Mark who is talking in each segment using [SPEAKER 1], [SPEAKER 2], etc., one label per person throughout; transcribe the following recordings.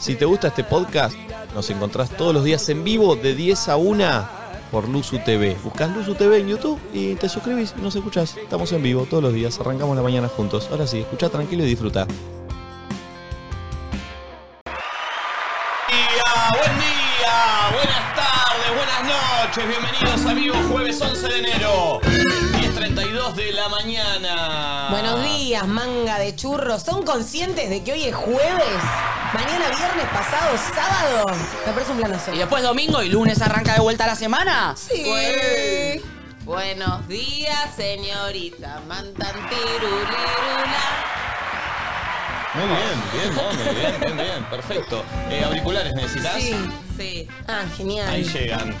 [SPEAKER 1] Si te gusta este podcast, nos encontrás todos los días en vivo de 10 a 1 por Luzu TV. Buscás Luzu TV en YouTube y te suscribís y nos escuchás. Estamos en vivo todos los días, arrancamos la mañana juntos. Ahora sí, escucha tranquilo y disfruta.
[SPEAKER 2] buen día, buenas tardes, buenas noches, bienvenidos amigos, jueves 11 de enero, 10.32 de la mañana.
[SPEAKER 3] Buenos días, manga de churros. ¿Son conscientes de que hoy es jueves? Mañana, viernes, pasado, sábado. Me parece un planazo.
[SPEAKER 4] Y después domingo y lunes arranca de vuelta la semana. Pues,
[SPEAKER 3] Sí.
[SPEAKER 5] Buen- Buenos días, señorita. Mantan tirulirula.
[SPEAKER 2] Muy bien, bien, hombre, bien, bien, bien, perfecto. Eh, ¿Auriculares necesitas?
[SPEAKER 3] Sí.
[SPEAKER 5] Sí.
[SPEAKER 3] Ah, genial.
[SPEAKER 2] Ahí llegan.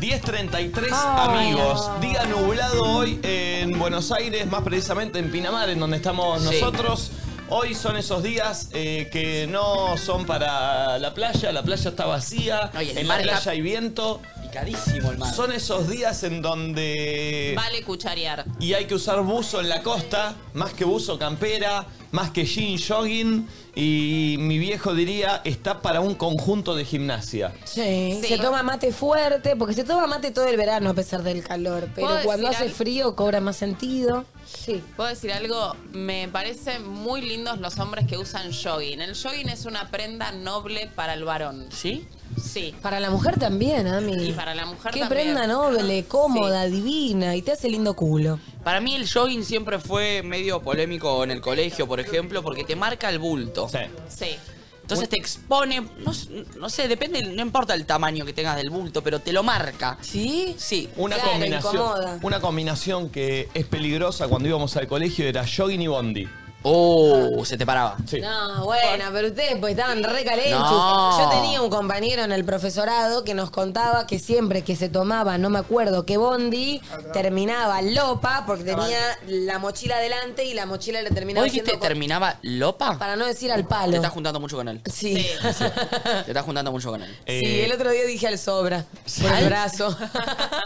[SPEAKER 2] 10.33
[SPEAKER 3] Ay,
[SPEAKER 2] amigos,
[SPEAKER 3] no.
[SPEAKER 2] día nublado hoy en Buenos Aires, más precisamente en Pinamar, en donde estamos
[SPEAKER 4] Sí.
[SPEAKER 2] nosotros. Hoy son esos días eh, que no son para la playa, la playa está vacía,
[SPEAKER 4] No, y el
[SPEAKER 2] en la
[SPEAKER 4] mar
[SPEAKER 2] playa
[SPEAKER 4] está-
[SPEAKER 2] hay viento.
[SPEAKER 4] Y carísimo el mar.
[SPEAKER 2] Son esos días en donde...
[SPEAKER 5] Vale cucharear.
[SPEAKER 2] Y hay que usar buzo en la costa, más que buzo campera, más que jean jogging. Y mi viejo diría, está para un conjunto de gimnasia.
[SPEAKER 3] Sí.
[SPEAKER 5] Sí.
[SPEAKER 3] Se toma mate fuerte, porque se toma mate todo el verano a pesar del calor. Pero
[SPEAKER 5] ¿Puedo
[SPEAKER 3] cuando
[SPEAKER 5] decir
[SPEAKER 3] hace
[SPEAKER 5] algo?
[SPEAKER 3] frío cobra más sentido. Sí.
[SPEAKER 5] ¿Puedo decir algo? Me parecen muy lindos los hombres que usan jogging. El jogging es una prenda noble para el varón.
[SPEAKER 4] ¿Sí?
[SPEAKER 5] Sí.
[SPEAKER 3] Para la mujer también, Ami.
[SPEAKER 5] Y para la mujer
[SPEAKER 3] Qué
[SPEAKER 5] también.
[SPEAKER 3] prenda noble, cómoda, divina y te hace lindo culo.
[SPEAKER 4] Para mí el jogging siempre fue medio polémico en el colegio, por ejemplo, porque te marca el bulto.
[SPEAKER 2] Sí.
[SPEAKER 5] Sí.
[SPEAKER 4] Entonces te expone, no, s- no sé, depende, no importa el tamaño que tengas del bulto, pero te lo marca.
[SPEAKER 3] ¿Sí?
[SPEAKER 4] Sí.
[SPEAKER 2] Una
[SPEAKER 3] Claro,
[SPEAKER 2] combinación.
[SPEAKER 3] incomoda.
[SPEAKER 2] Una combinación que es peligrosa cuando íbamos al colegio era jogging y bondi.
[SPEAKER 4] Oh, se te paraba.
[SPEAKER 2] Sí.
[SPEAKER 3] No, bueno, pero ustedes pues estaban re calenchus.
[SPEAKER 4] No.
[SPEAKER 3] Yo tenía un compañero en el profesorado que nos contaba que siempre que se tomaba, no me acuerdo qué bondi, terminaba lopa porque tenía la mochila adelante y la mochila la terminaba
[SPEAKER 4] ¿Vos dijiste
[SPEAKER 3] haciendo con-
[SPEAKER 4] terminaba lopa?
[SPEAKER 3] para no decir al
[SPEAKER 4] Te
[SPEAKER 3] palo.
[SPEAKER 4] estás juntando mucho con él.
[SPEAKER 3] Sí. Sí.
[SPEAKER 4] Te estás juntando mucho con él.
[SPEAKER 2] Eh,
[SPEAKER 3] el otro día dije al sobra, por el brazo.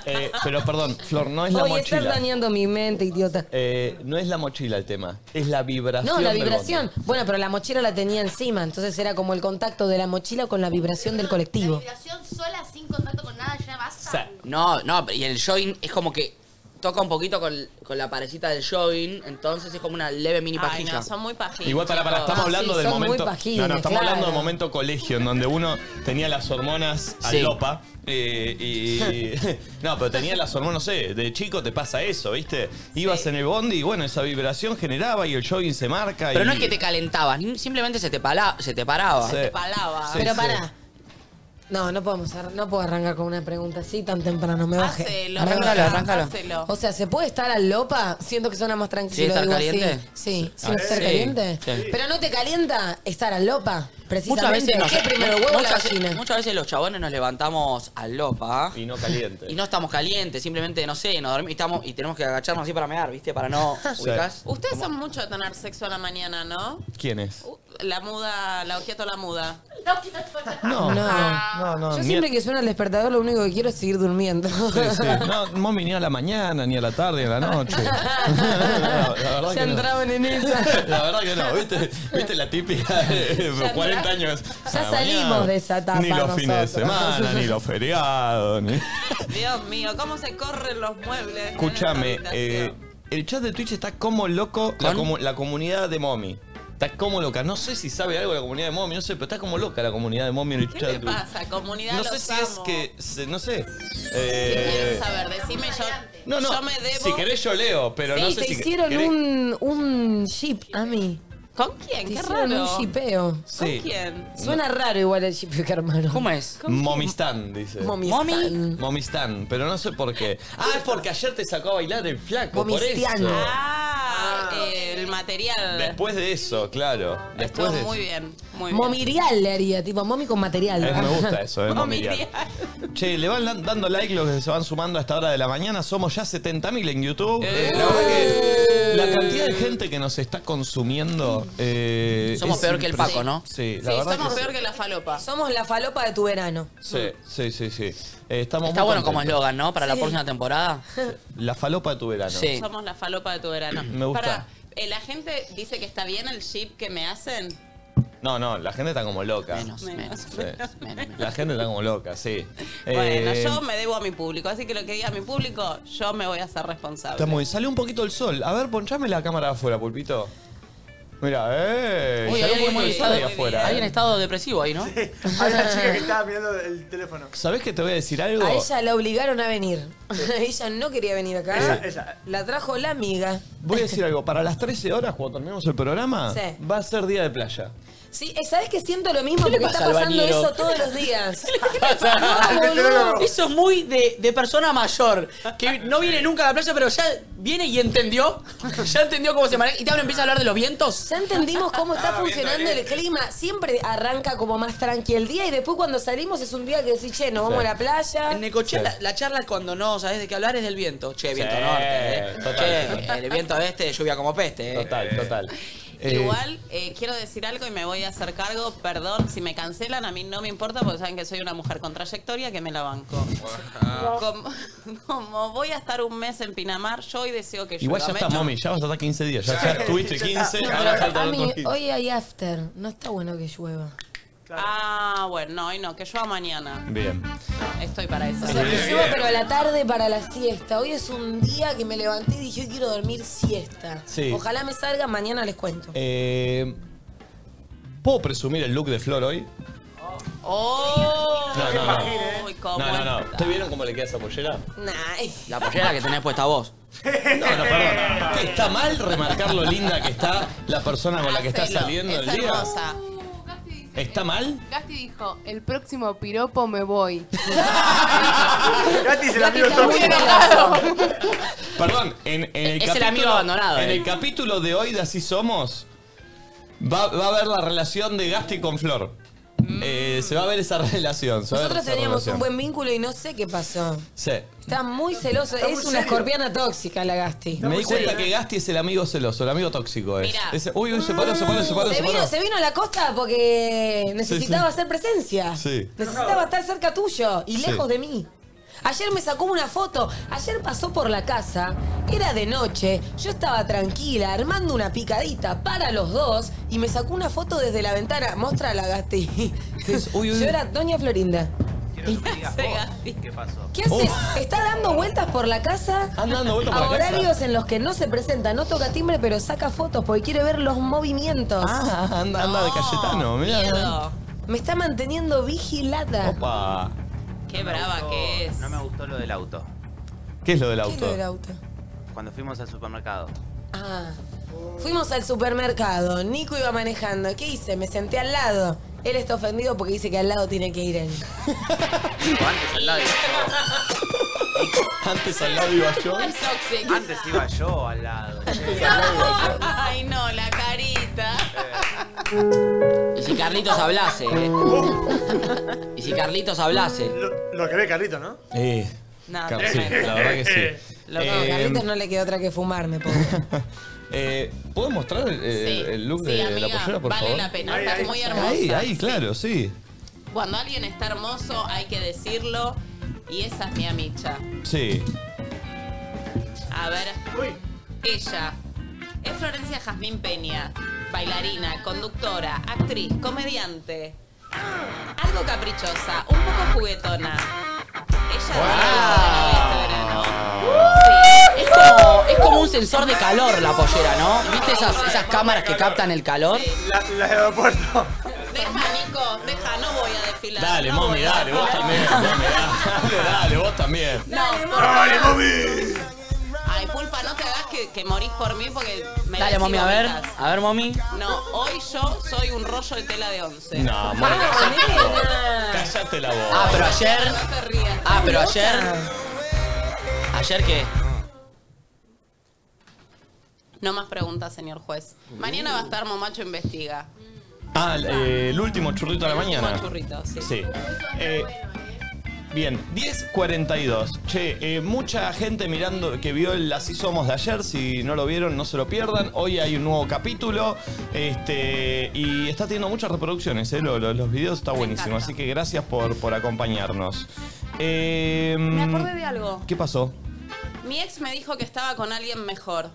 [SPEAKER 2] Eh, pero perdón, Flor, no es la
[SPEAKER 3] Hoy estás
[SPEAKER 2] mochila.
[SPEAKER 3] dañando mi mente, idiota.
[SPEAKER 2] Eh, no es la mochila el tema, es la vibración.
[SPEAKER 3] No, la
[SPEAKER 2] del
[SPEAKER 3] vibración.
[SPEAKER 2] bondi.
[SPEAKER 3] Bueno, pero la mochila la tenía encima, entonces era como el contacto de la mochila con la vibración del colectivo.
[SPEAKER 6] La vibración sola, sin contacto con nada, ya basta.
[SPEAKER 5] Ah.
[SPEAKER 2] Sí.
[SPEAKER 4] No, no, y el jogging es como que toca un poquito con, con la parecita del jogging, entonces es como una leve mini
[SPEAKER 5] Ay,
[SPEAKER 4] pajilla.
[SPEAKER 5] no, son muy pajitas.
[SPEAKER 2] Igual para, para, estamos
[SPEAKER 3] Ah,
[SPEAKER 2] hablando
[SPEAKER 3] sí,
[SPEAKER 2] del
[SPEAKER 3] son muy
[SPEAKER 2] momento.
[SPEAKER 3] pajines,
[SPEAKER 2] no, no, estamos
[SPEAKER 3] claro.
[SPEAKER 2] hablando del momento colegio, en donde uno tenía las hormonas al
[SPEAKER 4] Sí.
[SPEAKER 2] lopa. eh, y. no, pero tenía las hormonas, no sé, de chico te pasa eso, ¿viste? Ibas en el bondi y bueno, esa vibración generaba y el jogging se marca.
[SPEAKER 4] Pero
[SPEAKER 2] y-
[SPEAKER 4] no es que te calentabas, ni- simplemente se te, pala- se te paraba.
[SPEAKER 2] Sí.
[SPEAKER 5] Palaba.
[SPEAKER 2] Sí.
[SPEAKER 3] Pero para. No, no podemos arran- no puedo arrancar con una pregunta así tan temprano, me bajé.
[SPEAKER 5] Hacelo,
[SPEAKER 4] Arráncalo, arráncalo.
[SPEAKER 5] Hacelo.
[SPEAKER 3] O sea, ¿se puede estar al lopa? Siento que suena más tranquilo.
[SPEAKER 4] Sí, estar
[SPEAKER 3] digo
[SPEAKER 4] caliente.
[SPEAKER 3] Así. Sí, sí, estar
[SPEAKER 4] sí,
[SPEAKER 3] caliente.
[SPEAKER 4] sí.
[SPEAKER 3] Pero no te calienta estar al lopa,
[SPEAKER 4] Muchas
[SPEAKER 3] precisamente.
[SPEAKER 4] veces, nos-
[SPEAKER 3] ¿Qué primero, huevo o la
[SPEAKER 4] muchas,
[SPEAKER 3] gallina?
[SPEAKER 4] muchas veces los chabones nos levantamos al lopa
[SPEAKER 2] Y no caliente.
[SPEAKER 4] y no estamos calientes, simplemente, no sé, nos dormimos y, estamos, y tenemos que agacharnos así para mear, ¿viste? Para no ubicás.
[SPEAKER 5] Ustedes son mucho de tener sexo a la mañana, ¿no?
[SPEAKER 2] ¿Quién es?
[SPEAKER 5] Uh, La muda, la objeto la muda.
[SPEAKER 6] No quiero tocar.
[SPEAKER 2] No,
[SPEAKER 5] Ah.
[SPEAKER 3] No.
[SPEAKER 2] no,
[SPEAKER 3] Yo
[SPEAKER 2] ni-
[SPEAKER 3] siempre que suena el despertador lo único que quiero es seguir durmiendo.
[SPEAKER 2] Sí, sí. No, mami, ni a la mañana, ni a la tarde, ni a la noche. No, la verdad
[SPEAKER 3] ya
[SPEAKER 2] que no.
[SPEAKER 3] entraban en esa.
[SPEAKER 2] La verdad que no, ¿viste? ¿Viste la típica de 40 años?
[SPEAKER 3] Ya
[SPEAKER 2] a la mañana?
[SPEAKER 3] salimos de esa etapa
[SPEAKER 2] Ni los fines de
[SPEAKER 3] nosotros.
[SPEAKER 2] semana, ni los feriados. ni-
[SPEAKER 5] Dios mío, cómo se corren los muebles. en
[SPEAKER 2] Escúchame,
[SPEAKER 5] esta
[SPEAKER 2] eh,
[SPEAKER 5] habitación.
[SPEAKER 2] el chat de Twitch está como loco, la, comu- la comunidad de Momi. Está como loca. No sé si sabe algo de la comunidad de Momi, no sé, pero está como loca la comunidad de Momi en el
[SPEAKER 5] ¿Qué
[SPEAKER 2] chat
[SPEAKER 5] te
[SPEAKER 2] de Twitch.
[SPEAKER 5] pasa, comunidad?
[SPEAKER 2] No
[SPEAKER 5] los
[SPEAKER 2] sé si es
[SPEAKER 5] amo.
[SPEAKER 2] que. se- no sé.
[SPEAKER 5] ¿Qué
[SPEAKER 2] Eh,
[SPEAKER 5] quieren saber? Decime yo.
[SPEAKER 2] no, no.
[SPEAKER 5] Yo me debo.
[SPEAKER 2] Si querés, yo leo, pero
[SPEAKER 5] Sí,
[SPEAKER 2] no
[SPEAKER 3] Y
[SPEAKER 2] sé
[SPEAKER 3] te
[SPEAKER 2] si.
[SPEAKER 3] hicieron
[SPEAKER 2] querés-
[SPEAKER 3] un, un ship, Ami.
[SPEAKER 5] ¿Con quién?
[SPEAKER 3] Te
[SPEAKER 5] Qué
[SPEAKER 3] hicieron
[SPEAKER 5] raro.
[SPEAKER 3] un shipeo.
[SPEAKER 5] ¿Con
[SPEAKER 2] Sí.
[SPEAKER 5] quién?
[SPEAKER 3] Suena raro igual el ship que armaron.
[SPEAKER 4] ¿Cómo es?
[SPEAKER 2] Momistán, dice.
[SPEAKER 3] Momistian.
[SPEAKER 2] Momistán, pero no sé por qué. Ah, es porque ayer te sacó a bailar el flaco, por
[SPEAKER 3] Momistián.
[SPEAKER 2] eso.
[SPEAKER 5] Ah, eh, el material.
[SPEAKER 2] Después de eso, claro. Después
[SPEAKER 5] Estuvo
[SPEAKER 2] de
[SPEAKER 5] muy
[SPEAKER 2] eso.
[SPEAKER 5] bien. Muy bien.
[SPEAKER 3] Momirial le haría, tipo momi con material.
[SPEAKER 2] Eh, me gusta eso, eh,
[SPEAKER 5] Momirial.
[SPEAKER 2] Momirial. Che, le van dan- dando like los que se van sumando a esta hora de la mañana. Somos ya 70.000 en YouTube. Eh, la verdad que la cantidad de gente que nos está consumiendo. eh,
[SPEAKER 4] Somos
[SPEAKER 2] es
[SPEAKER 4] peor que el
[SPEAKER 2] impres-
[SPEAKER 4] Paco, ¿no?
[SPEAKER 2] Sí, la
[SPEAKER 5] Sí,
[SPEAKER 2] verdad.
[SPEAKER 5] somos
[SPEAKER 2] que
[SPEAKER 5] peor que la falopa.
[SPEAKER 3] Somos la falopa de tu verano.
[SPEAKER 2] Sí, sí, sí. sí. Eh, estamos
[SPEAKER 4] Está
[SPEAKER 2] muy
[SPEAKER 4] bueno como
[SPEAKER 2] contentos.
[SPEAKER 4] eslogan, ¿no? Para la próxima temporada.
[SPEAKER 2] La falopa de tu verano.
[SPEAKER 4] Sí.
[SPEAKER 5] Somos la falopa de tu verano.
[SPEAKER 2] Me gusta.
[SPEAKER 5] Pará, eh, la gente dice que está bien el ship que me hacen.
[SPEAKER 2] No, no, la gente está como loca.
[SPEAKER 5] Menos, menos,
[SPEAKER 2] Sí.
[SPEAKER 5] menos, menos, menos.
[SPEAKER 2] La gente está como loca, sí.
[SPEAKER 5] Bueno,
[SPEAKER 2] Eh,
[SPEAKER 5] yo me debo a mi público, así que lo que diga mi público, yo me voy a hacer responsable.
[SPEAKER 2] Está muy bien. Salió un poquito el sol. A ver, ponchame la cámara afuera, pulpito. Mira, eh.
[SPEAKER 4] Uy, hay
[SPEAKER 2] Salió un
[SPEAKER 4] alguien
[SPEAKER 2] poquito
[SPEAKER 4] muy
[SPEAKER 2] el sol ahí afuera. eh.
[SPEAKER 4] Hay un estado depresivo ahí, ¿no?
[SPEAKER 7] Hay una chica que estaba mirando el teléfono.
[SPEAKER 2] ¿Sabés que te voy a decir algo?
[SPEAKER 3] A ella la obligaron a venir. ella no quería venir acá.
[SPEAKER 7] Esa, esa.
[SPEAKER 3] La trajo la amiga.
[SPEAKER 2] Voy a decir algo. Para las 13 horas, cuando terminemos el programa,
[SPEAKER 3] Sí.
[SPEAKER 2] va a ser día de playa.
[SPEAKER 3] Sí, eh, ¿sabes que siento lo mismo? Porque
[SPEAKER 4] pasa
[SPEAKER 3] está
[SPEAKER 4] al
[SPEAKER 3] pasando
[SPEAKER 4] bañero?
[SPEAKER 3] eso todos los días. Ah,
[SPEAKER 7] Al meteorólogo.
[SPEAKER 4] Eso es muy de, de persona mayor, que no viene nunca a la playa, pero ya viene y entendió, ya entendió cómo se maneja. Y te ahora empieza a hablar de los vientos.
[SPEAKER 3] Ya entendimos cómo está
[SPEAKER 7] Ah,
[SPEAKER 3] funcionando
[SPEAKER 7] viendo
[SPEAKER 3] el clima. Siempre arranca como más tranqui el día y después cuando salimos es un día que decís, che, nos vamos
[SPEAKER 2] Sí.
[SPEAKER 3] a la playa.
[SPEAKER 4] En Necochea la, la charla es cuando no sabes de qué hablar es del viento. Che, viento
[SPEAKER 2] Sí,
[SPEAKER 4] norte, eh.
[SPEAKER 2] total.
[SPEAKER 4] Che, el viento este lluvia como peste, eh.
[SPEAKER 2] Total, total. Eh,
[SPEAKER 5] Igual eh, quiero decir algo y me voy a hacer cargo. Perdón, si me cancelan, a mí no me importa porque saben que soy una mujer con trayectoria que me la banco.
[SPEAKER 2] Ah.
[SPEAKER 5] Como, como voy a estar un mes en Pinamar, yo hoy deseo que
[SPEAKER 2] Igual ya
[SPEAKER 5] llueva.
[SPEAKER 2] está,
[SPEAKER 5] Me echo-
[SPEAKER 2] mami. Ya vas a estar 15 días. Ya, ya tuviste 15. ahora faltan
[SPEAKER 3] Ami,
[SPEAKER 2] otros 15.
[SPEAKER 3] hoy hay after. No está bueno que llueva.
[SPEAKER 5] Ah, bueno, no, hoy no, que llueva mañana.
[SPEAKER 2] Bien.
[SPEAKER 5] Estoy para eso.
[SPEAKER 3] O sea, que llueva pero a la tarde para la siesta. Hoy es un día que me levanté y dije, hoy quiero dormir siesta.
[SPEAKER 2] Sí.
[SPEAKER 3] Ojalá me salga, mañana les cuento.
[SPEAKER 2] Eh, ¿Puedo presumir el look de Flor hoy?
[SPEAKER 5] ¡Oh!
[SPEAKER 2] No, no, no.
[SPEAKER 5] Uy, cómo
[SPEAKER 2] no, no, no.
[SPEAKER 5] está.
[SPEAKER 2] ¿Ustedes vieron cómo le queda esa pollera?
[SPEAKER 3] Nah,
[SPEAKER 4] La pollera que tenés puesta vos.
[SPEAKER 2] No, no, perdón. ¿Qué, ¿Está mal remarcar lo linda que está la persona con la que está
[SPEAKER 5] Hacelo,
[SPEAKER 2] saliendo
[SPEAKER 5] es
[SPEAKER 2] el día?
[SPEAKER 5] hermosa.
[SPEAKER 6] Uh, Gasti dice-
[SPEAKER 2] ¿Está mal?
[SPEAKER 6] Gasti dijo, el próximo piropo me voy.
[SPEAKER 7] Gati se la pido
[SPEAKER 3] está
[SPEAKER 7] todo.
[SPEAKER 3] muy bravo.
[SPEAKER 2] Perdón, en, en el
[SPEAKER 4] Es el
[SPEAKER 2] capítulo,
[SPEAKER 4] amigo abandonado,
[SPEAKER 2] En
[SPEAKER 4] eh.
[SPEAKER 2] el capítulo de hoy de Así Somos, va, va a ver la relación de Gasti con Flor. Eh, se va a ver esa relación. se va a ver
[SPEAKER 3] Nosotros
[SPEAKER 2] esa
[SPEAKER 3] teníamos
[SPEAKER 2] relación.
[SPEAKER 3] un buen vínculo y no sé qué pasó.
[SPEAKER 2] Sí.
[SPEAKER 3] Está muy celoso.
[SPEAKER 7] Está
[SPEAKER 3] es
[SPEAKER 7] muy
[SPEAKER 3] una
[SPEAKER 7] serio.
[SPEAKER 3] escorpiana tóxica la Gasti.
[SPEAKER 2] Me di cuenta
[SPEAKER 7] serio,
[SPEAKER 2] que Gasti es el amigo celoso, el amigo tóxico es.
[SPEAKER 5] Mirá.
[SPEAKER 2] Ese- uy, uy, se paró, se paró, se paró,
[SPEAKER 3] Se
[SPEAKER 2] se paró.
[SPEAKER 3] vino, se vino a la costa porque necesitaba hacer presencia.
[SPEAKER 2] Sí.
[SPEAKER 3] Necesitaba estar cerca tuyo y
[SPEAKER 2] Sí.
[SPEAKER 3] lejos de mí. Ayer me sacó una foto. Ayer pasó por la casa. Era de noche. Yo estaba tranquila, armando una picadita para los dos. Y me sacó una foto desde la ventana. Mostra la Gasti.
[SPEAKER 2] Uy, uy.
[SPEAKER 3] Yo era Doña Florinda. ¿Qué haces? Está dando vueltas por la casa.
[SPEAKER 2] Anda dando vueltas por
[SPEAKER 3] a
[SPEAKER 2] la casa.
[SPEAKER 3] horarios en los que no se presenta, no toca timbre, pero saca fotos porque quiere ver los movimientos.
[SPEAKER 2] Ah, anda, anda de Cayetano, mirá. eh.
[SPEAKER 5] Miedo.
[SPEAKER 3] Me está manteniendo vigilada.
[SPEAKER 2] Opa.
[SPEAKER 5] Qué brava que es.
[SPEAKER 8] No me gustó lo del auto.
[SPEAKER 2] ¿Qué es lo del
[SPEAKER 3] ¿Qué es lo
[SPEAKER 2] auto?
[SPEAKER 3] del auto?
[SPEAKER 8] Cuando fuimos al supermercado.
[SPEAKER 3] Ah. Fuimos al supermercado. Nico iba manejando. ¿Qué hice? Me senté al lado. Él está ofendido porque dice que al lado tiene que ir él.
[SPEAKER 8] Antes al lado iba
[SPEAKER 2] Antes al lado iba yo.
[SPEAKER 5] Es tóxico.
[SPEAKER 8] yo. Antes iba yo al lado.
[SPEAKER 5] Ay, no, la carita.
[SPEAKER 4] Y si Carlitos hablase, eh. Y si Carlitos hablase.
[SPEAKER 7] Lo, lo que ve Carlito, ¿no?
[SPEAKER 2] Eh.
[SPEAKER 5] No,
[SPEAKER 2] Car- sí,
[SPEAKER 5] tremendo.
[SPEAKER 2] la verdad que sí.
[SPEAKER 3] Loco,
[SPEAKER 2] Eh,
[SPEAKER 3] Carlitos no le queda otra que fumarme, pobre.
[SPEAKER 2] eh, ¿Puedo mostrar el,
[SPEAKER 5] Sí,
[SPEAKER 2] el look
[SPEAKER 5] sí,
[SPEAKER 2] de
[SPEAKER 5] amiga,
[SPEAKER 2] la pollera, por
[SPEAKER 5] vale
[SPEAKER 2] favor?
[SPEAKER 5] la pena,
[SPEAKER 7] Ahí,
[SPEAKER 5] está
[SPEAKER 7] ahí.
[SPEAKER 5] muy hermosa.
[SPEAKER 2] Ahí, ahí, claro, sí.
[SPEAKER 5] Cuando alguien está hermoso hay que decirlo y esa es mi amicha.
[SPEAKER 2] Sí.
[SPEAKER 5] A ver,
[SPEAKER 7] Uy,
[SPEAKER 5] ella es Florencia Jazmín Peña, bailarina, conductora, actriz, comediante. Algo caprichosa, un poco juguetona. Ella
[SPEAKER 4] Wow.
[SPEAKER 5] es
[SPEAKER 4] Es como, es como un sensor de calor la pollera, ¿no? ¿Viste esas, esas cámaras que captan el calor?
[SPEAKER 7] la, la de aeropuerto.
[SPEAKER 5] Deja, Nico, deja, no voy a desfilar.
[SPEAKER 2] Dale,
[SPEAKER 5] no
[SPEAKER 2] mami,
[SPEAKER 5] voy a
[SPEAKER 2] dale, vos
[SPEAKER 5] desfilar.
[SPEAKER 2] también. mami, Dale, dale, vos también.
[SPEAKER 5] No, por
[SPEAKER 7] ¡Dale, mami!
[SPEAKER 5] Ay, pulpa, no te hagas que, que morís por mí porque me
[SPEAKER 4] Dale, mami, a ver. A ver, mami.
[SPEAKER 5] No, hoy yo soy un rollo de tela de once. Ah,
[SPEAKER 2] No, amor, cállate la voz.
[SPEAKER 4] Ah, pero ayer.
[SPEAKER 5] No te rías.
[SPEAKER 4] Ah, pero ayer. ¿Ayer qué?
[SPEAKER 5] No más preguntas, señor juez. Mañana va a estar Momacho Investiga.
[SPEAKER 2] Ah, eh, el último churrito de la
[SPEAKER 5] Último
[SPEAKER 2] mañana.
[SPEAKER 5] churrito, sí.
[SPEAKER 2] Sí. Eh, bien, 10.42. Che, eh, mucha gente mirando que vio el Así Somos de ayer. Si no lo vieron, no se lo pierdan. Hoy hay un nuevo capítulo. Este, y está teniendo muchas reproducciones. eh, lo- lo- los videos está
[SPEAKER 5] Me
[SPEAKER 2] buenísimo.
[SPEAKER 5] encanta.
[SPEAKER 2] Así que gracias por, por acompañarnos. Eh,
[SPEAKER 5] Me acordé de algo.
[SPEAKER 2] ¿Qué pasó?
[SPEAKER 5] Mi ex me dijo que estaba con alguien mejor.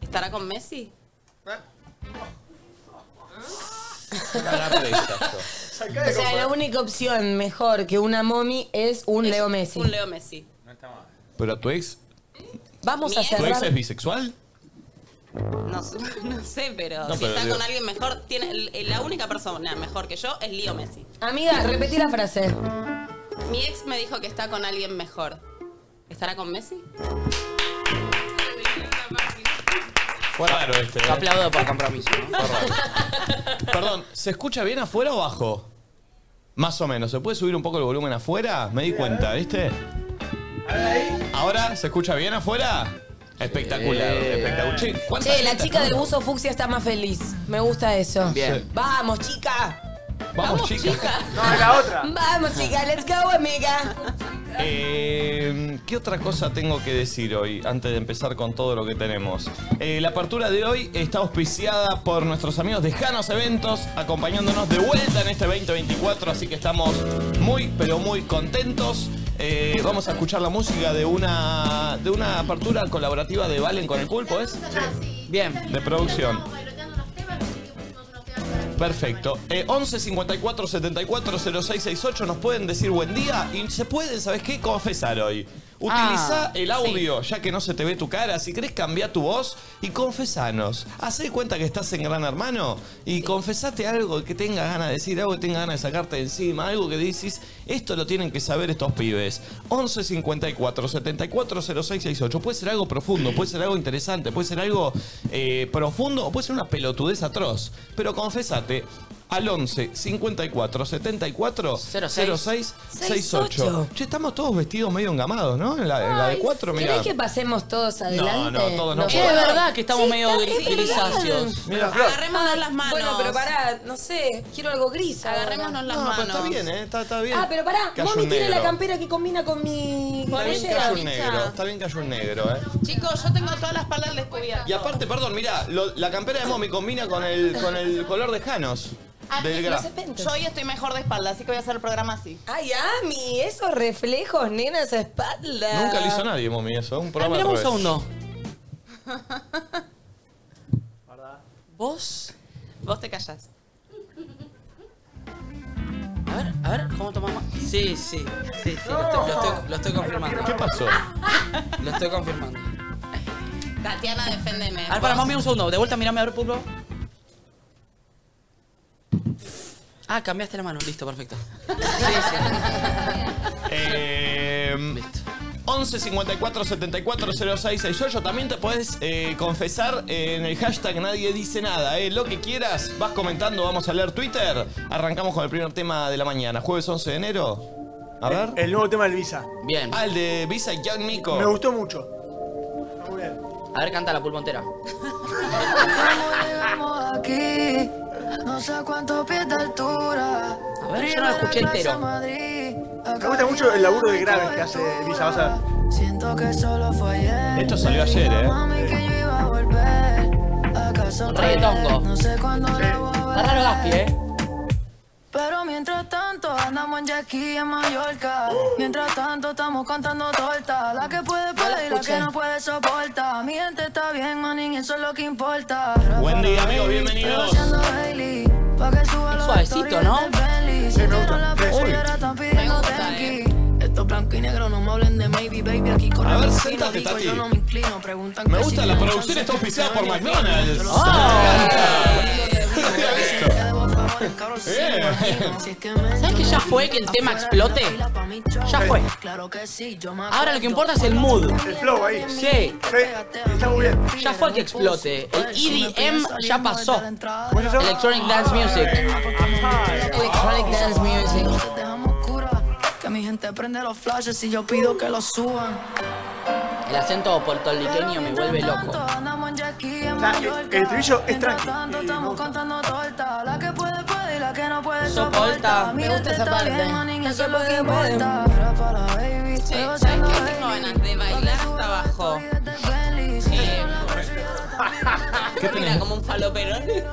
[SPEAKER 5] ¿Estará con Messi?
[SPEAKER 2] Ganar PlayStation.
[SPEAKER 7] Sacá
[SPEAKER 3] O
[SPEAKER 7] de
[SPEAKER 3] sea, la
[SPEAKER 7] comprar.
[SPEAKER 3] única opción mejor que una mommy es un
[SPEAKER 5] Es
[SPEAKER 3] Leo Messi.
[SPEAKER 5] Un Leo Messi.
[SPEAKER 8] No está mal.
[SPEAKER 2] ¿Pero tu ex,
[SPEAKER 3] Vamos a
[SPEAKER 5] Mi ex-
[SPEAKER 2] tu ex es
[SPEAKER 3] cerrar.
[SPEAKER 2] bisexual?
[SPEAKER 5] No, sé- no sé, pero
[SPEAKER 2] No,
[SPEAKER 5] si
[SPEAKER 2] pero
[SPEAKER 5] está
[SPEAKER 2] digo-
[SPEAKER 5] con alguien mejor, tiene la única persona mejor que yo es Leo Messi.
[SPEAKER 3] Amiga, repetí la frase.
[SPEAKER 5] Mi ex me dijo que está con alguien mejor. ¿Estará con Messi?
[SPEAKER 2] Fue raro este. ¿eh?
[SPEAKER 4] Aplaudo por compromiso. ¿no?
[SPEAKER 2] Perdón, ¿se escucha bien afuera o abajo? Más o menos. ¿Se puede subir un poco el volumen afuera? Me di cuenta, ¿viste? Ahora, ¿se escucha bien afuera? Espectacular, espectacular. Che, ¿cuánta
[SPEAKER 3] Che, la
[SPEAKER 2] gente
[SPEAKER 3] chica
[SPEAKER 2] está?
[SPEAKER 3] del buzo fucsia está más feliz. Me gusta eso.
[SPEAKER 4] Bien.
[SPEAKER 3] Vamos, chica.
[SPEAKER 2] Vamos, chica.
[SPEAKER 7] No, es la otra.
[SPEAKER 3] Vamos, chica. Let's go, amiga.
[SPEAKER 2] Eh, ¿Qué otra cosa tengo que decir hoy antes de empezar con todo lo que tenemos? Eh, la apertura de hoy está auspiciada por nuestros amigos de Janos Eventos, acompañándonos de vuelta en este 2024, así que estamos muy, pero muy contentos. Eh, vamos a escuchar la música de una, de una apertura colaborativa de Valen con el Pulpo, ¿es?
[SPEAKER 4] Bien.
[SPEAKER 2] De producción. Perfecto. Eh, 11 54 74 06 68 nos pueden decir buen día y se pueden, ¿sabes qué? Confesar hoy. Utiliza
[SPEAKER 5] Ah,
[SPEAKER 2] el audio, ya que no se te ve tu cara. Si crees, cambia tu voz y confesanos. Hacé de cuenta que estás en Gran Hermano y confesate algo que tenga ganas de decir, algo que tenga ganas de sacarte de encima, algo que dices, esto lo tienen que saber estos pibes. 11 54 74 06 68. Puede ser algo profundo, puede ser algo interesante, puede ser algo eh, profundo o puede ser una pelotudez atroz. Pero confesate al 11 54 74
[SPEAKER 4] 06.
[SPEAKER 2] 06
[SPEAKER 3] 68.
[SPEAKER 2] 68. Che, estamos todos vestidos medio engamados, ¿no? En la, en la de 4, mirá.
[SPEAKER 3] ¿Querés que pasemos todos adelante?
[SPEAKER 2] no, todos no
[SPEAKER 4] Es
[SPEAKER 2] podemos.
[SPEAKER 4] verdad que estamos
[SPEAKER 3] Sí,
[SPEAKER 4] medio
[SPEAKER 3] está
[SPEAKER 4] gris-
[SPEAKER 3] bien.
[SPEAKER 4] grisáceos.
[SPEAKER 2] Mirá.
[SPEAKER 5] Agarrémonos las manos.
[SPEAKER 3] Bueno, pero pará, no sé, quiero algo gris. ahora.
[SPEAKER 5] Agarrémonos las
[SPEAKER 2] No,
[SPEAKER 5] manos.
[SPEAKER 2] pero está bien, ¿eh? Está, está bien.
[SPEAKER 3] Ah, pero pará,
[SPEAKER 2] Que haya
[SPEAKER 3] mommy
[SPEAKER 2] un
[SPEAKER 3] tiene la
[SPEAKER 2] negro.
[SPEAKER 3] campera que combina con mi
[SPEAKER 2] Está bien que haya
[SPEAKER 3] cabellera.
[SPEAKER 2] un negro, está bien que haya un negro, ¿eh?
[SPEAKER 5] Chicos, yo tengo toda la espalda al descubierto.
[SPEAKER 2] Y aparte, perdón, mirá, lo- la campera de Mommy combina con el, con el color de Janos.
[SPEAKER 5] Ah,
[SPEAKER 2] Del
[SPEAKER 5] no
[SPEAKER 2] gra.
[SPEAKER 3] sé. Entonces.
[SPEAKER 5] Yo hoy estoy mejor de espalda, así que voy a hacer el programa así.
[SPEAKER 3] Ay, Ami, esos reflejos, nena, esa espalda.
[SPEAKER 2] Nunca lo hizo nadie, Mommy, eso. Un
[SPEAKER 4] Ah,
[SPEAKER 2] programa
[SPEAKER 4] mirame un
[SPEAKER 2] al revés.
[SPEAKER 4] segundo. ¿Vos?
[SPEAKER 5] Vos te callás.
[SPEAKER 4] A ver, a ver, ¿cómo tomamos? Sí, sí, sí, sí, lo, estoy, lo estoy- lo estoy confirmando.
[SPEAKER 2] ¿Qué pasó?
[SPEAKER 4] Lo estoy confirmando.
[SPEAKER 5] Tatiana, deféndeme.
[SPEAKER 4] A ver, para, mami, un segundo. De vuelta, mirame, a ver, Pulpo. Ah, cambiaste la mano. Listo, perfecto.
[SPEAKER 2] Eh,
[SPEAKER 4] Listo.
[SPEAKER 2] 11 54 74 06 68. También te puedes confesar en el hashtag Nadie Dice Nada. eh. Lo que quieras, vas comentando, vamos a leer Twitter. Arrancamos con el primer tema de la mañana, jueves 11 de enero. A ver.
[SPEAKER 7] El nuevo tema del Visa.
[SPEAKER 4] Bien.
[SPEAKER 2] Ah, el de Visa y Young Nico.
[SPEAKER 7] Me gustó mucho. Está muy bien.
[SPEAKER 4] A ver, canta la pulpo entera.
[SPEAKER 9] Estamos aquí, no sé cuántos pies de altura.
[SPEAKER 4] A ver, yo no lo escuché entero.
[SPEAKER 9] Me
[SPEAKER 7] Me gusta mucho el laburo de graves que hace Visa, vas a ver.
[SPEAKER 9] Siento que solo fallé.
[SPEAKER 2] Esto salió ayer, ¿eh?
[SPEAKER 9] Mami, que yo iba a volver. ¿Acaso
[SPEAKER 4] Un reggaetongo.
[SPEAKER 9] No sé cuándo lo voy a
[SPEAKER 4] Está raro Gaspi,
[SPEAKER 9] ver.
[SPEAKER 4] ¿eh?
[SPEAKER 9] Pero mientras tanto andamos en Jackie en Mallorca. Mientras tanto estamos cantando torta. La que puede puede y la que
[SPEAKER 4] escuché.
[SPEAKER 9] no puede soporta. Mi gente está bien, manín, y eso es lo que importa.
[SPEAKER 2] Buen día, amigos, bienvenidos.
[SPEAKER 4] Suavecito, ¿no?
[SPEAKER 9] Sí, me gusta.
[SPEAKER 5] Me gusta,
[SPEAKER 4] eh.
[SPEAKER 9] Estos blanco y negro no me hablen de maybe, baby. Aquí con
[SPEAKER 2] A
[SPEAKER 9] el
[SPEAKER 2] ver,
[SPEAKER 9] vecino,
[SPEAKER 2] siéntate,
[SPEAKER 9] digo,
[SPEAKER 2] Tati.
[SPEAKER 9] yo no me inclino. Preguntan
[SPEAKER 2] Me
[SPEAKER 9] que
[SPEAKER 2] gusta,
[SPEAKER 9] si
[SPEAKER 2] la
[SPEAKER 9] tengo
[SPEAKER 2] producción
[SPEAKER 9] chance,
[SPEAKER 2] está
[SPEAKER 9] que
[SPEAKER 2] auspiciada
[SPEAKER 9] si
[SPEAKER 2] por
[SPEAKER 9] no,
[SPEAKER 2] McDonald's.
[SPEAKER 7] Ah,
[SPEAKER 4] ¿Sabes que ya fue que el tema explote? Ya fue.
[SPEAKER 9] Claro que sí, yo me
[SPEAKER 4] Ahora lo que importa es el mood.
[SPEAKER 7] El flow ahí.
[SPEAKER 4] Sí.
[SPEAKER 7] Sí, está muy bien.
[SPEAKER 4] Ya fue que explote. El EDM eh, ya pasó.
[SPEAKER 7] ¿Cómo es Pues eso? Ah,
[SPEAKER 4] Electronic Dance Music. Eh,
[SPEAKER 3] Electronic Dance Music.
[SPEAKER 9] Te dejamos cura. Que mi gente prende los flashes y yo pido que los suban.
[SPEAKER 4] El acento puertorriqueño me vuelve loco.
[SPEAKER 7] el- el estribillo es tranqui.
[SPEAKER 4] Soporta.
[SPEAKER 9] Me gusta esa parte. Eso es lo que importa.
[SPEAKER 5] Sí, ¿sabes qué? Tengo ganas de bailar hasta abajo. Eh, mira, como un falopero. De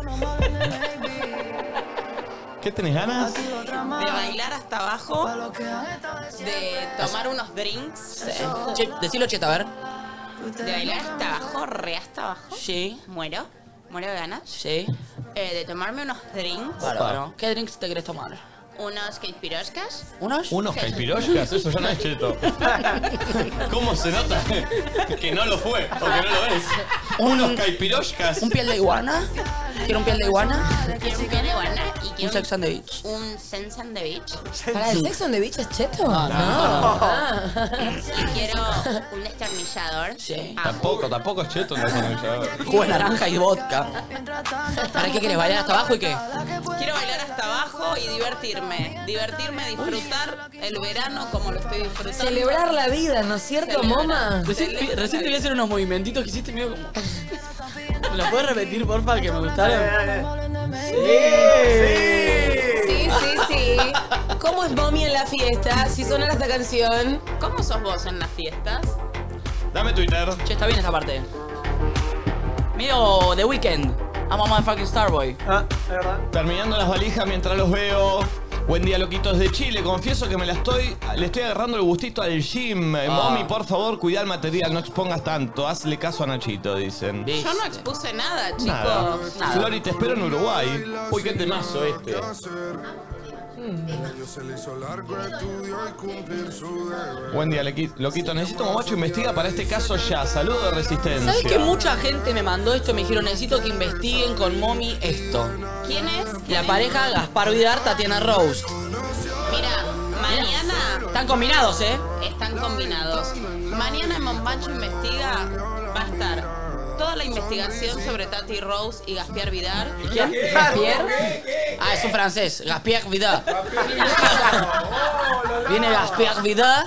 [SPEAKER 2] ¿Qué tenés ganas?
[SPEAKER 7] Ah,
[SPEAKER 5] bailar hasta abajo. De tomar unos drinks. eh.
[SPEAKER 4] Che, decilo cheta, a ver.
[SPEAKER 5] De bailar hasta abajo, re hasta abajo.
[SPEAKER 4] Sí.
[SPEAKER 5] Muero. Muero de ganas.
[SPEAKER 4] Sí.
[SPEAKER 5] Eh, de tomarme unos drinks.
[SPEAKER 4] Bárbaro. ¿Qué drinks te querés tomar?
[SPEAKER 5] Unos caipiroscas.
[SPEAKER 4] ¿Unos?
[SPEAKER 2] ¿Unos caipiroscas? Eso ya no es cheto. ¿Cómo se nota que no lo fue o que no lo es? ¿Unos caipiroscas?
[SPEAKER 4] ¿Un piel de iguana? ¿Quiero un piel de iguana?
[SPEAKER 5] Quiero un pie de guana y
[SPEAKER 4] ¿Un
[SPEAKER 5] quiero
[SPEAKER 4] sex and the beach?
[SPEAKER 5] un sense on the beach.
[SPEAKER 3] ¿Para el sexo de bicho es cheto?
[SPEAKER 4] Ah,
[SPEAKER 3] Ah.
[SPEAKER 5] Y quiero un destornillador.
[SPEAKER 4] Sí.
[SPEAKER 5] Ah,
[SPEAKER 2] Tampoco, tampoco es cheto. No es un aullador.
[SPEAKER 4] Jugo de naranja y vodka. ¿Para qué querés bailar hasta abajo y qué?
[SPEAKER 5] Quiero bailar hasta abajo y divertirme. Divertirme, disfrutar el verano como lo estoy disfrutando.
[SPEAKER 3] Celebrar la vida, ¿no es cierto,
[SPEAKER 5] Celebrar.
[SPEAKER 3] Moma?
[SPEAKER 4] Recién, vi- recién te voy a hacer unos movimentitos que hiciste medio como. ¿Me lo puedes repetir, porfa, que me gustaron?
[SPEAKER 3] Sí, sí, sí. ¿Cómo es Mommy en la fiesta? Si sonara esta canción.
[SPEAKER 5] ¿Cómo sos vos en las fiestas?
[SPEAKER 2] Dame Twitter.
[SPEAKER 4] Che, está bien esta parte. Medio The Weeknd. I'm a motherfucking Starboy.
[SPEAKER 7] Ah, es verdad.
[SPEAKER 2] Terminando las valijas mientras los veo. Buen día, loquitos de Chile. Confieso que me la estoy. Le estoy agarrando el gustito al gym. Eh,
[SPEAKER 4] Ah.
[SPEAKER 2] Mami, por favor, cuidá el material, no expongas tanto. Hazle caso a Nachito, dicen.
[SPEAKER 4] ¿Viste?
[SPEAKER 5] Yo no expuse nada, chicos.
[SPEAKER 2] Nada. Flori, te espero en Uruguay. Uy, qué temazo este. Buen día, Lequi- Loquito. Necesito un macho investiga para este caso ya. Saludos de resistencia.
[SPEAKER 4] ¿Sabes que mucha gente me mandó esto y me dijeron, necesito que investiguen con mommy esto?
[SPEAKER 5] ¿Quién es?
[SPEAKER 4] La pareja Gaspar Vidar, Tatiana Roast.
[SPEAKER 5] Mira, mañana
[SPEAKER 4] Están combinados, ¿eh?
[SPEAKER 5] están combinados. Mañana en Mompacho Investiga va a estar toda la investigación sobre Tati Rose y Gaspiar Vidal.
[SPEAKER 4] ¿Quién? ¿Gaspier? Ah, es un francés. Gaspier Vidal. Viene Gaspier Vidal.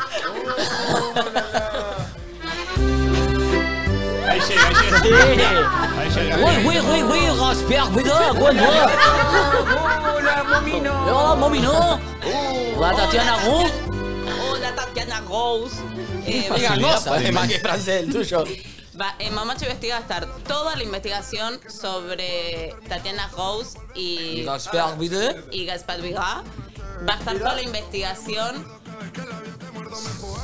[SPEAKER 2] Ahí llega, ahí llega. Ahí llega.
[SPEAKER 4] Oui, oui, oui, oui, Gaspier Vidal. Bueno. Hola, mami, no. La Tatiana Roux.
[SPEAKER 5] Uh. Hola, Tatiana Rose. Eh,
[SPEAKER 4] Qué
[SPEAKER 5] va-
[SPEAKER 4] gangosa, además que es francés el tuyo.
[SPEAKER 5] va- eh, en Mompacho Investiga va a estar toda la investigación sobre Tatiana Rose y
[SPEAKER 4] Gaspier Vidal.
[SPEAKER 5] y Gaspar Vigá. Va a estar toda la investigación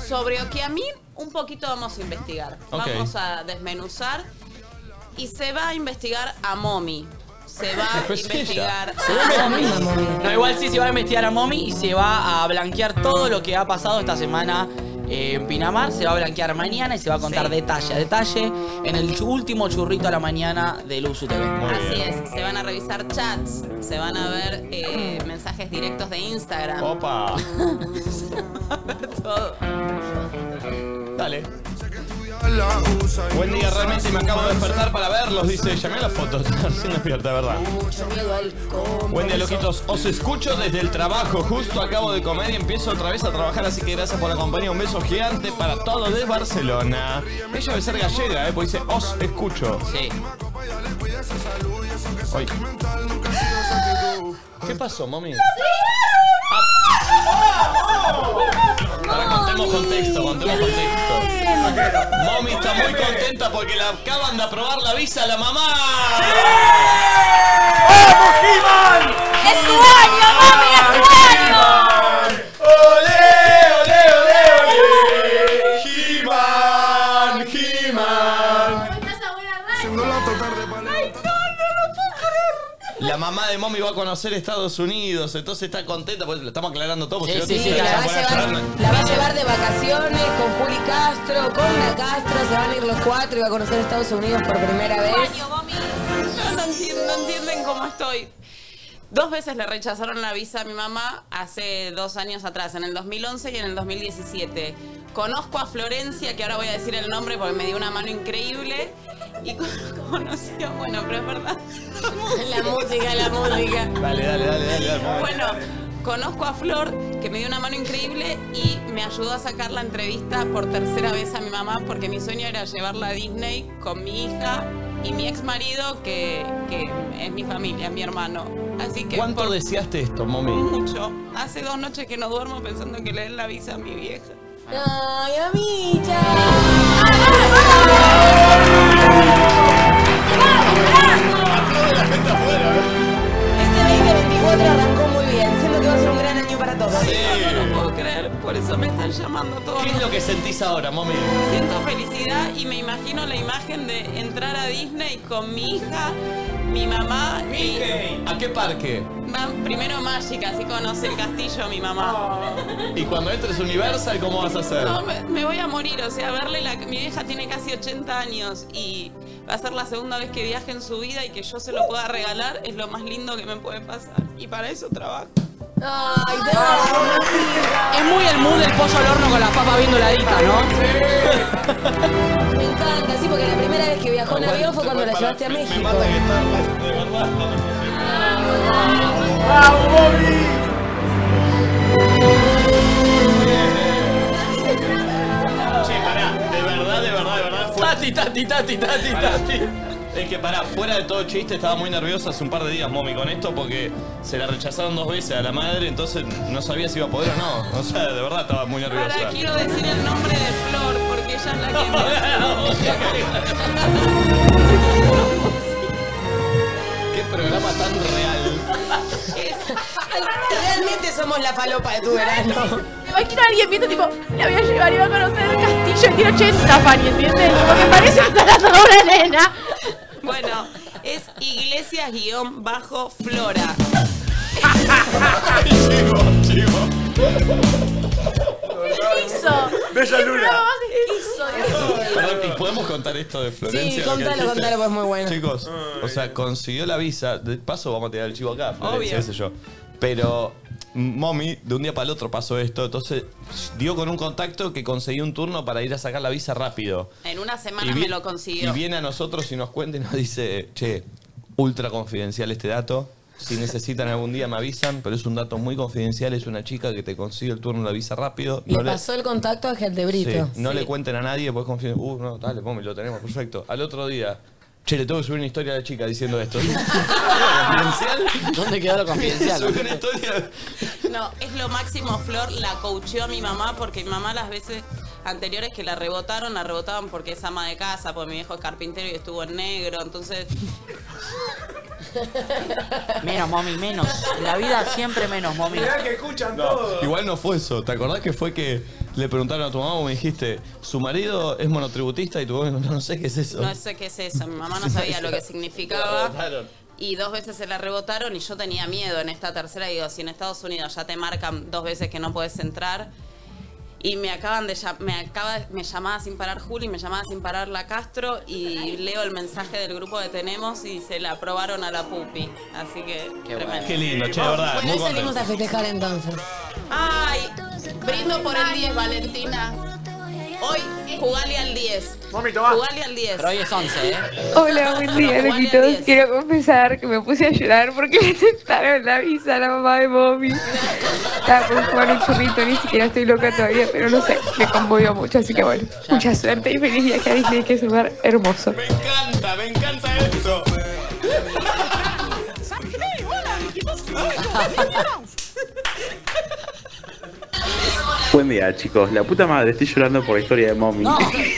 [SPEAKER 5] sobre lo que a mí un poquito vamos a investigar.
[SPEAKER 2] Ok.
[SPEAKER 5] Vamos a desmenuzar y se va a investigar a Momi. Se va a
[SPEAKER 4] Pues
[SPEAKER 2] Pero es ella.
[SPEAKER 5] investigar
[SPEAKER 4] va
[SPEAKER 5] a Momi.
[SPEAKER 4] No, igual sí se va a investigar a Mommy y se va a blanquear todo lo que ha pasado esta semana eh, en Pinamar. Se va a blanquear mañana y se va a contar
[SPEAKER 5] Sí.
[SPEAKER 4] detalle a detalle en el chu- último churrito a la mañana de Luz TV.
[SPEAKER 5] Así es, se van a revisar chats, se van a ver eh, mensajes directos de Instagram.
[SPEAKER 2] Opa.
[SPEAKER 5] Todo.
[SPEAKER 2] Dale. Buen día, realmente me acabo de despertar para verlos, dice. Llamé a las fotos, recién despierta, ¿verdad? Buen día, loquitos. Os escucho desde el trabajo. Justo acabo de comer y empiezo otra vez a trabajar, así que gracias por la compañía. Un beso gigante para todos de Barcelona. Ella debe ser gallega, ¿eh? Porque dice, os escucho.
[SPEAKER 4] Sí.
[SPEAKER 2] Ay. ¿Qué pasó, mami?
[SPEAKER 4] Ah,
[SPEAKER 2] Ahora contemos contexto, contemos contexto. Mami está muy contenta porque la acaban de aprobar la visa a la mamá. ¡Olé, olé, olé, olé! He-Man, He-Man. La mamá de Mommy va a conocer Estados Unidos, entonces está contenta, porque lo estamos aclarando todo. porque
[SPEAKER 4] Sí,
[SPEAKER 2] si no te-
[SPEAKER 4] sí, sí,
[SPEAKER 2] te
[SPEAKER 3] la,
[SPEAKER 4] claro,
[SPEAKER 2] vas
[SPEAKER 3] va a
[SPEAKER 2] a poner a
[SPEAKER 3] llevar,
[SPEAKER 2] llorar.
[SPEAKER 3] la va a llevar de vacaciones con Juli Castro, con la Castro. Se van a ir los cuatro y va a conocer Estados Unidos por primera vez.
[SPEAKER 5] Coño, mami. No, no entienden, no entienden cómo estoy. Dos veces le rechazaron la visa a mi mamá hace dos años atrás, en el 2011 y en el 2017. Conozco a Florencia, que ahora voy a decir el nombre porque me dio una mano increíble. Y con- conocí a, bueno, pero es verdad.
[SPEAKER 3] La música, la música.
[SPEAKER 2] Dale, dale, dale, dale. dale, Mommy.
[SPEAKER 5] Bueno, conozco a Flor, que me dio una mano increíble y me ayudó a sacar la entrevista por tercera vez a mi mamá, porque mi sueño era llevarla a Disney con mi hija y mi ex marido, que, que es mi familia, mi hermano. Así que.
[SPEAKER 2] ¿Cuánto
[SPEAKER 5] por-
[SPEAKER 2] deseaste esto, Mommy?
[SPEAKER 5] Mucho. Hace dos noches que no duermo pensando en que le den la visa a mi vieja.
[SPEAKER 3] Ay, amicha. Este 2024 arrancó muy bien. Siento que va a ser un gran año para todos.
[SPEAKER 5] No, no lo puedo creer, por eso me están llamando todos.
[SPEAKER 2] ¿Qué es lo que sentís ahora, Mommy?
[SPEAKER 5] Siento felicidad y me imagino la imagen de entrar a Disney con mi hija mi mamá y.
[SPEAKER 2] ¿A qué parque?
[SPEAKER 5] Mam- primero Magic, así conoce el castillo mi mamá.
[SPEAKER 2] Y cuando entres Universal, ¿cómo vas a hacer?
[SPEAKER 5] No, me, me voy a morir, o sea, verle la. Mi vieja tiene casi 80 años y va a ser la segunda vez que viaje en su vida y que yo se lo pueda regalar es lo más lindo que me puede pasar. Y para eso trabajo.
[SPEAKER 3] Ay,
[SPEAKER 4] Ah. Es muy el mood del pollo al horno con las papas bien doraditas, ¿no?
[SPEAKER 3] Me encanta, sí, porque la primera vez que viajó en avión fue cuando la llevaste a México. Me mata que
[SPEAKER 2] pues, Che, pará, de verdad, de verdad, de verdad. Fuera,
[SPEAKER 4] Tati, tati, tati, tati, tati.
[SPEAKER 2] es que pará, fuera de todo chiste, estaba muy nerviosa hace un par de días, Momi, con esto porque se la rechazaron dos veces a la madre, entonces no sabía si iba a poder o no. O sea, de verdad estaba muy nerviosa.
[SPEAKER 5] Ahora quiero decir el nombre de Flor porque ella es la que me.
[SPEAKER 2] Qué programa tan real.
[SPEAKER 3] Realmente somos la falopa de tu verano.
[SPEAKER 10] Me imagino a alguien viendo, tipo, la voy a llevar y va a conocer el castillo y tiene 80, Fanny, ¿entiendes? Como que parece que está dando una nena.
[SPEAKER 5] bueno, es iglesias-flora.
[SPEAKER 2] chivo, chivo.
[SPEAKER 10] ¿Qué hizo?
[SPEAKER 7] Bella Luna.
[SPEAKER 10] ¿Qué hizo?
[SPEAKER 2] Perdón, ¿y podemos contar esto de Florencia?
[SPEAKER 3] Sí,
[SPEAKER 2] lo que
[SPEAKER 3] contalo,
[SPEAKER 2] dijiste?
[SPEAKER 3] contalo, pues, muy bueno.
[SPEAKER 2] Chicos, o sea, consiguió la visa. De paso, vamos a tirar el chivo acá, Florencia,
[SPEAKER 5] Obvio.
[SPEAKER 2] qué sé yo. Pero, mm, mommy, de un día para el otro pasó esto. Entonces, dio con un contacto que conseguí un turno para ir a sacar la visa rápido.
[SPEAKER 5] En una semana
[SPEAKER 2] vi-
[SPEAKER 5] me lo consiguió.
[SPEAKER 2] y viene a nosotros y nos cuenta y nos dice, che, ultra confidencial este dato. Si necesitan algún día me avisan, pero es un dato muy confidencial. Es una chica que te consigue el turno de la visa rápido.
[SPEAKER 3] Le
[SPEAKER 2] No le-
[SPEAKER 3] pasó el contacto a Geldebrito.
[SPEAKER 2] Sí, no le cuenten a nadie, pues confíen. Uh, no, dale, mami, lo tenemos, perfecto. Al otro día, che, le tengo que subir una historia a la chica diciendo esto. ¿Confidencial?
[SPEAKER 4] ¿Dónde quedó lo
[SPEAKER 2] Subí
[SPEAKER 4] confidencial?
[SPEAKER 2] una historia.
[SPEAKER 5] No, es lo máximo, Flor la coacheó a mi mamá porque mi mamá las veces anteriores que la rebotaron, la rebotaban porque es ama de casa, porque mi viejo es carpintero y estuvo en negro, entonces
[SPEAKER 4] Menos, mami, menos. La vida siempre menos, mami.
[SPEAKER 7] Mirá que escuchan todo.
[SPEAKER 2] Igual no fue eso. ¿Te acordás que fue que le preguntaron a tu mamá o me dijiste, su marido es monotributista y tu mamá no, no sé qué es eso?
[SPEAKER 5] no sé qué es eso, mi mamá no sabía lo que significaba. Y dos veces se la rebotaron y yo tenía miedo en esta tercera. Digo, si en Estados Unidos ya te marcan dos veces que no puedes entrar. Y me acaban de llam- me acaba me llamaba sin parar Juli, me llamaba sin parar la Castro y leo el mensaje del grupo que tenemos y se la aprobaron a la pupi. Así que tremendo.
[SPEAKER 2] Qué lindo, che, de verdad.
[SPEAKER 3] Bueno,
[SPEAKER 2] muy
[SPEAKER 3] hoy salimos
[SPEAKER 2] contento.
[SPEAKER 3] a festejar entonces.
[SPEAKER 5] Ay, brindo por el 10, Valentina. Hoy jugale al 10.
[SPEAKER 7] Mami, tomá.
[SPEAKER 5] Jugale al 10.
[SPEAKER 4] Pero hoy es 11, ¿eh?
[SPEAKER 10] Hola, buen día,
[SPEAKER 5] Igual a
[SPEAKER 10] loquitos.
[SPEAKER 5] diez.
[SPEAKER 10] Quiero confesar que me puse a llorar porque le tentaron la visa a la mamá de Bobby. Estaba por jugar un churrito, ni siquiera estoy loca todavía, pero no sé, me conmovió mucho, así que bueno, mucha suerte y feliz viaje a Disney, que es un lugar hermoso.
[SPEAKER 2] Me encanta, me encanta esto.
[SPEAKER 11] Buen día, chicos. La puta madre, estoy llorando por la historia de mommy.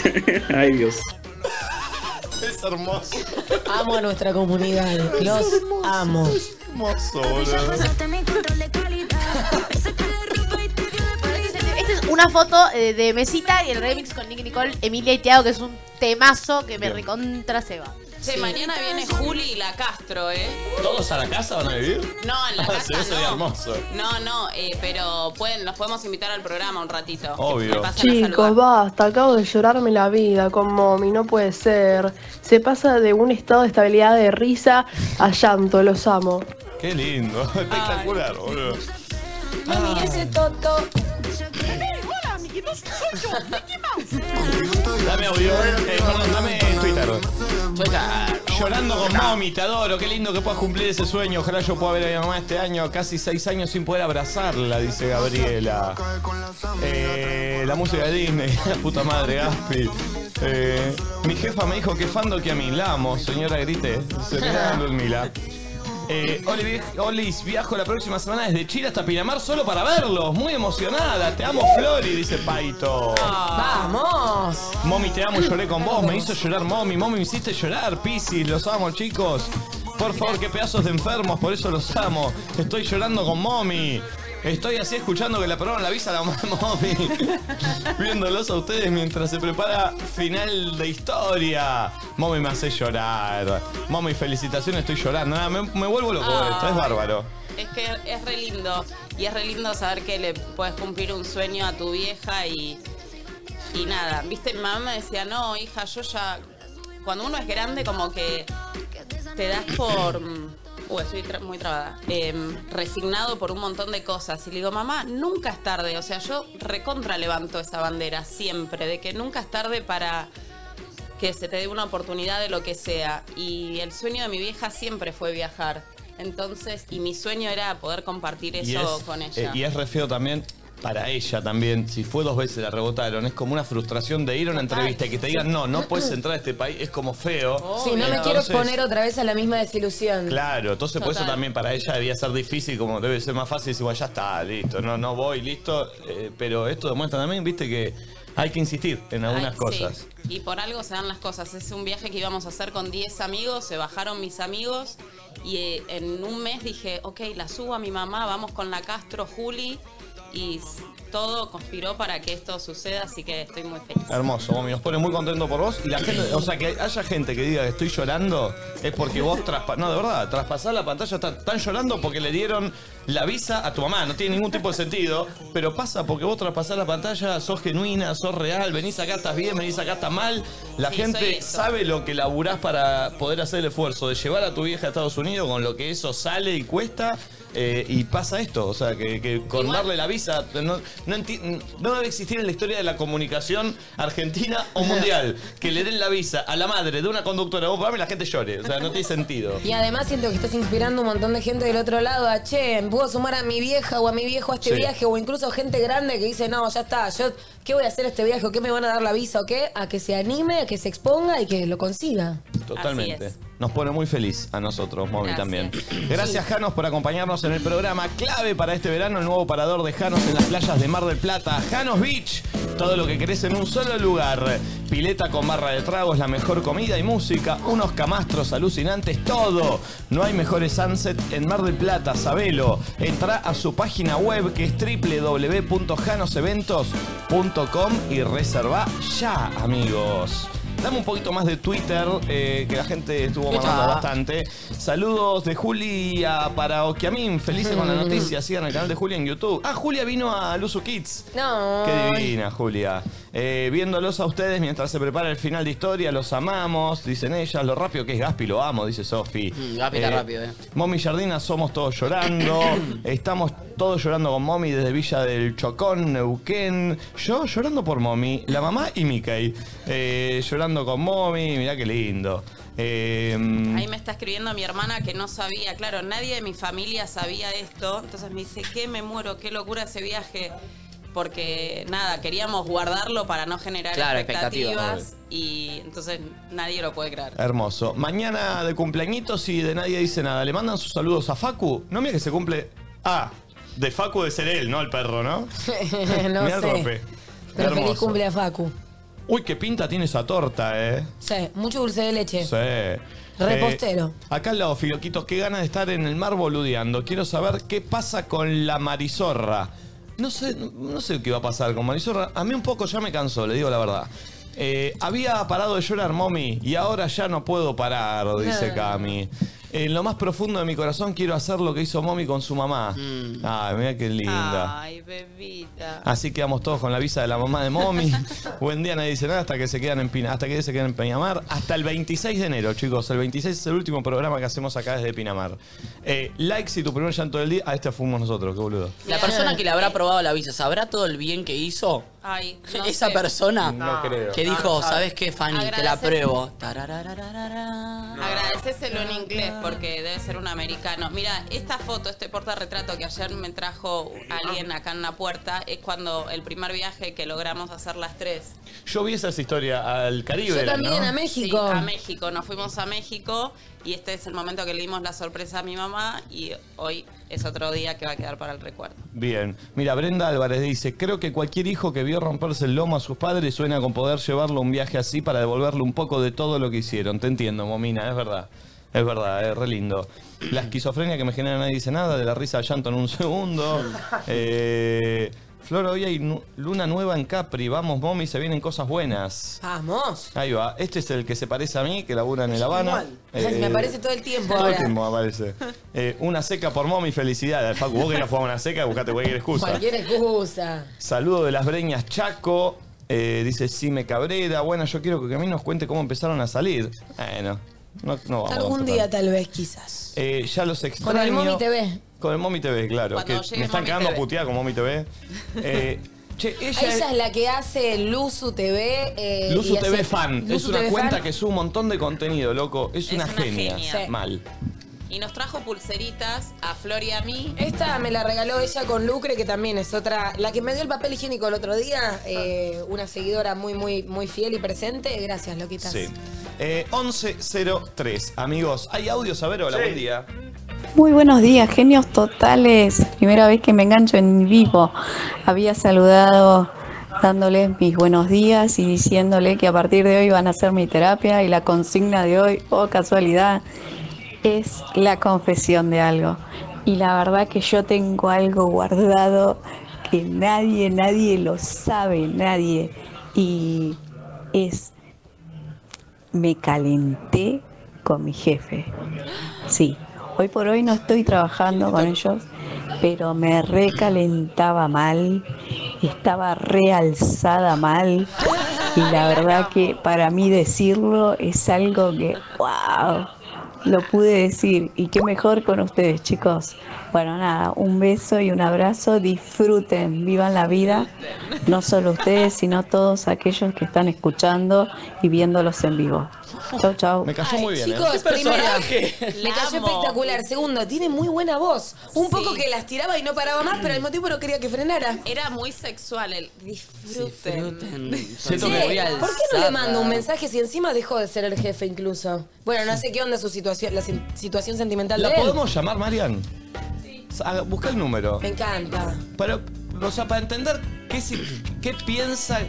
[SPEAKER 11] Ay, Dios.
[SPEAKER 2] Es hermoso.
[SPEAKER 3] Amo a nuestra comunidad. Los amo.
[SPEAKER 2] Hermoso, boludo.
[SPEAKER 10] Esta es una foto eh, de Mesita y el remix con Nick Nicole, Emilia y Tiago, que es un temazo que me recontra se va.
[SPEAKER 5] Che, mañana viene Juli y la Castro, ¿eh?
[SPEAKER 2] ¿Todos a la casa van a vivir?
[SPEAKER 5] No, en la
[SPEAKER 2] Sí,
[SPEAKER 5] casa
[SPEAKER 2] sería
[SPEAKER 5] no.
[SPEAKER 2] hermoso.
[SPEAKER 5] No, no, eh, pero pueden, nos podemos invitar al programa un ratito.
[SPEAKER 2] Obvio.
[SPEAKER 5] Me pasan a
[SPEAKER 12] Chicos,
[SPEAKER 5] saludar.
[SPEAKER 12] basta, acabo de llorarme la vida con Momi, no puede ser. Se pasa de un estado de estabilidad de risa a llanto, los amo.
[SPEAKER 2] Qué lindo, espectacular, boludo.
[SPEAKER 3] Mami, ese toto.
[SPEAKER 2] Ah, Dame audio, eh, perdón, dame Twitter. Llorando con mommy, te adoro, qué lindo que puedas cumplir ese sueño. Ojalá yo pueda ver a mi mamá este año, casi seis años sin poder abrazarla, dice Gabriela. Eh, la música de Disney, la puta madre, Gaspi. Eh, mi jefa me dijo que fando que a mí, la amo, señora Grite, señora Ludmila. Eh, Oli, vi- Olis, viajo la próxima semana desde Chile hasta Pinamar solo para verlos. Muy emocionada, te amo Flori, dice Paito.
[SPEAKER 7] Oh.
[SPEAKER 3] ¡Vamos!
[SPEAKER 2] Mommy, te amo, lloré con vos. Me hizo llorar Mommy. Mommy, me hiciste llorar, Piscis. Los amo, chicos. Por favor, qué pedazos de enfermos, por eso los amo. Estoy llorando con Mommy. Estoy así escuchando que le aprobaron la visa a la mami. Viéndolos a ustedes mientras se prepara final de historia. Mami me hace llorar. Mami, felicitaciones, estoy llorando. Nada, me, me vuelvo loco de esto, es bárbaro.
[SPEAKER 5] Es que es re lindo. Y es re lindo saber que le puedes cumplir un sueño a tu vieja y, y nada. Viste, mi mamá me decía, no, hija, yo ya. Cuando uno es grande, como que te das por. Uh, estoy tra- muy trabada. Em, resignado por un montón de cosas. Y le digo, mamá, nunca es tarde. O sea, yo recontra levanto esa bandera siempre, de que nunca es tarde para que se te dé una oportunidad de lo que sea. Y el sueño de mi vieja siempre fue viajar. Entonces, y mi sueño era poder compartir
[SPEAKER 2] Y
[SPEAKER 5] eso
[SPEAKER 2] es-
[SPEAKER 5] con
[SPEAKER 2] eh,
[SPEAKER 5] ella.
[SPEAKER 2] y es re feo también para ella también. Si fue dos veces la rebotaron, es como una frustración de ir a una entrevista y que te digan, no, no puedes entrar a este país, es como feo.
[SPEAKER 5] Oh,
[SPEAKER 3] Sí, no me quiero
[SPEAKER 2] Entonces,
[SPEAKER 3] exponer otra vez a la misma desilusión.
[SPEAKER 2] Claro, entonces por eso
[SPEAKER 3] Total.
[SPEAKER 2] también para ella debía ser difícil, como debe ser más fácil decir, bueno, ya está, listo, no, no voy, listo. Eh, pero esto demuestra también, viste, que hay que insistir en algunas
[SPEAKER 5] Ay,
[SPEAKER 2] cosas.
[SPEAKER 5] sí. Y por algo se dan las cosas. Es un viaje que íbamos a hacer con 10 amigos, se bajaron mis amigos y eh, en un mes dije, ok, la subo a mi mamá, vamos con la Castro, Juli y s- todo conspiró para que esto suceda, así que estoy muy feliz.
[SPEAKER 2] Hermoso, Gomi, nos pone muy contento por vos. Y la gente, o sea, que haya gente que diga que estoy llorando es porque vos traspa- No, de verdad, traspasar la pantalla, están, están llorando porque le dieron la visa a tu mamá, no tiene ningún tipo de sentido, pero pasa porque vos traspasás la pantalla, sos genuina, sos real, venís acá, estás bien, venís acá, estás mal. La
[SPEAKER 5] Sí, soy
[SPEAKER 2] gente
[SPEAKER 5] eso.
[SPEAKER 2] sabe lo que laburás para poder hacer el esfuerzo de llevar a tu vieja a Estados Unidos con lo que eso sale y cuesta. eh, y pasa esto, o sea, que, que con darle la visa, no, no, enti- no debe existir en la historia de la comunicación argentina o mundial que le den la visa a la madre de una conductora vos para y la gente llore, o sea, no tiene sentido.
[SPEAKER 3] Y además siento que estás inspirando un montón de gente del otro lado a, che, puedo sumar a mi vieja o a mi viejo a este
[SPEAKER 2] Sí.
[SPEAKER 3] viaje, o incluso gente grande que dice, no, ya está, yo, ¿qué voy a hacer este viaje? ¿O qué me van a dar la visa? ¿O qué? A que se anime, a que se exponga y que lo consiga.
[SPEAKER 2] Totalmente. Nos pone muy feliz a nosotros, Momi
[SPEAKER 3] Gracias.
[SPEAKER 2] también. Gracias, Janos, por acompañarnos en el programa clave para este verano, el nuevo parador de Janos en las playas de Mar del Plata, Janos Beach. Todo lo que querés en un solo lugar. Pileta con barra de tragos, la mejor comida y música, unos camastros alucinantes, todo. No hay mejores sunset en Mar del Plata, sabelo. Entra a su página web que es www.janoseventos.com y reserva ya, amigos. Dame un poquito más de Twitter, eh, que la gente estuvo
[SPEAKER 1] Twitter.
[SPEAKER 2] mandando bastante. Saludos de Julia para Okiamín. Felices con la noticia. Sigan el canal de Julia en YouTube. Ah, Julia vino a Luzu Kids.
[SPEAKER 3] No.
[SPEAKER 2] Qué divina, Julia. Eh, viéndolos a ustedes mientras se prepara el final de historia, los amamos, dicen ellas. Lo rápido que es Gaspi, lo amo, dice Sofi.
[SPEAKER 4] Gaspi está rápido, eh.
[SPEAKER 2] Momi Jardina, somos todos llorando. Estamos todos llorando con Momi desde Villa del Chocón, Neuquén. Yo llorando por Momi, la mamá y Mickey. Eh, llorando con Momi, mirá qué lindo. Eh,
[SPEAKER 5] Ahí me está escribiendo mi hermana que no sabía, claro, nadie de mi familia sabía esto, entonces me dice, ¿qué me muero? ¿Qué locura ese viaje? Porque nada, queríamos guardarlo para no generar
[SPEAKER 4] Claro,
[SPEAKER 5] expectativas
[SPEAKER 2] expectativas,
[SPEAKER 5] y entonces nadie lo puede creer.
[SPEAKER 2] Hermoso. Mañana de cumpleañitos y de nadie dice nada. ¿Le mandan sus saludos a Facu? No, mira que se cumple. Ah, de Facu de ser él, no el perro, ¿no?
[SPEAKER 3] no
[SPEAKER 2] Mirá el
[SPEAKER 3] sé.
[SPEAKER 2] rope.
[SPEAKER 3] Pero feliz
[SPEAKER 2] Hermoso.
[SPEAKER 3] cumple a Facu.
[SPEAKER 2] Uy, qué pinta tiene esa torta, eh.
[SPEAKER 3] Sí, mucho dulce de leche.
[SPEAKER 2] Sí.
[SPEAKER 3] Repostero.
[SPEAKER 2] Eh, acá al lado, Filoquitos, qué ganas de estar en el mar boludeando. Quiero saber qué pasa con la marizorra. No sé, no sé qué va a pasar con marizorra. A mí un poco ya me cansó, le digo la verdad. Eh, había parado de llorar, mommy, y ahora ya no puedo parar, dice
[SPEAKER 1] Ah.
[SPEAKER 2] Cami. En lo más profundo de mi corazón quiero hacer lo que hizo mommy con su mamá. Ay, mira qué linda.
[SPEAKER 5] Ay, bebita.
[SPEAKER 2] Así quedamos todos con la visa de la mamá de Momi. Buen día, nadie dice nada hasta que se quedan en Pina, hasta que se quedan en Pinamar. Hasta el 26 de enero, chicos. El 26 es el último programa que hacemos acá desde Pinamar. Eh, like si tu primer llanto del día. Ah, este fuimos nosotros, qué boludo.
[SPEAKER 4] La persona que le habrá aprobado la visa, ¿sabrá todo el bien que hizo?
[SPEAKER 5] Ay, no
[SPEAKER 4] Esa
[SPEAKER 5] sé.
[SPEAKER 4] persona
[SPEAKER 2] No creo.
[SPEAKER 4] que
[SPEAKER 5] No,
[SPEAKER 4] dijo,
[SPEAKER 3] Ah,
[SPEAKER 5] no sabe.
[SPEAKER 4] ¿sabes qué, Fanny? Te la
[SPEAKER 5] Agradecer-
[SPEAKER 4] apruebo.
[SPEAKER 5] Agradecéselo en inglés
[SPEAKER 3] Ah.
[SPEAKER 5] porque debe ser un americano. Mira, esta foto, este portarretrato que ayer me trajo alguien acá en la puerta, es cuando el primer viaje que logramos hacer las tres.
[SPEAKER 2] Yo vi esa historia al Caribe.
[SPEAKER 5] Yo también,
[SPEAKER 2] ¿no?
[SPEAKER 5] a México. a México, nos fuimos a México y este es el momento que le dimos la sorpresa a mi mamá y hoy es otro día que va a quedar para el recuerdo.
[SPEAKER 2] Bien. Mira, Brenda Álvarez dice, creo que cualquier hijo que vio romperse el lomo a sus padres sueña con poder llevarlo a un viaje así para devolverle un poco de todo lo que hicieron. Te entiendo, Momina, es verdad. Es verdad, es re lindo. La esquizofrenia que me genera nadie dice nada, de la risa al llanto en un segundo. Eh, Flor, hoy hay nu- luna nueva en Capri. Vamos, mommy, se vienen cosas buenas.
[SPEAKER 3] Vamos.
[SPEAKER 2] Ahí va. Este es el que se parece a mí, que labura en La Habana. Eh,
[SPEAKER 3] Me aparece todo el tiempo
[SPEAKER 2] todo el
[SPEAKER 3] ahora.
[SPEAKER 2] tiempo aparece. Eh, una seca por mommy, felicidades. Facu, vos que no fue a una seca, buscate cualquier excusa.
[SPEAKER 3] Cualquier excusa.
[SPEAKER 2] Saludo de las breñas Chaco. Eh, dice Sime Cabrera. Bueno, yo quiero que a mí nos cuente cómo empezaron a salir. Bueno, no, no vamos.
[SPEAKER 3] Algún día tal vez, quizás.
[SPEAKER 2] Eh, ya los
[SPEAKER 3] Con el
[SPEAKER 2] extraño.
[SPEAKER 3] Momi TV.
[SPEAKER 2] Con el Momi TV, claro.
[SPEAKER 3] Cuando
[SPEAKER 2] que
[SPEAKER 3] llegue
[SPEAKER 2] me están
[SPEAKER 3] Momi
[SPEAKER 2] cagando a
[SPEAKER 3] TV.
[SPEAKER 2] putear con Momi TV. Eh, che, ella,
[SPEAKER 3] Ella, es la que hace Luzu TV. eh,
[SPEAKER 2] Luzu
[SPEAKER 3] y hace-
[SPEAKER 2] TV fan. es
[SPEAKER 3] Luzu
[SPEAKER 2] una
[SPEAKER 3] TV
[SPEAKER 2] cuenta
[SPEAKER 3] fan.
[SPEAKER 2] que sube un montón de contenido, loco. Es, una,
[SPEAKER 5] una
[SPEAKER 2] genia.
[SPEAKER 5] genia. Sí.
[SPEAKER 2] Mal.
[SPEAKER 5] Y nos trajo pulseritas a Flor y a mí.
[SPEAKER 3] Esta me la regaló ella con Lucre, que también es otra. La que me dio el papel higiénico el otro día, eh, una seguidora muy, muy, muy fiel y presente. Gracias, Loquitas.
[SPEAKER 2] Sí. Eh, 1103. Amigos, ¿hay audios? A ver, hola, buen día.
[SPEAKER 13] Muy buenos días, genios totales. Primera vez que me engancho en vivo. Había saludado dándoles mis buenos días y diciéndole que a partir de hoy van a hacer mi terapia y la consigna de hoy, oh casualidad, es la confesión de algo. Y la verdad que yo tengo algo guardado que nadie, nadie lo sabe, nadie. Y es, me calenté con mi jefe. Sí, hoy por hoy no estoy trabajando con ellos, pero me recalentaba mal, estaba realzada mal. Y la verdad que para mí decirlo es algo que, wow, lo pude decir. Y qué mejor con ustedes, chicos. Bueno, nada, un beso y un abrazo. Disfruten, vivan la vida. No solo ustedes, sino todos aquellos que están escuchando y viéndolos en vivo. Chau, chau.
[SPEAKER 2] Me cayó muy bien. ¿eh?
[SPEAKER 3] Chicos, primera, le
[SPEAKER 5] La
[SPEAKER 3] cayó
[SPEAKER 5] amo.
[SPEAKER 3] espectacular. Segundo, tiene muy buena voz. Un poco que las tiraba y no paraba más, pero al mismo tiempo no quería que frenara.
[SPEAKER 5] Era muy sexual el disfruten.
[SPEAKER 2] Siento que
[SPEAKER 3] Che,
[SPEAKER 2] voy
[SPEAKER 3] ¿Por qué no le mando un mensaje si encima dejó de ser el jefe incluso? Bueno, no sé qué onda su situación, la sin- situación sentimental
[SPEAKER 2] ¿La
[SPEAKER 3] de él.
[SPEAKER 2] podemos llamar, Marian? Sí. Busca el número.
[SPEAKER 3] Me encanta.
[SPEAKER 2] Pero, o sea, para entender qué, si- qué piensa,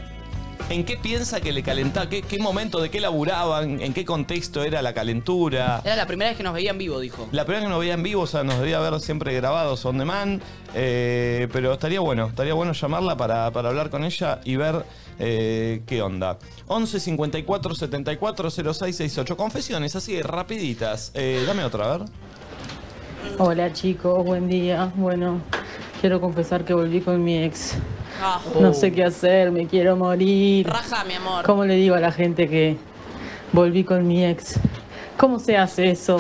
[SPEAKER 2] en qué piensa que le calentaba, qué, qué momento, de qué laburaban, en qué contexto era la calentura.
[SPEAKER 4] Era la primera vez que nos veía en vivo, dijo.
[SPEAKER 2] La primera que nos veía en vivo, o sea, nos debía haber siempre grabados on demand, eh, pero estaría bueno, estaría bueno llamarla para, para hablar con ella y ver eh, qué onda. 11 54 74 06 68. Confesiones así, rapiditas. Eh, dame otra, a ver.
[SPEAKER 14] Hola chicos, buen día. Bueno, quiero confesar que volví con mi ex.
[SPEAKER 5] Ah.
[SPEAKER 14] No sé qué hacer, me quiero morir.
[SPEAKER 5] Raja, mi amor.
[SPEAKER 14] ¿Cómo le digo a la gente que volví con mi ex? ¿Cómo se hace eso?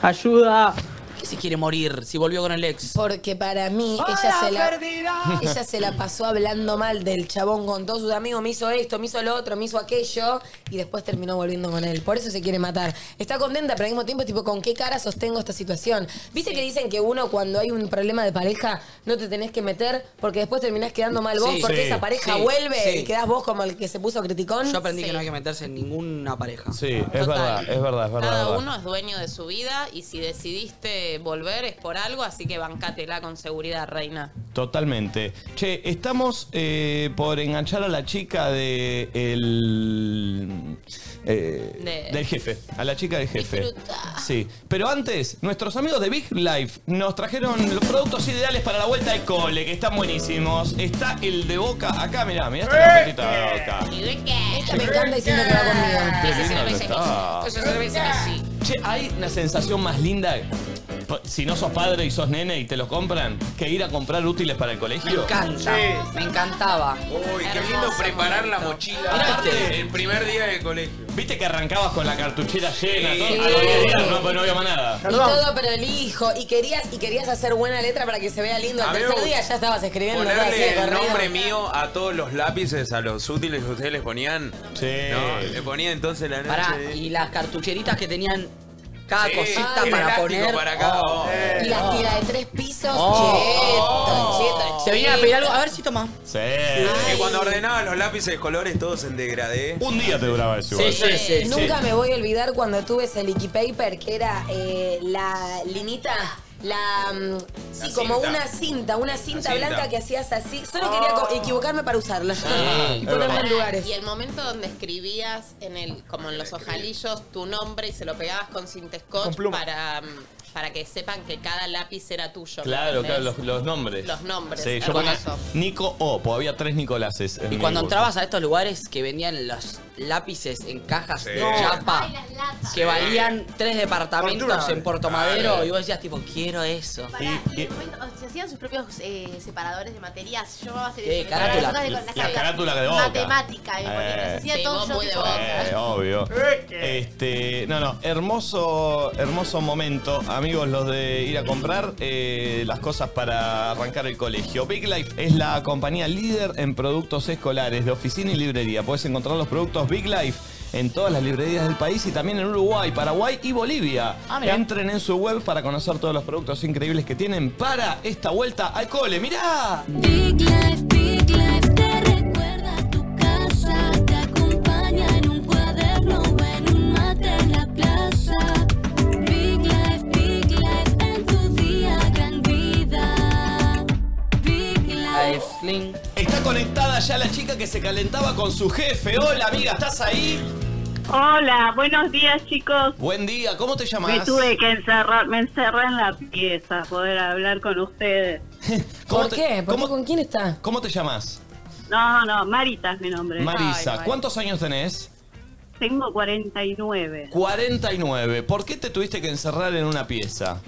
[SPEAKER 14] Ayuda.
[SPEAKER 4] ¿Por qué se quiere morir si volvió con el ex?
[SPEAKER 3] Porque para mí ella se, la, ella se la pasó hablando mal del chabón con todos sus amigos, me hizo esto, me hizo lo otro, me hizo aquello y después terminó volviendo con él. Por eso se quiere matar. Está contenta, pero al mismo tiempo, tipo, ¿con qué cara sostengo esta situación? ¿Viste que dicen que uno cuando hay un problema de pareja no te tenés que meter porque después terminás quedando mal vos
[SPEAKER 4] Sí.
[SPEAKER 3] porque
[SPEAKER 4] Sí.
[SPEAKER 3] esa pareja
[SPEAKER 4] Sí.
[SPEAKER 3] vuelve
[SPEAKER 4] Sí.
[SPEAKER 3] y quedás vos como el que se puso criticón?
[SPEAKER 4] Yo aprendí que
[SPEAKER 3] Sí.
[SPEAKER 4] no hay que meterse en ninguna pareja.
[SPEAKER 2] Sí, es verdad, es verdad, es verdad.
[SPEAKER 5] Cada
[SPEAKER 2] verdad.
[SPEAKER 5] uno es dueño de su vida y si decidiste volver es por algo, así que bancátela con seguridad, reina.
[SPEAKER 2] Totalmente. Che, estamos eh, por enganchar a la chica de el, eh,
[SPEAKER 5] De-
[SPEAKER 2] del jefe. A la chica del jefe.
[SPEAKER 5] Disfruta.
[SPEAKER 2] Sí. Pero antes, nuestros amigos de Big Life nos trajeron los productos ideales para la vuelta de cole, que están buenísimos. Está el de boca acá, mirá, mirá esta cajetita de boca.
[SPEAKER 3] Esta me encanta diciendo que va conmigo.
[SPEAKER 2] Qué lindo que está.
[SPEAKER 5] sí.
[SPEAKER 2] Che, hay una sensación más linda. p- Si no sos padre y sos nene y te los compran, que ir a comprar útiles para el colegio.
[SPEAKER 4] Me encanta, me encantaba.
[SPEAKER 15] Uy, qué lindo preparar la mochila el primer día del colegio.
[SPEAKER 2] Viste que arrancabas con la cartuchera llena,
[SPEAKER 15] Sí.
[SPEAKER 2] todo.
[SPEAKER 15] Sí.
[SPEAKER 2] Ah, no, quería, no, no, no había más nada.
[SPEAKER 3] Y todo, pero elijo. Y querías, y querías hacer buena letra para que se vea lindo.
[SPEAKER 15] A
[SPEAKER 3] El
[SPEAKER 15] mí me
[SPEAKER 3] tercer día
[SPEAKER 15] gusta
[SPEAKER 3] ya estabas escribiendo. ¿no? Así de
[SPEAKER 15] Ponerle el
[SPEAKER 3] corrido.
[SPEAKER 15] nombre mío a todos los lápices, a los útiles que ustedes les ponían.
[SPEAKER 2] Sí.
[SPEAKER 15] No, le ponía entonces la noche.
[SPEAKER 4] Pará,
[SPEAKER 15] de-
[SPEAKER 4] y las cartucheritas que tenían cada
[SPEAKER 15] Sí,
[SPEAKER 4] cosita
[SPEAKER 15] el
[SPEAKER 4] para
[SPEAKER 15] elástico
[SPEAKER 4] poner.
[SPEAKER 15] para cada-
[SPEAKER 4] Oh.
[SPEAKER 3] Y la tira de tres pisos.
[SPEAKER 4] Oh.
[SPEAKER 3] Cheto, cheto,
[SPEAKER 4] Se venía a pedir algo. A ver si toma.
[SPEAKER 2] Sí.
[SPEAKER 15] Que cuando ordenabas los lápices de colores todos en degradé.
[SPEAKER 2] Un día te duraba eso.
[SPEAKER 15] Sí,
[SPEAKER 2] igual.
[SPEAKER 15] sí, sí,
[SPEAKER 3] Nunca me voy a olvidar cuando tuve ese liqui paper que era eh, la linita la. mm, sí,
[SPEAKER 15] La
[SPEAKER 3] como
[SPEAKER 15] cinta.
[SPEAKER 3] una cinta, una cinta,
[SPEAKER 15] cinta.
[SPEAKER 3] blanca que hacías así. Solo quería co- equivocarme para usarla. y
[SPEAKER 5] Y
[SPEAKER 3] ponerla
[SPEAKER 5] pará,
[SPEAKER 3] en lugares.
[SPEAKER 5] Y el momento donde escribías en el, como en los ojalillos, tu nombre y se lo pegabas con
[SPEAKER 2] Con
[SPEAKER 5] cintescotch
[SPEAKER 2] pluma.
[SPEAKER 5] para, mm, para que sepan que cada lápiz era tuyo. ¿me
[SPEAKER 2] Claro,
[SPEAKER 5] entendés?
[SPEAKER 2] claro, los, los nombres.
[SPEAKER 5] Los nombres,
[SPEAKER 2] Sí, yo ponía
[SPEAKER 5] hermoso.
[SPEAKER 2] Nico O, pues había tres Nicolases. en
[SPEAKER 4] Y
[SPEAKER 2] mi
[SPEAKER 4] cuando
[SPEAKER 2] curso.
[SPEAKER 4] entrabas a estos lugares que vendían los lápices en cajas de
[SPEAKER 2] No.
[SPEAKER 4] chapa, que valían tres departamentos
[SPEAKER 2] Fortuna.
[SPEAKER 4] en Puerto Madero,
[SPEAKER 2] Claro.
[SPEAKER 4] y vos decías, tipo, quiero eso.
[SPEAKER 16] Y en un momento, o sea, hacían sus propios eh, separadores de materias. Yo a hacer
[SPEAKER 4] Sí, carátula. La
[SPEAKER 2] carátula de Boca.
[SPEAKER 16] Matemática. y me ponía-
[SPEAKER 2] Eh.
[SPEAKER 16] hacía
[SPEAKER 5] Sí,
[SPEAKER 16] todo
[SPEAKER 5] vos
[SPEAKER 16] yo
[SPEAKER 5] muy de
[SPEAKER 16] tipo-
[SPEAKER 2] Eh, obvio. Este, no, no, hermoso, hermoso momento, amigos, los de ir a comprar eh, las cosas para arrancar el colegio. Big Life es la compañía líder en productos escolares de oficina y librería. Puedes encontrar los productos Big Life en todas las librerías del país y también en Uruguay, Paraguay y Bolivia.
[SPEAKER 4] Ah, mirá.
[SPEAKER 2] Entren en su web para conocer todos los productos increíbles que tienen para esta vuelta al cole. Mirá.
[SPEAKER 17] Big Life, Big Life te recuerda a tu casa, te acompaña en un cuaderno o en un mate en la plaza. Big Life, Big Life en tu día, gran vida. Big Life.
[SPEAKER 2] Está conectada ya la chica que se calentaba con su jefe. Hola, amiga, ¿estás ahí?
[SPEAKER 18] Hola, buenos días chicos.
[SPEAKER 2] Buen día, ¿cómo te llamas?
[SPEAKER 18] Me tuve que encerrar, me encerré en la pieza, poder hablar con ustedes.
[SPEAKER 2] ¿Cómo te-
[SPEAKER 18] ¿Cómo, ¿Con quién está?
[SPEAKER 2] ¿Cómo te llamas?
[SPEAKER 18] No, no, Marita es mi nombre.
[SPEAKER 2] Marisa, ¿cuántos años tenés?
[SPEAKER 18] Tengo 49.
[SPEAKER 2] 49. ¿Por qué te tuviste que encerrar en una pieza?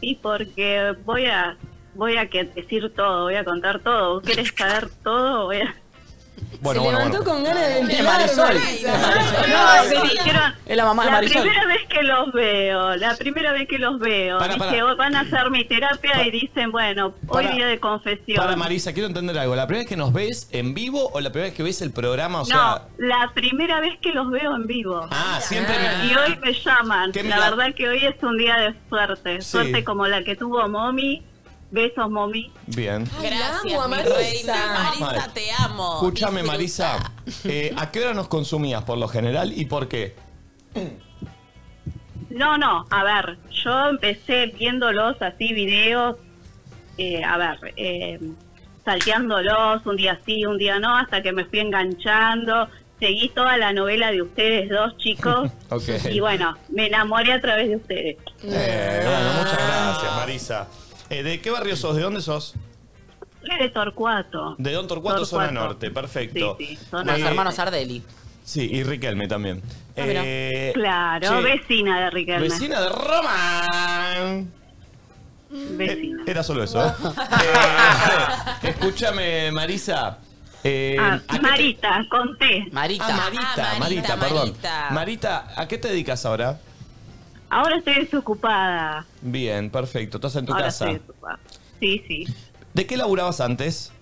[SPEAKER 18] Y porque voy a voy a que decir todo, voy a contar todo. ¿Vos ¿Querés saber todo? Voy a...
[SPEAKER 2] Bueno, bueno, bueno.
[SPEAKER 3] con ganas de
[SPEAKER 4] Es Marisol.
[SPEAKER 18] No, me dijeron.
[SPEAKER 4] Es la mamá de Marisol.
[SPEAKER 18] primera vez que los veo, la primera vez que los veo.
[SPEAKER 2] Para, para.
[SPEAKER 18] Dije, "Hoy van a hacer mi terapia y dicen, bueno, hoy
[SPEAKER 2] Para.
[SPEAKER 18] día de confesión.
[SPEAKER 2] Para Marisa, quiero entender algo. ¿La primera vez que nos ves en vivo o la primera vez que ves el programa? O sea,
[SPEAKER 18] no, la primera vez que los veo en vivo.
[SPEAKER 2] Ah, siempre me-
[SPEAKER 18] Y hoy me llaman.
[SPEAKER 2] Qué
[SPEAKER 18] La
[SPEAKER 2] milagro.
[SPEAKER 18] verdad que hoy es un día de suerte.
[SPEAKER 2] Sí.
[SPEAKER 18] Suerte como la que tuvo Momi. Besos, Momi.
[SPEAKER 2] bien.
[SPEAKER 5] Gracias,
[SPEAKER 18] amo a
[SPEAKER 5] mi
[SPEAKER 18] Marisa.
[SPEAKER 5] reina. Marisa,
[SPEAKER 2] Vale.
[SPEAKER 5] te amo.
[SPEAKER 2] Escúchame, Marisa. eh, ¿A qué hora nos consumías por lo general y por qué?
[SPEAKER 18] No, no, a ver, yo empecé viéndolos así, videos, eh, a ver, eh, salteándolos un día sí, un día no, hasta que me fui enganchando. Seguí toda la novela de ustedes dos chicos
[SPEAKER 2] Ok.
[SPEAKER 18] y bueno, me enamoré a través de ustedes.
[SPEAKER 2] Eh, bueno, muchas gracias, Marisa. Eh, ¿De qué barrio sos? ¿De dónde sos?
[SPEAKER 18] De Torcuato.
[SPEAKER 2] De Don Torcuato, zona
[SPEAKER 18] Torcuato.
[SPEAKER 2] norte. Perfecto. Sí,
[SPEAKER 18] zona norte.
[SPEAKER 4] Ardelli.
[SPEAKER 2] Sí, y Riquelme también.
[SPEAKER 5] Ah,
[SPEAKER 2] Eh,
[SPEAKER 18] Ah, claro,
[SPEAKER 2] che,
[SPEAKER 18] vecina de Riquelme.
[SPEAKER 2] Vecina de Roma.
[SPEAKER 18] Vecina.
[SPEAKER 2] Era solo eso. ¿eh? Eh, escúchame, Marisa. Eh,
[SPEAKER 18] Ah,
[SPEAKER 2] ¿a qué te-
[SPEAKER 18] Marita, conté.
[SPEAKER 4] Marita.
[SPEAKER 2] Ah, Marita, Marita,
[SPEAKER 18] Marita,
[SPEAKER 2] perdón.
[SPEAKER 18] Marita.
[SPEAKER 2] Marita. ¿a qué te dedicas ahora?
[SPEAKER 18] Ahora estoy desocupada.
[SPEAKER 2] Bien, perfecto. Estás en tu
[SPEAKER 18] Ahora
[SPEAKER 2] casa.
[SPEAKER 18] estoy desocupada. Sí, sí.
[SPEAKER 2] ¿De qué laburabas antes?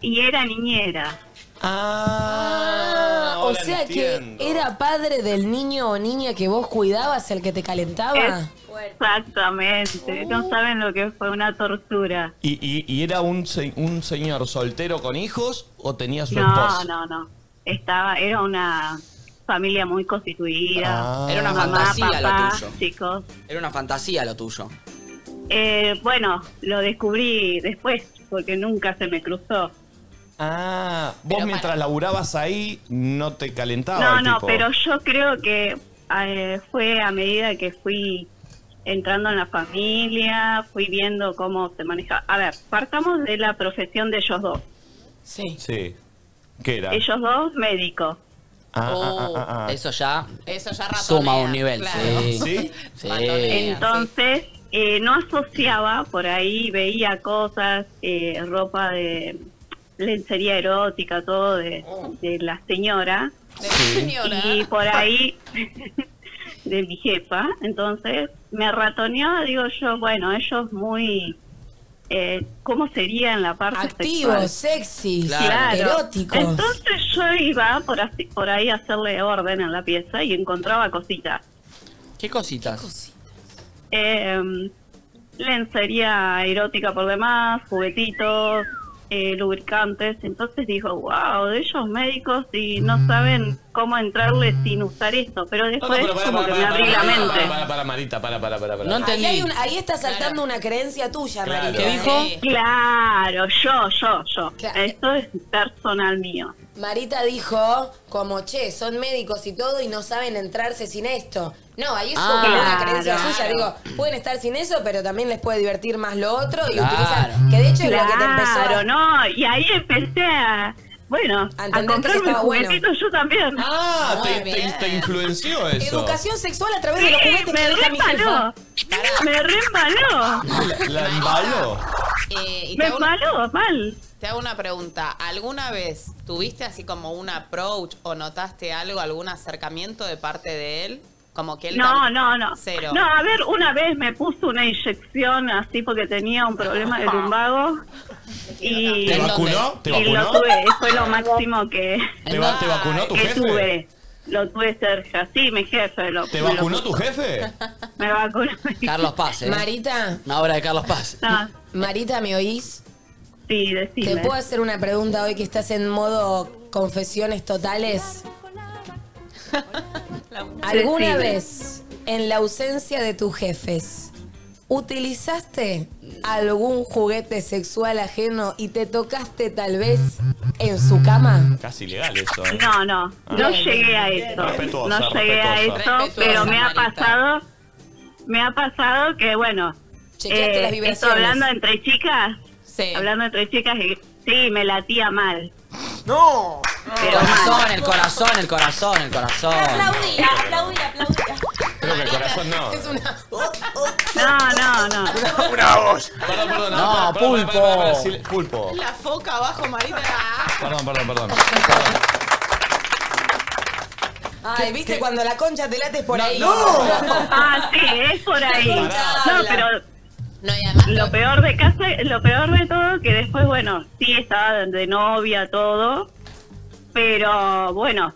[SPEAKER 18] Y era niñera.
[SPEAKER 2] Ah,
[SPEAKER 3] o sea que era padre del niño o niña que vos cuidabas, el que te calentaba.
[SPEAKER 18] Exactamente.
[SPEAKER 4] Uh.
[SPEAKER 18] No saben lo que fue una tortura.
[SPEAKER 2] ¿Y, y- y era un, se- un señor soltero con hijos o tenía su
[SPEAKER 18] No,
[SPEAKER 2] esposa?
[SPEAKER 18] no, no. Estaba, era una familia muy constituida.
[SPEAKER 4] Ah. Era una fantasía lo tuyo.
[SPEAKER 18] Chicos.
[SPEAKER 4] Era una fantasía lo tuyo.
[SPEAKER 18] Eh, bueno, lo descubrí después porque nunca se me cruzó.
[SPEAKER 2] Ah, vos mientras laburabas ahí no te calentaba.
[SPEAKER 18] No,
[SPEAKER 2] el
[SPEAKER 18] no,
[SPEAKER 2] tipo.
[SPEAKER 18] pero yo creo que eh, fue a medida que fui entrando en la familia, fui viendo cómo se manejaba. A ver, partamos de la profesión de ellos dos.
[SPEAKER 4] Sí.
[SPEAKER 2] Sí. ¿Qué era?
[SPEAKER 18] Ellos dos médicos.
[SPEAKER 2] Ah,
[SPEAKER 4] Oh, Eso ya
[SPEAKER 5] Eso ya ratonea.
[SPEAKER 4] suma un nivel.
[SPEAKER 5] claro.
[SPEAKER 4] Sí.
[SPEAKER 2] ¿Sí?
[SPEAKER 4] Sí.
[SPEAKER 18] Entonces, eh, no asociaba, por ahí veía cosas, eh, ropa de lencería erótica, todo de,
[SPEAKER 5] Oh.
[SPEAKER 18] de la señora. Y por ahí, de mi jefa. Entonces, me ratoneaba, digo yo, bueno, ellos muy... Eh, ¿Cómo sería en la parte
[SPEAKER 3] Activos,
[SPEAKER 18] sexual?
[SPEAKER 3] sexy,
[SPEAKER 18] Claro.
[SPEAKER 3] eróticos.
[SPEAKER 18] Entonces yo iba por, así- por ahí a hacerle orden en la pieza y encontraba cositas.
[SPEAKER 4] ¿Qué cositas?
[SPEAKER 18] Eh, lencería erótica por demás, juguetitos, eh, lubricantes. Entonces dijo, wow, de ellos médicos y no saben cómo entrarle sin usar eso, pero después como que me abrí la mente.
[SPEAKER 2] Para, para, para, Marita, para, para, para. para.
[SPEAKER 3] Ahí, hay un- ahí está saltando una creencia tuya,
[SPEAKER 2] Claro.
[SPEAKER 3] Marita.
[SPEAKER 2] ¿Qué dijo?
[SPEAKER 3] Sí.
[SPEAKER 18] Claro, yo, yo, yo. Esto es personal mío.
[SPEAKER 3] Marita dijo, como che, son médicos y todo y no saben entrarse sin esto. No, ahí es
[SPEAKER 18] Ah,
[SPEAKER 3] como una creencia
[SPEAKER 18] claro.
[SPEAKER 3] suya. Digo, pueden estar sin eso, pero también les puede divertir más lo otro y
[SPEAKER 18] Claro.
[SPEAKER 3] utilizan. Que de hecho es lo que te empezó. a-
[SPEAKER 18] Claro, no, y ahí empecé a, bueno, a,
[SPEAKER 3] entender que
[SPEAKER 18] comprarme
[SPEAKER 3] estaba bueno.
[SPEAKER 18] juguetitos yo también.
[SPEAKER 2] Ah, te, te- te influenció eso.
[SPEAKER 3] Educación sexual a través
[SPEAKER 18] Sí,
[SPEAKER 3] de los juguetes
[SPEAKER 18] me
[SPEAKER 3] que deja mi jefa.
[SPEAKER 18] reembaló. Me reembaló.
[SPEAKER 2] La, la embaló.
[SPEAKER 5] Eh, y
[SPEAKER 18] Me
[SPEAKER 5] te hago una-
[SPEAKER 18] embaló, mal.
[SPEAKER 5] Te hago una pregunta. ¿Alguna vez tuviste así como un approach o notaste algo, algún acercamiento de parte de él? Como que él
[SPEAKER 18] No,
[SPEAKER 5] tam-
[SPEAKER 18] no, no.
[SPEAKER 5] Cero.
[SPEAKER 18] No, a ver, una vez me puso una inyección así porque tenía un problema de lumbago. Y,
[SPEAKER 2] ¿Te vacunó? ¿Te
[SPEAKER 18] y lo
[SPEAKER 2] vacunó?
[SPEAKER 18] tuve, fue lo máximo que,
[SPEAKER 2] ¿Te, va- te vacunó tu
[SPEAKER 18] que
[SPEAKER 2] jefe?
[SPEAKER 18] tuve. Lo tuve cerca, sí, mi jefe. Lo,
[SPEAKER 2] ¿Te
[SPEAKER 18] me lo
[SPEAKER 2] vacunó tu
[SPEAKER 18] puso.
[SPEAKER 2] jefe?
[SPEAKER 18] Me vacunó.
[SPEAKER 4] Carlos Paz, ¿eh?
[SPEAKER 3] Marita.
[SPEAKER 4] Una obra de Carlos Paz.
[SPEAKER 18] No,
[SPEAKER 3] Marita, ¿me oís?
[SPEAKER 18] Ah. Sí, decime.
[SPEAKER 3] ¿Te puedo hacer una pregunta hoy que estás en modo confesiones totales? ¿Alguna
[SPEAKER 18] Decime.
[SPEAKER 3] vez, en la ausencia de tus jefes, utilizaste algún juguete sexual ajeno y te tocaste tal vez en su cama?
[SPEAKER 2] Casi legal eso. ¿eh?
[SPEAKER 18] No, no, no
[SPEAKER 2] Bien,
[SPEAKER 18] llegué a
[SPEAKER 2] bien.
[SPEAKER 18] eso.
[SPEAKER 2] Respetuosa,
[SPEAKER 18] no llegué a
[SPEAKER 2] respetuosa.
[SPEAKER 18] eso, pero me ha
[SPEAKER 3] Respetuosa, Marita.
[SPEAKER 18] pasado, me ha pasado que bueno, eh,
[SPEAKER 3] Chequeaste las
[SPEAKER 18] esto
[SPEAKER 3] vibraciones.
[SPEAKER 18] hablando entre chicas, hablando entre chicas, y- sí, me latía mal.
[SPEAKER 7] No.
[SPEAKER 4] El corazón, el corazón, el corazón, el corazón.
[SPEAKER 18] Aplaudí, aplaudí,
[SPEAKER 2] Creo que el corazón no.
[SPEAKER 18] No, no, no.
[SPEAKER 2] Una voz. Perdón, perdón.
[SPEAKER 4] No,
[SPEAKER 2] perdón, perdón,
[SPEAKER 4] pulpo.
[SPEAKER 2] perdón, perdón, sí, Pulpo.
[SPEAKER 5] La foca abajo, Marita.
[SPEAKER 2] Perdón, perdón, perdón.
[SPEAKER 3] Ay, ¿viste cuando la concha te lates por ahí?
[SPEAKER 18] Ah, sí, es por ahí.
[SPEAKER 3] La concha
[SPEAKER 18] No,
[SPEAKER 3] habla.
[SPEAKER 18] pero lo peor de casa, lo peor de todo que después, bueno, sí estaba de novia todo, pero bueno,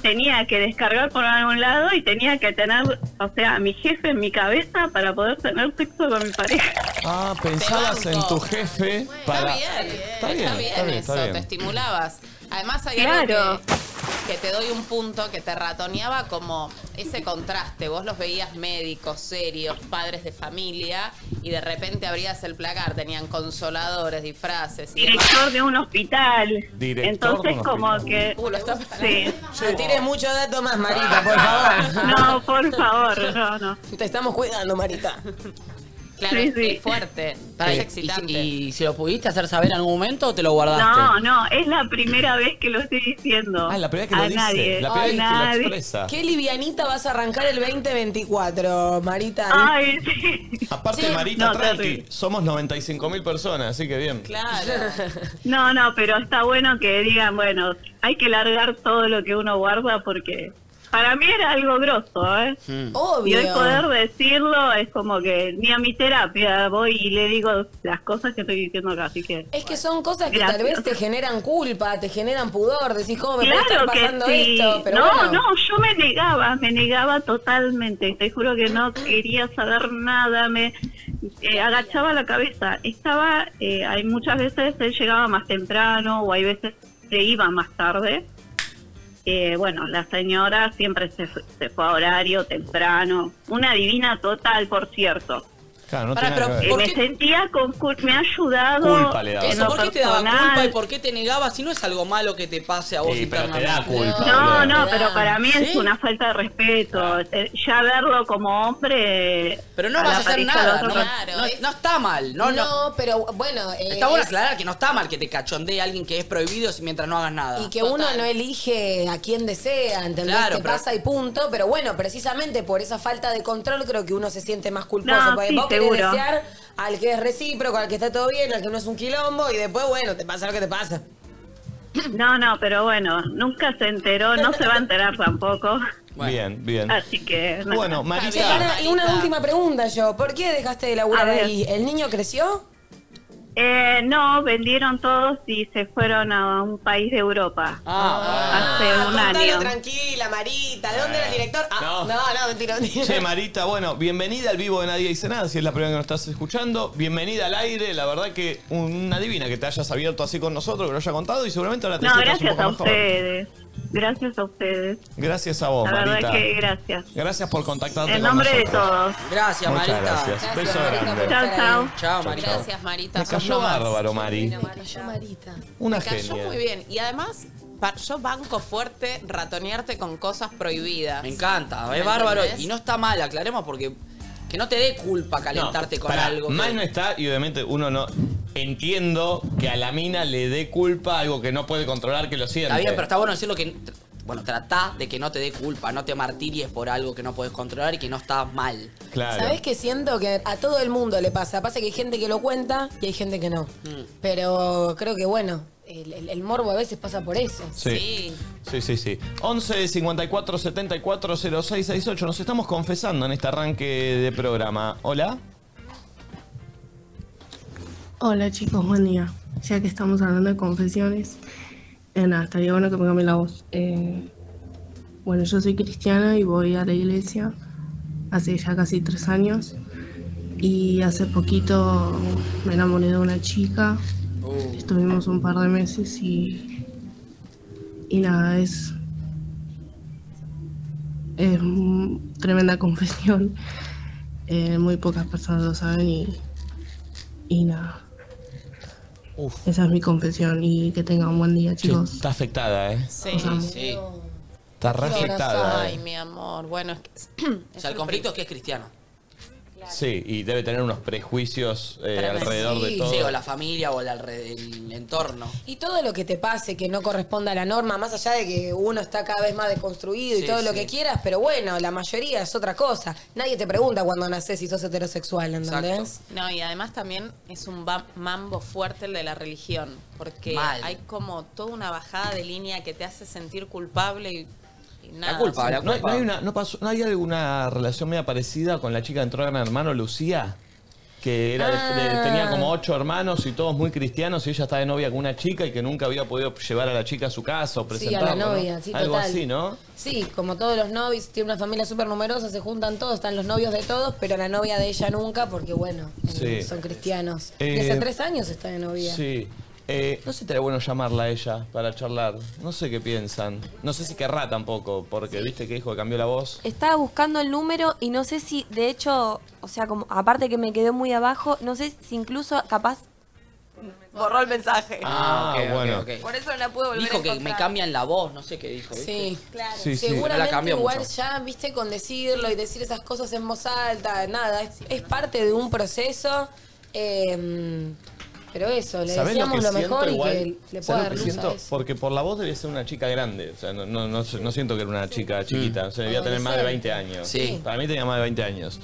[SPEAKER 18] tenía que descargar por algún lado y tenía que tener, o sea, a mi jefe en mi cabeza para poder tener sexo con mi pareja.
[SPEAKER 2] Ah, pensabas en tu jefe para.
[SPEAKER 5] Está bien,
[SPEAKER 2] Está bien, está bien,
[SPEAKER 5] eso,
[SPEAKER 2] está bien.
[SPEAKER 5] te estimulabas. Además hay
[SPEAKER 18] Claro.
[SPEAKER 5] algo que, que te doy un punto que te ratoneaba como ese contraste. Vos los veías médicos, serios, padres de familia, y de repente abrías el placar, tenían consoladores, disfraces y demás.
[SPEAKER 18] Director de un hospital.
[SPEAKER 5] Director
[SPEAKER 18] Entonces,
[SPEAKER 5] de un
[SPEAKER 18] como
[SPEAKER 5] hospital.
[SPEAKER 18] que.
[SPEAKER 5] Uh, lo está-
[SPEAKER 18] Sí.
[SPEAKER 3] No tires mucho dato más, Marita, por favor.
[SPEAKER 18] No, por favor, no, no.
[SPEAKER 3] Te estamos cuidando, Marita.
[SPEAKER 5] Claro,
[SPEAKER 18] Sí,
[SPEAKER 5] es-
[SPEAKER 18] sí.
[SPEAKER 5] es fuerte,
[SPEAKER 4] Pará,
[SPEAKER 5] es
[SPEAKER 4] y-
[SPEAKER 5] excitante.
[SPEAKER 4] y, y se lo pudiste hacer saber en algún momento o te lo guardaste?
[SPEAKER 18] No, no, es la primera vez que lo estoy diciendo.
[SPEAKER 4] Ah, la primera que
[SPEAKER 18] a
[SPEAKER 4] lo dice,
[SPEAKER 18] Nadie.
[SPEAKER 4] la primera
[SPEAKER 18] a
[SPEAKER 4] vez que lo
[SPEAKER 18] nadie.
[SPEAKER 2] expresa.
[SPEAKER 3] Qué livianita vas a arrancar el 2024, Marita.
[SPEAKER 18] Ay, sí.
[SPEAKER 2] Aparte,
[SPEAKER 18] Sí.
[SPEAKER 2] Marita,
[SPEAKER 18] No,
[SPEAKER 2] tranqui,
[SPEAKER 18] terrible.
[SPEAKER 2] somos 95.000 personas, así que bien.
[SPEAKER 18] No, no, pero está bueno que digan, bueno, hay que largar todo lo que uno guarda porque para mí era algo grosso, ¿eh? Y
[SPEAKER 3] Obvio.
[SPEAKER 18] hoy poder decirlo es como que ni a mi terapia voy y le digo las cosas que estoy diciendo acá, así que...
[SPEAKER 3] Es que son cosas que tal
[SPEAKER 18] Gracias.
[SPEAKER 3] vez te generan culpa, te generan pudor, decís cómo me puede
[SPEAKER 18] Claro
[SPEAKER 3] estar pasando
[SPEAKER 18] que sí.
[SPEAKER 3] esto, pero
[SPEAKER 18] no,
[SPEAKER 3] bueno.
[SPEAKER 18] no, yo me negaba, me negaba totalmente. Te juro que no quería saber nada, me eh, agachaba la cabeza. Estaba, eh, hay muchas veces él llegaba más temprano o hay veces se iba más tarde. Eh, bueno, la señora siempre se, fu- se fue a horario temprano. Una divina total, por cierto.
[SPEAKER 2] Claro, no
[SPEAKER 4] Pará,
[SPEAKER 2] tiene
[SPEAKER 4] pero
[SPEAKER 2] nada que
[SPEAKER 18] Eh,
[SPEAKER 2] ver.
[SPEAKER 18] me sentía con cul- me ha ayudado.
[SPEAKER 2] Culpa le daba.
[SPEAKER 18] en
[SPEAKER 4] Eso,
[SPEAKER 18] lo
[SPEAKER 4] ¿por qué te daba
[SPEAKER 18] personal.
[SPEAKER 4] culpa y por qué te negabas si no es algo malo que te pase a vos
[SPEAKER 2] Sí, pero te
[SPEAKER 4] internamente?
[SPEAKER 2] da culpa.
[SPEAKER 18] No,
[SPEAKER 2] boludo.
[SPEAKER 18] no, pero para mí es una falta de
[SPEAKER 2] Ah.
[SPEAKER 18] respeto. Eh, Ya verlo como hombre.
[SPEAKER 4] Pero no
[SPEAKER 18] a
[SPEAKER 4] vas
[SPEAKER 18] la
[SPEAKER 4] a hacer
[SPEAKER 18] pareja
[SPEAKER 4] nada,
[SPEAKER 18] de
[SPEAKER 4] no,
[SPEAKER 18] otro-
[SPEAKER 4] no- no está mal, no, no.
[SPEAKER 3] pero bueno. eh,
[SPEAKER 4] Está bueno
[SPEAKER 3] es-
[SPEAKER 4] aclarar que no está mal que te cachondee a alguien que es prohibido si- mientras no hagas nada.
[SPEAKER 3] Y que uno no elige a quién desea, ¿entendés?
[SPEAKER 4] Claro,
[SPEAKER 3] que
[SPEAKER 4] pero-
[SPEAKER 3] pasa y punto. Pero bueno, precisamente por esa falta de control creo que uno se siente más culposo.
[SPEAKER 18] No,
[SPEAKER 3] porque
[SPEAKER 18] sí,
[SPEAKER 3] vos querés
[SPEAKER 18] seguro.
[SPEAKER 3] desear al que es recíproco, al que está todo bien, al que no es un quilombo, y después, bueno, te pasa lo que te pasa.
[SPEAKER 18] No, no, pero bueno, nunca se enteró, no se va a enterar tampoco.
[SPEAKER 2] Bien, bien.
[SPEAKER 18] Así que. nada.
[SPEAKER 2] Bueno,
[SPEAKER 3] Y
[SPEAKER 2] Marita.
[SPEAKER 3] una, y una última pregunta yo. ¿Por qué dejaste de laburar
[SPEAKER 18] A ver.
[SPEAKER 3] ahí? ¿El niño creció?
[SPEAKER 18] Eh, no, vendieron todos y se fueron a un país de Europa. hace
[SPEAKER 3] Ah,
[SPEAKER 18] un
[SPEAKER 3] contalo
[SPEAKER 18] año.
[SPEAKER 3] tranquila, Marita. ¿De dónde era el director? Ah, no, no, mentira, mentira.
[SPEAKER 2] Che, Marita, bueno, bienvenida al vivo de Nadie Dice Nada, si es la primera que nos estás escuchando. Bienvenida al aire, la verdad que una divina que te hayas abierto así con nosotros, que lo haya contado y seguramente ahora te
[SPEAKER 18] No,
[SPEAKER 2] sientas
[SPEAKER 18] gracias a
[SPEAKER 2] un poco mejor.
[SPEAKER 18] ustedes. Gracias a ustedes.
[SPEAKER 2] Gracias a vos,
[SPEAKER 18] La verdad
[SPEAKER 2] Oh, Marita.
[SPEAKER 18] que gracias.
[SPEAKER 2] Gracias por contactarte
[SPEAKER 18] En
[SPEAKER 2] con
[SPEAKER 18] nombre de
[SPEAKER 2] nosotros.
[SPEAKER 18] todos.
[SPEAKER 4] Gracias,
[SPEAKER 2] Muchas
[SPEAKER 4] Marita.
[SPEAKER 2] gracias.
[SPEAKER 4] Gracias,
[SPEAKER 2] Beso
[SPEAKER 4] Marita,
[SPEAKER 2] grande.
[SPEAKER 4] por Chao, estar chao. ahí.
[SPEAKER 5] Chao,
[SPEAKER 2] Marita.
[SPEAKER 5] Gracias, Marita.
[SPEAKER 2] Me
[SPEAKER 5] sos
[SPEAKER 2] cayó
[SPEAKER 5] lo más.
[SPEAKER 2] bárbaro, Mari.
[SPEAKER 5] Marita.
[SPEAKER 2] Una
[SPEAKER 5] Me cayó
[SPEAKER 2] genia.
[SPEAKER 5] muy bien. Y además, pa- yo banco fuerte ratonearte con cosas prohibidas.
[SPEAKER 4] Me encanta,
[SPEAKER 5] ¿Me
[SPEAKER 4] Ah, es bárbaro.
[SPEAKER 5] entendés?
[SPEAKER 4] Y no está mal, aclaremos, porque que no te dé culpa calentarte
[SPEAKER 2] No,
[SPEAKER 4] con
[SPEAKER 2] pará,
[SPEAKER 4] algo. que-
[SPEAKER 2] Mal no está y obviamente uno no. Entiendo que a la mina le dé culpa algo que no puede controlar, que lo siente.
[SPEAKER 4] Está bien, pero está bueno decirlo que. Bueno, tratá de que no te dé culpa, no te martiries por algo que no puedes controlar y que no está mal.
[SPEAKER 2] Claro. eh,
[SPEAKER 3] ¿Sabés que siento que a todo el mundo le pasa? Pasa que hay gente que lo cuenta y hay gente que no. Pero creo que bueno, el, el- el morbo a veces pasa por eso.
[SPEAKER 2] Sí. Sí, sí, sí. 11 54 74 06 68. Nos estamos confesando en este arranque de programa. Hola.
[SPEAKER 19] Hola chicos, buen día. Ya que estamos hablando de confesiones, eh, nada, estaría bueno que me cambie la voz. Eh, bueno, yo soy cristiana y voy a la iglesia hace ya casi tres años. Y hace poquito me enamoré de una chica. Estuvimos un par de meses y. Y nada, es. Es un- tremenda confesión. Eh, muy pocas personas lo saben y. Y nada. Esa es mi confesión y que tengan un buen día, chicos.
[SPEAKER 2] Está afectada, ¿eh?
[SPEAKER 5] Sí, sí.
[SPEAKER 2] Está re afectada.
[SPEAKER 5] Ay, mi amor. Bueno, es que.
[SPEAKER 4] O sea, el conflicto es que es cristiano.
[SPEAKER 2] Sí, y debe tener unos prejuicios eh, alrededor de todo.
[SPEAKER 4] Sí, o la familia o el, alre- el entorno.
[SPEAKER 3] Y todo lo que te pase que no corresponda a la norma, más allá de que uno está cada vez más deconstruido
[SPEAKER 4] Sí,
[SPEAKER 3] y todo lo
[SPEAKER 4] sí.
[SPEAKER 3] que quieras, pero bueno, la mayoría es otra cosa. Nadie te pregunta cuando naces si sos heterosexual, ¿entendés?
[SPEAKER 5] No, y además también es un ba- mambo fuerte el de la religión, porque
[SPEAKER 3] Mal.
[SPEAKER 5] hay como toda una bajada de línea que te hace sentir culpable y, y
[SPEAKER 2] Ah,
[SPEAKER 5] nada.
[SPEAKER 2] Sí.
[SPEAKER 5] la
[SPEAKER 2] ¿No, hay- no hay una, no, pasó- ¿No hay alguna relación media parecida con la chica que entró Gran Hermano, Lucía? Que era de- de-
[SPEAKER 5] Ah.
[SPEAKER 2] tenía como ocho hermanos y todos muy cristianos y ella estaba de novia con una chica y que nunca había podido llevar a la chica a su casa o
[SPEAKER 3] Sí, a la
[SPEAKER 2] presentarla.
[SPEAKER 3] novia,
[SPEAKER 2] ¿no?
[SPEAKER 3] sí,
[SPEAKER 2] Algo
[SPEAKER 3] total.
[SPEAKER 2] así, ¿no?
[SPEAKER 3] Sí, como todos los novios, tiene una familia súper numerosa, se juntan todos, están los novios de todos, pero la novia de ella nunca, porque bueno,
[SPEAKER 2] Sí.
[SPEAKER 3] son cristianos.
[SPEAKER 2] Eh,
[SPEAKER 3] y hace tres años está de novia.
[SPEAKER 2] Sí. Eh, no sé si estaría bueno llamarla a ella para charlar. No sé qué piensan. No sé si querrá tampoco, porque viste que dijo que cambió la voz.
[SPEAKER 20] Estaba buscando el número y no sé si, de hecho, o sea, como aparte que me quedé muy abajo, no sé si incluso capaz borró el mensaje.
[SPEAKER 2] Ah,
[SPEAKER 4] ok, ok,
[SPEAKER 2] bueno.
[SPEAKER 4] ok.
[SPEAKER 20] Por eso no la pude volver
[SPEAKER 4] Dijo
[SPEAKER 20] a
[SPEAKER 4] que me
[SPEAKER 20] encontrar.
[SPEAKER 4] cambian la voz, no sé qué dijo. ¿viste?
[SPEAKER 3] Sí, claro.
[SPEAKER 4] Sí, sí. No la
[SPEAKER 3] Seguramente
[SPEAKER 4] cambió
[SPEAKER 3] igual
[SPEAKER 4] mucho.
[SPEAKER 3] ya, viste, con decirlo y decir esas cosas en voz alta, nada, es, es parte de un proceso. eh, pero eso, le
[SPEAKER 2] ¿Sabés
[SPEAKER 3] decíamos lo,
[SPEAKER 2] siento
[SPEAKER 3] mejor
[SPEAKER 2] igual?
[SPEAKER 3] y que le
[SPEAKER 2] ¿Sabés
[SPEAKER 3] pueda
[SPEAKER 2] lo
[SPEAKER 3] dar
[SPEAKER 2] que
[SPEAKER 3] luz
[SPEAKER 2] siento?
[SPEAKER 3] a eso.
[SPEAKER 2] Porque por la voz debía ser una chica grande. O sea, no, no, no, no siento que era una chica chiquita. O sea, debía tener más de 20 años.
[SPEAKER 4] Sí.
[SPEAKER 2] Para mí tenía más de 20 años.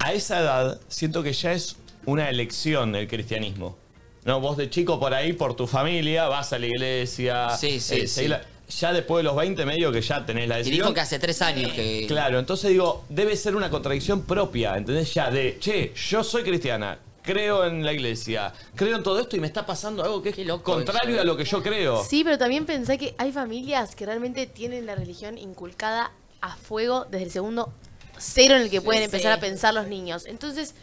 [SPEAKER 2] A esa edad siento que ya es una elección el cristianismo. No, vos de chico por ahí, por tu familia, vas a la iglesia. eh,
[SPEAKER 4] Sí, sí, sí.
[SPEAKER 2] seguí la- ya después de los 20 medio que ya tenés la
[SPEAKER 4] Y
[SPEAKER 2] decisión.
[SPEAKER 4] dijo que hace tres años que.
[SPEAKER 2] Claro, entonces digo, debe ser una contradicción propia, ¿entendés? Ya de, che, yo soy cristiana, creo en la iglesia, creo en todo esto y me está pasando algo que es contrario
[SPEAKER 5] ¿eh?
[SPEAKER 4] eso.
[SPEAKER 2] a lo que yo creo.
[SPEAKER 16] Sí, pero también pensé que hay familias que realmente tienen la religión inculcada a fuego desde el segundo cero en el que pueden
[SPEAKER 6] sí.
[SPEAKER 16] empezar a pensar los niños. Entonces,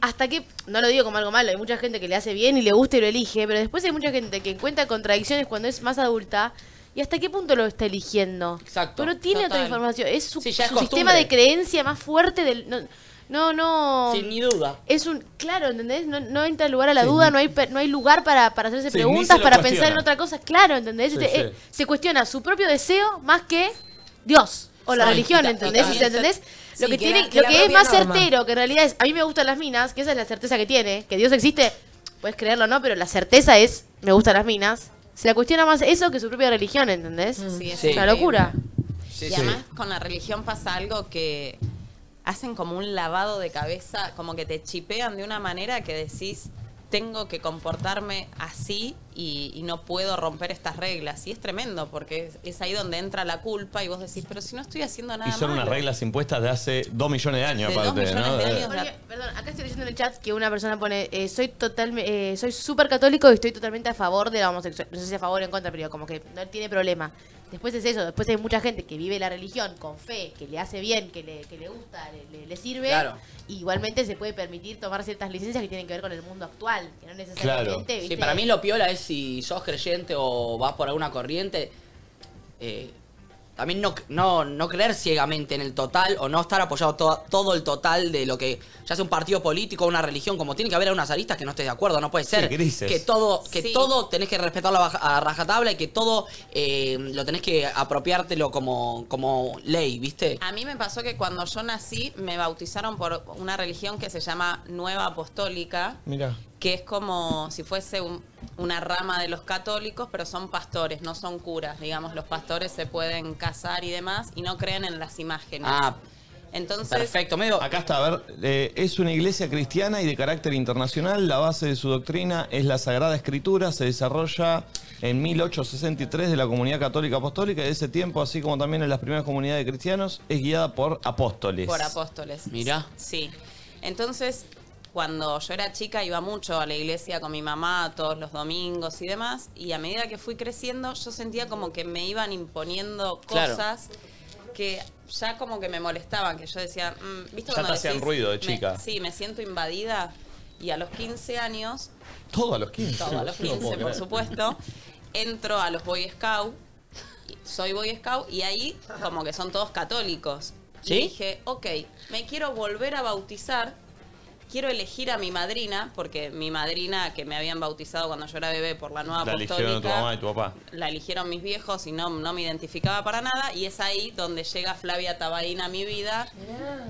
[SPEAKER 16] hasta que, no lo digo como algo malo, hay mucha gente que le hace bien y le gusta y lo elige, pero después hay mucha gente que encuentra contradicciones cuando es más adulta. ¿Y hasta qué punto lo está eligiendo? Exacto. Pero tiene otra
[SPEAKER 4] total.
[SPEAKER 16] información. Es su,
[SPEAKER 4] Sí, ya es
[SPEAKER 16] su sistema
[SPEAKER 4] costumbre.
[SPEAKER 16] de creencia más fuerte del... No, no, no.
[SPEAKER 4] Sin ni duda.
[SPEAKER 16] Es un, claro, ¿entendés? No, no entra lugar a la
[SPEAKER 4] Sí,
[SPEAKER 16] duda,
[SPEAKER 4] ni-
[SPEAKER 16] no hay, pe- no hay lugar para, para hacerse
[SPEAKER 4] Sí, ni
[SPEAKER 16] preguntas,
[SPEAKER 4] se lo
[SPEAKER 16] para pensar
[SPEAKER 4] cuestiona.
[SPEAKER 16] en otra cosa. Claro, ¿entendés?
[SPEAKER 4] Sí,
[SPEAKER 16] Este,
[SPEAKER 4] sí.
[SPEAKER 16] eh, se cuestiona su propio deseo más que Dios o la
[SPEAKER 6] Sí,
[SPEAKER 16] religión,
[SPEAKER 6] y ta- y
[SPEAKER 16] ¿entendés?
[SPEAKER 6] también
[SPEAKER 16] O sea, ¿entendés?
[SPEAKER 6] se-
[SPEAKER 16] Lo
[SPEAKER 6] sí,
[SPEAKER 16] que,
[SPEAKER 6] que
[SPEAKER 16] tiene,
[SPEAKER 6] la- que
[SPEAKER 16] lo
[SPEAKER 6] la
[SPEAKER 16] que es
[SPEAKER 6] propia
[SPEAKER 16] más
[SPEAKER 6] norma.
[SPEAKER 16] certero, que en realidad es, a mí me gustan las minas, que esa es la certeza que tiene, que Dios existe, puedes creerlo o no, pero la certeza es, me gustan las minas. Se la cuestiona más eso que su propia religión, ¿entendés?
[SPEAKER 6] Mm.
[SPEAKER 5] es
[SPEAKER 16] es una
[SPEAKER 5] increíble.
[SPEAKER 16] locura.
[SPEAKER 5] y además con la religión pasa algo que hacen como un lavado de cabeza, como que te chipean de una manera que decís, tengo que comportarme así y, y no puedo romper estas reglas. Y es tremendo, porque es, es ahí donde entra la culpa y vos decís, pero si no estoy haciendo nada
[SPEAKER 2] Y son unas
[SPEAKER 5] malo".
[SPEAKER 2] reglas impuestas de hace dos millones de años,
[SPEAKER 5] De dos
[SPEAKER 2] aparte,
[SPEAKER 5] millones
[SPEAKER 2] ¿no?
[SPEAKER 5] de años.
[SPEAKER 16] Porque, perdón, acá estoy leyendo en el chat que una persona pone, eh, soy totalmente, soy súper católico y estoy totalmente a favor de la homosexualidad. No sé si a favor o en contra, pero como que no tiene problema. Después es eso, después hay mucha gente que vive la religión con fe, que le hace bien, que le, que le gusta, le, le- le sirve.
[SPEAKER 4] Claro.
[SPEAKER 16] Y igualmente se puede permitir tomar ciertas licencias que tienen que ver con el mundo actual, que no necesariamente...
[SPEAKER 4] Claro. Sí,
[SPEAKER 16] ¿viste?
[SPEAKER 4] para mí lo piola es si sos creyente o vas por alguna corriente, eh, también no, no, no creer ciegamente en el total o no estar apoyado to- todo el total de lo que ya sea un partido político o una religión, como tiene que haber unas aristas que no estés de acuerdo, no puede ser
[SPEAKER 5] Sí, grises.
[SPEAKER 4] que todo que
[SPEAKER 5] Sí.
[SPEAKER 4] todo tenés que respetarlo a, baja- a rajatabla y que todo eh, lo tenés que apropiártelo como, como ley, ¿viste?
[SPEAKER 5] A mí me pasó que cuando yo nací me bautizaron por una religión que se llama Nueva Apostólica,
[SPEAKER 2] Mira.
[SPEAKER 5] que es como si fuese un- una rama de los católicos, pero son pastores, no son curas. Digamos, los pastores se pueden casar y demás y no creen en las imágenes.
[SPEAKER 4] Ah,
[SPEAKER 5] Entonces,
[SPEAKER 2] Acá está, a ver, eh, es una iglesia cristiana y de carácter internacional. La base de su doctrina es la Sagrada Escritura. Se desarrolla en 1863 de la Comunidad Católica Apostólica y de ese tiempo, así como también en las primeras comunidades de cristianos, es guiada por apóstoles.
[SPEAKER 5] Por apóstoles.
[SPEAKER 2] Mirá.
[SPEAKER 5] Sí. Entonces, cuando yo era chica iba mucho a la iglesia con mi mamá todos los domingos y demás, y a medida que fui creciendo yo sentía como que me iban imponiendo
[SPEAKER 2] Claro.
[SPEAKER 5] cosas que ya como que me molestaban, que yo decía, mm, ¿viste
[SPEAKER 2] Ya
[SPEAKER 5] cuando
[SPEAKER 2] te hacían
[SPEAKER 5] decís,
[SPEAKER 2] ruido de
[SPEAKER 5] me-
[SPEAKER 2] chica.
[SPEAKER 5] sí, me siento invadida. Y a los 15 años,
[SPEAKER 2] Todo a los 15.
[SPEAKER 5] todo a los
[SPEAKER 2] Yo no
[SPEAKER 5] 15
[SPEAKER 2] puedo
[SPEAKER 5] por
[SPEAKER 2] creer.
[SPEAKER 5] supuesto, entro a los Boy Scout, soy Boy Scout y ahí como que son todos católicos.
[SPEAKER 4] ¿Sí?
[SPEAKER 5] Y dije, ok, me quiero volver a bautizar, quiero elegir a mi madrina, porque mi madrina que me habían bautizado cuando yo era bebé por la nueva
[SPEAKER 2] La
[SPEAKER 5] apostólica,
[SPEAKER 2] eligieron tu mamá y tu papá.
[SPEAKER 5] la eligieron mis viejos y no, no me identificaba para nada, y es ahí donde llega Flavia Tabaína a mi vida,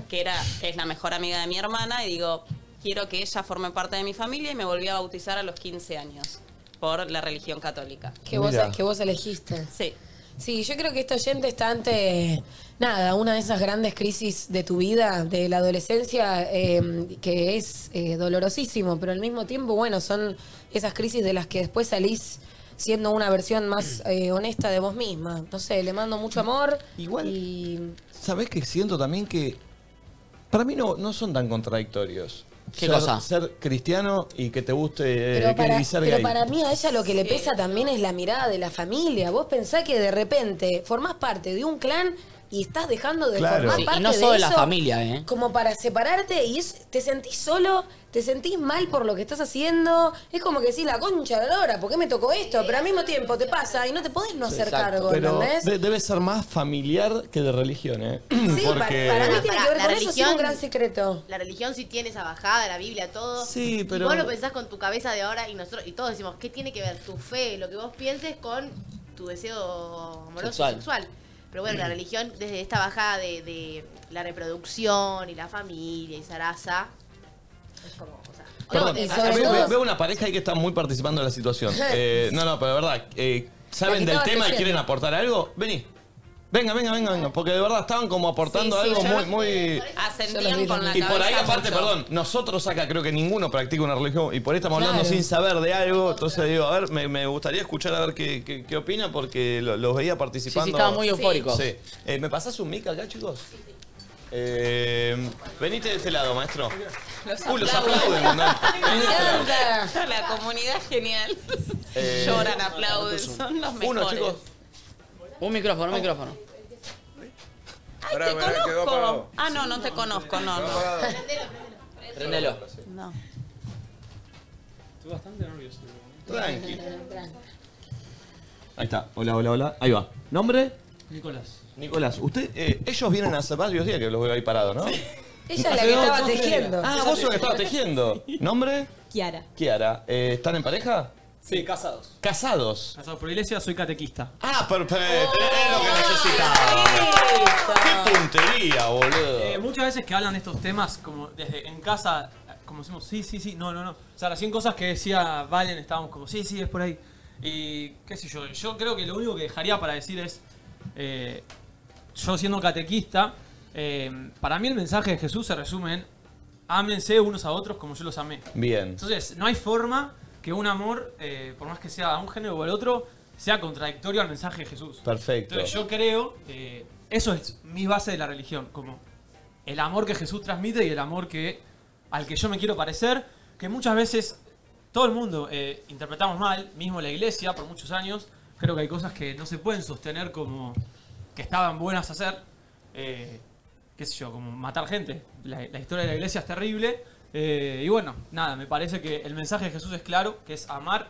[SPEAKER 5] que era, que es la mejor amiga de mi hermana, y digo, quiero que ella forme parte de mi familia y me volví a bautizar a los 15 años por la religión católica.
[SPEAKER 3] Que vos, que vos elegiste.
[SPEAKER 5] Sí.
[SPEAKER 3] Sí, yo creo que esta oyente está ante, nada, una de esas grandes crisis de tu vida, de la adolescencia, eh, que es eh, dolorosísimo, pero al mismo tiempo, bueno, son esas crisis de las que después salís siendo una versión más eh, honesta de vos misma. No sé, le mando mucho amor.
[SPEAKER 2] Eh,
[SPEAKER 3] Igual. Y
[SPEAKER 2] ¿Sabés que siento también que para mí no, no son tan contradictorios?
[SPEAKER 4] ¿Qué
[SPEAKER 2] ser,
[SPEAKER 4] cosa?
[SPEAKER 2] Ser cristiano y que te guste eh,
[SPEAKER 3] Pero,
[SPEAKER 2] que-
[SPEAKER 3] para,
[SPEAKER 2] y ser
[SPEAKER 3] pero
[SPEAKER 2] gay.
[SPEAKER 3] para mí a ella lo que le pesa también es la mirada de la familia. Vos pensás que de repente formás parte de un clan y estás dejando Ah, de
[SPEAKER 4] Claro.
[SPEAKER 3] formar
[SPEAKER 4] Sí, y
[SPEAKER 3] parte
[SPEAKER 4] no
[SPEAKER 3] de
[SPEAKER 4] solo de la
[SPEAKER 3] eso
[SPEAKER 4] familia, ¿eh?
[SPEAKER 3] Como para separarte y es- te sentís solo, te sentís mal por lo que estás haciendo. Es como que decís, la concha de la lora, ¿por qué me tocó esto? Pero al mismo tiempo te pasa y no te podés no hacer
[SPEAKER 2] Exacto.
[SPEAKER 3] cargo,
[SPEAKER 2] Pero
[SPEAKER 3] ¿entendés?
[SPEAKER 2] de- debe ser más familiar que de religión, ¿eh?
[SPEAKER 3] Sí, para- para mí tiene que ver
[SPEAKER 16] la
[SPEAKER 3] con eso, sí, un
[SPEAKER 16] religión-
[SPEAKER 3] gran secreto.
[SPEAKER 16] La religión sí tiene esa bajada, la Biblia, todo.
[SPEAKER 2] Sí,
[SPEAKER 16] Y
[SPEAKER 2] pero-
[SPEAKER 16] vos lo pensás con tu cabeza de ahora y nosotros y todos decimos, ¿qué tiene que ver tu fe, lo que vos pienses con tu deseo amoroso
[SPEAKER 4] Sexual.
[SPEAKER 16] sexual? Pero bueno, la religión, desde esta bajada de, de la reproducción y la familia y zaraza, es como, o sea,
[SPEAKER 2] Perdón,
[SPEAKER 16] obviamente-
[SPEAKER 2] ve- ve- veo, una pareja ahí que está muy participando de la situación. Eh, no, no, pero de verdad, eh,
[SPEAKER 16] La
[SPEAKER 2] ¿saben
[SPEAKER 16] que
[SPEAKER 2] del
[SPEAKER 16] estaba
[SPEAKER 2] tema y
[SPEAKER 16] creciendo.
[SPEAKER 2] quieren aportar algo? Vení. Venga, venga, venga, venga, porque de verdad estaban como aportando
[SPEAKER 5] Sí, sí,
[SPEAKER 2] algo
[SPEAKER 5] yo
[SPEAKER 2] muy,
[SPEAKER 5] lo-
[SPEAKER 2] muy...
[SPEAKER 5] Ascendían con la
[SPEAKER 2] Y por ahí
[SPEAKER 5] cabeza
[SPEAKER 2] aparte,
[SPEAKER 5] mucho.
[SPEAKER 2] perdón, nosotros acá creo que ninguno practica una religión y por ahí estamos hablando
[SPEAKER 5] Claro.
[SPEAKER 2] sin saber de algo, entonces digo, a ver, me, me gustaría escuchar a ver qué, qué, qué opina porque lo- los veía participando.
[SPEAKER 4] Sí, sí, estaban muy eufóricos.
[SPEAKER 2] Sí. Eh, ¿Me pasás un mic acá, chicos? Eh, venite de este lado, maestro. Uh, los aplauden. ¿no? Venite de este lado.
[SPEAKER 5] La comunidad genial.
[SPEAKER 2] Eh,
[SPEAKER 5] Lloran, aplauden, son los mejores.
[SPEAKER 4] Uno, chicos. Un micrófono, un micrófono.
[SPEAKER 5] Ay, te conozco. Ah, no, no te conozco, no, no.
[SPEAKER 4] Prendelo.
[SPEAKER 5] No.
[SPEAKER 21] Estoy bastante nervioso.
[SPEAKER 2] Tranqui. Ahí está. Hola, hola, hola. Ahí va. ¿Nombre?
[SPEAKER 21] Nicolás.
[SPEAKER 2] Nicolás, usted, eh, ellos vienen hace varios días que los veo ahí parados, ¿no?
[SPEAKER 3] Ella es la que estaba tejiendo.
[SPEAKER 2] Ah, vos sos la que estaba tejiendo. ¿Nombre?
[SPEAKER 21] Kiara.
[SPEAKER 2] Kiara. Eh, ¿Están en pareja?
[SPEAKER 21] Sí, casados.
[SPEAKER 2] ¿Casados?
[SPEAKER 21] Casados por iglesia, soy catequista.
[SPEAKER 2] Ah, perfecto. Es lo que necesitaba. ¡Qué puntería, boludo!
[SPEAKER 21] Eh, muchas veces que hablan de estos temas, como desde en casa, como decimos, sí, sí, sí, no, no, no. O sea, recién cosas que decía Valen, estábamos como, sí, sí, es por ahí. Y qué sé yo, yo creo que lo único que dejaría para decir es, eh, yo siendo catequista, eh, para mí el mensaje de Jesús se resume en, ámense unos a otros como yo los amé.
[SPEAKER 2] Bien.
[SPEAKER 21] Entonces, no hay forma que un amor, eh, por más que sea a un género o al otro, sea contradictorio al mensaje de Jesús.
[SPEAKER 2] Perfecto.
[SPEAKER 21] Entonces yo creo, eh, eso es mi base de la religión, como el amor que Jesús transmite y el amor que al que yo me quiero parecer, que muchas veces todo el mundo eh, interpretamos mal, mismo la iglesia por muchos años, creo que hay cosas que no se pueden sostener como que estaban buenas a hacer, eh, qué sé yo, como matar gente, la, la historia de la iglesia es terrible, eh, y bueno, nada, me parece que el mensaje de Jesús es claro, que es amar,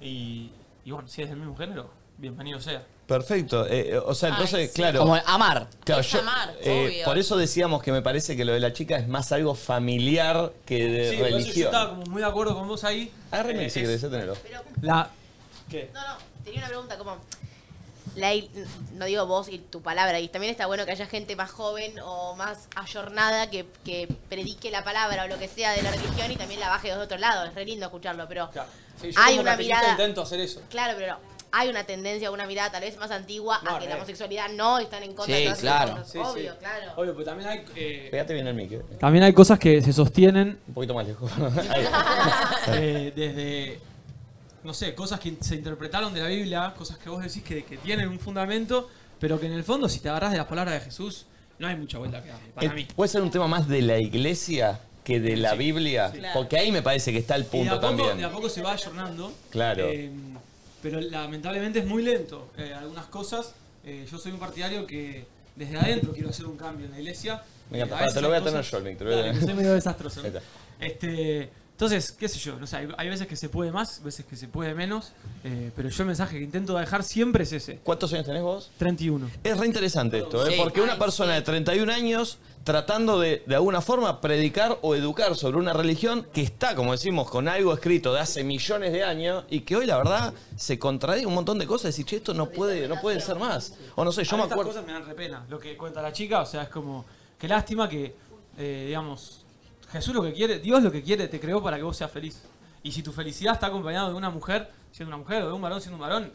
[SPEAKER 21] y, y bueno, si es del mismo género, bienvenido sea.
[SPEAKER 2] Perfecto. eh, o sea,
[SPEAKER 21] Ay,
[SPEAKER 2] entonces,
[SPEAKER 21] sí.
[SPEAKER 2] claro.
[SPEAKER 21] Como amar.
[SPEAKER 2] Claro,
[SPEAKER 21] Es
[SPEAKER 2] yo-
[SPEAKER 21] amar,
[SPEAKER 2] eh,
[SPEAKER 21] obvio.
[SPEAKER 2] Por eso decíamos que me parece que lo de la chica es más algo familiar que de
[SPEAKER 21] Sí, por eso yo
[SPEAKER 2] religión.
[SPEAKER 21] estaba como muy de acuerdo con vos ahí. Eh,
[SPEAKER 2] Agárreme si querés, deténelo.
[SPEAKER 21] La,
[SPEAKER 16] No, no, tenía una pregunta como. la il- no digo vos y tu palabra, y también está bueno que haya gente más joven o más ayornada que, que predique la palabra o lo que sea de la religión y también la baje de otro lado. Es re lindo escucharlo, pero
[SPEAKER 14] Sí, yo
[SPEAKER 16] hay
[SPEAKER 14] como
[SPEAKER 16] una
[SPEAKER 14] catequista
[SPEAKER 16] mirada.
[SPEAKER 14] intento hacer eso.
[SPEAKER 16] Claro, pero no. Hay una tendencia, una mirada tal vez más antigua a
[SPEAKER 14] No,
[SPEAKER 16] que
[SPEAKER 14] re.
[SPEAKER 16] la homosexualidad no están en contra de todas esas cosas. Obvio, claro.
[SPEAKER 14] Obvio, pero
[SPEAKER 21] pues
[SPEAKER 14] también hay. eh,
[SPEAKER 2] Pegate bien el micro.
[SPEAKER 21] También hay cosas que se sostienen.
[SPEAKER 2] Un poquito más lejos.
[SPEAKER 21] eh, desde, no sé, cosas que se interpretaron de la Biblia, cosas que vos decís que, que tienen un fundamento, pero que en el fondo, si te agarrás de las palabras de Jesús, no hay mucha vuelta que darle, para
[SPEAKER 2] Eh,
[SPEAKER 21] mí.
[SPEAKER 2] Puede ser un tema más de la iglesia que de la Biblia,
[SPEAKER 21] sí. Claro.
[SPEAKER 2] porque ahí me parece que está el
[SPEAKER 21] Y de a
[SPEAKER 2] punto
[SPEAKER 21] poco,
[SPEAKER 2] también.
[SPEAKER 21] de a poco se va ayornando.
[SPEAKER 2] Claro.
[SPEAKER 21] Eh, pero lamentablemente es muy lento. eh, algunas cosas, eh, yo soy un partidario que desde adentro quiero hacer un cambio en la iglesia.
[SPEAKER 2] Me encanta.
[SPEAKER 21] Eh,
[SPEAKER 2] Pará,
[SPEAKER 21] veces
[SPEAKER 2] te lo voy a
[SPEAKER 21] hay
[SPEAKER 2] tener
[SPEAKER 21] cosas-
[SPEAKER 2] yo, el link, te lo voy a
[SPEAKER 21] Dale,
[SPEAKER 2] tener.
[SPEAKER 21] que soy medio desastroso. ¿no?
[SPEAKER 2] Ahí está.
[SPEAKER 21] Este, entonces, qué sé yo, no sé, hay, hay veces que se puede más, veces que se puede menos, eh, pero yo el mensaje que intento dejar siempre es ese.
[SPEAKER 2] ¿Cuántos años tenés vos?
[SPEAKER 21] 31.
[SPEAKER 2] Es re interesante esto, ¿eh?
[SPEAKER 21] Sí.
[SPEAKER 2] porque una
[SPEAKER 21] Ay,
[SPEAKER 2] persona de 31 años tratando de, de alguna forma, predicar o educar sobre una religión que está, como decimos, con algo escrito de hace millones de años y que hoy, la verdad, se contradice un montón de cosas y decir, che, esto no puede, no puede ser más. O no sé, yo
[SPEAKER 21] A mí
[SPEAKER 2] me
[SPEAKER 21] estas
[SPEAKER 2] acuerdo...
[SPEAKER 21] cosas me dan repena. Lo que cuenta la chica, o sea, es como. Qué lástima que, eh, digamos, Jesús lo que quiere, Dios lo que quiere, te creó para que vos seas feliz. Y si tu felicidad está acompañada de una mujer siendo una mujer o de un varón siendo un varón,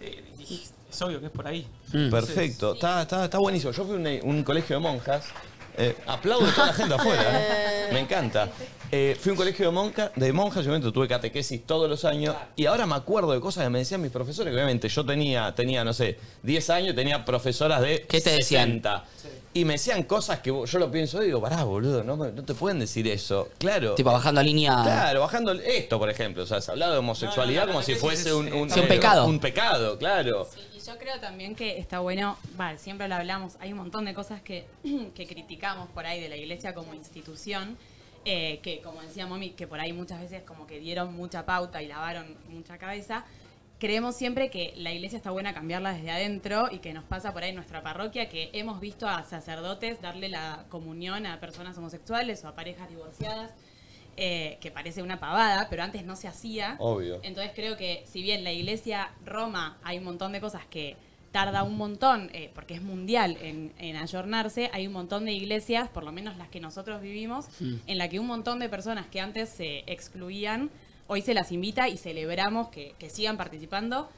[SPEAKER 21] eh, y- es obvio que es por ahí.
[SPEAKER 2] Mm.
[SPEAKER 4] Mm.
[SPEAKER 21] Entonces,
[SPEAKER 2] Perfecto, está, está, está buenísimo. Yo fui a un, un colegio de monjas. Eh, aplaudo a toda la gente afuera. eh. Me encanta. Eh, fui a un colegio de, monja, de monjas, yo obviamente tuve catequesis todos los años. Y ahora me acuerdo de cosas que me decían mis profesores. que Obviamente yo tenía, tenía no sé, 10 años, tenía profesoras de ¿Qué
[SPEAKER 4] te decían?
[SPEAKER 2] Y me decían cosas que yo lo pienso y digo, pará, boludo, no, me- no te pueden decir eso. Claro.
[SPEAKER 4] Tipo, bajando a línea.
[SPEAKER 2] Ah. Claro, bajando esto, por ejemplo. O sea, se hablaba de homosexualidad como si fuese un, eh,
[SPEAKER 4] Sí, un pecado.
[SPEAKER 2] Un pecado, claro.
[SPEAKER 8] Y yo creo también que está bueno, vale, siempre lo hablamos, hay un montón de cosas que, que criticamos por ahí de la iglesia como institución, eh, que como decía Momi, que por ahí muchas veces como que dieron mucha pauta y lavaron mucha cabeza. Creemos siempre que la iglesia está buena cambiarla desde adentro y que nos pasa por ahí en nuestra parroquia que hemos visto a sacerdotes darle la comunión a personas homosexuales o a parejas divorciadas, eh, que parece una pavada, pero antes no se hacía.
[SPEAKER 2] Obvio.
[SPEAKER 8] Entonces creo que si bien la iglesia Roma hay un montón de cosas que tarda un montón, eh, porque es mundial en, en ayornarse, hay un montón de iglesias, por lo menos las que nosotros vivimos,
[SPEAKER 17] Sí.
[SPEAKER 8] en la que un montón de personas que antes se excluían, hoy se las invita y celebramos que, que sigan participando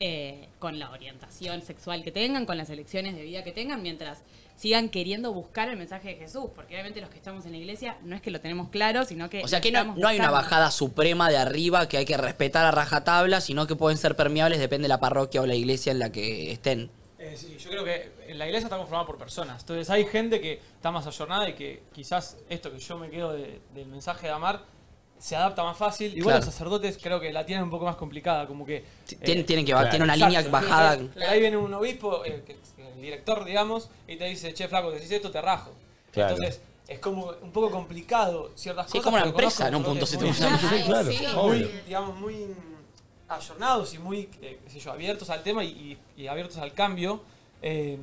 [SPEAKER 8] eh, con la orientación sexual que tengan, con las elecciones de vida que tengan, mientras sigan queriendo buscar el mensaje de Jesús, porque obviamente los que estamos en la iglesia no es que lo tenemos claro, sino que...
[SPEAKER 4] O sea
[SPEAKER 8] lo
[SPEAKER 4] que no,
[SPEAKER 8] estamos
[SPEAKER 4] no hay una
[SPEAKER 8] buscando.
[SPEAKER 4] bajada suprema de arriba que hay que respetar a rajatabla, sino que pueden ser permeables, depende de la parroquia o la iglesia en la que estén.
[SPEAKER 21] eh, sí, yo creo que en la iglesia está conformada por personas. Entonces hay gente que está más ayornada y que quizás esto que yo me quedo de- del mensaje de amar se adapta más fácil. Igual los
[SPEAKER 4] Claro.
[SPEAKER 21] sacerdotes creo que la tienen un poco más complicada, como que... eh,
[SPEAKER 4] tienen- tienen que ba- tienen una línea bajada.
[SPEAKER 21] Entonces, ahí viene un obispo, eh, que es el director, digamos, y te dice, che, flaco, decís esto, te rajo.
[SPEAKER 4] Claro.
[SPEAKER 21] Entonces... Es como un poco complicado ciertas cosas.
[SPEAKER 4] Sí, es como una
[SPEAKER 21] pero conozco
[SPEAKER 4] empresa, en un punto,
[SPEAKER 21] sacerdotes
[SPEAKER 4] si te
[SPEAKER 21] muy-
[SPEAKER 4] gustan. Sí, claro,
[SPEAKER 21] muy-
[SPEAKER 4] obvio.
[SPEAKER 21] digamos, muy ayornados y muy, eh, qué sé yo, abiertos al tema y, y- y abiertos al cambio. eh,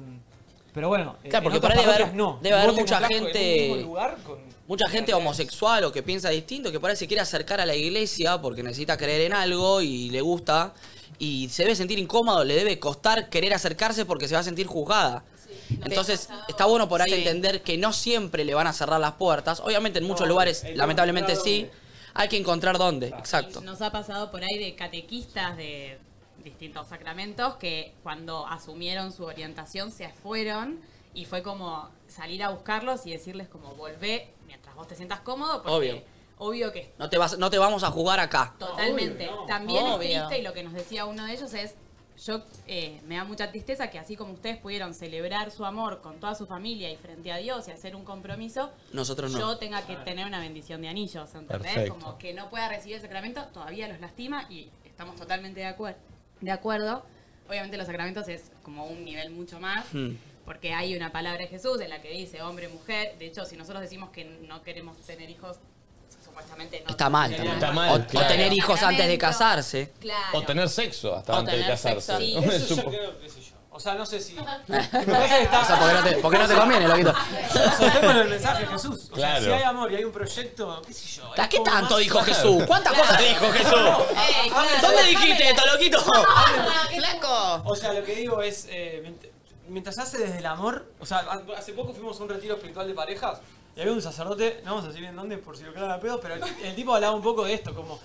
[SPEAKER 21] pero bueno, eh,
[SPEAKER 4] Claro,
[SPEAKER 21] en
[SPEAKER 4] porque por
[SPEAKER 21] otras
[SPEAKER 4] ahí debe haber,
[SPEAKER 21] parroquias no.
[SPEAKER 4] debe haber
[SPEAKER 21] Vos te
[SPEAKER 4] mucha
[SPEAKER 21] encontrás con- en un mismo
[SPEAKER 4] gente.
[SPEAKER 21] lugar con-
[SPEAKER 4] Mucha gente homosexual o que piensa distinto, que parece quiere acercar a la iglesia porque necesita creer en algo y le gusta. Y se debe sentir incómodo, le debe costar querer acercarse porque se va a sentir juzgada. Entonces, está bueno por ahí
[SPEAKER 14] Sí.
[SPEAKER 4] entender que no siempre le van a cerrar las puertas. Obviamente, en muchos
[SPEAKER 8] No,
[SPEAKER 4] lugares,
[SPEAKER 8] hay que
[SPEAKER 4] lamentablemente
[SPEAKER 8] encontrar
[SPEAKER 4] sí. Hay que encontrar dónde, exacto.
[SPEAKER 8] Nos ha pasado por ahí de catequistas de distintos sacramentos que cuando asumieron su orientación se fueron y fue como salir a buscarlos y decirles como volvé mientras vos te sientas cómodo porque
[SPEAKER 4] Obvio.
[SPEAKER 8] obvio, que
[SPEAKER 4] No te, vas, no te vamos a jugar acá.
[SPEAKER 8] Totalmente. También
[SPEAKER 4] Obvio.
[SPEAKER 8] es triste y lo que nos decía uno de ellos es, yo eh, me da mucha tristeza que así como ustedes pudieron celebrar su amor con toda su familia y frente a Dios y hacer un compromiso,
[SPEAKER 4] Nosotros no.
[SPEAKER 8] yo tenga que tener una bendición de anillos, ¿entendés?
[SPEAKER 4] Perfecto.
[SPEAKER 8] Como que no pueda recibir el sacramento, todavía los lastima y estamos totalmente de acuerdo. De acuerdo. Obviamente los sacramentos es como un nivel mucho más.
[SPEAKER 4] Hmm.
[SPEAKER 17] Mm.
[SPEAKER 8] Porque hay una palabra de Jesús en la que dice hombre, mujer. De hecho, si nosotros decimos que no queremos tener hijos, supuestamente no.
[SPEAKER 4] Está mal también.
[SPEAKER 2] Está mal,
[SPEAKER 4] o,
[SPEAKER 2] claro.
[SPEAKER 4] o tener hijos antes de casarse.
[SPEAKER 8] Claro.
[SPEAKER 2] O tener sexo hasta
[SPEAKER 4] O
[SPEAKER 2] antes de
[SPEAKER 4] tener sexo.
[SPEAKER 2] casarse.
[SPEAKER 4] Sí.
[SPEAKER 2] Supo-
[SPEAKER 21] Eso yo creo, qué sé yo. O sea, no sé si. Lo que pasa es que está-
[SPEAKER 4] O sea, porque no te- porque no te conviene, loquito.
[SPEAKER 21] Solté con el mensaje de Jesús. O sea,
[SPEAKER 4] Claro.
[SPEAKER 21] si hay amor y hay un proyecto, qué sé yo.
[SPEAKER 4] ¿Qué
[SPEAKER 21] como
[SPEAKER 4] tanto
[SPEAKER 21] más-
[SPEAKER 4] dijo Jesús? ¿Cuántas cosas dijo Jesús?
[SPEAKER 21] Ey, claro.
[SPEAKER 4] ¿Dónde dijiste esto, loquito?
[SPEAKER 21] ¡Flaco! O sea, lo que digo es. eh, mient- mientras hace desde el amor. O sea, ha- hace poco fuimos a un retiro espiritual de parejas. Y había un sacerdote, no vamos a decir bien dónde, por si lo clavan a pedo, pero el, el tipo hablaba un poco de esto, como,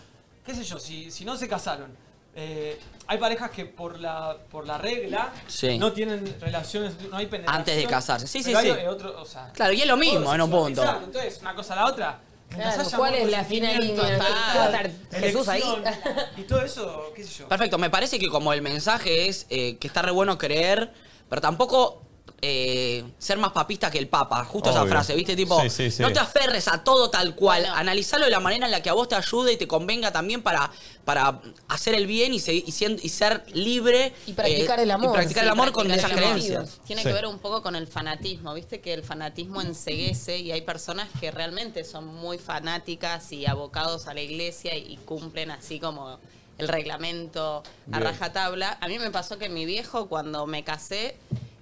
[SPEAKER 21] qué sé yo, si, si no se casaron, eh, hay parejas que por la, por la regla
[SPEAKER 4] Sí.
[SPEAKER 21] no tienen relaciones, no hay penetración.
[SPEAKER 4] Antes de casarse. Sí, sí,
[SPEAKER 21] pero hay
[SPEAKER 4] sí.
[SPEAKER 21] o- otro- o sea,
[SPEAKER 4] Claro, y es lo mismo
[SPEAKER 21] todo
[SPEAKER 4] en un punto.
[SPEAKER 21] sexualizado, Entonces, una cosa a la otra. Mientras
[SPEAKER 3] Claro,
[SPEAKER 21] haya
[SPEAKER 3] ¿cuál
[SPEAKER 21] amor,
[SPEAKER 3] es la fina
[SPEAKER 21] consentimiento,
[SPEAKER 3] línea?
[SPEAKER 21] tal,
[SPEAKER 3] ¿Va a estar
[SPEAKER 4] Jesús ahí?
[SPEAKER 21] elección, Y todo eso, qué sé yo.
[SPEAKER 4] Perfecto, me parece que como el mensaje es eh, que está re bueno creer, pero tampoco eh, ser más papista que el papa. Justo esa
[SPEAKER 2] Obvio.
[SPEAKER 4] frase, ¿viste? Tipo,
[SPEAKER 2] Sí, sí, sí.
[SPEAKER 4] no te aferres a todo tal cual. Analizalo de la manera en la que a vos te ayude y te convenga también para, para hacer el bien y, se- y sien- y ser libre. Y
[SPEAKER 3] practicar el amor,
[SPEAKER 4] Eh, Y practicar
[SPEAKER 3] sí,
[SPEAKER 4] el amor con
[SPEAKER 3] practicar
[SPEAKER 4] esas
[SPEAKER 3] el amor.
[SPEAKER 4] creencias.
[SPEAKER 5] Tiene que ver un poco con el fanatismo, viste que el fanatismo enseguece y hay personas que realmente son muy fanáticas y abocados a la iglesia y cumplen así como el reglamento a
[SPEAKER 9] Bien.
[SPEAKER 5] rajatabla. A mí me pasó que mi viejo cuando me casé,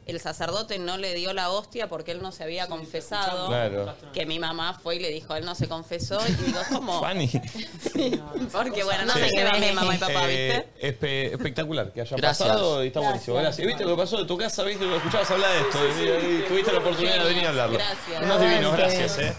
[SPEAKER 5] el sacerdote no le dio la hostia porque él no se había confesado.
[SPEAKER 2] Claro.
[SPEAKER 5] Que mi mamá fue y le dijo, él no se confesó. Y digo, ¿cómo?
[SPEAKER 2] Fanny.
[SPEAKER 5] Porque bueno, no
[SPEAKER 2] Sí.
[SPEAKER 5] sé qué va mi mamá y papá,
[SPEAKER 2] Eh,
[SPEAKER 5] ¿viste?
[SPEAKER 2] espe- espectacular que haya
[SPEAKER 1] Gracias.
[SPEAKER 2] pasado y está
[SPEAKER 1] Gracias.
[SPEAKER 2] buenísimo. Gracias. ¿Viste lo que pasó de tu casa? ¿Viste lo que escuchabas hablar de esto? Y- y tuviste la oportunidad de venir a hablarlo.
[SPEAKER 1] Gracias.
[SPEAKER 2] Unos divinos,
[SPEAKER 1] Gracias.
[SPEAKER 2] gracias, eh.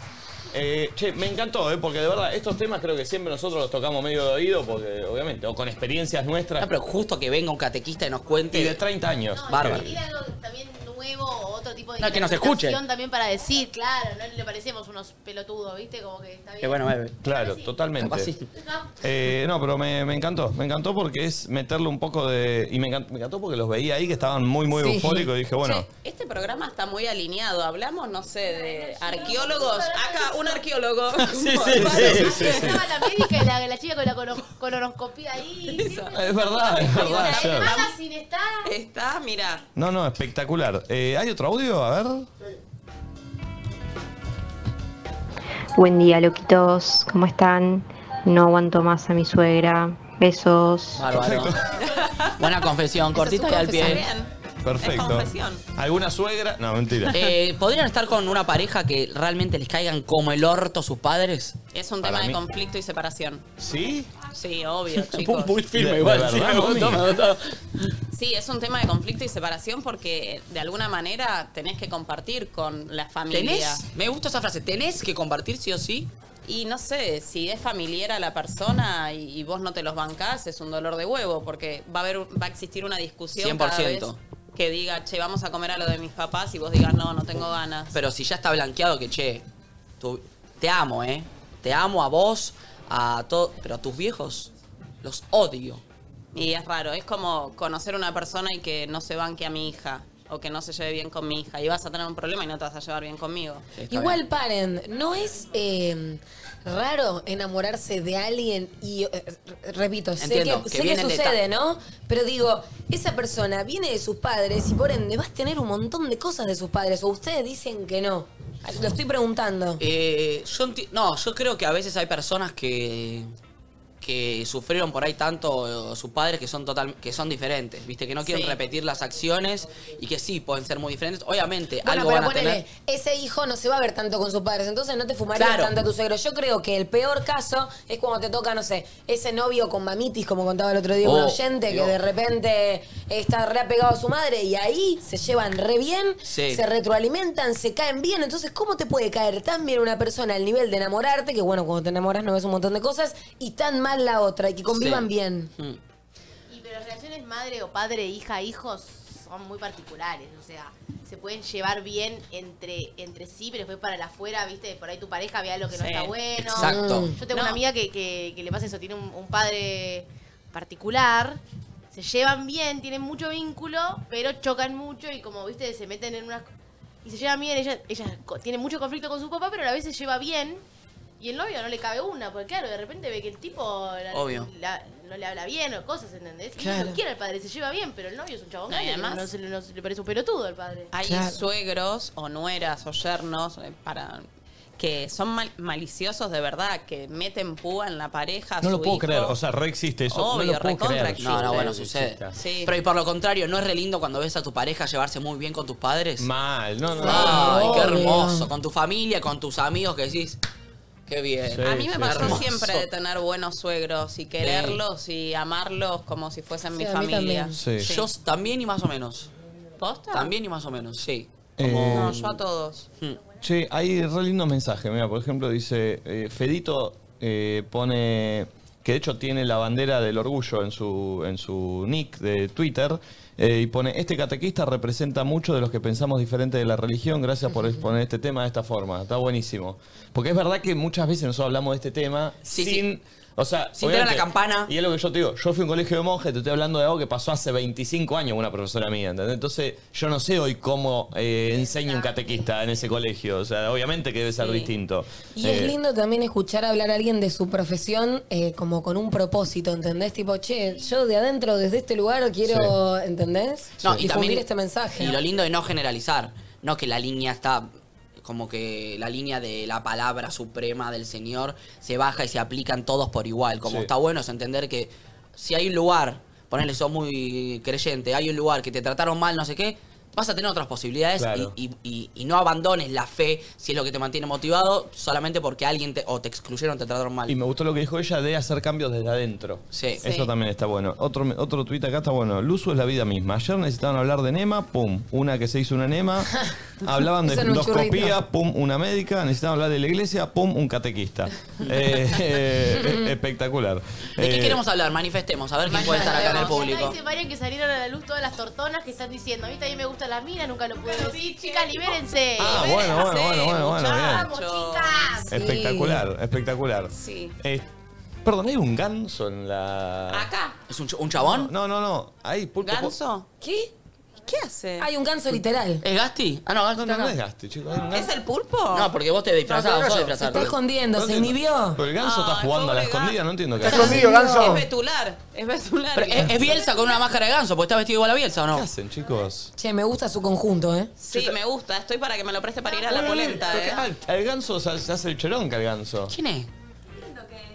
[SPEAKER 2] Eh, che, me encantó, ¿eh? porque de verdad estos temas creo que siempre nosotros los tocamos medio de oído, porque obviamente, o con experiencias nuestras.
[SPEAKER 4] pero justo que venga un catequista y nos cuente.
[SPEAKER 2] Y de 30 años.
[SPEAKER 4] Bárbaro.
[SPEAKER 16] Tiene algo también nuevo o otro tipo de
[SPEAKER 4] No, que nos
[SPEAKER 16] interpretación
[SPEAKER 4] escuchen.
[SPEAKER 16] también para decir, claro, no le parecemos unos pelotudos, ¿viste? Como que está bien.
[SPEAKER 4] Qué bueno, eh.
[SPEAKER 2] Claro, totalmente.
[SPEAKER 4] Capaz sí.
[SPEAKER 2] Eh, no, pero me, me encantó. Me encantó porque es meterle un poco de. Y me encan- me encantó, porque los veía ahí que estaban muy, muy
[SPEAKER 5] Sí.
[SPEAKER 2] eufóricos. Y dije, bueno.
[SPEAKER 5] Che, este programa está muy alineado. Hablamos, no sé, de arqueólogos. Acá, un arqueólogo.
[SPEAKER 2] Sí, sí, sí, sí, sí.
[SPEAKER 16] Estaba la médica y la, la chica con la colo- colonoscopía ahí.
[SPEAKER 2] Es verdad, es verdad. ayer.
[SPEAKER 16] Nada sin estar.
[SPEAKER 5] Está, mira.
[SPEAKER 2] No, no, espectacular. Eh, ¿Hay otro audio? A ver.
[SPEAKER 22] Buen día, loquitos. ¿Cómo están? No aguanto más a mi suegra. Besos.
[SPEAKER 4] Bárbaro. Buena confesión, cortita y al pie.
[SPEAKER 2] Perfecto. Ah,
[SPEAKER 4] confesión.
[SPEAKER 2] ¿Alguna suegra? No, mentira.
[SPEAKER 4] Eh, ¿Podrían estar con una pareja que realmente les caigan como el orto sus padres?
[SPEAKER 5] Es un
[SPEAKER 4] Para
[SPEAKER 5] tema de
[SPEAKER 4] mí-
[SPEAKER 5] conflicto y separación.
[SPEAKER 2] ¿Sí?
[SPEAKER 5] Sí, obvio, chicos.
[SPEAKER 4] Muy firme
[SPEAKER 2] De-
[SPEAKER 4] igual,
[SPEAKER 2] de
[SPEAKER 4] sí,
[SPEAKER 2] verdad,
[SPEAKER 4] me gustó,
[SPEAKER 2] Mami.
[SPEAKER 4] me gustó.
[SPEAKER 5] Sí, es un tema de conflicto y separación porque de alguna manera tenés que compartir con la familia.
[SPEAKER 4] ¿Tenés? Me gusta esa frase. ¿Tenés que compartir sí o sí?
[SPEAKER 5] Y no sé, si es familiar a la persona y, y vos no te los bancás, es un dolor de huevo, porque va a haber va a existir una discusión cada vez
[SPEAKER 4] 100%.
[SPEAKER 5] que diga, che, vamos a comer a lo de mis papás y vos digas, no, no tengo ganas.
[SPEAKER 4] Pero si ya está blanqueado que, che, tú- te amo, ¿eh? Te amo a vos, a todo. Pero a tus viejos los odio.
[SPEAKER 5] Y es raro, es como conocer a una persona y que no se banque a mi hija o que no se lleve bien con mi hija y vas a tener un problema y no te vas a llevar bien conmigo.
[SPEAKER 3] Igual paren, ¿no es eh, raro enamorarse de alguien? Y eh, re- repito, sé
[SPEAKER 20] Entiendo, que
[SPEAKER 3] que, sé que
[SPEAKER 20] viene de
[SPEAKER 3] sucede,
[SPEAKER 20] ta-
[SPEAKER 3] ¿no? Pero digo, esa persona viene de sus padres y por ende vas a tener un montón de cosas de sus padres. O ustedes dicen que no. Lo estoy preguntando.
[SPEAKER 4] Eh, yo enti- no, yo creo que a veces hay personas que que sufrieron por ahí tanto eh, sus padres que son total que son diferentes, viste que no quieren
[SPEAKER 3] Sí.
[SPEAKER 4] repetir las acciones y que sí pueden ser muy diferentes. Obviamente
[SPEAKER 3] Bueno,
[SPEAKER 4] algo
[SPEAKER 3] pero
[SPEAKER 4] van a
[SPEAKER 3] ponele,
[SPEAKER 4] tener.
[SPEAKER 3] ese hijo no se va a ver tanto con sus padres, entonces no te fumarías
[SPEAKER 4] Claro.
[SPEAKER 3] tanto a tu suegro. Yo creo que el peor caso es cuando te toca, no sé, ese novio con mamitis, como contaba el otro día un
[SPEAKER 4] Oh,
[SPEAKER 3] oyente,
[SPEAKER 4] Dios.
[SPEAKER 3] que de repente está re apegado a su madre y ahí se llevan re bien,
[SPEAKER 4] Sí.
[SPEAKER 3] se retroalimentan, se caen bien. Entonces, ¿cómo te puede caer tan bien una persona al nivel de enamorarte, que bueno, cuando te enamoras no ves un montón de cosas, y tan mal la otra, y que convivan
[SPEAKER 4] Sí. Mm.
[SPEAKER 3] bien?
[SPEAKER 16] Y pero las relaciones madre o padre, hija, hijos son muy particulares, o sea, se pueden llevar bien entre, entre sí, pero después para el afuera, viste, por ahí tu pareja vea lo que no
[SPEAKER 5] Sí.
[SPEAKER 16] está bueno.
[SPEAKER 5] Exacto.
[SPEAKER 16] Yo tengo
[SPEAKER 5] No.
[SPEAKER 16] una amiga que, que- que le pasa eso, tiene un, un padre particular, se llevan bien, tienen mucho vínculo, pero chocan mucho y como, viste, se meten en unas... Y se llevan bien, ella, ella co- tiene mucho conflicto con su papá, pero a la vez se lleva bien. Y el novio no le cabe una, porque claro, de repente ve que el tipo la-
[SPEAKER 4] Obvio.
[SPEAKER 16] la- no le habla bien o cosas, ¿entendés? Y
[SPEAKER 4] Claro.
[SPEAKER 16] no quiere al padre, se lleva bien, pero el novio es un chabón
[SPEAKER 5] No, y
[SPEAKER 16] grande,
[SPEAKER 5] además-
[SPEAKER 16] no, se, le- no se le parece un pelotudo al padre.
[SPEAKER 5] Hay suegros o nueras o yernos eh, para que son mal- maliciosos de verdad, que meten púa en la pareja. a
[SPEAKER 2] No lo
[SPEAKER 5] su
[SPEAKER 2] puedo
[SPEAKER 5] hijo.
[SPEAKER 2] creer, o sea, re existe eso.
[SPEAKER 5] Obvio,
[SPEAKER 2] no lo puedo
[SPEAKER 5] recontra
[SPEAKER 2] creer.
[SPEAKER 5] existe.
[SPEAKER 4] No, no, bueno, sucede.
[SPEAKER 5] Sí.
[SPEAKER 4] Pero y por lo contrario, ¿no es re lindo cuando ves a tu pareja llevarse muy bien con tus padres?
[SPEAKER 2] Mal, no, no. no.
[SPEAKER 4] Ay, qué
[SPEAKER 2] Obvio.
[SPEAKER 4] hermoso. Con tu familia, con tus amigos que decís. Qué bien.
[SPEAKER 5] a mí me pasó
[SPEAKER 4] Hermoso.
[SPEAKER 5] siempre de tener buenos suegros y quererlos y amarlos como si fuesen mi familia. Sí.
[SPEAKER 4] Yo también y más o menos.
[SPEAKER 5] ¿Posta?
[SPEAKER 4] También y más o menos, sí. Hmm.
[SPEAKER 5] No,
[SPEAKER 2] Eh,
[SPEAKER 5] yo a todos.
[SPEAKER 2] Che, hay re lindos mensajes. Mira, por ejemplo, dice eh, Fedito eh, pone que de hecho tiene la bandera del orgullo en su, en su nick de Twitter. eh, y pone, este catequista representa mucho de los que pensamos diferente de la religión, gracias por exponer este tema de esta forma, está buenísimo. Porque es verdad que muchas veces nosotros hablamos de este tema sin... O sea,
[SPEAKER 4] Sin tener la
[SPEAKER 2] obviamente,
[SPEAKER 4] campana.
[SPEAKER 2] Y es lo que yo te digo, yo fui a un colegio de monjes, te estoy hablando de algo que pasó hace 25 años con una profesora mía, ¿entendés? Entonces, yo no sé hoy cómo eh, enseña un catequista en ese colegio, o sea, obviamente que debe ser distinto.
[SPEAKER 3] Y
[SPEAKER 2] Eh,
[SPEAKER 3] es lindo también escuchar hablar a alguien de su profesión eh, como con un propósito, ¿entendés? Tipo, che, yo de adentro, desde este lugar, quiero, ¿entendés?
[SPEAKER 4] No, y
[SPEAKER 3] Difundir
[SPEAKER 4] también-
[SPEAKER 3] este mensaje.
[SPEAKER 4] Y lo lindo de no generalizar, no que la línea está como que la línea de la palabra suprema del Señor se baja y se aplican todos por igual. Como
[SPEAKER 9] Sí.
[SPEAKER 4] está bueno es entender que si hay un lugar, ponele, sos muy creyente, hay un lugar que te trataron mal, no sé qué, vas a tener otras posibilidades
[SPEAKER 9] Claro.
[SPEAKER 4] y, y- y- y no abandones la fe si es lo que te mantiene motivado solamente porque alguien te, o te excluyeron, te trataron mal.
[SPEAKER 2] Y me gustó lo que dijo ella de hacer cambios desde adentro.
[SPEAKER 4] Sí.
[SPEAKER 2] Eso también está bueno. Otro, otro tuit acá está bueno. El uso es la vida misma. Ayer necesitaban hablar de enema, pum, una que se hizo una enema. Hablaban de
[SPEAKER 4] Eso no es
[SPEAKER 2] endoscopía,
[SPEAKER 4] churrito.
[SPEAKER 2] pum, una médica. Necesitaban hablar de la iglesia, pum, un catequista. Eh, eh, espectacular.
[SPEAKER 4] ¿De qué
[SPEAKER 2] Eh,
[SPEAKER 4] queremos hablar? Manifestemos, a ver quién puede estar acá en el público.
[SPEAKER 16] Dice varios que salieron a la luz todas las tortonas que están diciendo, a mí también me gusta la mina, nunca lo pude decir. Chicas, libérense.
[SPEAKER 2] Ah, bueno, bueno, bueno, bueno, bueno, bien.
[SPEAKER 16] Vamos, chicas.
[SPEAKER 2] Espectacular, espectacular.
[SPEAKER 16] Sí.
[SPEAKER 2] Eh, perdón, ¿hay un ganso en la.
[SPEAKER 5] Acá.
[SPEAKER 4] ¿Es un, chabón?
[SPEAKER 2] No, no, no. Hay pulpo.
[SPEAKER 5] ¿Ganso?
[SPEAKER 3] ¿Qué?
[SPEAKER 5] ¿Qué hace?
[SPEAKER 3] Hay un ganso literal.
[SPEAKER 4] ¿Es Gasti? Ah, no, Gasti
[SPEAKER 2] No,
[SPEAKER 4] está
[SPEAKER 2] no
[SPEAKER 4] acá.
[SPEAKER 2] es gaste, chicos. hay un ganso.
[SPEAKER 5] ¿Es el pulpo?
[SPEAKER 4] No, porque vos te disfrazabas,
[SPEAKER 2] No,
[SPEAKER 4] sos
[SPEAKER 2] claro,
[SPEAKER 4] disfrazado.
[SPEAKER 2] se está
[SPEAKER 3] escondiendo,
[SPEAKER 2] se inhibió. Pero el ganso está jugando a la escondida, no entiendo qué
[SPEAKER 4] Está
[SPEAKER 2] hace.
[SPEAKER 4] escondido, ganso.
[SPEAKER 5] Es betular, es betular.
[SPEAKER 4] Pero es, es Bielsa con una máscara de ganso, porque está vestido igual a Bielsa, ¿o no? ¿Qué
[SPEAKER 2] hacen, chicos?
[SPEAKER 3] Che, me gusta su conjunto, ¿eh?
[SPEAKER 5] Sí, me gusta. Estoy para que me lo preste para ir a la polenta,
[SPEAKER 2] Porque,
[SPEAKER 5] eh.
[SPEAKER 2] ah, el ganso se se hace el cheronca, el ganso.
[SPEAKER 4] ¿Quién es?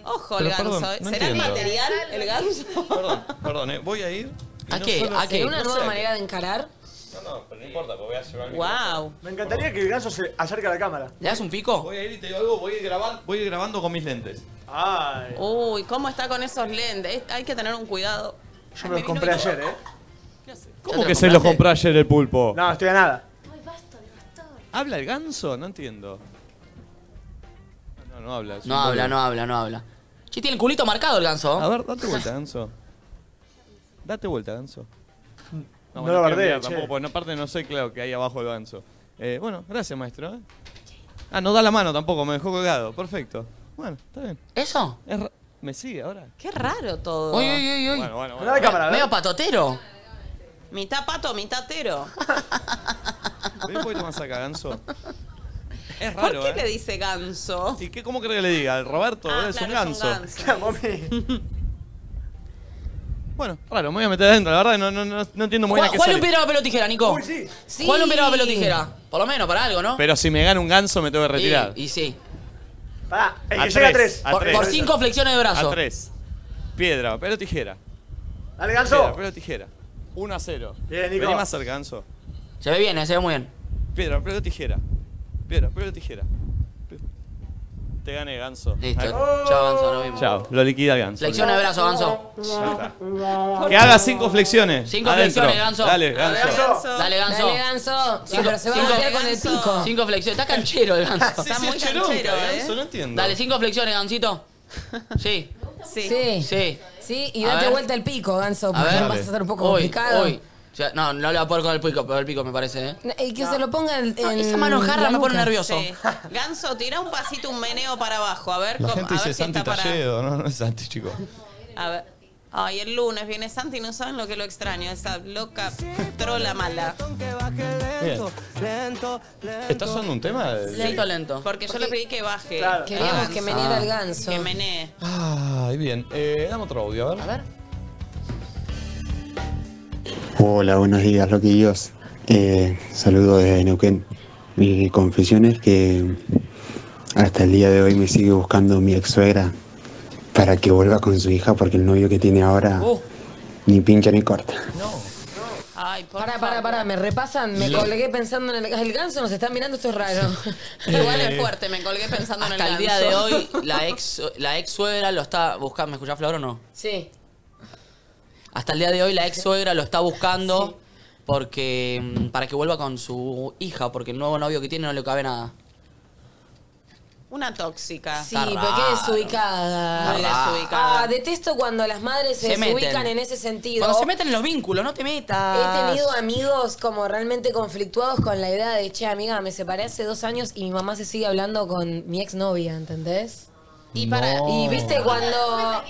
[SPEAKER 5] Ojo,
[SPEAKER 2] Pero
[SPEAKER 5] el ganso.
[SPEAKER 2] perdón, no
[SPEAKER 5] ¿Será
[SPEAKER 2] entiendo.
[SPEAKER 5] material el ganso?
[SPEAKER 2] Perdón, perdón, eh, voy a ir. y
[SPEAKER 4] ¿A
[SPEAKER 2] no
[SPEAKER 4] qué?
[SPEAKER 2] solo-
[SPEAKER 4] ¿A qué?
[SPEAKER 3] ¿Sería una nueva manera de encarar?
[SPEAKER 2] No, no, pero no importa, porque voy a llevar el
[SPEAKER 5] Wow.
[SPEAKER 7] Me encantaría que el ganso se acerque a la cámara.
[SPEAKER 4] ¿Le das un pico?
[SPEAKER 2] Voy a ir y te digo algo, voy a ir, grabar- voy a ir grabando con mis lentes.
[SPEAKER 7] Ay.
[SPEAKER 5] Uy, ¿cómo está con esos lentes? Hay que tener un cuidado.
[SPEAKER 7] Yo me los compré ayer, ¿eh?
[SPEAKER 11] ¿Cómo que se lo compró ayer el pulpo?
[SPEAKER 7] No, estoy a nada.
[SPEAKER 2] ¿Habla el ganso? No entiendo. No, no habla. es
[SPEAKER 4] No
[SPEAKER 2] un
[SPEAKER 4] habla,
[SPEAKER 2] boludo.
[SPEAKER 4] no habla, no habla. Che, tiene el culito marcado el ganso.
[SPEAKER 2] A ver, date vuelta, ganso. Date vuelta, ganso.
[SPEAKER 11] No
[SPEAKER 2] bueno,
[SPEAKER 11] lo
[SPEAKER 2] quiero
[SPEAKER 11] bardea,
[SPEAKER 2] mirar
[SPEAKER 11] che.
[SPEAKER 2] tampoco, porque aparte no sé, claro, que hay abajo el ganso. Eh, bueno, gracias, maestro. ¿eh? Ah, no da la mano tampoco, me dejó colgado. Perfecto. Bueno, está bien.
[SPEAKER 4] ¿Eso?
[SPEAKER 2] ¿Me sigue ahora?
[SPEAKER 5] Qué raro todo.
[SPEAKER 4] Uy, uy, uy, uy.
[SPEAKER 2] Bueno, bueno,
[SPEAKER 4] Mirá la
[SPEAKER 2] bueno.
[SPEAKER 11] ¿eh?
[SPEAKER 4] cámara, a ver. Medio patotero.
[SPEAKER 5] Mitad pato, mitad tero.
[SPEAKER 2] Ven un poquito más acá, ganso. Es
[SPEAKER 5] ¿Por
[SPEAKER 2] raro,
[SPEAKER 5] qué
[SPEAKER 2] ¿eh?
[SPEAKER 5] le dice ganso?
[SPEAKER 2] ¿Y qué, cómo cree que le diga? El Roberto,
[SPEAKER 5] Ah,
[SPEAKER 2] boludo, es
[SPEAKER 5] claro,
[SPEAKER 2] un
[SPEAKER 5] es
[SPEAKER 2] ganso.
[SPEAKER 5] un ¿eh?
[SPEAKER 2] bueno, raro, me voy a meter adentro, la verdad, no, no, no, no entiendo muy bien a qué
[SPEAKER 4] ¿Cuál un
[SPEAKER 2] sale.
[SPEAKER 4] piedra, papel o tijera, Nico?
[SPEAKER 2] Uy,
[SPEAKER 4] sí.
[SPEAKER 3] Sí.
[SPEAKER 4] ¿Cuál un piedra, papel o tijera? Por lo menos, para algo, ¿no?
[SPEAKER 11] Pero si me gana un ganso me tengo que retirar.
[SPEAKER 4] Y, y sí.
[SPEAKER 7] Pará, el
[SPEAKER 11] A
[SPEAKER 7] Eh, que llega a
[SPEAKER 11] tres,
[SPEAKER 7] tres.
[SPEAKER 11] a
[SPEAKER 4] Por,
[SPEAKER 11] tres.
[SPEAKER 4] por cinco flexiones de brazo.
[SPEAKER 11] A tres. Piedra, papel o tijera. Piedra,
[SPEAKER 7] Dale, ganso.
[SPEAKER 11] papel o tijera. 1 a 0.
[SPEAKER 7] Bien, Nico.
[SPEAKER 11] Vení más cerca, ganso.
[SPEAKER 4] Se ve bien, eh, se ve muy bien.
[SPEAKER 11] Piedra, papel o tijera. Piedra, papel o tijera. Pi- Te gané, ganso.
[SPEAKER 4] Listo.
[SPEAKER 11] Ahí.
[SPEAKER 4] Chao, ganso, nos vemos.
[SPEAKER 11] Chao, lo liquida el ganso.
[SPEAKER 4] Flexiones de brazo, ganso.
[SPEAKER 11] Que haga cinco flexiones.
[SPEAKER 4] Cinco
[SPEAKER 11] adentro.
[SPEAKER 4] flexiones, ganso.
[SPEAKER 11] Dale, ganso.
[SPEAKER 4] Dale, ganso.
[SPEAKER 3] Dale, ganso. Sí, pero se va a
[SPEAKER 4] Cinco-
[SPEAKER 3] golpear con el pico.
[SPEAKER 4] Cinco flexiones. Está canchero el ganso.
[SPEAKER 5] Está muy canchero, ¿eh?
[SPEAKER 2] no entiendo.
[SPEAKER 4] Dale, cinco flexiones, gansito. Sí.
[SPEAKER 3] Sí.
[SPEAKER 4] Sí.
[SPEAKER 3] Sí, y
[SPEAKER 4] A
[SPEAKER 3] date
[SPEAKER 4] ver.
[SPEAKER 3] vuelta el pico, ganso,
[SPEAKER 4] A
[SPEAKER 3] porque
[SPEAKER 4] ver.
[SPEAKER 3] vas a estar un poco
[SPEAKER 4] Uy,
[SPEAKER 3] complicado.
[SPEAKER 4] uy. O sea, no, no le va a poder con el pico, pero el pico me parece, ¿eh?
[SPEAKER 3] Y que se lo ponga en,
[SPEAKER 4] Ah,
[SPEAKER 3] en
[SPEAKER 4] esa mano en jarra
[SPEAKER 3] la
[SPEAKER 4] me pone
[SPEAKER 3] nuca.
[SPEAKER 4] nervioso.
[SPEAKER 5] Sí. Ganso, tira un pasito, un meneo para abajo. A ver,
[SPEAKER 2] La
[SPEAKER 5] cómo-
[SPEAKER 2] gente
[SPEAKER 5] a ver
[SPEAKER 2] dice
[SPEAKER 5] si
[SPEAKER 2] Santi
[SPEAKER 5] está para.
[SPEAKER 2] Talledo, no, no es Santi, chicos.
[SPEAKER 5] A ver. Ay, el lunes viene Santi y no saben lo que lo extraño. Esa loca trola mala.
[SPEAKER 2] Bien. ¿Estás usando un tema? de-
[SPEAKER 4] Lento, lento.
[SPEAKER 5] Porque yo le pedí que baje.
[SPEAKER 2] Claro. Queríamos que menee
[SPEAKER 5] menee
[SPEAKER 2] al
[SPEAKER 3] ganso.
[SPEAKER 5] Que menee.
[SPEAKER 2] Ay, bien. Eh, dame otro audio, a ver.
[SPEAKER 23] Hola, buenos días, loquillos. Eh, saludo desde Neuquén. Mi confesión es que Hasta el día de hoy me sigue buscando mi ex suegra para que vuelva con su hija porque el novio que tiene ahora
[SPEAKER 3] Oh.
[SPEAKER 4] Uh.
[SPEAKER 23] ni pincha ni corta.
[SPEAKER 3] Pará, pará, pará, me repasan, me
[SPEAKER 23] Lo-
[SPEAKER 3] colgué pensando en el, el ganso, nos están mirando, esto es raro.
[SPEAKER 5] Igual es fuerte, me colgué pensando
[SPEAKER 4] Hasta
[SPEAKER 5] en
[SPEAKER 4] el
[SPEAKER 5] el
[SPEAKER 4] día de
[SPEAKER 5] ganso.
[SPEAKER 4] hoy, la ex, la ex suegra lo está buscando. ¿Me escuchás, Flor, o no?
[SPEAKER 3] Sí.
[SPEAKER 4] Hasta el día de hoy, la ex suegra lo está buscando porque mm, para que vuelva con su hija, porque el nuevo novio que tiene no le cabe nada.
[SPEAKER 5] Una tóxica.
[SPEAKER 3] Sí, pero qué desubicada.
[SPEAKER 4] Muy desubicada.
[SPEAKER 3] Ah, detesto cuando las madres se,
[SPEAKER 4] Se meten.
[SPEAKER 3] desubican en ese sentido.
[SPEAKER 4] Cuando se meten Ah. en los vínculos, no te metas.
[SPEAKER 3] He tenido amigos como realmente conflictuados con la idea de, che, amiga, me separé hace dos años y mi mamá se sigue hablando con mi exnovia, ¿entendés? Y para... Y viste cuando...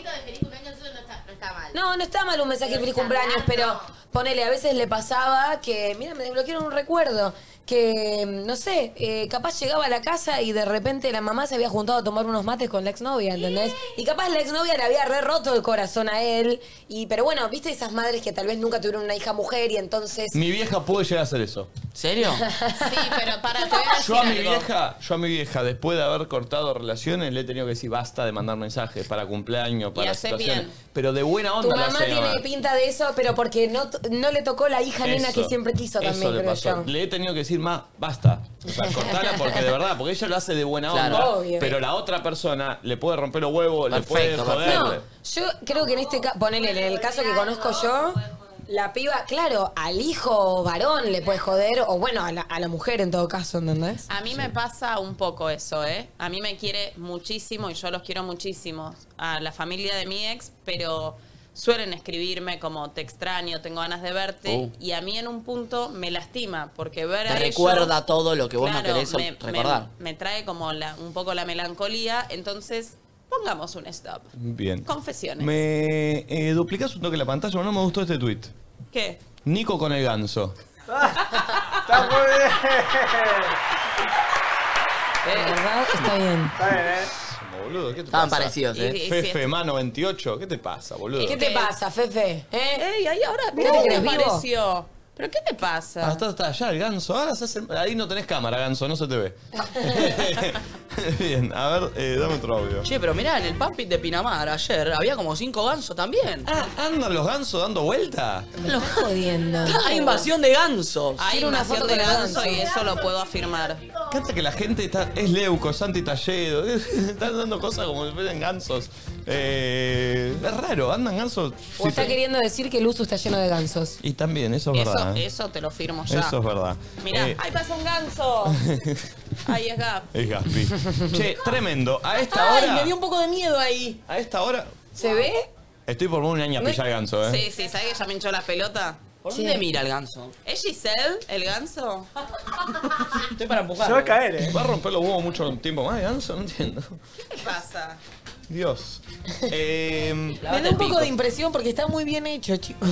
[SPEAKER 3] No, no está mal un mensaje de feliz cumpleaños, pero ponele, a veces le pasaba que, mira, me desbloquearon un recuerdo, que, no sé, eh, capaz llegaba a la casa y de repente la mamá se había juntado a tomar unos mates con la exnovia, ¿entendés? Y capaz la exnovia le había re roto el corazón a él, y pero bueno, viste esas madres que tal vez nunca tuvieron una hija mujer y entonces...
[SPEAKER 2] Mi vieja puede llegar a hacer eso.
[SPEAKER 4] ¿Serio?
[SPEAKER 5] Sí, pero para, te voy a decir
[SPEAKER 2] Yo a mi
[SPEAKER 5] algo.
[SPEAKER 2] vieja, yo a mi vieja, después de haber cortado relaciones, le he tenido que decir basta de mandar mensajes para cumpleaños, para
[SPEAKER 3] haces
[SPEAKER 2] situaciones.
[SPEAKER 3] bien.
[SPEAKER 2] Pero de buena
[SPEAKER 3] Tu
[SPEAKER 2] onda la
[SPEAKER 3] mamá
[SPEAKER 2] señora.
[SPEAKER 3] tiene pinta de eso, pero porque no, t- no le tocó la hija nena
[SPEAKER 2] Eso,
[SPEAKER 3] que siempre quiso
[SPEAKER 2] eso
[SPEAKER 3] también,
[SPEAKER 2] le
[SPEAKER 3] creo
[SPEAKER 2] pasó.
[SPEAKER 3] yo.
[SPEAKER 2] Le he tenido que decir más, basta. O sea, cortala porque de verdad, porque ella lo hace de buena
[SPEAKER 3] Claro.
[SPEAKER 2] onda.
[SPEAKER 3] Obvio.
[SPEAKER 2] Pero la otra persona le puede romper los huevos, le puede
[SPEAKER 4] Perfecto,
[SPEAKER 2] joderle.
[SPEAKER 4] perfecto.
[SPEAKER 3] Yo creo que en este caso, ponele, en el caso que conozco yo, la piba, claro, al hijo varón le puede joder, o bueno, a la, a la mujer en todo caso, ¿entendés?
[SPEAKER 2] Ah,
[SPEAKER 5] A mí me pasa un poco eso, ¿eh? A mí me quiere muchísimo y yo los quiero muchísimo a la familia de mi ex, pero suelen escribirme como te extraño, tengo ganas de verte
[SPEAKER 4] Oh.
[SPEAKER 5] y a mí en un punto me lastima porque ver
[SPEAKER 4] Te
[SPEAKER 5] a ellos-
[SPEAKER 4] recuerda todo lo que vos no
[SPEAKER 5] Claro,
[SPEAKER 4] querés
[SPEAKER 5] me-
[SPEAKER 4] recordar.
[SPEAKER 5] Me, me trae como la- un poco la melancolía, entonces pongamos un stop.
[SPEAKER 2] Bien.
[SPEAKER 5] Confesiones.
[SPEAKER 2] ¿Me eh, duplicás un toque la pantalla? No me gustó este tweet.
[SPEAKER 5] ¿Qué?
[SPEAKER 2] Nico con el ganso.
[SPEAKER 7] Ah, Está muy bien.
[SPEAKER 3] Eh, La verdad está bien.
[SPEAKER 7] Está bien, ¿eh?
[SPEAKER 2] Como, boludo, ¿qué te
[SPEAKER 4] Estaban
[SPEAKER 2] pasa?
[SPEAKER 4] parecidos, ¿eh? Y- y-
[SPEAKER 2] Fefe, ma 98. ¿Qué te pasa, boludo?
[SPEAKER 3] ¿Qué te pasa, Fefe? ¿Eh?
[SPEAKER 5] Ey, ahí ahora
[SPEAKER 3] ¿Qué te crees, vivo?
[SPEAKER 5] apareció? ¿Pero qué te
[SPEAKER 4] Ah,
[SPEAKER 5] pasa?
[SPEAKER 2] Hasta, hasta allá el ganso. Ahora se hace el- Ahí no tenés cámara, ganso, no se te ve. Bien, a ver, eh, dame otro audio.
[SPEAKER 4] Che, pero mirá, en el Pampit de Pinamar ayer había como cinco gansos también.
[SPEAKER 2] Ah, ¿Andan los gansos dando vuelta?
[SPEAKER 3] Los jodiendo.
[SPEAKER 4] Hay invasión de gansos.
[SPEAKER 5] Hay
[SPEAKER 4] Quiero
[SPEAKER 5] una
[SPEAKER 4] una
[SPEAKER 5] foto
[SPEAKER 4] foto
[SPEAKER 5] de
[SPEAKER 4] con el
[SPEAKER 5] ganso
[SPEAKER 4] ganso.
[SPEAKER 5] y eso lo puedo afirmar.
[SPEAKER 2] Canta que la gente está, es Leuco, Santi Talledo. Están dando cosas como si fueran gansos. Eh, es raro, andan gansos.
[SPEAKER 3] O está queriendo decir que el uso está lleno de gansos.
[SPEAKER 2] Y también, eso es
[SPEAKER 5] Eso,
[SPEAKER 2] verdad. ¿eh?
[SPEAKER 5] eso te lo firmo ya.
[SPEAKER 2] Eso es verdad.
[SPEAKER 5] Mirá,
[SPEAKER 2] Eh,
[SPEAKER 5] ahí pasa un ganso. Ahí es Gap.
[SPEAKER 2] es Gaspi. che, tremendo. A esta
[SPEAKER 3] Ay,
[SPEAKER 2] hora.
[SPEAKER 3] me dio un poco de miedo ahí.
[SPEAKER 2] A esta hora.
[SPEAKER 3] ¿Se ve?
[SPEAKER 2] Estoy por un año a pillar ganso, ¿eh?
[SPEAKER 5] Sí, sí, ¿sabes que ya me hinchó la pelota?
[SPEAKER 4] ¿Por dónde mira el ganso?
[SPEAKER 5] ¿Es Giselle el ganso?
[SPEAKER 4] Estoy para empujar.
[SPEAKER 2] va a caer, ¿eh? ¿Va a romper los huevos mucho tiempo más, ganso? No entiendo.
[SPEAKER 5] ¿Qué pasa?
[SPEAKER 2] Dios. Eh,
[SPEAKER 3] Me da un poco de impresión porque está muy bien hecho, chicos.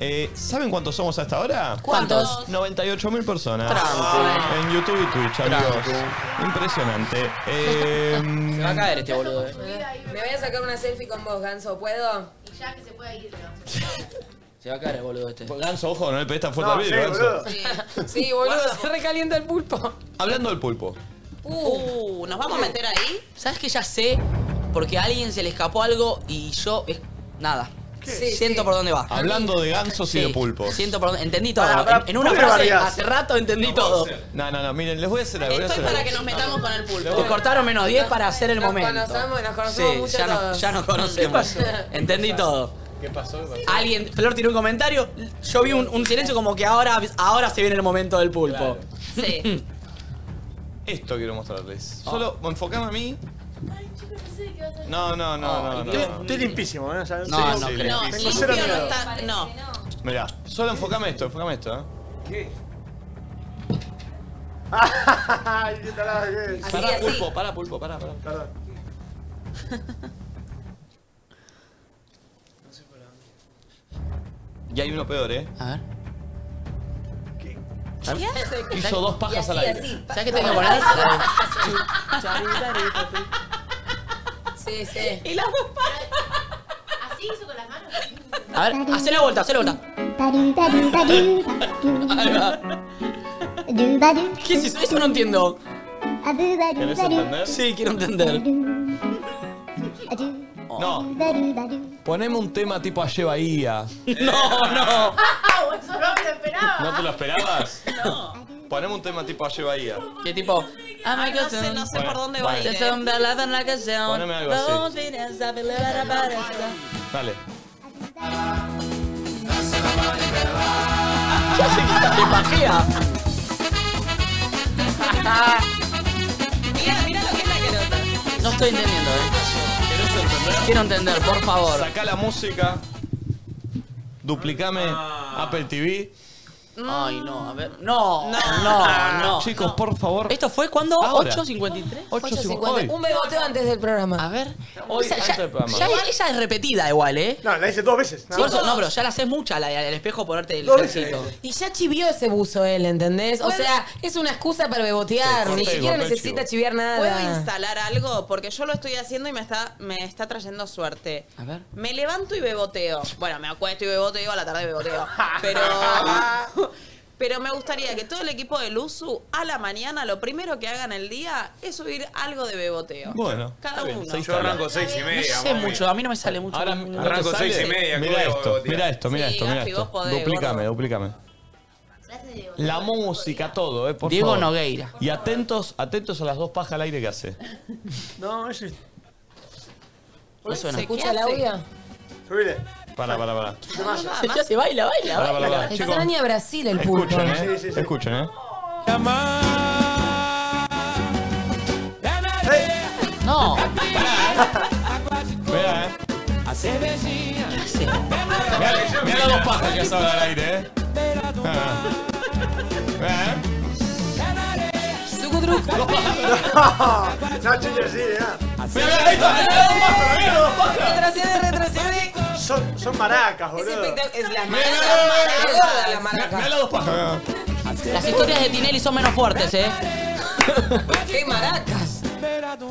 [SPEAKER 2] Eh, ¿Saben cuántos somos hasta ahora?
[SPEAKER 3] ¿Cuántos?
[SPEAKER 2] 98.000 personas.
[SPEAKER 4] Tranqui.
[SPEAKER 2] En YouTube y Twitch, amigos.
[SPEAKER 4] Tranqui.
[SPEAKER 2] Impresionante. Eh,
[SPEAKER 4] Se va a caer este boludo, eh.
[SPEAKER 3] Me voy a sacar una selfie con vos, Ganso, ¿puedo?
[SPEAKER 16] Y ya que se pueda ir,
[SPEAKER 4] Se va a caer el boludo este.
[SPEAKER 2] Ganso, ojo, no le pegues tan fuerte al vidrio, Ganso.
[SPEAKER 3] Sí, boludo, se recalienta el pulpo.
[SPEAKER 2] Hablando del pulpo.
[SPEAKER 5] Uh, ¿nos vamos a meter ahí?
[SPEAKER 4] ¿Sabes que ya sé? Porque a alguien se le escapó algo y yo. es- nada. Siento por dónde va.
[SPEAKER 2] Hablando de gansos y de pulpos.
[SPEAKER 4] Siento por dónde. Entendí todo.
[SPEAKER 2] Pará, pará,
[SPEAKER 4] En- en, una
[SPEAKER 2] ¿por qué
[SPEAKER 4] frase,
[SPEAKER 2] varias?
[SPEAKER 4] hace rato entendí todo.
[SPEAKER 2] No, no, no, miren, les voy a hacer algo. voy a
[SPEAKER 5] Estoy
[SPEAKER 2] hacer
[SPEAKER 5] para
[SPEAKER 2] algo.
[SPEAKER 5] que nos metamos con el pulpo.
[SPEAKER 4] Te cortaron menos 10 para hacer el
[SPEAKER 3] Nos
[SPEAKER 4] momento.
[SPEAKER 3] conocemos, nos conocemos
[SPEAKER 4] sí,
[SPEAKER 3] mucho
[SPEAKER 4] ya, no-
[SPEAKER 3] todos.
[SPEAKER 4] ya nos conocemos. Entendí todo.
[SPEAKER 2] ¿Qué pasó?
[SPEAKER 4] Alguien, Flor tiró un comentario. Yo vi un, un silencio como que ahora, ahora se viene el momento del pulpo.
[SPEAKER 5] Sí.
[SPEAKER 2] Esto quiero mostrarles. Solo enfocame a mí. No, no,
[SPEAKER 7] Oh,
[SPEAKER 9] Ah,
[SPEAKER 2] no, no.
[SPEAKER 7] estoy,
[SPEAKER 2] no.
[SPEAKER 7] estoy limpísimo, ¿eh? O sea,
[SPEAKER 2] Sí,
[SPEAKER 7] tengo-
[SPEAKER 2] sí,
[SPEAKER 7] Tengo
[SPEAKER 2] limpísimo.
[SPEAKER 7] cero miedo.
[SPEAKER 5] está- no.
[SPEAKER 2] Mirá, solo enfocame esto, enfocame esto, ¿eh?
[SPEAKER 7] Ay, qué talada que es.
[SPEAKER 2] Pará, pulpo, pará, pulpo, pará, pará. Y hay uno peor, ¿eh?
[SPEAKER 4] A ver.
[SPEAKER 5] ¿Qué hace?
[SPEAKER 2] Hizo dos pajas al aire.
[SPEAKER 4] ¿Sabes qué tengo que poner?
[SPEAKER 3] Sí, sí.
[SPEAKER 5] Y las dos
[SPEAKER 16] Así hizo con las manos.
[SPEAKER 4] A ver, hacé la vuelta, hacé la vuelta. Ahí va. ¿Qué es eso? Eso no entiendo.
[SPEAKER 2] ¿Querés entender?
[SPEAKER 4] Sí, quiero entender.
[SPEAKER 2] No, poneme un tema tipo Aye Bahía.
[SPEAKER 4] No, no.
[SPEAKER 16] Eso no me lo esperaba.
[SPEAKER 2] ¿No te lo esperabas? No. Poneme un tema tipo Aye Bahía.
[SPEAKER 4] ¿Qué tipo?
[SPEAKER 5] Ay, no sé, no sé
[SPEAKER 2] Bueno,
[SPEAKER 5] por dónde va
[SPEAKER 2] vale.
[SPEAKER 5] a ir.
[SPEAKER 2] Te son
[SPEAKER 5] baladas en la canción.
[SPEAKER 2] Poneme algo así. Vamos, Dale.
[SPEAKER 4] Ya se quita de pajea.
[SPEAKER 5] Mira, mira lo que es la querota.
[SPEAKER 4] No estoy entendiendo, eh. Quiero entender, por favor.
[SPEAKER 2] Sacá la música. Duplicame
[SPEAKER 7] Ah.
[SPEAKER 2] Apple TV.
[SPEAKER 4] Ay, no, a ver. No, no,
[SPEAKER 2] Ah,
[SPEAKER 4] no.
[SPEAKER 2] Chicos, por favor.
[SPEAKER 4] ¿Esto fue cuando?
[SPEAKER 2] Ahora.
[SPEAKER 4] ¿8.53?
[SPEAKER 3] 8.50. Un beboteo antes del programa.
[SPEAKER 4] A ver.
[SPEAKER 2] Hoy,
[SPEAKER 4] Esa-
[SPEAKER 2] antes del programa.
[SPEAKER 4] Ya esa es repetida igual, ¿eh?
[SPEAKER 7] No, la hice dos veces.
[SPEAKER 4] Por eso- no, pero ya la haces mucha, la del espejo ponerte el
[SPEAKER 7] Dos veces.
[SPEAKER 4] calcito.
[SPEAKER 3] Y ya chivió ese buzo él, ¿entendés? O
[SPEAKER 5] Bueno.
[SPEAKER 3] sea, es una excusa para bebotear.
[SPEAKER 5] Sí,
[SPEAKER 3] Ni
[SPEAKER 5] sí,
[SPEAKER 3] siquiera
[SPEAKER 5] golpe el
[SPEAKER 3] necesita
[SPEAKER 5] chivo.
[SPEAKER 3] chiviar nada.
[SPEAKER 5] ¿Puedo instalar algo? Porque yo lo estoy haciendo y me está, me está trayendo suerte.
[SPEAKER 4] A ver.
[SPEAKER 5] Me levanto y beboteo. Bueno, me acuesto y beboteo, a la tarde beboteo. Pero, pero me gustaría que todo el equipo de Luzu a la mañana lo primero que hagan el día es subir algo de beboteo.
[SPEAKER 2] Bueno,
[SPEAKER 5] Cada uno.
[SPEAKER 15] Yo arranco seis y media.
[SPEAKER 4] No sé mucho, a mí no me sale mucho.
[SPEAKER 2] Ahora
[SPEAKER 4] No.
[SPEAKER 15] Arranco seis y media,
[SPEAKER 2] Mira
[SPEAKER 15] creo,
[SPEAKER 2] esto,
[SPEAKER 15] bebotear.
[SPEAKER 2] mira esto, mira
[SPEAKER 4] Sí,
[SPEAKER 2] esto, mira
[SPEAKER 4] Gaspi,
[SPEAKER 2] esto.
[SPEAKER 4] vos podés,
[SPEAKER 2] Duplícame, duplícame. La música, todo, eh, por
[SPEAKER 4] Diego
[SPEAKER 2] favor.
[SPEAKER 4] Nogueira.
[SPEAKER 2] Y atentos, atentos a las dos pajas al aire que hace.
[SPEAKER 7] No, eso es.
[SPEAKER 4] No suena.
[SPEAKER 3] ¿Se escucha el audio?
[SPEAKER 7] Subile.
[SPEAKER 2] Para, para, para.
[SPEAKER 4] Ya se baila, baila,
[SPEAKER 2] Pará,
[SPEAKER 4] baila.
[SPEAKER 2] pará, pará. Chicos,
[SPEAKER 3] Extraña a Brasil el pulpo.
[SPEAKER 2] escuchen, eh. Escuchen, eh.
[SPEAKER 4] No.
[SPEAKER 2] Mirá, eh.
[SPEAKER 4] ¿Qué hace?
[SPEAKER 2] Mirá, mirá las dos pajas que hace ahora al aire, eh. Ah. Mirá, eh.
[SPEAKER 7] No, chicho, sí, ya.
[SPEAKER 2] Mirá, mirá, ahí está, mirá las dos pajas, mirá las dos pajas.
[SPEAKER 3] Retrocede, retrocede.
[SPEAKER 7] Son, son maracas, boludo.
[SPEAKER 3] Es la
[SPEAKER 2] Mirá,
[SPEAKER 3] maraca,
[SPEAKER 2] mirá, mirá,
[SPEAKER 3] la gorda, la
[SPEAKER 2] mirá, mirá
[SPEAKER 3] maraca.
[SPEAKER 2] las dos pajas.
[SPEAKER 4] Las historias de Tinelli son menos fuertes, ¿eh?
[SPEAKER 3] ¡Qué maracas!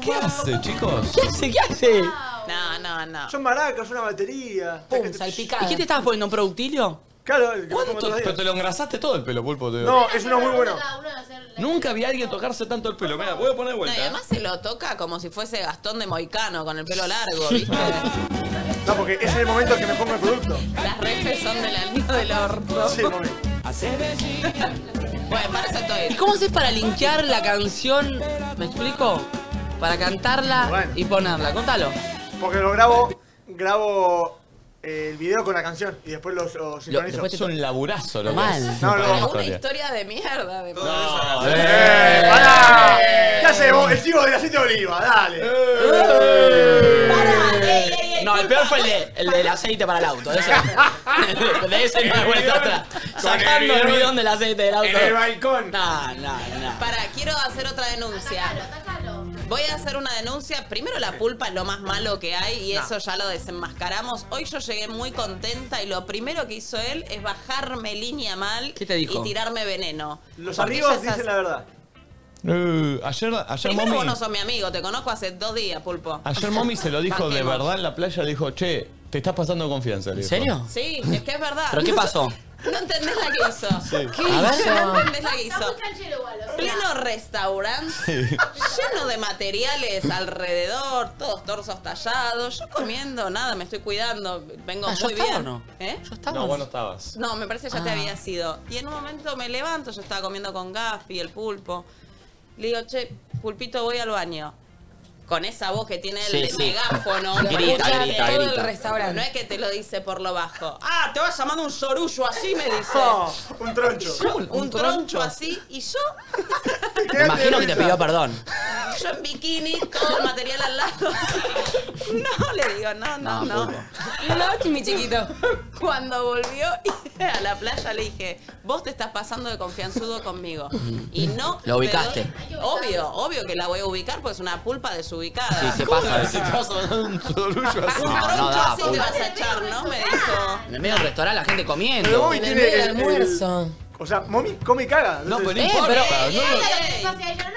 [SPEAKER 2] ¿Qué hace, chicos?
[SPEAKER 4] ¿Qué hace? ¿Qué hace?
[SPEAKER 5] No, no, no.
[SPEAKER 7] Son maracas, una batería.
[SPEAKER 3] ¡Pum!
[SPEAKER 4] ¿Y
[SPEAKER 3] Salpicada.
[SPEAKER 4] qué te estabas poniendo? ¿Un productilio?
[SPEAKER 7] Claro, el que como
[SPEAKER 2] ¿Cuánto?
[SPEAKER 7] todos los
[SPEAKER 2] Pero te
[SPEAKER 7] días.
[SPEAKER 2] lo engrasaste todo el pelo, pulpo, te digo.
[SPEAKER 7] No, es uno muy bueno.
[SPEAKER 2] Nunca vi a alguien tocarse tanto el pelo. Mira, voy a poner de
[SPEAKER 5] No, y
[SPEAKER 2] vuelta. eh.
[SPEAKER 5] además se lo toca como si fuese Gastón de Moicano con el pelo largo, ¿viste?
[SPEAKER 7] No, porque ese es el momento que me pongo el producto.
[SPEAKER 5] Las refes son de la línea del orto.
[SPEAKER 7] Sí, momento.
[SPEAKER 5] Bueno, para eso
[SPEAKER 4] ¿Y
[SPEAKER 5] estoy.
[SPEAKER 4] cómo haces para linkear la canción? ¿Me explico? Para cantarla
[SPEAKER 7] Bueno.
[SPEAKER 4] y ponerla. Contalo.
[SPEAKER 7] Porque lo grabo, grabo eh, el video con la canción y después lo, lo sincronizo.
[SPEAKER 4] después
[SPEAKER 2] Es un laburazo lo que
[SPEAKER 4] Mal.
[SPEAKER 2] es. Para
[SPEAKER 7] No, no.
[SPEAKER 2] la
[SPEAKER 5] Una
[SPEAKER 2] historia.
[SPEAKER 5] historia de mierda. De...
[SPEAKER 2] No,
[SPEAKER 7] ¡Eh!
[SPEAKER 2] eh.
[SPEAKER 7] ¡Pará! ¿Qué haces vos? El chico del aceite de oliva, dale.
[SPEAKER 5] Pará, ey, ey, ey,
[SPEAKER 4] No, el peor fue el, de- el del aceite para el auto. Ese, de ese no hay vuelta atrás. Sacando el bidón del aceite del
[SPEAKER 15] En el
[SPEAKER 4] auto.
[SPEAKER 15] balcón.
[SPEAKER 4] No, no, no.
[SPEAKER 5] Para, quiero hacer otra denuncia. Voy a hacer una denuncia. Primero, la pulpa es lo más malo que hay y eso ya lo desenmascaramos. Hoy yo llegué muy contenta y lo primero que hizo él es bajarme línea mal
[SPEAKER 4] ¿Qué te dijo?
[SPEAKER 5] y tirarme veneno.
[SPEAKER 7] Los
[SPEAKER 5] Porque ya
[SPEAKER 7] amigos
[SPEAKER 5] esas-
[SPEAKER 7] dicen la verdad.
[SPEAKER 2] Eh, ayer, ayer
[SPEAKER 5] Primero, vos
[SPEAKER 2] mommy,
[SPEAKER 5] no sos mi amigo, te conozco hace dos días, pulpo.
[SPEAKER 2] ayer mommy se lo dijo de
[SPEAKER 5] Bajemos.
[SPEAKER 2] verdad en la playa, dijo, che, te estás pasando confianza. le
[SPEAKER 4] ¿En
[SPEAKER 2] dijo.
[SPEAKER 4] serio?
[SPEAKER 5] Sí, es que es verdad.
[SPEAKER 4] ¿Pero qué pasó?
[SPEAKER 5] No entendés la que hizo.
[SPEAKER 3] ¿Qué
[SPEAKER 4] A ver.
[SPEAKER 5] No
[SPEAKER 3] hizo?
[SPEAKER 5] entendés la que hizo. Pleno restaurante, lleno de materiales alrededor, todos torsos tallados. Yo comiendo nada, me estoy cuidando, vengo
[SPEAKER 4] Ah, ¿yo
[SPEAKER 5] muy
[SPEAKER 4] estaba
[SPEAKER 5] bien.
[SPEAKER 4] o no?
[SPEAKER 5] ¿Eh?
[SPEAKER 4] Yo estaba. Ah.
[SPEAKER 2] No, vos no estabas.
[SPEAKER 5] No, me parece que ya te había sido. Y en un momento me levanto, yo estaba comiendo con Gaspi, el pulpo. Le digo, che, pulpito, voy al baño. Con esa voz que tiene el
[SPEAKER 4] Sí, sí.
[SPEAKER 5] megáfono.
[SPEAKER 4] Grita,
[SPEAKER 5] escucha
[SPEAKER 4] grita,
[SPEAKER 5] todo el
[SPEAKER 4] grita.
[SPEAKER 5] restaurante. No es que te lo dice por lo bajo. Ah, te vas llamando un sorullo así, me dice.
[SPEAKER 7] Oh, un troncho.
[SPEAKER 5] un, troncho así. Y yo,
[SPEAKER 4] Me imagino que te pidió perdón.
[SPEAKER 5] yo en bikini, todo el material al lado. No, le digo, no, no, no.
[SPEAKER 4] No,
[SPEAKER 5] No, mi chiquito. Cuando volvió a la playa le dije, vos te estás pasando de confianzudo conmigo. Y no...
[SPEAKER 4] Lo ubicaste.
[SPEAKER 5] te doy- Obvio, obvio que la voy a ubicar porque es una pulpa desubicada.
[SPEAKER 4] Sí, se pasa.
[SPEAKER 2] Si
[SPEAKER 4] ¿viste?
[SPEAKER 2] estás hablando un sorullo así.
[SPEAKER 5] Un
[SPEAKER 4] Ah, No, no
[SPEAKER 5] troncho
[SPEAKER 4] da,
[SPEAKER 5] así te
[SPEAKER 4] pulpa.
[SPEAKER 5] vas a echar, ¿no? Me dijo.
[SPEAKER 4] En el medio del restaurante la gente
[SPEAKER 7] Pero
[SPEAKER 4] comiendo.
[SPEAKER 7] Mommy
[SPEAKER 3] En el
[SPEAKER 7] tiene
[SPEAKER 3] medio del
[SPEAKER 7] el,
[SPEAKER 3] almuerzo.
[SPEAKER 7] el- O sea, Mommy come y caga.
[SPEAKER 2] No, pero no
[SPEAKER 4] Eh,
[SPEAKER 7] entonces-
[SPEAKER 2] importa.
[SPEAKER 16] eh,
[SPEAKER 2] no lo-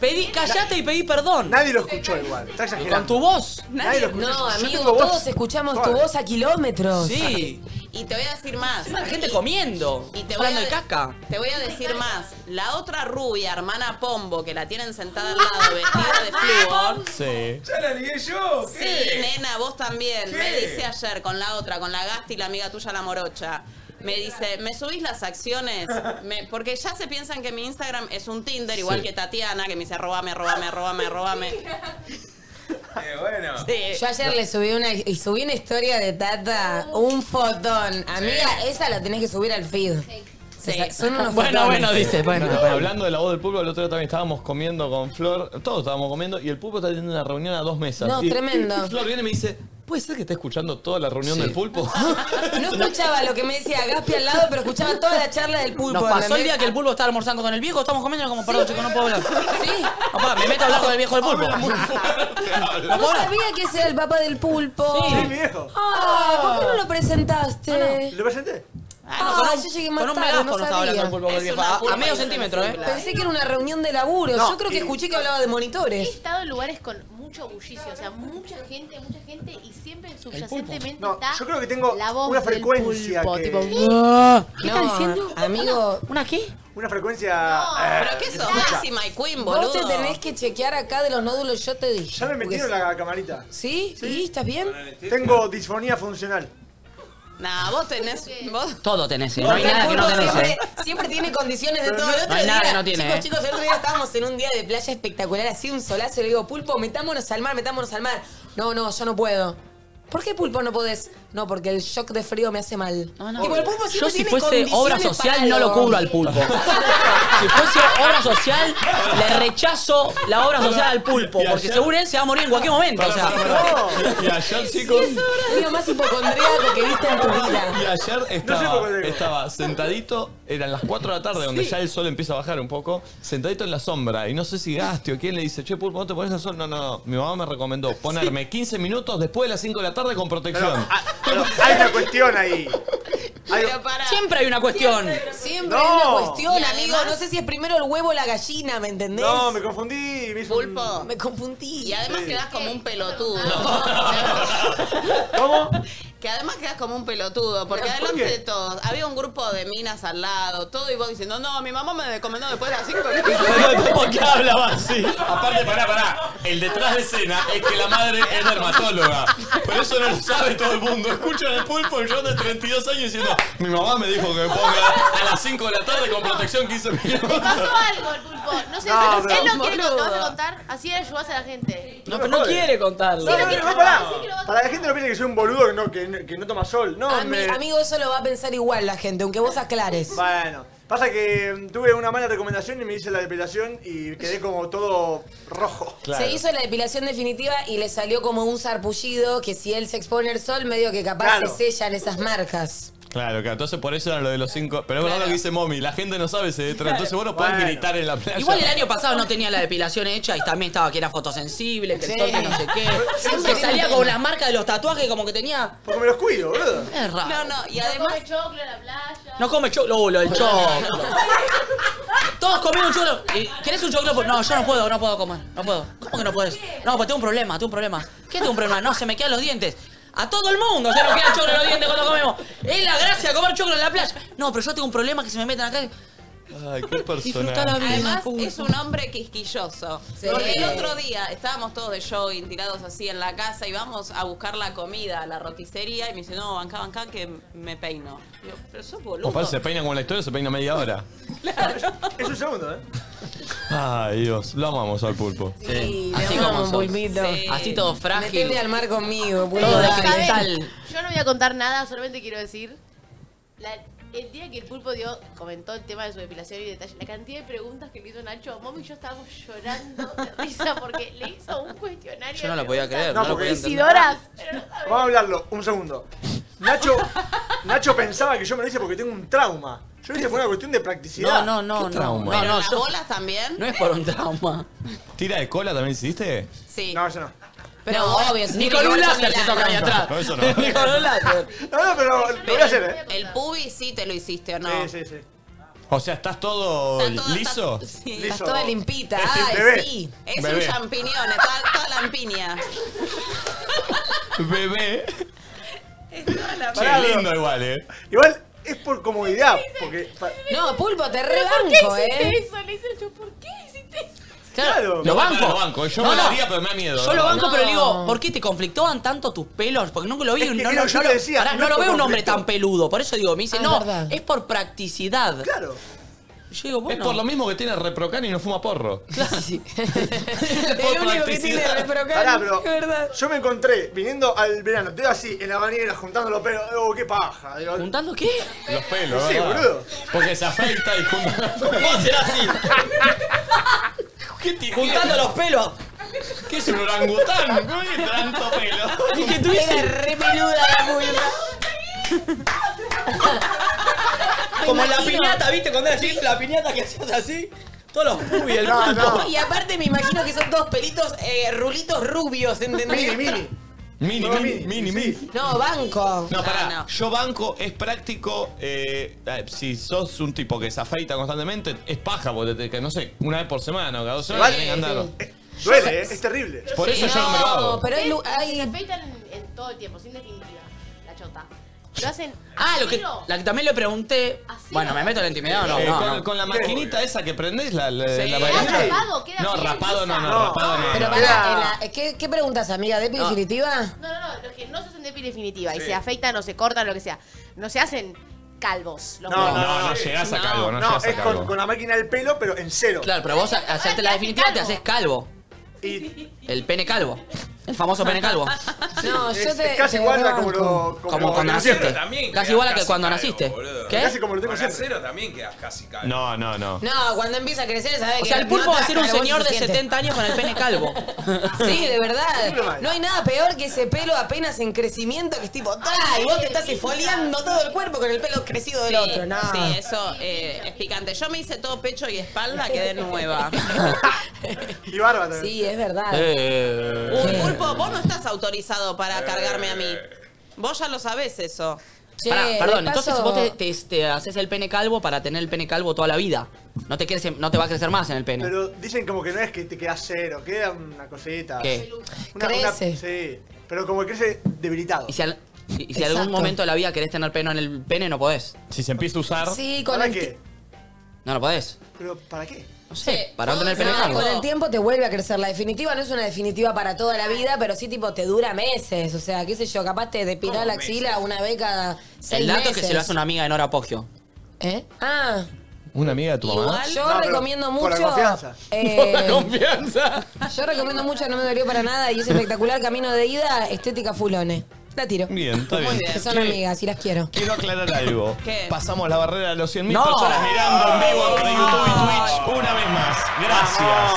[SPEAKER 4] Pedí, callate y pedí perdón.
[SPEAKER 7] Nadie lo escuchó igual. Está
[SPEAKER 4] Con
[SPEAKER 7] exagerando.
[SPEAKER 4] tu voz.
[SPEAKER 7] Nadie lo escuchó.
[SPEAKER 3] No,
[SPEAKER 7] Yo
[SPEAKER 3] amigo,
[SPEAKER 7] tengo voz
[SPEAKER 3] todos escuchamos tu
[SPEAKER 7] suave.
[SPEAKER 3] voz a kilómetros.
[SPEAKER 4] Sí.
[SPEAKER 5] Y te voy a decir más.
[SPEAKER 4] Encima la gente comiendo.
[SPEAKER 5] Y te
[SPEAKER 4] Está
[SPEAKER 5] voy, a
[SPEAKER 4] hablando de
[SPEAKER 5] de-
[SPEAKER 4] caca.
[SPEAKER 5] te voy a decir más. La otra rubia, hermana Pombo, que la tienen sentada al lado, vestida de flúor.
[SPEAKER 2] Sí.
[SPEAKER 5] ¡Ya la ligué yo! Sí, nena, vos también.
[SPEAKER 9] ¿Qué?
[SPEAKER 5] Me dice ayer con la otra, con la Gasti y la amiga tuya, la Morocha. Me dice, ¿me subís las acciones? Me- porque ya se piensan que mi Instagram es un Tinder, igual
[SPEAKER 16] Sí.
[SPEAKER 5] que Tatiana, que me dice, robame, robame, robame, robame.
[SPEAKER 15] bueno.
[SPEAKER 3] Yo ayer le subí una y subí una historia de Tata, un fotón. Amiga, esa la tenés que subir al feed. Esa- Son unos fotones.
[SPEAKER 2] No, no, Hablando de la voz del pulpo, el otro día también estábamos comiendo con Flor, todos estábamos comiendo, y el pulpo está teniendo una reunión a dos mesas.
[SPEAKER 3] No,
[SPEAKER 2] Y
[SPEAKER 3] tremendo.
[SPEAKER 2] Flor viene y me dice, ¿puede ser que esté escuchando toda la reunión del pulpo?
[SPEAKER 3] No escuchaba lo que me decía Gaspi al lado, pero escuchaba toda la charla del pulpo.
[SPEAKER 4] Nos pasó el Ah.
[SPEAKER 3] ¿entendés?
[SPEAKER 4] día que el pulpo estaba almorzando con el viejo, estamos comiendo y como, perdón, chico, no puedo hablar. Sí. No, pará, me meto a hablar con el viejo del pulpo.
[SPEAKER 3] No sabía que ese era el papá del pulpo.
[SPEAKER 4] Sí. Sí,
[SPEAKER 3] mi viejo. Ah, ¿por qué no lo presentaste? ¿Lo presenté? Ah,
[SPEAKER 4] con un-
[SPEAKER 3] yo llegué más
[SPEAKER 4] con un
[SPEAKER 3] tarde,
[SPEAKER 4] megáfono
[SPEAKER 3] no
[SPEAKER 4] estaba hablando el
[SPEAKER 3] sabía.
[SPEAKER 4] pulpo con el viejo, ah, a, a medio centímetro, ¿eh?
[SPEAKER 3] Pensé que era una reunión de laburo.
[SPEAKER 4] No,
[SPEAKER 3] Yo creo que
[SPEAKER 4] eh,
[SPEAKER 3] escuché que hablaba de
[SPEAKER 16] He
[SPEAKER 3] monitores.
[SPEAKER 16] estado en lugares con mucho bullicio, o sea, mucha gente, mucha gente, y siempre subyacentemente
[SPEAKER 7] No,
[SPEAKER 16] está
[SPEAKER 7] yo creo que tengo
[SPEAKER 16] la voz
[SPEAKER 7] una
[SPEAKER 16] del
[SPEAKER 7] frecuencia
[SPEAKER 16] pulpo,
[SPEAKER 7] que-
[SPEAKER 16] tipo,
[SPEAKER 7] No,
[SPEAKER 16] ¿Qué está diciendo?
[SPEAKER 3] Amigo.
[SPEAKER 16] ¿Una qué?
[SPEAKER 7] Una frecuencia.
[SPEAKER 5] ¿Pero qué sos? Daisy My Queen,
[SPEAKER 3] Vos te
[SPEAKER 5] boludo.
[SPEAKER 3] tenés que chequear acá de los nódulos, yo te dije.
[SPEAKER 7] Ya me metieron la camarita.
[SPEAKER 3] ¿Sí? ¿Y estás bien?
[SPEAKER 7] Tengo disfonía funcional.
[SPEAKER 4] Ah,
[SPEAKER 5] Nah, vos tenés. Vos...
[SPEAKER 4] Todo tenés, ¿eh? No hay nada que no tenés,
[SPEAKER 3] siempre,
[SPEAKER 4] ¿eh?
[SPEAKER 3] siempre tiene condiciones de todo. El
[SPEAKER 4] No
[SPEAKER 3] otro
[SPEAKER 4] hay nada
[SPEAKER 3] día-
[SPEAKER 4] que no tiene,
[SPEAKER 3] Chicos,
[SPEAKER 4] ¿eh?
[SPEAKER 3] chicos, el otro día estábamos en un día de playa espectacular, así un solazo, y le digo, Pulpo, metámonos al mar, metámonos al mar. No, no, yo no puedo. ¿Por qué Pulpo no podés? No, porque el shock de frío me hace mal. Tipo, el Pulpo
[SPEAKER 4] Yo
[SPEAKER 3] siempre
[SPEAKER 4] si
[SPEAKER 3] tiene
[SPEAKER 4] fuese obra
[SPEAKER 3] condiciones
[SPEAKER 4] social
[SPEAKER 3] para
[SPEAKER 4] no lo
[SPEAKER 3] los-
[SPEAKER 4] cubro al pulpo. Si fuese obra social, le rechazo la obra social al pulpo,
[SPEAKER 2] Y
[SPEAKER 4] porque
[SPEAKER 2] ayer-
[SPEAKER 4] según él se va a morir en cualquier momento. O sea,
[SPEAKER 2] Y ayer, chicos...
[SPEAKER 3] Lo más hipocondríaco que viste en tu vida.
[SPEAKER 2] Y ayer estaba, estaba sentadito, eran las 4 de la tarde, donde ya el sol empieza a bajar un poco, sentadito en la sombra. Y no sé si Gasti o quién le dice, che, Pulpo, ¿no te pones el sol? No, no, no. Mi mamá me recomendó ponerme 15 minutos después de las 5 de la tarde con protección.
[SPEAKER 7] hay una cuestión ahí.
[SPEAKER 4] Siempre hay una cuestión.
[SPEAKER 3] Siempre
[SPEAKER 7] No.
[SPEAKER 3] hay una cuestión,
[SPEAKER 7] Y
[SPEAKER 3] amigo.
[SPEAKER 7] además-
[SPEAKER 3] No sé si es primero el huevo o la gallina, ¿me entendés?
[SPEAKER 7] No, me confundí. Me hizo un-
[SPEAKER 5] Pulpo.
[SPEAKER 3] Me confundí.
[SPEAKER 5] Y además quedás como un pelotudo. Que además quedás como un pelotudo, porque
[SPEAKER 9] ¿Por
[SPEAKER 5] adelante
[SPEAKER 9] qué?
[SPEAKER 5] de todos, había un grupo de minas al lado, todo y vos diciendo, no, mi mamá me recomendó después de las 5
[SPEAKER 2] ¿Cómo que hablaba así? Aparte, pará, pará. El detrás de escena es que la madre es dermatóloga. Pero eso no lo sabe todo el mundo. Escuchan el pulpo yo de 32 años diciendo, mi mamá me dijo que me ponga a las 5 de la tarde con protección 15
[SPEAKER 16] Le
[SPEAKER 2] minutos.
[SPEAKER 16] pasó algo el pulpo. No sé,
[SPEAKER 2] No,
[SPEAKER 16] él
[SPEAKER 2] pero-
[SPEAKER 16] no quiere
[SPEAKER 2] boludo.
[SPEAKER 16] contar, vas a contar. Así ayudas a la gente.
[SPEAKER 4] No, pero no quiere
[SPEAKER 7] No,
[SPEAKER 4] contarlo.
[SPEAKER 7] no, no, no, pará. Para la gente no piense que soy un boludo que no, que, no- que no toma sol. No,
[SPEAKER 3] Ami-
[SPEAKER 7] me-
[SPEAKER 3] Amigo, eso lo va a pensar igual la gente, aunque vos aclares.
[SPEAKER 7] Bueno, pasa que mm, tuve una mala recomendación y me hice la depilación y quedé como todo rojo.
[SPEAKER 3] Se hizo la depilación definitiva y le salió como un sarpullido que si él se expone al sol, medio que capaz
[SPEAKER 2] Claro.
[SPEAKER 3] se sellan esas marcas.
[SPEAKER 2] Claro, claro. Entonces por eso era lo de los 5. Pero es verdad lo que dice Mommy. La gente no sabe ese detrás. Entonces vos no podés
[SPEAKER 4] Bueno.
[SPEAKER 2] gritar en la playa.
[SPEAKER 4] Igual el año pasado no tenía la depilación hecha y también estaba que era fotosensible, que el
[SPEAKER 2] Sí.
[SPEAKER 4] sol que no sé qué.
[SPEAKER 2] Siempre
[SPEAKER 4] Que salía
[SPEAKER 2] tiene
[SPEAKER 4] con
[SPEAKER 2] tema.
[SPEAKER 4] las marcas de los tatuajes como que tenía.
[SPEAKER 7] Porque me los cuido, boludo.
[SPEAKER 4] Es raro.
[SPEAKER 5] No, no, y además.
[SPEAKER 4] No come choclo, uh, lo del choclo. Todos comieron un choclo. ¿Y ¿Querés un choclo? Por- No, yo no puedo, no puedo comer. No puedo. ¿Cómo que no puedes? No, pues tengo un problema, tengo un problema. ¿Qué tengo un problema? No, se me quedan los dientes. A todo el mundo se nos quedan choclo en los dientes cuando comemos. Es la gracia de comer choclo en la playa. No, pero yo tengo un problema que se me metan acá.
[SPEAKER 2] Ay, qué
[SPEAKER 4] Disfrutá la
[SPEAKER 2] persona.
[SPEAKER 4] vida.
[SPEAKER 5] Además,
[SPEAKER 4] Pulpo.
[SPEAKER 5] es un hombre quisquilloso.
[SPEAKER 4] Sí.
[SPEAKER 5] Porque el otro día estábamos todos de jogging, tirados así en la casa, y vamos a buscar la comida a la roticería, y me dice, no, banca, banca, que me peino. Y yo, pero sos boludo.
[SPEAKER 2] O se peina como la historia, se peina media hora.
[SPEAKER 7] Es un segundo, ¿eh?
[SPEAKER 2] Ay, Dios. Lo amamos al pulpo.
[SPEAKER 3] Sí,
[SPEAKER 4] Así
[SPEAKER 3] lo
[SPEAKER 4] como
[SPEAKER 3] amo,
[SPEAKER 4] sos.
[SPEAKER 3] Pulpito.
[SPEAKER 4] Sí. Así todo frágil.
[SPEAKER 3] Metete al mar conmigo, Pulpo.
[SPEAKER 4] Todo de
[SPEAKER 3] Dale.
[SPEAKER 4] cristal.
[SPEAKER 16] Yo no voy a contar nada, solamente quiero decir. la- el día que el pulpo dio, comentó el tema de su depilación y detalle, la cantidad de preguntas que le hizo Nacho, Mommy y yo estábamos llorando de risa porque le hizo un cuestionario.
[SPEAKER 4] Yo no lo podía creer,
[SPEAKER 7] No,
[SPEAKER 4] no lo
[SPEAKER 7] porque-
[SPEAKER 4] podía entender.
[SPEAKER 16] Isidoras.
[SPEAKER 7] Vamos a hablarlo, un segundo. Nacho, Nacho pensaba que yo me lo hice porque tengo un trauma. Yo dije fue una cuestión de practicidad.
[SPEAKER 4] No, no, no, ¿Qué no. trauma?
[SPEAKER 5] Pero las bolas también.
[SPEAKER 4] No es por un trauma.
[SPEAKER 2] ¿Tira de cola también hiciste?
[SPEAKER 5] Sí.
[SPEAKER 7] No, eso no.
[SPEAKER 3] Pero obvio,
[SPEAKER 4] Ni con un láser se toca ahí atrás.
[SPEAKER 2] No, eso no.
[SPEAKER 4] Ni con un láser.
[SPEAKER 7] No, no, pero lo voy a hacer, ¿eh?
[SPEAKER 5] El pubi sí te lo hiciste, ¿o no?
[SPEAKER 7] Sí, sí, sí.
[SPEAKER 2] O sea, ¿estás todo liso?
[SPEAKER 5] Estás
[SPEAKER 3] Liso. toda limpita,
[SPEAKER 2] Este,
[SPEAKER 3] ay,
[SPEAKER 2] bebé.
[SPEAKER 3] sí.
[SPEAKER 5] Es
[SPEAKER 2] Bebé.
[SPEAKER 5] un champiñón, está toda lampiña.
[SPEAKER 2] Bebé. Che, lindo igual, eh.
[SPEAKER 7] Igual es por comodidad, porque... pa-
[SPEAKER 3] No, Pulpo, te
[SPEAKER 7] ¿Por
[SPEAKER 3] rebanco, eh.
[SPEAKER 7] qué hiciste
[SPEAKER 3] eso? Le hice yo, ¿por qué hiciste eso?
[SPEAKER 7] Claro.
[SPEAKER 2] Lo banco. Lo banco. Yo
[SPEAKER 4] No,
[SPEAKER 2] me lo
[SPEAKER 4] no.
[SPEAKER 2] haría, pero me da miedo.
[SPEAKER 4] Yo lo banco, pero
[SPEAKER 2] No.
[SPEAKER 4] le digo, ¿por qué te conflictaban tanto tus pelos? Porque nunca lo vi.
[SPEAKER 2] Es que
[SPEAKER 4] no,
[SPEAKER 2] era
[SPEAKER 4] no,
[SPEAKER 2] lo que
[SPEAKER 4] no
[SPEAKER 2] yo
[SPEAKER 4] lo-
[SPEAKER 2] decía,
[SPEAKER 4] pará,
[SPEAKER 2] no
[SPEAKER 4] no
[SPEAKER 2] es
[SPEAKER 4] lo
[SPEAKER 2] por
[SPEAKER 4] veo un hombre
[SPEAKER 2] conflicto.
[SPEAKER 4] tan peludo. Por eso digo, me dice,
[SPEAKER 2] Ah, es
[SPEAKER 4] no,
[SPEAKER 2] verdad.
[SPEAKER 4] es por practicidad.
[SPEAKER 7] Claro.
[SPEAKER 4] Yo digo,
[SPEAKER 2] Es
[SPEAKER 4] bueno.
[SPEAKER 2] por lo mismo que tiene reprocan y no fuma porro.
[SPEAKER 4] Claro, sí.
[SPEAKER 7] El único que tiene Pará, pero yo me encontré viniendo al verano, te digo así, en la bañera, juntando los pelos. Digo, qué paja. Digo,
[SPEAKER 4] ¿Juntando qué?
[SPEAKER 2] Los pelos,
[SPEAKER 7] Sí,
[SPEAKER 2] ¿verdad?
[SPEAKER 7] boludo.
[SPEAKER 2] Porque se afeita y junta. ¿Cómo será así? ¿Qué tiene?
[SPEAKER 4] Juntando los pelos.
[SPEAKER 2] ¿Qué es un orangután? ¿Cómo tiene tanto pelo?
[SPEAKER 4] Y que tuviese-
[SPEAKER 3] Era re peluda la pulpa.
[SPEAKER 4] Como la
[SPEAKER 3] imagino.
[SPEAKER 4] piñata, ¿viste? Cuando era así, la piñata que hacías así. Todos los pubis, el
[SPEAKER 3] No,
[SPEAKER 4] pulpo.
[SPEAKER 3] no. Y aparte me imagino que son todos pelitos, eh, rulitos rubios, ¿entendés?
[SPEAKER 7] Mini, mini.
[SPEAKER 2] Mini, mini, mini, mini.
[SPEAKER 3] No, banco.
[SPEAKER 2] No, pará. Yo banco, es práctico. eh, eh, si sos un tipo que se afeita constantemente, es paja, porque te- que no sé, una vez por semana o cada dos semanas
[SPEAKER 7] Igual,
[SPEAKER 2] tenés que andar.
[SPEAKER 7] Duele, ¿eh? es terrible.
[SPEAKER 2] Por eso yo no me lo hago.
[SPEAKER 3] pero hay lu- hay-
[SPEAKER 16] Se afeitan en, en todo el tiempo, sin definitiva. La chota. Lo hacen.
[SPEAKER 4] Ah, lo que,
[SPEAKER 16] pero-
[SPEAKER 4] la que también le pregunté. Bueno, ¿me meto en la intimidad o no?
[SPEAKER 2] Eh,
[SPEAKER 4] no,
[SPEAKER 2] con,
[SPEAKER 4] no.
[SPEAKER 2] con la maquinita esa que prendés, la, la,
[SPEAKER 4] Sí.
[SPEAKER 2] la
[SPEAKER 4] Ah,
[SPEAKER 2] varilla.
[SPEAKER 16] rapado, queda
[SPEAKER 2] No,
[SPEAKER 16] bien
[SPEAKER 2] rapado no, no,
[SPEAKER 16] lisa.
[SPEAKER 2] rapado no.
[SPEAKER 3] Pero
[SPEAKER 2] no.
[SPEAKER 3] pará, en la- eh, ¿qué, qué preguntas, amiga? ¿Depi
[SPEAKER 2] No.
[SPEAKER 3] definitiva?
[SPEAKER 16] No, no, no, los que no se hacen depi definitiva y
[SPEAKER 3] Sí.
[SPEAKER 16] se afeitan o se cortan, lo que sea. No se hacen calvos. Los
[SPEAKER 2] No,
[SPEAKER 16] pelos.
[SPEAKER 2] no, no, llegás a calvo, no llegás a
[SPEAKER 7] es
[SPEAKER 2] calvo.
[SPEAKER 7] Con, con la máquina del pelo, pero en cero.
[SPEAKER 4] Claro, pero vos a- hacerte la definitiva te haces calvo. El pene calvo. El famoso pene calvo.
[SPEAKER 3] No, yo
[SPEAKER 7] Es-
[SPEAKER 3] te.
[SPEAKER 7] es casi
[SPEAKER 3] te
[SPEAKER 7] igual a
[SPEAKER 3] rebanco.
[SPEAKER 7] como lo- como
[SPEAKER 4] Como cuando naciste.
[SPEAKER 15] también
[SPEAKER 4] Casi
[SPEAKER 15] quedás
[SPEAKER 4] igual a que
[SPEAKER 15] casi
[SPEAKER 4] cuando
[SPEAKER 15] calvo,
[SPEAKER 4] naciste.
[SPEAKER 15] boludo.
[SPEAKER 4] ¿Qué?
[SPEAKER 15] Casi
[SPEAKER 7] como lo tengo
[SPEAKER 15] Con acero también quedas casi calvo.
[SPEAKER 2] No, no, no.
[SPEAKER 3] No, cuando empieza a crecer, sabes que.
[SPEAKER 4] O sea, el pulpo
[SPEAKER 3] no
[SPEAKER 4] va a ser un
[SPEAKER 3] ataca, vos
[SPEAKER 4] señor de
[SPEAKER 3] suficiente.
[SPEAKER 4] 70 años con el pene calvo.
[SPEAKER 3] Sí, de verdad. No hay nada peor que ese pelo apenas en crecimiento que es tipo, ¡ta! Y vos te estás esfoliando todo el cuerpo con el pelo crecido del
[SPEAKER 5] Sí,
[SPEAKER 3] otro, ¿no?
[SPEAKER 5] Sí, eso eh, es picante. Yo me hice todo pecho y espalda, quedé nueva.
[SPEAKER 7] Y barba también.
[SPEAKER 3] Sí, es
[SPEAKER 4] Eh,
[SPEAKER 3] verdad.
[SPEAKER 5] Uy, Pulpo, vos no estás autorizado para cargarme a mí. Vos ya lo sabés eso.
[SPEAKER 4] Pará, perdón, entonces vos te, te- te haces el pene calvo para tener el pene calvo toda la vida. No te, crece, no te va a crecer más en el pene.
[SPEAKER 7] Pero dicen como que no es que te queda cero, queda una cosita.
[SPEAKER 4] ¿Qué?
[SPEAKER 7] Una,
[SPEAKER 4] Crece.
[SPEAKER 7] Una, sí, pero como que crece debilitado.
[SPEAKER 4] Y si, al- y si
[SPEAKER 7] Exacto.
[SPEAKER 4] algún momento de la vida querés tener pelo en el pene, no podés.
[SPEAKER 2] Si se empieza a usar.
[SPEAKER 3] Sí, con
[SPEAKER 7] ¿Para
[SPEAKER 3] el,
[SPEAKER 7] qué?
[SPEAKER 4] No, no podés.
[SPEAKER 7] ¿Pero para qué?
[SPEAKER 4] No sé, para no tener pene
[SPEAKER 3] No,
[SPEAKER 4] calvo.
[SPEAKER 3] con el tiempo te vuelve a crecer. La definitiva no es una definitiva para toda la vida, pero sí tipo te dura meses. O sea, qué sé yo, capaz te depilás la axila una vez cada
[SPEAKER 2] ¿Eh?
[SPEAKER 3] seis
[SPEAKER 4] El dato es que
[SPEAKER 3] meses.
[SPEAKER 4] se lo hace una amiga de Nora Poggio.
[SPEAKER 3] ¿Eh? Ah,
[SPEAKER 2] ¿Una amiga de tu mamá?
[SPEAKER 3] yo
[SPEAKER 7] No, pero
[SPEAKER 3] recomiendo mucho.
[SPEAKER 7] por la confianza.
[SPEAKER 3] eh,
[SPEAKER 2] Por la confianza.
[SPEAKER 3] yo recomiendo mucho, no me dolió para nada. Y es espectacular camino de ida, estética fulone. La tiro.
[SPEAKER 2] Bien, está bien.
[SPEAKER 3] Que Son
[SPEAKER 2] Che,
[SPEAKER 3] amigas y las quiero.
[SPEAKER 2] Quiero aclarar algo. Pasamos la barrera de los 100.000
[SPEAKER 3] No.
[SPEAKER 2] personas mirando en vivo entre YouTube y Twitch una vez más. Gracias.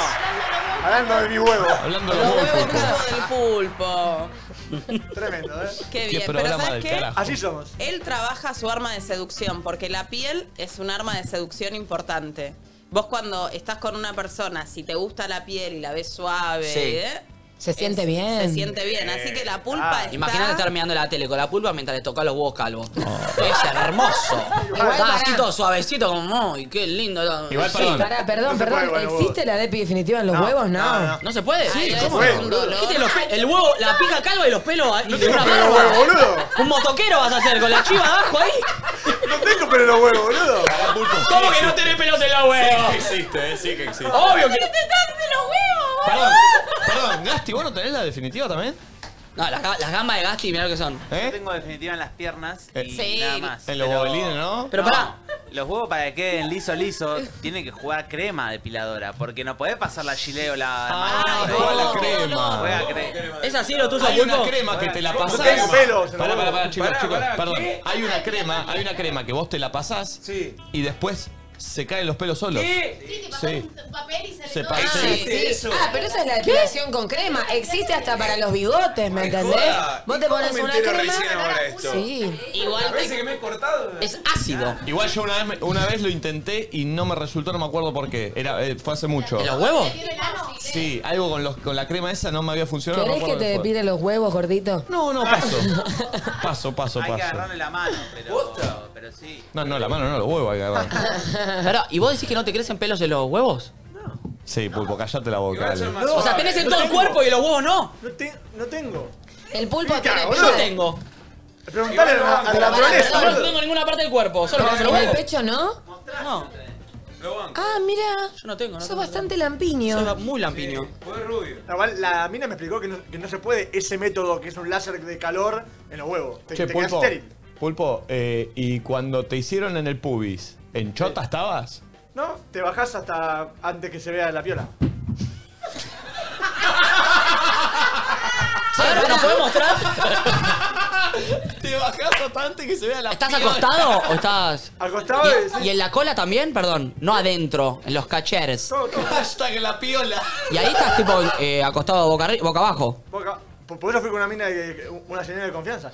[SPEAKER 7] Hablando de mi huevo.
[SPEAKER 2] Hablando de los huevos.
[SPEAKER 5] del pulpo.
[SPEAKER 7] Tremendo, ¿eh?
[SPEAKER 5] Qué
[SPEAKER 2] Qué
[SPEAKER 5] bien, pero
[SPEAKER 2] programa
[SPEAKER 5] ¿sabes
[SPEAKER 2] del
[SPEAKER 5] qué?
[SPEAKER 2] carajo. Así
[SPEAKER 7] somos.
[SPEAKER 5] Él trabaja su arma de seducción, porque la piel es un arma de seducción importante. Vos cuando estás con una persona, si te gusta la piel y la ves suave,
[SPEAKER 4] Sí.
[SPEAKER 5] ¿eh?
[SPEAKER 3] Se siente bien.
[SPEAKER 5] se siente
[SPEAKER 7] Eh,
[SPEAKER 5] bien. Así que la
[SPEAKER 7] ah.
[SPEAKER 5] pulpa está...
[SPEAKER 4] Imagínate estar mirando la tele con la pulpa mientras le toca los huevos calvos.
[SPEAKER 2] Oh.
[SPEAKER 4] Es hermoso.
[SPEAKER 3] Igual
[SPEAKER 4] Está así
[SPEAKER 3] pará.
[SPEAKER 4] todo suavecito, como, ¡ay, qué lindo!
[SPEAKER 2] Igual,
[SPEAKER 4] Sí.
[SPEAKER 2] perdón.
[SPEAKER 3] Pará, perdón, perdón. ¿Existe la depi definitiva en los huevos? No.
[SPEAKER 4] No, se puede.
[SPEAKER 3] Sí,
[SPEAKER 4] Ay,
[SPEAKER 3] ¿cómo
[SPEAKER 4] es
[SPEAKER 3] no?
[SPEAKER 4] un dolor. Dijiste los pe- el huevo, la pica calva y los pelos. ahí, de una mano. Un motoquero vas a hacer con la chiva abajo ahí.
[SPEAKER 7] No tengo pelo en los huevos, boludo.
[SPEAKER 4] ¿Cómo que no tenés pelos en los huevos?
[SPEAKER 2] Sí que existe, eh, sí que existe.
[SPEAKER 4] Obvio que.
[SPEAKER 2] Perdón, perdón, Gasti, ¿vos no tenés la definitiva también?
[SPEAKER 4] No, las, ga- las gambas de Gasti, mirá lo que son.
[SPEAKER 2] ¿Eh?
[SPEAKER 9] Tengo definitiva en las piernas
[SPEAKER 2] Eh,
[SPEAKER 9] y
[SPEAKER 2] Sí.
[SPEAKER 9] nada más.
[SPEAKER 2] En los
[SPEAKER 9] Pero-
[SPEAKER 2] bobolines, ¿no?
[SPEAKER 4] Pero
[SPEAKER 2] No.
[SPEAKER 4] pará.
[SPEAKER 9] Los huevos para que queden liso liso tienen que jugar crema depiladora, porque no podés pasar la chile o la
[SPEAKER 2] Ah, juega la crema.
[SPEAKER 9] Juega crema.
[SPEAKER 4] ¿Es así lo tuyo,
[SPEAKER 2] Hay una
[SPEAKER 9] Pulpo?
[SPEAKER 2] crema que te la
[SPEAKER 9] Pulpo,
[SPEAKER 2] pasás.
[SPEAKER 9] tengo pelo, se lo
[SPEAKER 2] Pará,
[SPEAKER 9] juro.
[SPEAKER 2] pará, pará, chicos,
[SPEAKER 9] Pará,
[SPEAKER 2] chicos.
[SPEAKER 9] pará,
[SPEAKER 2] perdón.
[SPEAKER 9] ¿qué?
[SPEAKER 2] Hay una crema, hay una crema que vos te la pasás y después se caen los pelos solos.
[SPEAKER 16] Sí, te pasas
[SPEAKER 2] Sí.
[SPEAKER 16] un papel y sale
[SPEAKER 2] Se
[SPEAKER 16] todo.
[SPEAKER 2] pa-
[SPEAKER 3] Ah,
[SPEAKER 2] sí.
[SPEAKER 3] sí. Ah, pero esa es la depilación con crema. Existe hasta para los bigotes, ¿me entendés?
[SPEAKER 15] joda.
[SPEAKER 3] Vos
[SPEAKER 15] ¿Y
[SPEAKER 3] te
[SPEAKER 15] cómo
[SPEAKER 3] pones
[SPEAKER 15] me
[SPEAKER 3] una
[SPEAKER 15] entero
[SPEAKER 3] crema.
[SPEAKER 15] recién ahora esto?
[SPEAKER 3] Sí.
[SPEAKER 15] Igual que me he cortado.
[SPEAKER 4] Es ácido.
[SPEAKER 2] Igual yo una vez, me- una vez lo intenté y no me resultó, no me acuerdo por qué. Era, eh, fue hace mucho.
[SPEAKER 4] ¿En los huevos?
[SPEAKER 2] Sí, algo con, los, con la crema esa no me había funcionado. no me
[SPEAKER 3] ¿Querés que
[SPEAKER 2] acuerdo
[SPEAKER 3] te
[SPEAKER 2] qué fue.
[SPEAKER 3] depile los huevos, gordito?
[SPEAKER 2] No, no, paso. Paso, paso,
[SPEAKER 9] Hay que
[SPEAKER 2] paso.
[SPEAKER 9] agarrarle la mano, pero, pero sí.
[SPEAKER 2] No, no, la mano no, los huevos hay que agarrar.
[SPEAKER 4] Pará, ¿y vos decís que no te crecen pelos en los huevos?
[SPEAKER 2] Sí, pulpo, callate la boca. dale.
[SPEAKER 4] o sea, tenés en todo el cuerpo y en los huevos no.
[SPEAKER 7] No, te- no tengo.
[SPEAKER 3] El pulpo
[SPEAKER 7] Mira,
[SPEAKER 3] tiene
[SPEAKER 7] boludo.
[SPEAKER 4] Yo tengo.
[SPEAKER 7] Preguntale a la- a la
[SPEAKER 4] No, no, no
[SPEAKER 7] naturaleza.
[SPEAKER 4] tengo ninguna parte del cuerpo, solo que se lo
[SPEAKER 3] ¿El
[SPEAKER 4] huevo.
[SPEAKER 3] pecho no?
[SPEAKER 4] No,
[SPEAKER 3] Ah, mira.
[SPEAKER 4] Yo no tengo, no
[SPEAKER 3] Sos
[SPEAKER 4] tengo.
[SPEAKER 3] bastante lampiño.
[SPEAKER 4] soy muy
[SPEAKER 2] Eh,
[SPEAKER 4] lampiño.
[SPEAKER 7] Igual, La mina me explicó que no, que no se puede ese método que es un láser de calor en los huevos. Te,
[SPEAKER 2] Che,
[SPEAKER 7] te quedas
[SPEAKER 2] Pulpo,
[SPEAKER 7] estéril.
[SPEAKER 2] Pulpo eh, y cuando te hicieron en el pubis, ¿en chota estabas?
[SPEAKER 7] No, te bajás hasta antes que se vea la piola.
[SPEAKER 4] ¿Sabes lo que nos puede mostrar?
[SPEAKER 2] Te bajás hasta antes que se vea la
[SPEAKER 4] ¿Estás acostado o estás...?
[SPEAKER 7] Acostado
[SPEAKER 4] ¿Y, y en la cola también? Perdón, no adentro, en los cacheres.
[SPEAKER 2] Hashtag la piola.
[SPEAKER 4] Y ahí estás tipo eh, acostado boca, arri- boca abajo.
[SPEAKER 7] Boca- Por por eso fui con una mina, de, una señora de confianza.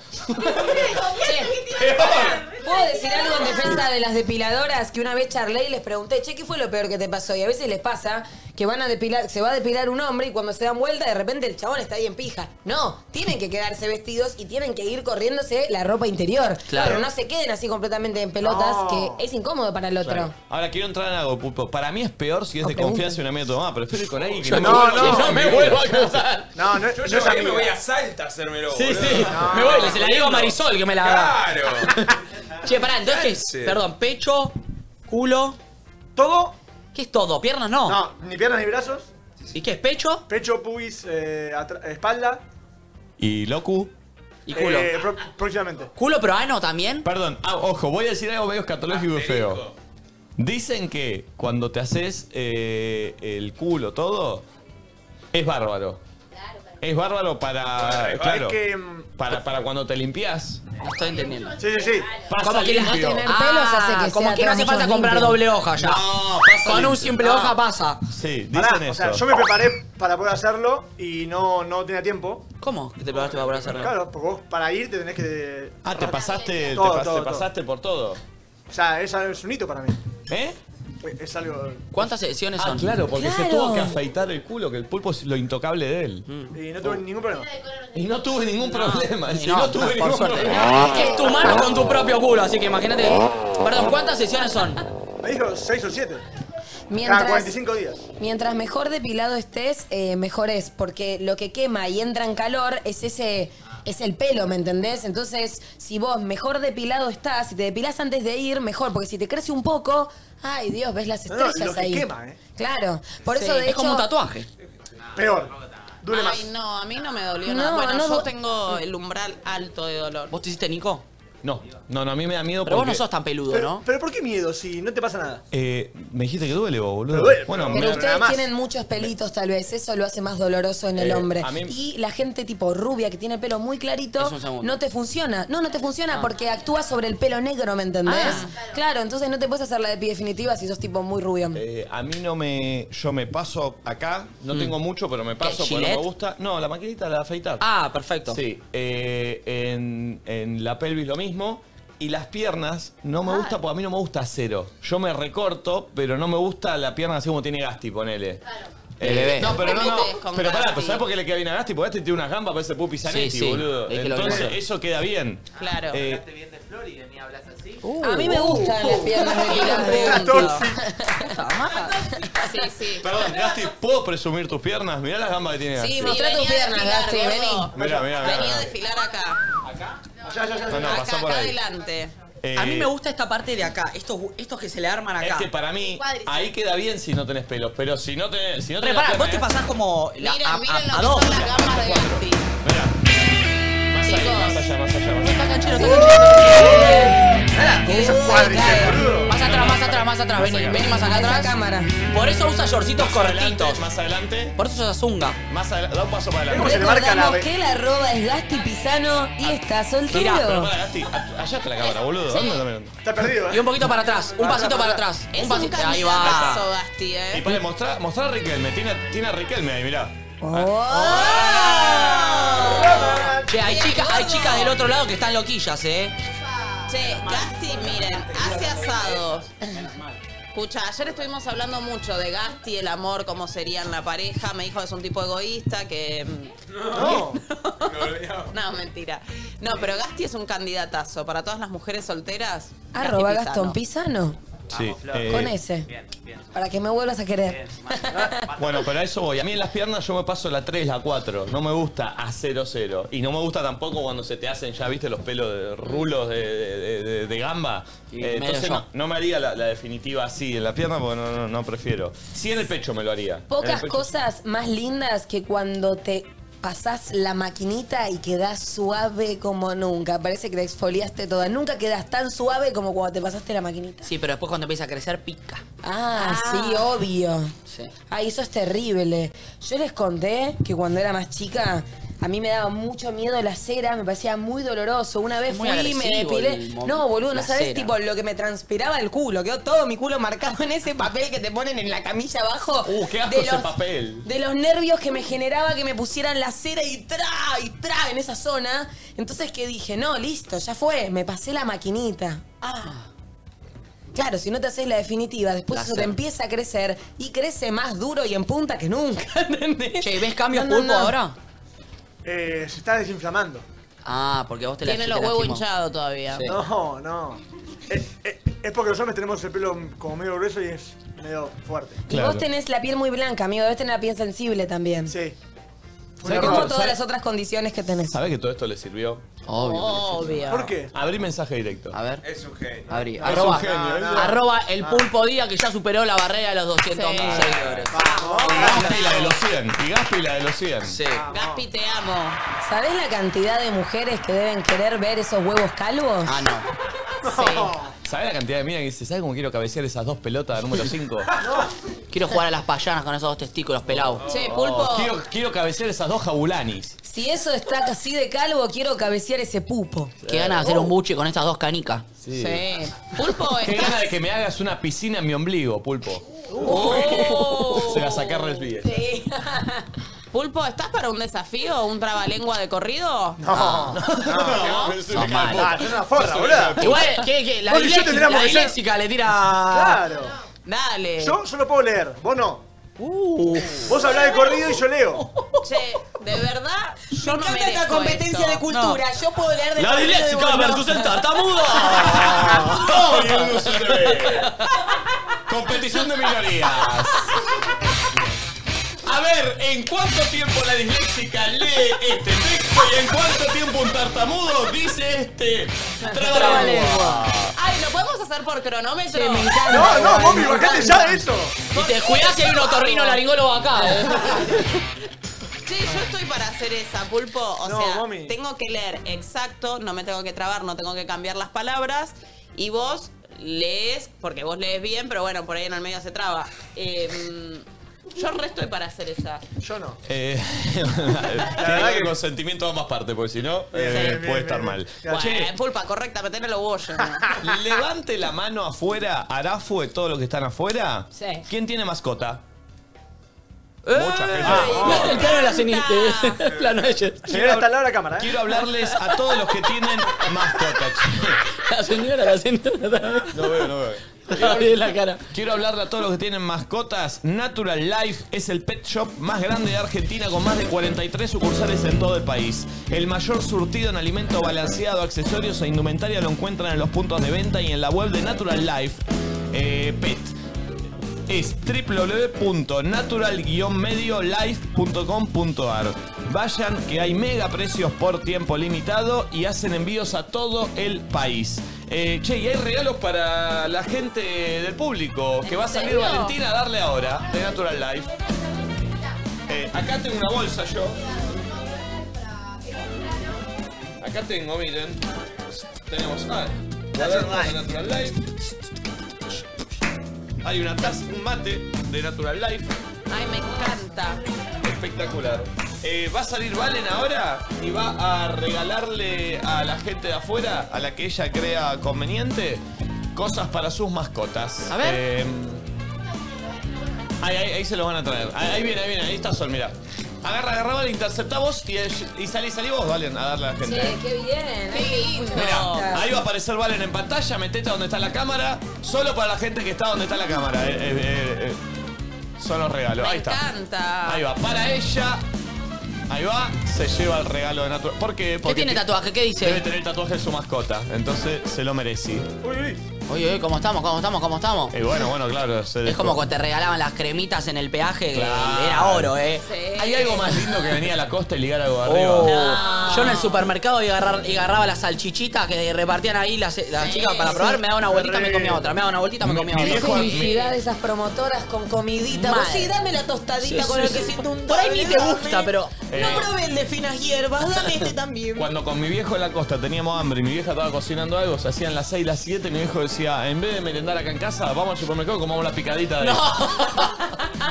[SPEAKER 3] ¿Puedo decir algo en defensa de las depiladoras? Que una vez charlé y les pregunté, che, ¿qué fue lo peor que te pasó? Y a veces les pasa que van a depilar, se va a depilar un hombre y cuando se dan vuelta, de repente el chabón está ahí en pija. No, tienen que quedarse vestidos y tienen que ir corriéndose la ropa interior.
[SPEAKER 2] Claro.
[SPEAKER 3] Pero no se queden así completamente en pelotas,
[SPEAKER 2] No.
[SPEAKER 3] que es incómodo para el otro.
[SPEAKER 2] Claro. Ahora quiero entrar en algo, Pulpo. Para mí es peor si es de confianza y un amigo de tu mamá. Prefiero ir con alguien que
[SPEAKER 15] Yo
[SPEAKER 2] me
[SPEAKER 15] no,
[SPEAKER 2] vuelva-
[SPEAKER 15] no,
[SPEAKER 2] que
[SPEAKER 15] no,
[SPEAKER 2] cruzar.
[SPEAKER 7] No, no,
[SPEAKER 15] Yo
[SPEAKER 2] no
[SPEAKER 15] ya
[SPEAKER 2] es
[SPEAKER 15] me
[SPEAKER 2] amigo.
[SPEAKER 15] voy a Salta a hacérmelo.
[SPEAKER 4] Sí,
[SPEAKER 15] boludo.
[SPEAKER 4] sí.
[SPEAKER 15] No.
[SPEAKER 4] Me voy, se la digo a Marisol que me la haga.
[SPEAKER 15] Claro.
[SPEAKER 4] Che, pará, entonces,
[SPEAKER 15] Calce.
[SPEAKER 4] perdón, pecho, culo.
[SPEAKER 7] ¿Todo?
[SPEAKER 4] ¿Qué es todo? ¿Piernas no?
[SPEAKER 7] No, ni piernas ni brazos.
[SPEAKER 4] ¿Y qué es pecho?
[SPEAKER 7] Pecho, pubis, eh, atra- espalda.
[SPEAKER 2] Y Locu.
[SPEAKER 4] Y culo.
[SPEAKER 7] Eh, pro- próximamente.
[SPEAKER 4] ¿Culo pero ano también?
[SPEAKER 2] Perdón, ah, ojo, voy a decir algo medio escatológico y feo. Dicen que cuando te haces eh, el culo todo, es bárbaro. Es bárbaro para. Claro.
[SPEAKER 7] Es que, mm,
[SPEAKER 2] Para, para cuando te limpias.
[SPEAKER 4] No estoy entendiendo.
[SPEAKER 7] Sí, sí, sí.
[SPEAKER 2] Pasa
[SPEAKER 4] Como que no
[SPEAKER 2] limpio.
[SPEAKER 4] tener pelos hace que como
[SPEAKER 3] sea
[SPEAKER 4] que no hace falta
[SPEAKER 3] troncho
[SPEAKER 4] comprar
[SPEAKER 3] limpio.
[SPEAKER 4] doble hoja ya.
[SPEAKER 2] No, pasa
[SPEAKER 4] Con un
[SPEAKER 2] limpio.
[SPEAKER 4] simple
[SPEAKER 2] No.
[SPEAKER 4] hoja pasa.
[SPEAKER 2] Sí, dicen
[SPEAKER 7] Pará,
[SPEAKER 2] eso.
[SPEAKER 7] o sea, yo me preparé para poder hacerlo y no, no tenía tiempo.
[SPEAKER 4] ¿Cómo? ¿Qué te preparaste para poder hacerlo?
[SPEAKER 7] Claro, porque vos para ir te tenés que...
[SPEAKER 2] Ah, te pasaste,
[SPEAKER 7] Todo,
[SPEAKER 2] te, pas-
[SPEAKER 7] todo,
[SPEAKER 2] te
[SPEAKER 7] todo.
[SPEAKER 2] pasaste por todo.
[SPEAKER 7] O sea, es, es un hito para mí.
[SPEAKER 2] ¿Eh?
[SPEAKER 7] Es algo...
[SPEAKER 4] ¿Cuántas sesiones
[SPEAKER 2] Ah,
[SPEAKER 4] son?
[SPEAKER 2] claro, porque se
[SPEAKER 7] Claro.
[SPEAKER 2] tuvo que afeitar el culo, que el pulpo es lo intocable de él.
[SPEAKER 7] Y no tuve ningún problema.
[SPEAKER 2] Y no tuve ningún problema.
[SPEAKER 4] Y
[SPEAKER 2] si
[SPEAKER 4] Mm. no,
[SPEAKER 2] no, tuve
[SPEAKER 4] por
[SPEAKER 2] ningún
[SPEAKER 4] suerte.
[SPEAKER 2] problema.
[SPEAKER 4] Es tu mano con tu propio culo, así que imagínate. Perdón, ¿cuántas sesiones son?
[SPEAKER 7] Me dijo 6 o 7. Cada
[SPEAKER 3] Mientras,
[SPEAKER 7] 45 días.
[SPEAKER 3] mientras mejor depilado estés, eh, mejor es, porque lo que quema y entra en calor es ese es el pelo, ¿me entendés? Entonces, si vos mejor depilado estás, si te depilás antes de ir, mejor, porque si te crece un poco, ay Dios, ves las
[SPEAKER 7] No, no,
[SPEAKER 3] estrellas
[SPEAKER 7] lo que
[SPEAKER 3] ahí.
[SPEAKER 7] quema, ¿eh?
[SPEAKER 3] Claro, por
[SPEAKER 4] Sí,
[SPEAKER 3] eso de
[SPEAKER 4] es
[SPEAKER 3] hecho,
[SPEAKER 4] como un tatuaje.
[SPEAKER 7] Peor.
[SPEAKER 5] Ay, no, a mí no me dolió
[SPEAKER 3] No,
[SPEAKER 5] nada. Bueno,
[SPEAKER 3] no,
[SPEAKER 5] yo
[SPEAKER 3] vos-
[SPEAKER 5] tengo el umbral alto de dolor.
[SPEAKER 4] ¿Vos te hiciste Nico?
[SPEAKER 2] No, no, no, a mí me da miedo
[SPEAKER 4] Pero vos
[SPEAKER 2] porque.
[SPEAKER 4] no sos tan peludo,
[SPEAKER 7] Pero,
[SPEAKER 4] ¿no?
[SPEAKER 7] pero ¿por qué miedo si no te pasa nada?
[SPEAKER 2] Eh, me dijiste que duele vos, boludo.
[SPEAKER 7] Pero duele,
[SPEAKER 2] bueno,
[SPEAKER 3] Pero
[SPEAKER 2] me-
[SPEAKER 3] ustedes tienen muchos pelitos, tal vez. Eso lo hace más doloroso en el
[SPEAKER 2] Eh,
[SPEAKER 3] hombre.
[SPEAKER 2] a mí-
[SPEAKER 3] Y la gente tipo rubia que tiene el pelo muy clarito
[SPEAKER 4] Es un segundo.
[SPEAKER 3] no te funciona. No, no te funciona porque actúa sobre el pelo negro, ¿me entendés? claro. entonces no te puedes hacer la de pie definitiva si sos tipo muy rubio.
[SPEAKER 2] eh, a mí no me. Yo me paso acá, no tengo mucho, pero me paso porque no
[SPEAKER 4] Mm. ¿Gillette?
[SPEAKER 2] me gusta. No, la maquinita la de afeitar.
[SPEAKER 4] Ah, perfecto.
[SPEAKER 2] Sí, eh, en, en la pelvis lo mismo. Y las piernas no me gusta porque a mí no me gusta cero. Yo me recorto, pero no me gusta la pierna así como tiene Gasti, ponele. Eh,
[SPEAKER 4] Le ve.
[SPEAKER 2] no, pero no, no.
[SPEAKER 4] Te metes con
[SPEAKER 2] Pero pará,
[SPEAKER 4] Gasti.
[SPEAKER 2] pero ¿sabés por qué le queda bien a Gasti? Porque Gasti tiene unas gambas, parece Pupi Zanetti,
[SPEAKER 4] Sí, sí.
[SPEAKER 2] boludo.
[SPEAKER 4] Es que lo
[SPEAKER 2] Entonces,
[SPEAKER 4] vimos.
[SPEAKER 2] eso queda bien.
[SPEAKER 5] Claro.
[SPEAKER 2] Eh,
[SPEAKER 3] a mí me gustan las piernas de Dylan
[SPEAKER 5] Sí, sí.
[SPEAKER 2] Perdón, Gasti, ¿puedo presumir tus piernas? Mirá las gambas que tiene Gasti.
[SPEAKER 5] Sí,
[SPEAKER 3] mostrá tus
[SPEAKER 5] venía a
[SPEAKER 3] piernas,
[SPEAKER 5] desfilar,
[SPEAKER 3] Gasti,
[SPEAKER 5] gordo.
[SPEAKER 2] Mirá, mirá, mirá.
[SPEAKER 5] Venía a desfilar acá.
[SPEAKER 7] Ya, ya, ya.
[SPEAKER 2] No, no,
[SPEAKER 5] acá,
[SPEAKER 2] pasá por
[SPEAKER 5] acá
[SPEAKER 2] ahí.
[SPEAKER 5] adelante.
[SPEAKER 2] Eh,
[SPEAKER 4] A mí me gusta esta parte de acá, estos, estos que se le arman acá.
[SPEAKER 2] Es que para mí,
[SPEAKER 4] Cuádriceps.
[SPEAKER 2] ahí queda bien si no tenés pelos, pero si no tenés. Si no tenés
[SPEAKER 4] Pero pará,
[SPEAKER 2] la eh.
[SPEAKER 4] vos te
[SPEAKER 2] pierna,
[SPEAKER 4] pasás como la,
[SPEAKER 5] Miren,
[SPEAKER 4] a,
[SPEAKER 5] miren
[SPEAKER 4] a-
[SPEAKER 5] lo
[SPEAKER 4] a
[SPEAKER 5] que
[SPEAKER 4] dos.
[SPEAKER 5] son las gambas de Gasti.
[SPEAKER 2] Más ahí, más
[SPEAKER 5] Chicos.
[SPEAKER 2] allá, más allá, más allá.
[SPEAKER 4] Está canchero, está
[SPEAKER 5] Nada,
[SPEAKER 4] canchero.
[SPEAKER 5] esos cuádriceps,
[SPEAKER 4] boludo. Más atrás, más atrás, más atrás. Vení, vení más acá atrás.
[SPEAKER 3] cámara.
[SPEAKER 4] Por eso usa shortcitos
[SPEAKER 2] Más
[SPEAKER 4] cortitos.
[SPEAKER 2] adelante, Más adelante.
[SPEAKER 4] Por eso usa zunga.
[SPEAKER 2] Más adelante. Da un paso para adelante.
[SPEAKER 3] Recordamos que la arroba es Gasti Pisano y está
[SPEAKER 2] Mirá, pero
[SPEAKER 3] soltero.
[SPEAKER 2] pará, Gasti, a- allá está la cámara, boludo. ¿Dónde también?
[SPEAKER 7] Está perdido,
[SPEAKER 4] Y un poquito para atrás, un pasito para atrás.
[SPEAKER 5] Es
[SPEAKER 4] Un
[SPEAKER 5] un
[SPEAKER 4] pasito. Ahí
[SPEAKER 5] candidato,
[SPEAKER 4] va.
[SPEAKER 5] Gasti,
[SPEAKER 2] Y
[SPEAKER 5] eh.
[SPEAKER 2] para mostrar, mostrar a Riquelme. Tiene, tiene a Riquelme ahí, mirá.
[SPEAKER 4] Oh.
[SPEAKER 2] Ah,
[SPEAKER 5] Oh.
[SPEAKER 4] Che, hay chicas, hay chicas del otro lado que están loquillas, eh.
[SPEAKER 5] Che, Gasti, miren, hace asados. Escucha, ayer estuvimos hablando mucho de Gasti, el amor, cómo sería en la pareja. Me dijo que es un tipo egoísta, que... mm,
[SPEAKER 7] No.
[SPEAKER 5] No, mentira. No, pero Gasti es un candidatazo. Para todas las mujeres solteras, Gasti
[SPEAKER 3] Arroba
[SPEAKER 5] Pisano.
[SPEAKER 3] Gastón Pisano.
[SPEAKER 2] Sí, eh,
[SPEAKER 3] Con ese. Para que me vuelvas a querer.
[SPEAKER 2] Bueno, pero a eso voy. A mí en las piernas yo me paso la 3, la 4. No me gusta a 0, 0. Y no me gusta tampoco cuando se te hacen ya, viste, los pelos de rulos de, de- de- de- de gamba. Eh,
[SPEAKER 4] medio
[SPEAKER 2] entonces
[SPEAKER 4] yo.
[SPEAKER 2] no, no me haría la, la definitiva así en la pierna porque no, no, no prefiero. Sí en el pecho me lo haría. En el
[SPEAKER 3] Pocas
[SPEAKER 2] pecho.
[SPEAKER 3] cosas más lindas que cuando te pasás la maquinita y quedás suave como nunca. Parece que te exfoliaste toda. Nunca quedás tan suave como cuando te pasaste la maquinita.
[SPEAKER 4] Sí, pero después cuando empieza a crecer, pica.
[SPEAKER 3] Ah, sí, obvio. Ay, eso es terrible. Yo les conté que cuando era más chica, a mí me daba mucho miedo la cera, me parecía muy doloroso. Una vez fui,
[SPEAKER 4] Muy
[SPEAKER 3] me
[SPEAKER 4] agresivo
[SPEAKER 3] depilé.
[SPEAKER 4] el mo-
[SPEAKER 3] No, boludo, no
[SPEAKER 4] la
[SPEAKER 3] sabes,
[SPEAKER 4] cera.
[SPEAKER 3] tipo, lo que me transpiraba el culo. Quedó todo mi culo marcado en ese papel que te ponen en la camilla abajo.
[SPEAKER 2] Uh, qué asco
[SPEAKER 3] de
[SPEAKER 2] ese
[SPEAKER 3] los-
[SPEAKER 2] papel.
[SPEAKER 3] de los nervios que me generaba que me pusieran la cera y tra, y tra en esa zona. Entonces que dije, no, listo, ya fue, me pasé la maquinita. Ah. Claro, si no te haces la definitiva, después eso te
[SPEAKER 4] Láser.
[SPEAKER 3] empieza a crecer y crece más duro y en punta que nunca, ¿entendés?
[SPEAKER 4] Che, ¿ves cambios
[SPEAKER 3] No, no,
[SPEAKER 4] pulpo
[SPEAKER 3] no.
[SPEAKER 4] ahora?
[SPEAKER 7] Eh, se está desinflamando.
[SPEAKER 4] Ah, porque vos te
[SPEAKER 5] Tiene
[SPEAKER 4] la
[SPEAKER 5] los
[SPEAKER 4] te
[SPEAKER 5] huevos
[SPEAKER 4] lastimó.
[SPEAKER 5] hinchados todavía.
[SPEAKER 4] Sí.
[SPEAKER 7] No, no. Es, es- es porque los hombres tenemos el pelo como medio grueso y es medio fuerte.
[SPEAKER 3] Y vos tenés la piel muy blanca, amigo, debes tener la piel sensible también.
[SPEAKER 7] Sí.
[SPEAKER 2] Fue un
[SPEAKER 3] como
[SPEAKER 2] error,
[SPEAKER 3] todas
[SPEAKER 2] ¿sabes?
[SPEAKER 3] las otras condiciones que tenés.
[SPEAKER 2] ¿Sabés que todo esto le sirvió?
[SPEAKER 4] Obvio.
[SPEAKER 3] Obvio.
[SPEAKER 7] ¿Por qué?
[SPEAKER 2] Abrí mensaje directo. A
[SPEAKER 4] ver.
[SPEAKER 15] Es un genio.
[SPEAKER 4] Abrí.
[SPEAKER 2] Es
[SPEAKER 4] Arroba,
[SPEAKER 2] un genio,
[SPEAKER 4] Ah,
[SPEAKER 2] ¿eh?
[SPEAKER 4] arroba el pulpo día que ya superó la barrera de los 200 mil seguidores.
[SPEAKER 2] Y Gaspi la de los 100. Y Gaspi la de los 100.
[SPEAKER 4] Sí.
[SPEAKER 5] Gaspi, te amo.
[SPEAKER 3] ¿Sabés la cantidad de mujeres que deben querer ver esos huevos calvos?
[SPEAKER 4] Ah, no.
[SPEAKER 2] ¿Sabés la cantidad de mina que dice, ¿sabés cómo quiero cabecear esas dos pelotas de número 5?
[SPEAKER 4] Quiero jugar a las payanas con esos dos testículos pelados.
[SPEAKER 3] Che, pulpo.
[SPEAKER 2] Oh, quiero, quiero cabecear esas dos jabulanis.
[SPEAKER 3] Si eso está así de calvo, quiero cabecear ese pupo. Uh.
[SPEAKER 4] Qué ganas de hacer un buche con estas dos canicas.
[SPEAKER 2] Sí.
[SPEAKER 5] Pulpo,
[SPEAKER 2] Qué
[SPEAKER 5] estás-
[SPEAKER 2] gana de que me hagas una piscina en mi ombligo, pulpo. Se la saqué al pie.
[SPEAKER 5] Sí. Pulpo, ¿estás para un desafío? ¿Un trabalengua de corrido? Ah.
[SPEAKER 7] No.
[SPEAKER 5] No.
[SPEAKER 4] Sos mal.
[SPEAKER 7] Ah, tenés una forra, boludo.
[SPEAKER 4] Igual, ¿qué, qué? la
[SPEAKER 7] Vos y yo
[SPEAKER 4] disléxica,
[SPEAKER 7] tendríamos
[SPEAKER 4] la
[SPEAKER 7] que ser-
[SPEAKER 4] disléxica le tira.
[SPEAKER 7] Claro.
[SPEAKER 5] Dale.
[SPEAKER 7] Yo solo puedo leer, vos no. Vos hablás de corrido y yo leo.
[SPEAKER 5] Che, de verdad, yo no
[SPEAKER 3] encanta
[SPEAKER 5] merezco
[SPEAKER 3] esta competencia
[SPEAKER 5] esto.
[SPEAKER 3] de cultura.
[SPEAKER 5] No.
[SPEAKER 3] Yo puedo leer de
[SPEAKER 4] La
[SPEAKER 3] corrido y
[SPEAKER 4] disléxica
[SPEAKER 3] vos no.
[SPEAKER 4] versus el tartamudo.
[SPEAKER 2] Competición de minorías. A ver, ¿en cuánto tiempo la disléxica lee este texto y en cuánto tiempo un tartamudo dice este trabalengua?
[SPEAKER 5] Ay, ¿lo podemos hacer por cronómetro?
[SPEAKER 3] Che, me encanta.
[SPEAKER 7] No, no, Mommy, bajate ya de eso.
[SPEAKER 4] Y te cuidás si hay un otorrino laringólogo acá. eh.
[SPEAKER 5] Che, yo estoy para hacer esa, pulpo. O
[SPEAKER 7] No,
[SPEAKER 5] sea,
[SPEAKER 7] mami.
[SPEAKER 5] tengo que leer exacto, no me tengo que trabar, no tengo que cambiar las palabras. Y vos lees, porque vos lees bien, pero bueno, por ahí en el medio se traba. Em, yo re estoy para hacer esa.
[SPEAKER 7] Yo no.
[SPEAKER 2] Eh, tiene que consentimiento de ambas partes, porque si no, eh, puede estar mal.
[SPEAKER 5] Bueno,
[SPEAKER 2] Che,
[SPEAKER 5] pulpa, correcta, meteme los bollos.
[SPEAKER 2] levante la mano afuera, Arafu, de todos los que están afuera.
[SPEAKER 5] Sí.
[SPEAKER 2] ¿Quién tiene mascota?
[SPEAKER 4] Mucha
[SPEAKER 2] gente.
[SPEAKER 4] El plano de la cenite. El plano de ella.
[SPEAKER 7] Señora, hasta al lado de la cámara, ¿eh?
[SPEAKER 2] Quiero hablarles a todos los que tienen mascota,
[SPEAKER 4] La señora, la señora.
[SPEAKER 2] No veo, no veo.
[SPEAKER 4] Abrí la cara.
[SPEAKER 2] Quiero hablarle a todos los que tienen mascotas. Natural Life es el pet shop más grande de Argentina con más de 43 sucursales en todo el país. El mayor surtido en alimento balanceado, accesorios e indumentaria lo encuentran en los puntos de venta y en la web de Natural Life eh, Pet. Es www.natural-mediolife.com.ar. Vayan que hay mega precios por tiempo limitado y hacen envíos a todo el país. Eh, che, y hay regalos para la gente del público que va a salir
[SPEAKER 5] serio?
[SPEAKER 2] Valentina a darle ahora de Natural Life. Eh, acá tengo una bolsa yo. Acá tengo, miren. Tenemos ah, cuadernos de Natural Life. Hay una taza, un mate de Natural Life.
[SPEAKER 5] Ay, me encanta.
[SPEAKER 2] Espectacular. Eh, va a salir Valen ahora y va a regalarle a la gente de afuera, a la que ella crea conveniente, cosas para sus mascotas.
[SPEAKER 4] A ver.
[SPEAKER 2] Eh, ahí, ahí- ahí se los van a traer. Ahí, ahí viene, ahí viene, ahí está Sol, mirá. Agarra, agarra, Valen, interceptá vos y, y salí, salí vos, Valen, a darle a la gente. eh.
[SPEAKER 3] Che, qué bien.
[SPEAKER 5] Qué lindo.
[SPEAKER 2] Mirá, ahí va a aparecer Valen en pantalla, metete a donde está la cámara, solo para la gente que está donde está la cámara. Eh, eh, eh, eh. Son los regalos, ahí
[SPEAKER 5] Me
[SPEAKER 2] está.
[SPEAKER 5] encanta.
[SPEAKER 2] Ahí va, para ella. Ahí va, se lleva el regalo de Natural. ¿Por qué? Porque
[SPEAKER 4] tiene tatuaje? ¿Qué dice?
[SPEAKER 2] Debe tener el tatuaje de su mascota, entonces se lo merece.
[SPEAKER 7] Uy, uy.
[SPEAKER 4] Oye, oye, ¿cómo estamos? ¿Cómo estamos? ¿Cómo estamos?
[SPEAKER 2] Y Eh, bueno, bueno, claro. se
[SPEAKER 4] Es
[SPEAKER 2] dejó.
[SPEAKER 4] como cuando te regalaban las cremitas en el peaje, que
[SPEAKER 2] Claro.
[SPEAKER 4] era oro, ¿eh?
[SPEAKER 2] Hay algo más lindo que venir a la costa y ligar algo arriba.
[SPEAKER 4] Oh. Yo en el supermercado iba a agarrar- y agarraba las salchichitas que repartían ahí las, las chicas para probar, me daba una vueltita, me comía otra, me daba una vueltita, me comía
[SPEAKER 3] Qué
[SPEAKER 4] otra.
[SPEAKER 3] felicidad de esas promotoras con comidita.
[SPEAKER 4] Mal.
[SPEAKER 3] Vos sí, dame la tostadita
[SPEAKER 4] Sí,
[SPEAKER 3] con
[SPEAKER 4] sí,
[SPEAKER 3] el
[SPEAKER 4] sí.
[SPEAKER 3] quesito untable,
[SPEAKER 4] Por ahí ni te
[SPEAKER 3] dame.
[SPEAKER 4] gusta, pero-
[SPEAKER 2] Eh.
[SPEAKER 3] No probé el de finas hierbas, dame este también.
[SPEAKER 2] Cuando con mi viejo en la costa teníamos hambre y mi vieja estaba cocinando algo, se hacían las 6, las 7 y mi viejo decía, en vez de merendar acá en casa, vamos al supermercado y comamos la picadita de...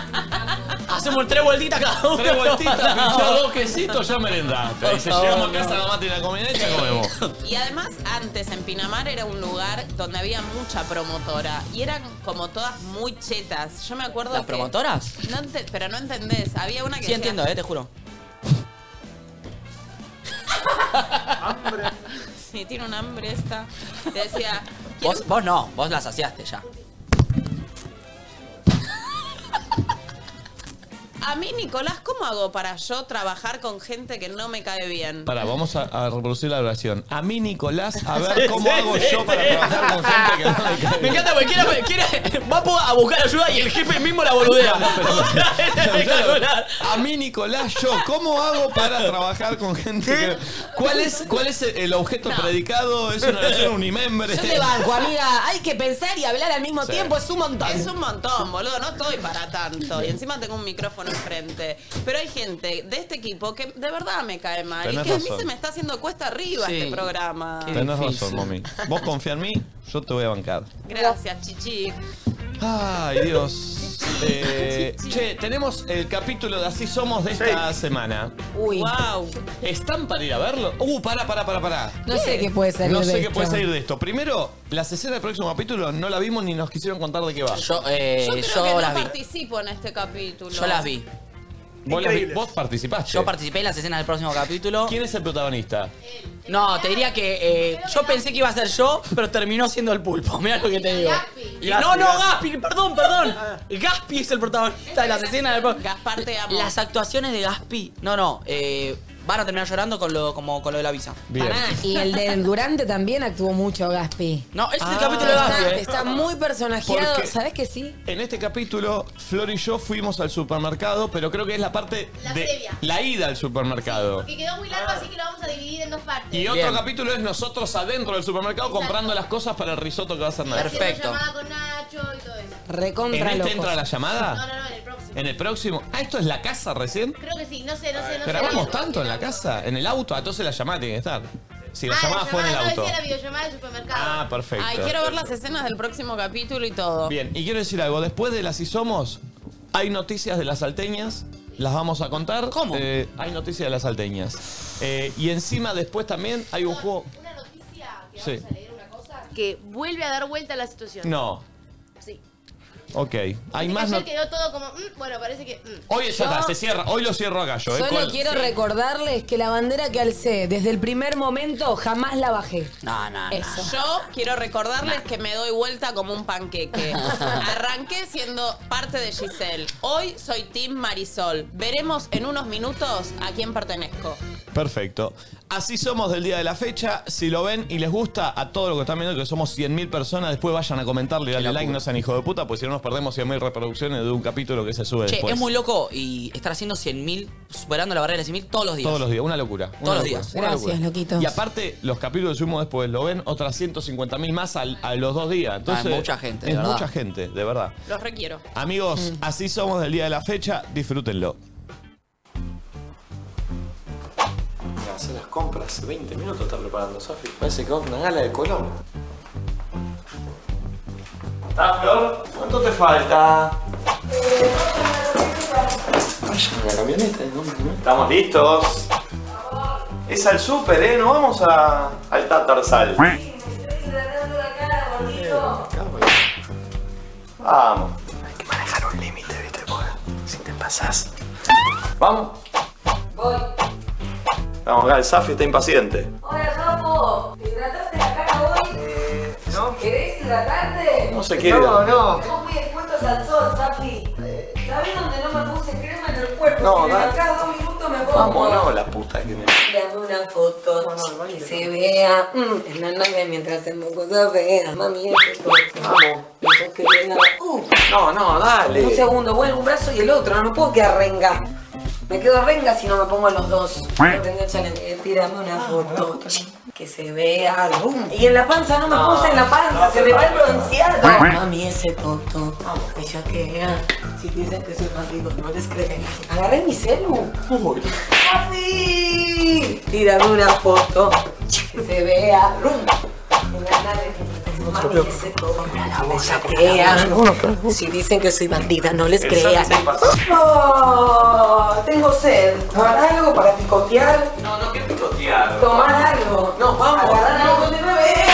[SPEAKER 4] Hacemos tres vueltitas cada uno.
[SPEAKER 2] Tres vueltitas,
[SPEAKER 4] No.
[SPEAKER 2] ya dos quesitos, ya merendaste.
[SPEAKER 4] Por
[SPEAKER 2] Dice,
[SPEAKER 4] favor,
[SPEAKER 2] llegamos a
[SPEAKER 4] no.
[SPEAKER 2] casa, la mate y la comida y ya comemos.
[SPEAKER 5] Y además, antes en Pinamar era un lugar donde había mucha promotora y eran como todas muy chetas. Yo me acuerdo.
[SPEAKER 4] ¿Las
[SPEAKER 5] que-
[SPEAKER 4] promotoras?
[SPEAKER 5] No ente- pero no entendés. Había una que.
[SPEAKER 4] Sí
[SPEAKER 5] decía,
[SPEAKER 4] entiendo, eh, te juro.
[SPEAKER 5] Sí, tiene un hambre esta. Te decía.
[SPEAKER 4] Vos, vos no, vos las saciaste ya.
[SPEAKER 5] A mí, Nicolás, ¿cómo hago para yo trabajar con gente que no me cae bien?
[SPEAKER 2] Pará, vamos a, a reproducir la oración. A mí, Nicolás, a ver
[SPEAKER 4] Sí,
[SPEAKER 2] cómo
[SPEAKER 4] sí,
[SPEAKER 2] hago
[SPEAKER 4] sí,
[SPEAKER 2] yo
[SPEAKER 4] sí.
[SPEAKER 2] para trabajar con gente que no me cae
[SPEAKER 4] Me
[SPEAKER 2] bien.
[SPEAKER 4] encanta porque quiere, quiere- va a buscar ayuda y el jefe mismo la boludea.
[SPEAKER 2] No, pero-
[SPEAKER 4] Otra vez,
[SPEAKER 2] Claro,
[SPEAKER 4] espectacular.
[SPEAKER 2] A mí, Nicolás, yo, ¿cómo hago para trabajar con gente que... ¿Cuál es, cuál es el objeto predicado? ¿Es una oración unimembre?
[SPEAKER 3] Yo te banco, amiga. Hay que pensar y hablar al mismo
[SPEAKER 2] Sí.
[SPEAKER 3] tiempo. Es un montón.
[SPEAKER 5] Es un montón, boludo, no estoy para tanto. Y encima tengo un micrófono enfrente. Pero hay gente de este equipo que de verdad me cae mal.
[SPEAKER 2] Tenés
[SPEAKER 5] y que a
[SPEAKER 2] razón.
[SPEAKER 5] mí se me está haciendo cuesta arriba
[SPEAKER 2] Sí.
[SPEAKER 5] este programa.
[SPEAKER 2] Tenés razón, mami. Vos confía en mí, yo te voy a bancar.
[SPEAKER 5] Gracias, Chichi.
[SPEAKER 2] Ay, Dios. Eh, che, tenemos el capítulo de Así Somos de esta semana.
[SPEAKER 3] Uy.
[SPEAKER 5] Wow.
[SPEAKER 2] ¿Están para ir a verlo? Uh, para, para, para, para.
[SPEAKER 3] No sé qué puede salir
[SPEAKER 2] No
[SPEAKER 3] de
[SPEAKER 2] sé qué
[SPEAKER 3] esto.
[SPEAKER 2] puede salir de esto. Primero, las escenas del próximo capítulo no la vimos ni nos quisieron contar de qué va.
[SPEAKER 4] Yo, eh,
[SPEAKER 5] Yo creo que no participo en este capítulo.
[SPEAKER 4] Yo las vi.
[SPEAKER 2] Vos, las vi- vos participaste.
[SPEAKER 4] Yo participé en las escenas del próximo capítulo.
[SPEAKER 2] ¿Quién es el protagonista?
[SPEAKER 4] No, te diría que eh, yo pensé que iba a ser yo, pero terminó siendo el pulpo. Mira lo que te digo. Y no, no, Gaspi, perdón, perdón.
[SPEAKER 2] Ah.
[SPEAKER 4] Gaspi es el protagonista de las escenas del próximo.
[SPEAKER 5] Gaspar te amo.
[SPEAKER 4] Las actuaciones de Gaspi, no, no, eh, van a terminar llorando con lo, como, con lo de la visa.
[SPEAKER 3] Pará, y el del Durante también actuó mucho Gaspi.
[SPEAKER 4] No, ese es el
[SPEAKER 3] Ah.
[SPEAKER 4] capítulo de Gaspi,
[SPEAKER 3] Está,
[SPEAKER 2] eh.
[SPEAKER 3] está muy personajeado.
[SPEAKER 2] Porque-
[SPEAKER 3] ¿Sabés que sí?
[SPEAKER 2] En este capítulo, Flor y yo fuimos al supermercado, pero creo que es la parte
[SPEAKER 16] La
[SPEAKER 2] de
[SPEAKER 16] previa.
[SPEAKER 2] la ida al supermercado.
[SPEAKER 16] Porque quedó muy largo, así que lo vamos a dividir en dos partes.
[SPEAKER 2] Y otro capítulo es nosotros adentro del supermercado comprando las cosas para el risotto que va a hacer Nacho.
[SPEAKER 16] Haciendo llamada con Nacho y todo eso.
[SPEAKER 2] ¿En
[SPEAKER 3] Recontra
[SPEAKER 2] este
[SPEAKER 3] locos.
[SPEAKER 2] entra la llamada?
[SPEAKER 16] No, no, no, en el próximo.
[SPEAKER 2] ¿En el próximo? Ah, ¿esto es la casa recién?
[SPEAKER 16] Creo que sí, no sé, no sé, no sé.
[SPEAKER 2] ¿Pero hablamos tanto en la casa? ¿En el auto? Ah, Entonces la llamada tiene que estar. Si la
[SPEAKER 16] Ah,
[SPEAKER 2] llamada fue en el
[SPEAKER 16] llamada,
[SPEAKER 2] auto.
[SPEAKER 16] No, decía la videollamada del supermercado.
[SPEAKER 2] Ah, perfecto.
[SPEAKER 5] Ay, quiero ver las escenas del próximo capítulo y todo.
[SPEAKER 2] Bien, y quiero decir algo. Después de las Si Somos, hay noticias de las salteñas. Las vamos a contar. ¿Cómo? hay noticias de las salteñas. Eh, y encima, después también hay un juego.
[SPEAKER 16] Una noticia que
[SPEAKER 2] Sí.
[SPEAKER 16] vamos a leer una cosa. Que vuelve a dar vuelta a la situación.
[SPEAKER 2] No,
[SPEAKER 16] Sí.
[SPEAKER 2] ok. Hay más
[SPEAKER 16] Ayer
[SPEAKER 2] noticias.
[SPEAKER 16] quedó todo como, mm, bueno, parece que... mm.
[SPEAKER 2] Hoy es ya está,
[SPEAKER 3] Yo-
[SPEAKER 2] se cierra. Hoy lo cierro acá yo. eh,
[SPEAKER 3] Solo
[SPEAKER 2] con-
[SPEAKER 3] quiero
[SPEAKER 2] Sí.
[SPEAKER 3] recordarles que la bandera que alcé desde el primer momento jamás la bajé.
[SPEAKER 4] No, no, no.
[SPEAKER 3] Eso.
[SPEAKER 5] Yo quiero recordarles que me doy vuelta como un panqueque. Arranqué siendo parte de Giselle. Hoy soy Team Marisol. Veremos en unos minutos a quién pertenezco.
[SPEAKER 2] Perfecto. Así somos del día de la fecha. Si lo ven y les gusta a todo lo que están viendo, que somos 100.000 personas, después vayan a comentarle, dale like, no sean hijo de puta, pues si no nos perdemos 100.000 reproducciones de un capítulo que se sube
[SPEAKER 4] Che,
[SPEAKER 2] después.
[SPEAKER 4] es muy loco y estar haciendo 100.000, superando la barrera de 100.000 todos los días.
[SPEAKER 2] Todos los días, una locura. una
[SPEAKER 4] Todos los
[SPEAKER 2] locura,
[SPEAKER 4] días.
[SPEAKER 2] una
[SPEAKER 4] Gracias,
[SPEAKER 2] locura.
[SPEAKER 4] loquitos.
[SPEAKER 2] Y aparte, los capítulos que subimos después lo ven otras 150.000 más al- a los dos días. Entonces,
[SPEAKER 4] Ah, es mucha gente, de
[SPEAKER 2] Es
[SPEAKER 4] verdad.
[SPEAKER 2] mucha gente, de verdad.
[SPEAKER 5] Los requiero.
[SPEAKER 2] Amigos, así somos del día de la fecha. Disfrútenlo.
[SPEAKER 10] Hacer las compras, 20 minutos está preparando Sofi. Parece que va a una gala de Colón. ¿Estás, Flor? ¿Cuánto te falta? Vayan a la camioneta, ¿no? Estamos listos. Es al súper, ¿eh? No vamos a, al Tatarsal. Vamos. Hay que manejar un límite, ¿viste? Porque si te pasás. Vamos.
[SPEAKER 17] Voy.
[SPEAKER 10] Vamos acá, el Safi está impaciente.
[SPEAKER 17] Hola, Japo. ¿Te hidrataste la cara hoy? ¿No? ¿Querés hidratarte?
[SPEAKER 10] No se quiere. Eh, No, no.
[SPEAKER 17] Estamos muy expuestos al sol, papi. ¿Sabés dónde no me puse crema en el cuerpo?
[SPEAKER 10] No,
[SPEAKER 17] Si me
[SPEAKER 10] dale.
[SPEAKER 17] marcás dos minutos me pongo.
[SPEAKER 10] Vamos, no, la puta que me.
[SPEAKER 17] Dame una
[SPEAKER 3] tomar fotos. que se vea mm, en la nave mientras hacemos cosas feas. Mami, eso Vamos.
[SPEAKER 7] No, no, dale.
[SPEAKER 3] Un segundo, vuelvo un brazo y el otro. No me puedo quedar renga. Me quedo renga si no me pongo los dos. No tengo challenge. Eh, Tírame una foto. Que se vea. boom. Y en la panza no me
[SPEAKER 24] No,
[SPEAKER 3] puse en la panza.
[SPEAKER 24] no,
[SPEAKER 3] se me va el
[SPEAKER 24] no.
[SPEAKER 3] bronceado.
[SPEAKER 24] Mami,
[SPEAKER 3] ese pues toto. Me choquea. Si piensan que soy más rico, no les creen. Agarré mi celu. ¡Papi! Tírame una foto. Que se vea. boom. En la nave. Mami, ese toto. Me choquea. Si dicen que soy bandida, no les crean. Oh, tengo sed. ¿Tomar algo para picotear?
[SPEAKER 7] No, no, que picotear.
[SPEAKER 3] ¿Tomar algo? No, vamos. Agarrar algo de bebé.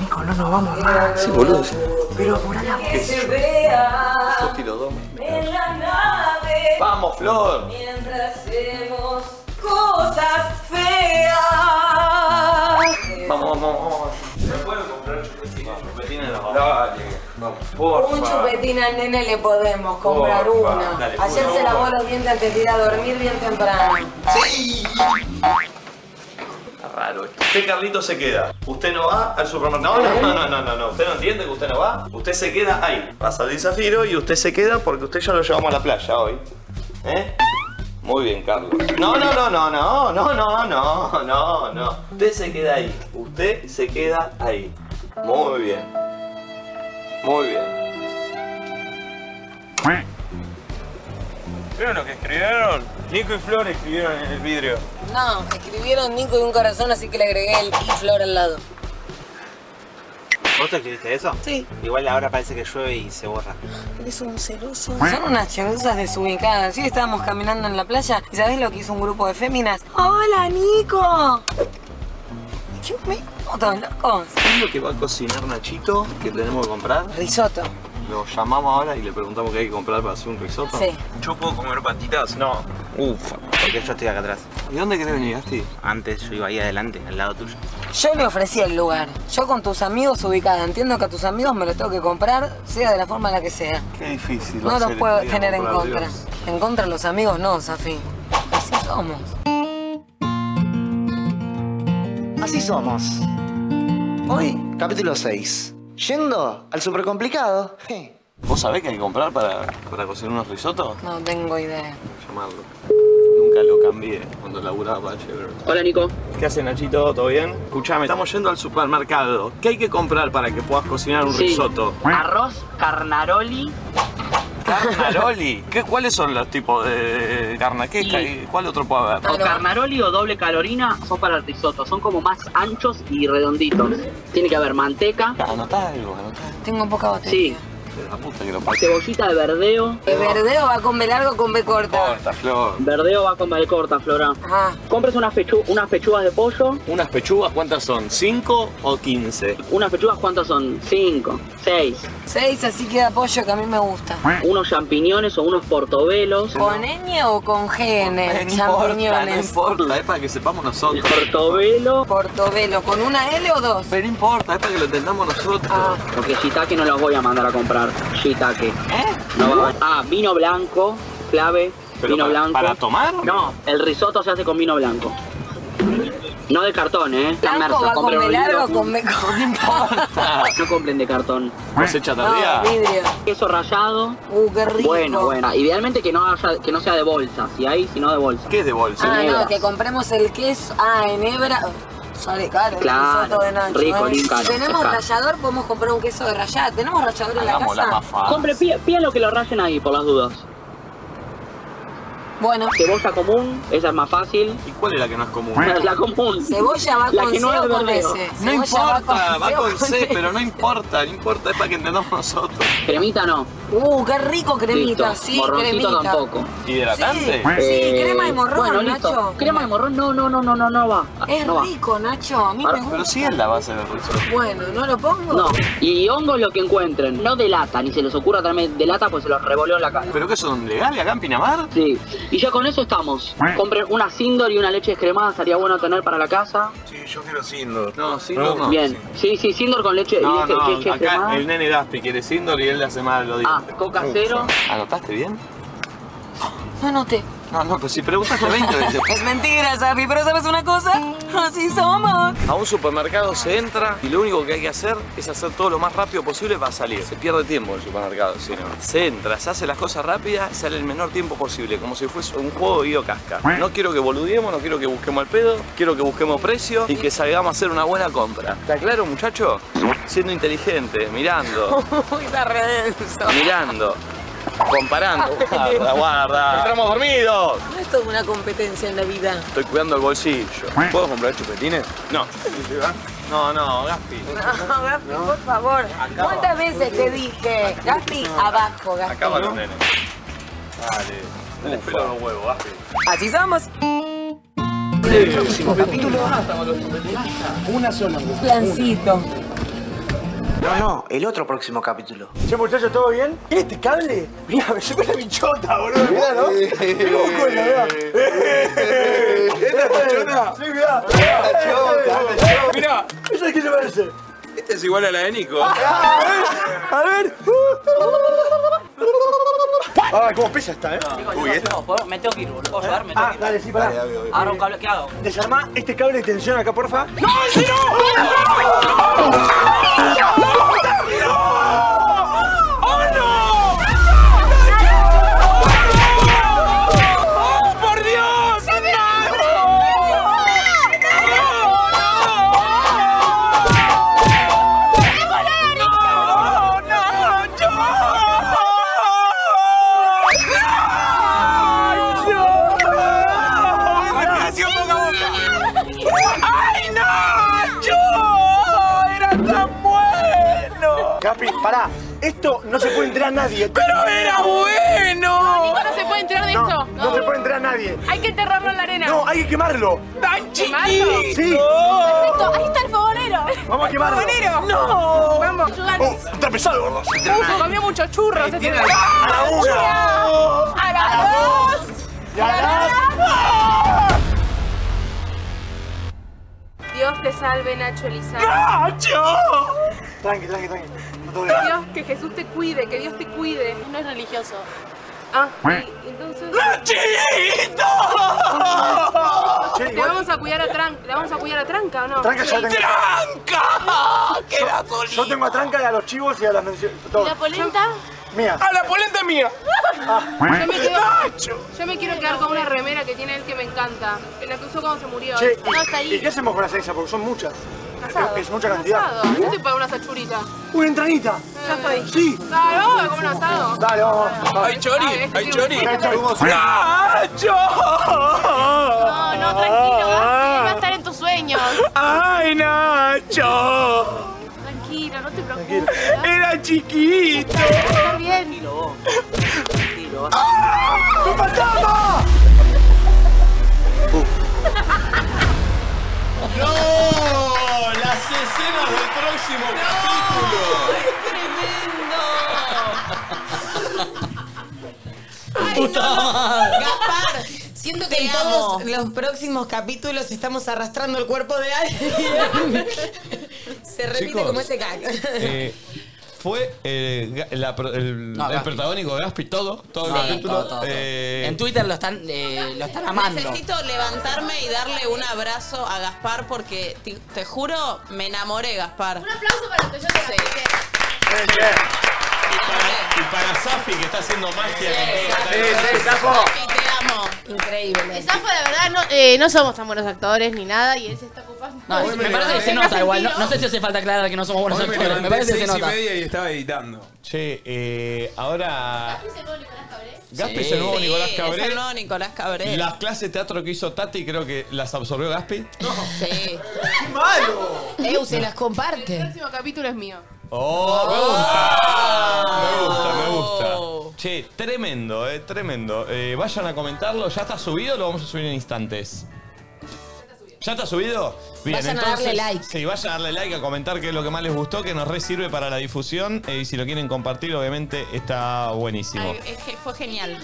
[SPEAKER 7] Nico, no nos vamos
[SPEAKER 2] Ah,
[SPEAKER 7] más. Sí, boludo. Pero por la
[SPEAKER 3] Que se vea
[SPEAKER 7] Yo tiro dos.
[SPEAKER 3] en la nave
[SPEAKER 7] Vamos, Flor.
[SPEAKER 3] mientras hacemos cosas feas.
[SPEAKER 7] Vamos, vamos, vamos. ¿Me pueden comprar chupetines? Chupetines no. Dale. Vamos, porfa.
[SPEAKER 3] Un chupetín al nene le podemos comprar
[SPEAKER 7] Porfa,
[SPEAKER 3] una.
[SPEAKER 7] dale,
[SPEAKER 3] Ayer
[SPEAKER 7] por
[SPEAKER 3] se lavó
[SPEAKER 7] favor.
[SPEAKER 3] los dientes antes de ir a dormir bien temprano. ¡Sí!
[SPEAKER 2] Está raro esto. Usted, Carlito, se queda. Usted no va al supermercado. ¿Eh? No, no, no, no, no, no. Usted no entiende que usted no va. Usted se queda ahí. Va a salir Zafiro y usted se queda porque usted ya lo llevamos a la playa hoy. ¿Eh? Muy bien, Carlos. No, no, no, no, no, no, no, no, no, no. Usted se queda ahí. Usted se queda ahí. Muy bien. Muy bien.
[SPEAKER 25] ¿Vieron lo que escribieron? Nico y Flor escribieron en el vidrio.
[SPEAKER 3] No, escribieron Nico y un corazón, así que le agregué el y flor al lado.
[SPEAKER 26] ¿Vos te escribiste eso? Sí. Igual ahora parece que llueve y se borra.
[SPEAKER 3] Eres un celoso. Son unas changusas desubicadas. Sí, estábamos caminando en la playa y ¿sabés lo que hizo un grupo de féminas? ¡Hola, Nico! ¿Qué me? Todos locos.
[SPEAKER 7] ¿Qué es lo que va a cocinar Nachito que tenemos que comprar?
[SPEAKER 3] Risotto.
[SPEAKER 7] Lo llamamos ahora y le preguntamos qué hay que comprar para hacer un risotto.
[SPEAKER 3] Sí.
[SPEAKER 7] ¿Yo puedo comer patitas? No.
[SPEAKER 26] Ufa, porque yo estoy acá atrás.
[SPEAKER 7] ¿Y dónde querés venir, Asti?
[SPEAKER 26] Antes yo iba ahí adelante, al lado tuyo.
[SPEAKER 3] Yo le ofrecí el lugar. Yo con tus amigos ubicada. Entiendo que a tus amigos me los tengo que comprar, sea de la forma en la que sea.
[SPEAKER 7] Qué difícil. va
[SPEAKER 3] No
[SPEAKER 7] a
[SPEAKER 3] los
[SPEAKER 7] ser
[SPEAKER 3] puedo
[SPEAKER 7] este día,
[SPEAKER 3] tener en
[SPEAKER 7] por
[SPEAKER 3] contra.
[SPEAKER 7] Dios.
[SPEAKER 3] En contra de los amigos no, Safi. Así somos.
[SPEAKER 19] Así somos. Hoy, capítulo 6. Yendo al supercomplicado. Je.
[SPEAKER 7] ¿Vos sabés qué hay que comprar para, para cocinar unos risotos?
[SPEAKER 3] No tengo idea.
[SPEAKER 7] Llamarlo. Nunca lo cambié cuando laburaba para Chevrolet.
[SPEAKER 2] Hola, Nico. ¿Qué hace, Nachito? ¿Todo bien? Escuchame, estamos yendo al supermercado. ¿Qué hay que comprar para que puedas cocinar un
[SPEAKER 7] Sí.
[SPEAKER 2] risotto?
[SPEAKER 4] Arroz, carnaroli.
[SPEAKER 2] ¿Carnaroli? ¿Qué, ¿Cuáles son los tipos de carne? ¿Qué- qué- ¿Cuál otro puede haber?
[SPEAKER 4] O carnaroli o doble calorina son para el risotto, son como más anchos y redonditos. Tiene que haber manteca.
[SPEAKER 7] Ah, Anotá algo, anotá.
[SPEAKER 3] Tengo poca botella.
[SPEAKER 4] Sí.
[SPEAKER 7] La puta que lo
[SPEAKER 4] Cebollita de verdeo.
[SPEAKER 3] El verdeo va con B largo con B corta.
[SPEAKER 7] Esta flor.
[SPEAKER 4] Verdeo va con bel corta, Flora.
[SPEAKER 3] Ajá.
[SPEAKER 4] Compres unas, pechu- unas pechugas de pollo.
[SPEAKER 2] ¿Unas pechugas cuántas son? ¿5 o 15?
[SPEAKER 4] Unas pechugas, ¿cuántas son? Cinco, seis.
[SPEAKER 3] Seis, así queda pollo que a mí me gusta.
[SPEAKER 4] Unos champiñones o unos portobelos.
[SPEAKER 3] ¿Con ñ o con gn?
[SPEAKER 7] Eh, No
[SPEAKER 3] Champiñones.
[SPEAKER 7] importa, es para que sepamos nosotros.
[SPEAKER 4] Portobelo.
[SPEAKER 3] Portobelo, ¿con una L o dos?
[SPEAKER 7] Pero no importa, es para que lo entendamos nosotros.
[SPEAKER 4] Ah, Porque shiitake no los voy a mandar a comprar. Shiitake. No va a- Ah, vino blanco, clave.
[SPEAKER 2] Pero
[SPEAKER 4] vino
[SPEAKER 2] para-
[SPEAKER 4] blanco.
[SPEAKER 2] ¿para tomar?
[SPEAKER 4] No, el risotto se hace con vino blanco. No de cartón, ¿eh? Está
[SPEAKER 3] Blanco
[SPEAKER 4] inmerso,
[SPEAKER 3] va
[SPEAKER 4] compren
[SPEAKER 3] con B
[SPEAKER 4] un
[SPEAKER 3] largo
[SPEAKER 4] libro.
[SPEAKER 3] con B corta.
[SPEAKER 4] No compren de cartón.
[SPEAKER 2] Cosecha
[SPEAKER 3] No, vidrio.
[SPEAKER 4] Queso rallado.
[SPEAKER 3] Uh, qué rico.
[SPEAKER 4] Bueno, bueno. Idealmente que no haya, que no sea de bolsa, si hay, sino de bolsa.
[SPEAKER 7] ¿Qué es de bolsa?
[SPEAKER 3] Ah, no, que compremos el queso. Ah, en hebra. Sale caro,
[SPEAKER 4] Claro,
[SPEAKER 3] el queso de Nacho.
[SPEAKER 4] rico,
[SPEAKER 3] ¿eh?
[SPEAKER 4] bien caro,
[SPEAKER 3] Si tenemos
[SPEAKER 4] es caro.
[SPEAKER 3] rallador, podemos comprar un queso de rallada. ¿Tenemos rallador en la casa?
[SPEAKER 4] Compre, pida, pida lo que lo rayen ahí, por las dudas.
[SPEAKER 3] Bueno.
[SPEAKER 4] Cebolla común, esa es más fácil.
[SPEAKER 2] ¿Y cuál es la que no es común?
[SPEAKER 4] La común.
[SPEAKER 3] Cebolla va
[SPEAKER 4] La
[SPEAKER 3] con
[SPEAKER 4] que no
[SPEAKER 3] C
[SPEAKER 4] es
[SPEAKER 3] o con
[SPEAKER 4] verdeo.
[SPEAKER 3] S.
[SPEAKER 7] No
[SPEAKER 3] Cebolla va
[SPEAKER 7] importa,
[SPEAKER 3] con
[SPEAKER 7] va
[SPEAKER 3] C o
[SPEAKER 7] con
[SPEAKER 3] con
[SPEAKER 7] C,
[SPEAKER 3] S.
[SPEAKER 7] pero no importa, no importa, es para que entendamos nosotros.
[SPEAKER 4] Cremita no.
[SPEAKER 3] Uh, qué rico cremita,
[SPEAKER 4] Listo.
[SPEAKER 3] sí,
[SPEAKER 4] Morroncito
[SPEAKER 3] cremita.
[SPEAKER 4] tampoco.
[SPEAKER 7] ¿Hidratante?
[SPEAKER 3] Sí, sí, crema de morrón,
[SPEAKER 4] Eh, bueno, listo.
[SPEAKER 3] Nacho.
[SPEAKER 4] Crema de morrón, no, no, no, no, no, no va.
[SPEAKER 3] Es
[SPEAKER 4] no va.
[SPEAKER 3] rico, Nacho, a mí me gusta.
[SPEAKER 7] Pero sí es la base del risotto.
[SPEAKER 3] Bueno, ¿no lo pongo?
[SPEAKER 4] No, y hongos lo que encuentren, no de lata, ni se les ocurra traerme de lata pues se los revoleo en la cara.
[SPEAKER 7] ¿Pero qué son legales acá en Pinamar?
[SPEAKER 4] Sí, y ya con eso estamos. Compren una Sindor y una leche descremada, estaría bueno tener para la casa.
[SPEAKER 7] Sí, yo quiero Sindor. No, Sindor no.
[SPEAKER 4] Bien, sí, sí, Sindor con leche,
[SPEAKER 7] No,
[SPEAKER 4] leche,
[SPEAKER 7] no,
[SPEAKER 4] leche
[SPEAKER 7] acá
[SPEAKER 4] descremada.
[SPEAKER 7] el nene Gaspi quiere Sindor y él le hace mal, lo digo.
[SPEAKER 4] Ah, Coca Cero.
[SPEAKER 7] ¿Anotaste bien?
[SPEAKER 3] No noté.
[SPEAKER 2] No, no, pues si preguntaste 20 veces.
[SPEAKER 3] Es mentira, Safi, pero ¿sabes una cosa? Así somos.
[SPEAKER 2] A un supermercado se entra y lo único que hay que hacer es hacer todo lo más rápido posible para salir. Se pierde tiempo en el supermercado, si no. Se entra, se hace las cosas rápidas y sale el menor tiempo posible, como si fuese un juego de guido casca. No quiero que boludiemos, no quiero que busquemos el pedo, quiero que busquemos precio y que salgamos a hacer una buena compra. ¿Está claro, muchacho? Siendo inteligente, mirando,
[SPEAKER 3] Uy, está re denso.
[SPEAKER 2] mirando, comparando. Guarda, guarda. Ah, Entramos dormidos.
[SPEAKER 3] No es toda una competencia en la vida.
[SPEAKER 2] Estoy cuidando el bolsillo. ¿Puedo comprar chupetines? No. No, no, Gaspi.
[SPEAKER 3] No, Gaspi, por favor. ¿Cuántas veces te dije? Gaspi, abajo, Gaspi.
[SPEAKER 2] Acá va los nenes. Dale. Dale pelo a los huevos, Gaspi.
[SPEAKER 3] Así somos.
[SPEAKER 7] Ah,
[SPEAKER 1] Una sola.
[SPEAKER 3] Plancito.
[SPEAKER 1] No, no, el otro próximo capítulo.
[SPEAKER 7] Che, muchachos, ¿todo bien? ¿Tiene este cable? Mirá, me llevo la bichota, boludo. Mirá, ¿no? Mirá, busco la verdad. ¿Esta es bichota? Sí, mirá. Esta chota. Mirá. ¿Esa qué se parece? Ah,
[SPEAKER 27] Este es igual a la de Nico.
[SPEAKER 7] A ver. Ah, cómo pesa esta, eh.
[SPEAKER 5] Uy, no, puedo- me tengo que ir, boludo. ¿Puedo ayudar? Me tengo
[SPEAKER 7] Ah,
[SPEAKER 5] que ir.
[SPEAKER 7] dale, sí, pará.
[SPEAKER 5] Ahora un cable, ¿qué hago?
[SPEAKER 7] Desarmá este cable de tensión acá, porfa. ¡No,
[SPEAKER 5] ese
[SPEAKER 7] ¡Oh, ¡Oh, ¡Ay, Nacho! ¡Era tan bueno! Capi, pará. Esto no se puede entrar a nadie. ¡Pero
[SPEAKER 19] era bueno! No, Nico, no se puede enterar de
[SPEAKER 7] no,
[SPEAKER 19] esto.
[SPEAKER 7] No, se puede entrar a nadie.
[SPEAKER 19] Hay que enterrarlo en la arena.
[SPEAKER 7] No, hay que quemarlo.
[SPEAKER 19] ¡Tan
[SPEAKER 7] chiquito! Sí.
[SPEAKER 19] Perfecto, ahí está el fogonero.
[SPEAKER 7] Vamos a quemarlo.
[SPEAKER 19] ¡Fogonero!
[SPEAKER 7] ¡No!
[SPEAKER 19] Vamos, ayudarnos.
[SPEAKER 7] Oh, está pesado, gordo.
[SPEAKER 19] Uf, comió muchos churros. ese
[SPEAKER 7] tiene-
[SPEAKER 19] señor.
[SPEAKER 7] ¡A la una!
[SPEAKER 19] ¡A la dos!
[SPEAKER 7] ¡Y a las-
[SPEAKER 19] Dios te salve, Nacho Elizalde.
[SPEAKER 7] Tranqui, tranqui, tranqui. No te voy a-
[SPEAKER 19] Dios, que Jesús te cuide, que Dios te cuide. No es religioso. Ah, y entonces.
[SPEAKER 2] ¡Ah,
[SPEAKER 7] Che,
[SPEAKER 19] Le
[SPEAKER 7] igual-
[SPEAKER 19] vamos a cuidar a Tranca, ¿le vamos a cuidar a Tranca o no?
[SPEAKER 7] Tranca ya tengo.
[SPEAKER 19] ¡Tranca!
[SPEAKER 7] Yo, yo tengo a Tranca y a los chivos y a las menciones. todo.
[SPEAKER 19] polenta?
[SPEAKER 7] Mía.
[SPEAKER 19] ¡A la
[SPEAKER 7] polenta es mía!
[SPEAKER 19] Yo me, quedo- yo me quiero quedar con una remera que tiene él que me encanta. Que La que usó cuando se murió.
[SPEAKER 7] Che,
[SPEAKER 19] no, está
[SPEAKER 7] ¿y,
[SPEAKER 19] ahí.
[SPEAKER 7] ¿y qué hacemos con las seis? Porque son muchas.
[SPEAKER 19] Asado.
[SPEAKER 7] Es mucha cantidad.
[SPEAKER 19] Asado. Yo estoy para una sachurita.
[SPEAKER 7] ¡Una entranita!
[SPEAKER 19] Ya estoy.
[SPEAKER 7] Sí.
[SPEAKER 19] Claro, vamos a comer un asado.
[SPEAKER 7] Dale, vamos. vamos. este
[SPEAKER 19] Hay chori, Dale, hay chori.
[SPEAKER 7] Hay chori.
[SPEAKER 19] ¡Nacho!
[SPEAKER 7] No,
[SPEAKER 19] no, tranquilo,
[SPEAKER 16] Ah.
[SPEAKER 19] va a estar en tus sueños.
[SPEAKER 7] ¡Ay, Nacho!
[SPEAKER 19] Tranquilo, no te preocupes.
[SPEAKER 7] ¡Era chiquito!
[SPEAKER 19] Está bien.
[SPEAKER 7] ¡Un ¡Ah! fantasma!
[SPEAKER 9] ¡No! Las escenas del próximo capítulo.
[SPEAKER 18] Gaspar, siento que en todos los próximos capítulos estamos arrastrando el cuerpo de alguien. Se repite
[SPEAKER 9] Chicos,
[SPEAKER 18] como ese gag.
[SPEAKER 9] Eh, fue eh, ga- la pro- el,
[SPEAKER 4] No,
[SPEAKER 9] el
[SPEAKER 4] Gaspi.
[SPEAKER 9] protagónico de Gaspi todo, todo
[SPEAKER 4] Sí,
[SPEAKER 9] el capítulo.
[SPEAKER 4] todo, todo, todo.
[SPEAKER 9] Eh,
[SPEAKER 4] En Twitter lo están, eh, lo están amando.
[SPEAKER 5] Necesito levantarme y darle un abrazo a Gaspar porque te, te juro, me enamoré, Gaspar. Un aplauso para que yo
[SPEAKER 9] Y para Safi que está haciendo magia.
[SPEAKER 7] Sí, sí, Sapo.
[SPEAKER 16] Increíble. El Zafo, la verdad, no, eh, no somos tan buenos actores ni nada y él se está ocupando.
[SPEAKER 4] No, es- me parece que se nota igual. No, no sé si hace falta aclarar que no somos buenos
[SPEAKER 27] Hoy me
[SPEAKER 4] actores. Me
[SPEAKER 27] levanté
[SPEAKER 4] parece que se
[SPEAKER 27] seis y
[SPEAKER 4] nota.
[SPEAKER 27] media y estaba editando.
[SPEAKER 9] Che, eh, ahora Gaspi es
[SPEAKER 5] Sí.
[SPEAKER 9] el nuevo Nicolás
[SPEAKER 5] Sí,
[SPEAKER 9] Cabré.
[SPEAKER 5] Es el nuevo Nicolás Cabré.
[SPEAKER 9] Las clases de teatro que hizo Tati creo que las absorbió Gaspi.
[SPEAKER 5] Sí.
[SPEAKER 7] ¡Qué malo!
[SPEAKER 18] Eu se las comparte.
[SPEAKER 19] El próximo capítulo es mío.
[SPEAKER 9] Oh, me gusta. Me gusta, me gusta. Che, tremendo, eh, tremendo. Eh, vayan a comentarlo. ¿Ya está subido o lo vamos a subir en instantes? ¿Ya está subido?
[SPEAKER 18] Vayan a darle like.
[SPEAKER 9] Sí, vayan a darle like, a comentar qué es lo que más les gustó, que nos re sirve para la difusión. eh, y si lo quieren compartir, obviamente está buenísimo.
[SPEAKER 2] Mm,
[SPEAKER 5] Ay, es que fue genial.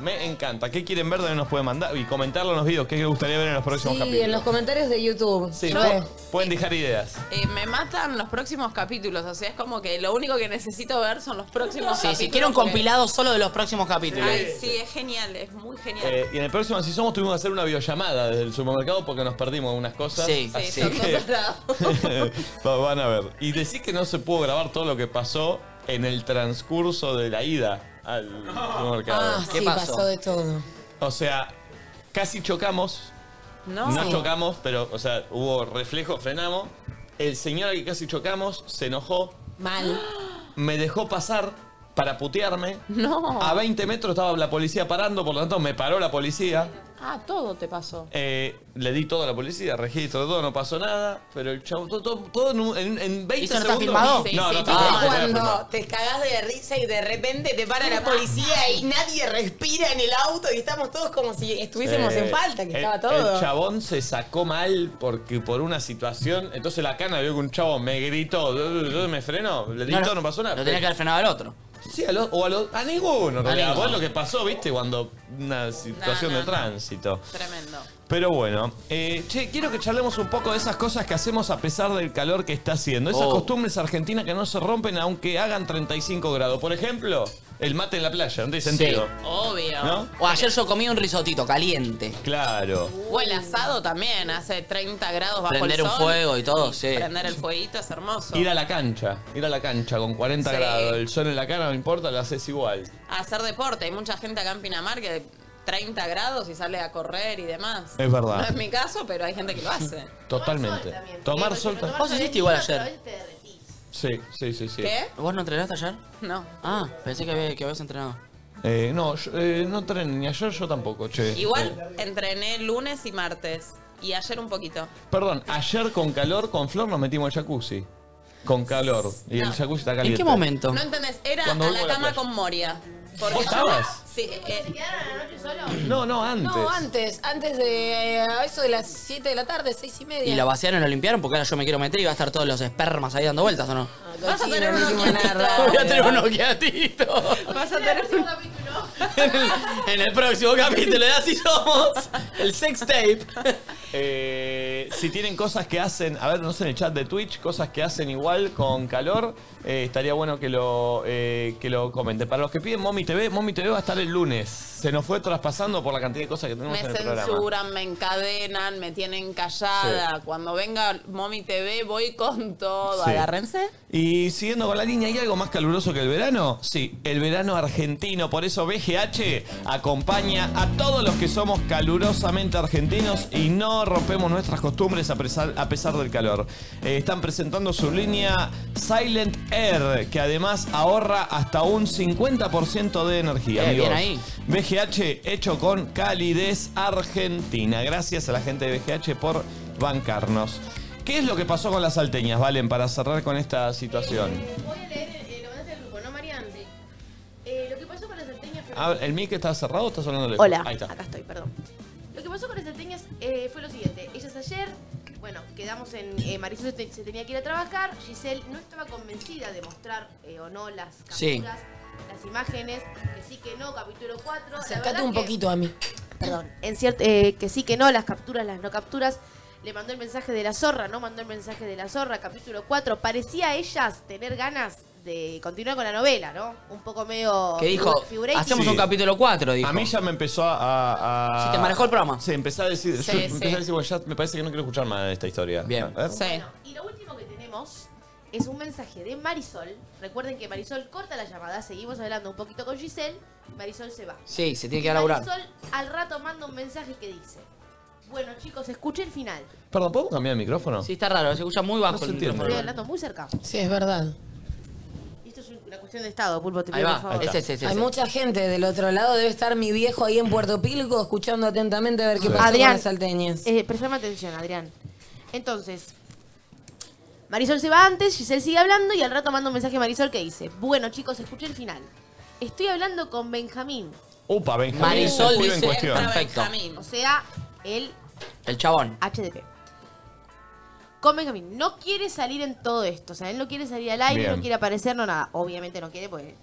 [SPEAKER 2] Me encanta. ¿Qué quieren ver? También nos pueden mandar y comentarlo en los videos. ¿Qué les gustaría ver en los próximos
[SPEAKER 3] Sí,
[SPEAKER 2] capítulos?
[SPEAKER 3] en los comentarios de YouTube.
[SPEAKER 2] Sí,
[SPEAKER 3] Yo-
[SPEAKER 2] pu- pueden dejar ideas.
[SPEAKER 5] Eh, me matan los próximos capítulos, o sea, es como que lo único que necesito ver son los próximos
[SPEAKER 4] Sí,
[SPEAKER 5] capítulos.
[SPEAKER 4] si quiero un
[SPEAKER 5] porque-
[SPEAKER 4] compilado solo de los próximos capítulos.
[SPEAKER 5] Ay, sí, es genial, es muy genial.
[SPEAKER 2] Eh, y en el próximo Si Somos tuvimos que hacer una videollamada desde el supermercado porque nos perdimos unas cosas.
[SPEAKER 4] Sí,
[SPEAKER 2] así
[SPEAKER 5] Sí, Eh, son
[SPEAKER 2] que-
[SPEAKER 5] cosas raras.
[SPEAKER 2] Va- van a ver. Y decís que no se pudo grabar todo lo que pasó en el transcurso de la ida al supermercado.
[SPEAKER 3] Ah, sí, pasó de todo.
[SPEAKER 2] O sea, casi chocamos. No, chocamos, pero, o sea, hubo reflejo, frenamos. El señor al que casi chocamos se enojó,
[SPEAKER 3] Mal.
[SPEAKER 2] me dejó pasar para putearme.
[SPEAKER 5] No.
[SPEAKER 2] A 20 metros estaba la policía parando, por lo tanto me paró la policía.
[SPEAKER 5] Ah, todo te pasó.
[SPEAKER 2] Eh, le di todo a la policía, registro, todo, no pasó nada. Pero el chavo, todo, todo- todo en un- en, en 20
[SPEAKER 4] ¿Eso no está
[SPEAKER 2] segundos.
[SPEAKER 4] filmado? Sí,
[SPEAKER 2] No,
[SPEAKER 4] sí,
[SPEAKER 2] no
[SPEAKER 4] tipo
[SPEAKER 2] está filmado, no está
[SPEAKER 3] Cuando
[SPEAKER 2] filmado.
[SPEAKER 3] te cagás de risa y de repente te para la policía y nadie respira en el auto y estamos todos como si estuviésemos
[SPEAKER 2] Eh,
[SPEAKER 3] en falta, que
[SPEAKER 2] el-
[SPEAKER 3] estaba todo.
[SPEAKER 2] El chabón se sacó mal porque por una situación. Entonces la cana vio que un chavo me gritó, "Du, du, du", me frenó, le di
[SPEAKER 4] No, no,
[SPEAKER 2] todo, no pasó nada.
[SPEAKER 4] lo tenía que haber frenado al otro.
[SPEAKER 2] Sí, a lo- o a, lo- a ninguno. en
[SPEAKER 4] A
[SPEAKER 2] realidad.
[SPEAKER 4] ninguno.
[SPEAKER 2] Vos lo que pasó, viste, cuando una situación de tránsito.
[SPEAKER 5] Tremendo.
[SPEAKER 2] Pero bueno, eh, che, quiero que charlemos un poco de esas cosas que hacemos a pesar del calor que está haciendo. Esas
[SPEAKER 4] Oh.
[SPEAKER 2] costumbres argentinas que no se rompen aunque hagan 35 grados. Por ejemplo, el mate en la playa, no tiene sentido.
[SPEAKER 5] Obvio.
[SPEAKER 2] ¿No?
[SPEAKER 4] O ayer yo comí un risotito caliente.
[SPEAKER 2] Claro.
[SPEAKER 5] O el asado también, hace 30 grados bajo
[SPEAKER 4] Prender
[SPEAKER 5] el
[SPEAKER 4] un
[SPEAKER 5] sol.
[SPEAKER 4] fuego y todo, sí.
[SPEAKER 5] Prender el fueguito es hermoso.
[SPEAKER 2] Ir a la cancha, ir a la cancha con 40
[SPEAKER 5] Sí.
[SPEAKER 2] grados, el sol en la cara, no importa, lo haces igual.
[SPEAKER 5] Hacer deporte. Hay mucha gente acá en Pinamar que 30 grados y sale a correr y demás.
[SPEAKER 2] Es verdad.
[SPEAKER 5] No es mi caso, pero hay gente que lo hace.
[SPEAKER 2] Totalmente. Tomar sol. también.
[SPEAKER 4] Vos hiciste igual ayer.
[SPEAKER 2] Sí, sí, sí, sí.
[SPEAKER 5] ¿Qué?
[SPEAKER 4] ¿Vos no entrenaste ayer?
[SPEAKER 5] No.
[SPEAKER 4] Ah, pensé que había- que habías entrenado.
[SPEAKER 2] Eh, no, yo, eh, no tren ni ayer, yo tampoco, che. Eh,
[SPEAKER 5] Igual entrené lunes y martes. Y ayer un poquito.
[SPEAKER 2] Perdón, ayer con calor, con Flor nos metimos al jacuzzi. Con calor. Y el jacuzzi está caliente.
[SPEAKER 4] qué momento?
[SPEAKER 5] No entendés, era a
[SPEAKER 2] Cuando
[SPEAKER 5] la
[SPEAKER 2] vuelvo a la
[SPEAKER 5] cama
[SPEAKER 2] playa.
[SPEAKER 5] con Moria. Porque
[SPEAKER 2] ¿Vos
[SPEAKER 5] yo-
[SPEAKER 2] estabas?
[SPEAKER 5] Sí. eh,
[SPEAKER 2] No, no, antes.
[SPEAKER 3] No, antes, antes de eh, eso de las 7 de la tarde, 6 y media.
[SPEAKER 4] ¿Y la vaciaron y la limpiaron? Porque ahora yo me quiero meter y va a estar todos los espermas ahí dando vueltas, ¿o no?
[SPEAKER 5] Vas a tener uno
[SPEAKER 4] Voy a tener un noquiatito.
[SPEAKER 5] Vas a tener un
[SPEAKER 4] En el próximo capítulo de Así Somos, el sex tape.
[SPEAKER 2] Eh, si tienen cosas que hacen, a ver, no sé, en el chat de Twitch, cosas que hacen igual con calor, eh, estaría bueno que lo, eh, que lo comenten. Para los que piden Mommy TV, Mommy TV va a estar el lunes. Se nos fue traspasando por la cantidad de cosas que tenemos
[SPEAKER 5] Me
[SPEAKER 2] en el programa.
[SPEAKER 5] censuran, me encadenan, me tienen callada. Cuando venga Mommy TV voy con todo.
[SPEAKER 2] Sí.
[SPEAKER 5] Agárrense.
[SPEAKER 2] Y siguiendo con la línea, ¿hay algo más caluroso que el verano? Sí, el verano argentino. Por eso BGH acompaña a todos los que somos calurosamente argentinos y no rompemos nuestras costumbres a pesar, a pesar del calor. Eh, están presentando su línea Silent Air, que además ahorra hasta un 50% de energía.
[SPEAKER 4] Eh,
[SPEAKER 2] amigos.
[SPEAKER 4] bien ahí.
[SPEAKER 2] BGH hecho con calidez argentina. Gracias a la gente de BGH por bancarnos. ¿Qué es lo que pasó con las salteñas, Valen, para cerrar con esta situación?
[SPEAKER 16] Voy a leer, eh, lo mandaste al grupo, ¿no, Marian? Eh, lo que pasó con las salteñas fue...
[SPEAKER 2] Ah, ¿El mic está cerrado o está sonando lejos?
[SPEAKER 16] Hola,
[SPEAKER 2] Ahí está.
[SPEAKER 16] acá estoy, perdón. Lo que pasó con las salteñas eh, fue lo siguiente. Ellas ayer, bueno, quedamos en... Eh, Marisol se, se tenía que ir a trabajar. Giselle no estaba convencida de mostrar eh, o no las capturas,
[SPEAKER 3] Sí.
[SPEAKER 16] las imágenes. Que sí, que no, capítulo 4.
[SPEAKER 3] Acercate un poquito a mí.
[SPEAKER 16] Perdón. En cierto, eh, que sí, que no, las capturas, las no capturas. Le mandó el mensaje de la zorra, ¿no? Mandó el mensaje de la zorra, capítulo 4. Parecía a ellas tener ganas de continuar con la novela, ¿no? Un poco medio...
[SPEAKER 4] Que dijo,
[SPEAKER 16] figu- figurati.
[SPEAKER 4] hacemos
[SPEAKER 2] Sí.
[SPEAKER 4] un capítulo 4, dijo.
[SPEAKER 2] A mí ya me empezó a... a-
[SPEAKER 4] Sí, te manejó el programa.
[SPEAKER 2] Sí, empecé a decir,
[SPEAKER 16] Sí,
[SPEAKER 2] yo empecé
[SPEAKER 16] sí.
[SPEAKER 2] a decir, bueno, ya me parece que no quiero escuchar más de esta historia. Bien.
[SPEAKER 16] Bueno, y lo último que tenemos es un mensaje de Marisol. Recuerden que Marisol corta la llamada, seguimos hablando un poquito con Giselle, Marisol se va.
[SPEAKER 4] Sí, se tiene que ir a laburar.
[SPEAKER 16] Marisol al rato manda un mensaje que dice, bueno chicos, escuchen el final.
[SPEAKER 2] Perdón, ¿podemos cambiar el micrófono? Sí,
[SPEAKER 4] está raro, se escucha muy
[SPEAKER 2] bajo
[SPEAKER 4] el
[SPEAKER 16] Estoy hablando muy cerca.
[SPEAKER 3] Sí, es verdad.
[SPEAKER 16] Esto es una cuestión de estado, Pulpo, te
[SPEAKER 4] Ahí
[SPEAKER 16] pido
[SPEAKER 4] va,
[SPEAKER 16] por favor.
[SPEAKER 4] ahí está. Ese, ese,
[SPEAKER 3] Hay
[SPEAKER 4] ese.
[SPEAKER 3] mucha gente del otro lado. Debe estar mi viejo ahí en Puerto Pilco escuchando atentamente a ver qué pasa con
[SPEAKER 16] Adrián,
[SPEAKER 3] las salteñas.
[SPEAKER 16] eh, prestame atención, Adrián. Entonces, Marisol se va antes, Giselle sigue hablando y al rato manda un mensaje a Marisol que dice, bueno chicos, escuché el final. Estoy hablando con Benjamín.
[SPEAKER 2] Upa, Benjamín.
[SPEAKER 4] Marisol
[SPEAKER 2] el pibe en
[SPEAKER 4] dice-
[SPEAKER 2] cuestión.
[SPEAKER 4] Perfecto.
[SPEAKER 16] O sea, el
[SPEAKER 4] El chabón.
[SPEAKER 16] HDP. Con Benjamín. No quiere salir en todo esto. O sea, él no quiere salir al aire,
[SPEAKER 17] Bien.
[SPEAKER 16] no quiere aparecer, no nada. Obviamente no quiere, pues.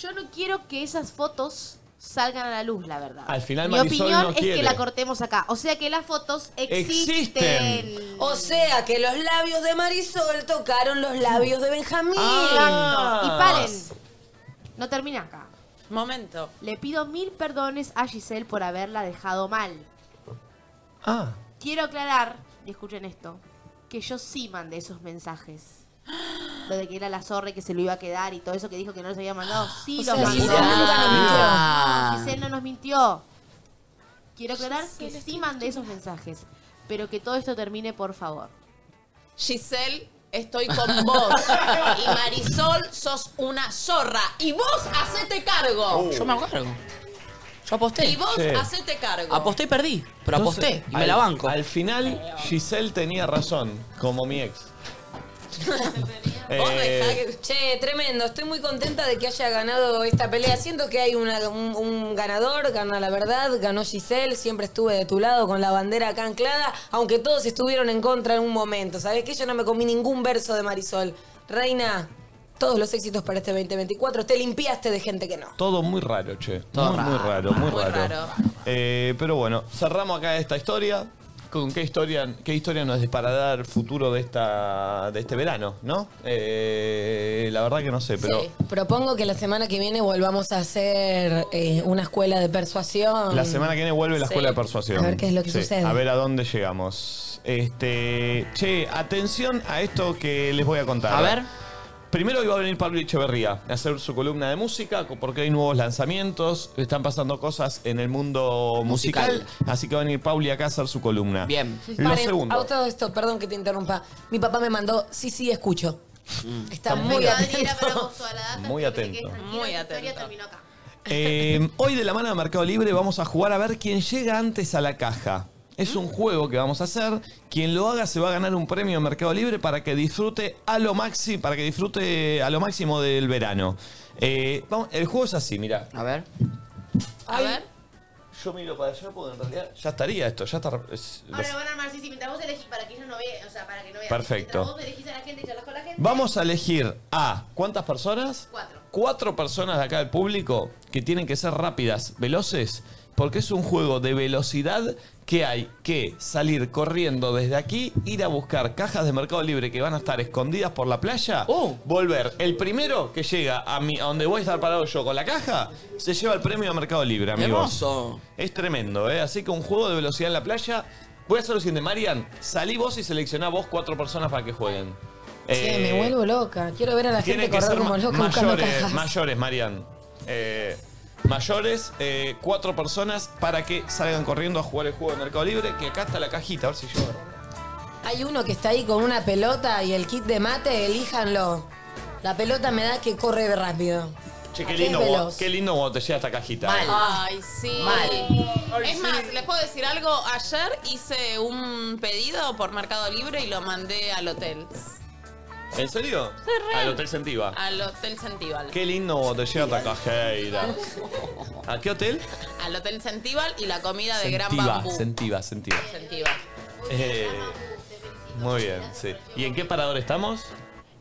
[SPEAKER 16] Yo no quiero que esas fotos salgan a la luz, la verdad.
[SPEAKER 2] Al final
[SPEAKER 16] Mi
[SPEAKER 2] Marisol
[SPEAKER 16] opinión
[SPEAKER 2] no
[SPEAKER 16] es que
[SPEAKER 2] quiere.
[SPEAKER 16] la cortemos acá. O sea que las fotos existen.
[SPEAKER 2] Existen.
[SPEAKER 3] O sea que los labios de Marisol tocaron los labios de Benjamín.
[SPEAKER 16] Ah. Exacto. Y paren. No termina acá.
[SPEAKER 5] Momento.
[SPEAKER 16] Le pido mil perdones a Giselle por haberla dejado mal.
[SPEAKER 2] Ah.
[SPEAKER 16] Quiero aclarar, y escuchen esto, que yo sí mandé esos mensajes. Lo de que era la zorra y que se lo iba a quedar y todo eso que dijo que no los había mandado, sí
[SPEAKER 3] O sea,
[SPEAKER 16] los mandó.
[SPEAKER 3] Giselle nunca nos mintió.
[SPEAKER 16] No, Giselle no nos mintió. Quiero aclarar que sí mandé esos mensajes, pero que todo esto termine, por favor.
[SPEAKER 5] Giselle, estoy con vos. y Marisol, sos una zorra. Y vos hacete cargo.
[SPEAKER 4] Oh,
[SPEAKER 2] Uh.
[SPEAKER 4] Yo me hago cargo. Yo aposté.
[SPEAKER 5] Y vos
[SPEAKER 2] Sí.
[SPEAKER 5] hacete cargo.
[SPEAKER 4] Aposté y perdí, pero aposté y me
[SPEAKER 2] al-
[SPEAKER 4] la banco.
[SPEAKER 2] Al final, Giselle tenía razón, como mi ex.
[SPEAKER 3] Vos dejá
[SPEAKER 2] Eh,
[SPEAKER 3] que- Che, tremendo. Estoy muy contenta de que haya ganado esta pelea. Siento que hay una- un, un ganador, gana la verdad, ganó Giselle. Siempre estuve de tu lado con la bandera acá anclada, aunque todos estuvieron en contra en un momento. ¿Sabés que Yo no me comí ningún verso de Marisol. Reina, todos los éxitos para este 2024. Te limpiaste de gente que no.
[SPEAKER 2] todo muy raro, che.
[SPEAKER 4] Todo
[SPEAKER 2] muy, muy raro, muy, raro.
[SPEAKER 3] raro.
[SPEAKER 2] Eh, pero bueno, cerramos acá esta historia. ¿Con qué historia, qué historia nos disparará el futuro de, esta, de este verano, no? Eh, la verdad que no sé, pero...
[SPEAKER 3] Propongo que la semana que viene volvamos a hacer eh, una escuela de persuasión.
[SPEAKER 2] La semana que viene vuelve la
[SPEAKER 3] Sí.
[SPEAKER 2] escuela de persuasión.
[SPEAKER 3] A ver qué es lo que
[SPEAKER 2] Sí,
[SPEAKER 3] sucede.
[SPEAKER 2] A ver a dónde llegamos. Este, che, atención a esto que les voy a contar.
[SPEAKER 4] A ver.
[SPEAKER 2] Primero iba a venir Pablo Echeverría a hacer su columna de música, co- porque hay nuevos lanzamientos, están pasando cosas en el mundo musical, así que va a venir Pauli acá a hacer su columna. Bien. Lo
[SPEAKER 3] Paren,
[SPEAKER 2] segundo.
[SPEAKER 3] a todo esto, perdón que te interrumpa. Mi papá me mandó, sí, sí, escucho. Está muy
[SPEAKER 16] Pero
[SPEAKER 3] atento.
[SPEAKER 16] Dani era bravo, toda la data,
[SPEAKER 2] Muy
[SPEAKER 16] espero que
[SPEAKER 2] atento.
[SPEAKER 16] quedes tranquila,
[SPEAKER 5] Muy
[SPEAKER 16] tu historia
[SPEAKER 5] atento.
[SPEAKER 16] terminó acá.
[SPEAKER 2] Eh, hoy de la mano de Mercado Libre vamos a jugar a ver quién llega antes a la caja. Es un juego que vamos a hacer. Quien lo haga se va a ganar un premio en Mercado Libre para que disfrute a lo máximo, para que disfrute a lo máximo del verano. Eh, vamos- el juego es así, mira.
[SPEAKER 4] A ver.
[SPEAKER 2] A ver. Yo miro para allá porque en realidad ya estaría esto, ya está. es-
[SPEAKER 16] Ahora lo van a armar, sí, sí, mientras vos elegís para que ellos no vean, o sea, para que no vean.
[SPEAKER 2] Perfecto.
[SPEAKER 16] Mientras vos elegís a la gente y charlas con la gente.
[SPEAKER 2] Vamos a elegir a cuántas personas?
[SPEAKER 16] Cuatro.
[SPEAKER 2] Cuatro personas de acá del público que tienen que ser rápidas, veloces, porque es un juego de velocidad que hay que salir corriendo desde aquí, ir a buscar cajas de Mercado Libre que van a estar escondidas por la playa, volver. El primero que llega a, mi, a donde voy a estar parado yo con la caja, se lleva el premio a Mercado Libre, amigos.
[SPEAKER 4] Hermoso.
[SPEAKER 2] Es tremendo, ¿eh? Así que un juego de velocidad en la playa. Voy a hacer lo siguiente, Marian, salí vos y seleccioná vos cuatro personas para que jueguen.
[SPEAKER 3] Che,
[SPEAKER 2] Eh,
[SPEAKER 3] me vuelvo loca. Quiero ver a la gente
[SPEAKER 2] tienen que
[SPEAKER 3] correr
[SPEAKER 2] ser
[SPEAKER 3] como
[SPEAKER 2] ma-
[SPEAKER 3] loca buscando
[SPEAKER 2] mayores,
[SPEAKER 3] cajas.
[SPEAKER 2] mayores, Marian. Eh, mayores, eh, cuatro personas para que salgan corriendo a jugar el juego de Mercado Libre, que acá está la cajita, a ver si yo...
[SPEAKER 3] Hay uno que está ahí con una pelota y el kit de mate, elíjanlo. La pelota me da que corre rápido.
[SPEAKER 2] Che,
[SPEAKER 3] Ah, Qué
[SPEAKER 2] qué lindo,
[SPEAKER 3] veloz.
[SPEAKER 2] cuando- qué lindo cuando te llega esta cajita. eh.
[SPEAKER 5] Ay, sí.
[SPEAKER 3] Mal.
[SPEAKER 5] Es más, les puedo decir algo. Ayer hice un pedido por Mercado Libre y lo mandé al hotel.
[SPEAKER 2] ¿En serio?
[SPEAKER 5] real.
[SPEAKER 2] Al Hotel Sentiva.
[SPEAKER 5] Al Hotel Sentival.
[SPEAKER 2] Qué lindo cuando te llega esta cajera. ¿A qué hotel?
[SPEAKER 5] Al Hotel Sentival y la comida de Gran
[SPEAKER 2] Sentiva,
[SPEAKER 5] Bambú.
[SPEAKER 2] Sentiva, Sentiva.
[SPEAKER 5] Sentival.
[SPEAKER 2] Eh, muy bien, sí. ¿Y en qué parador estamos?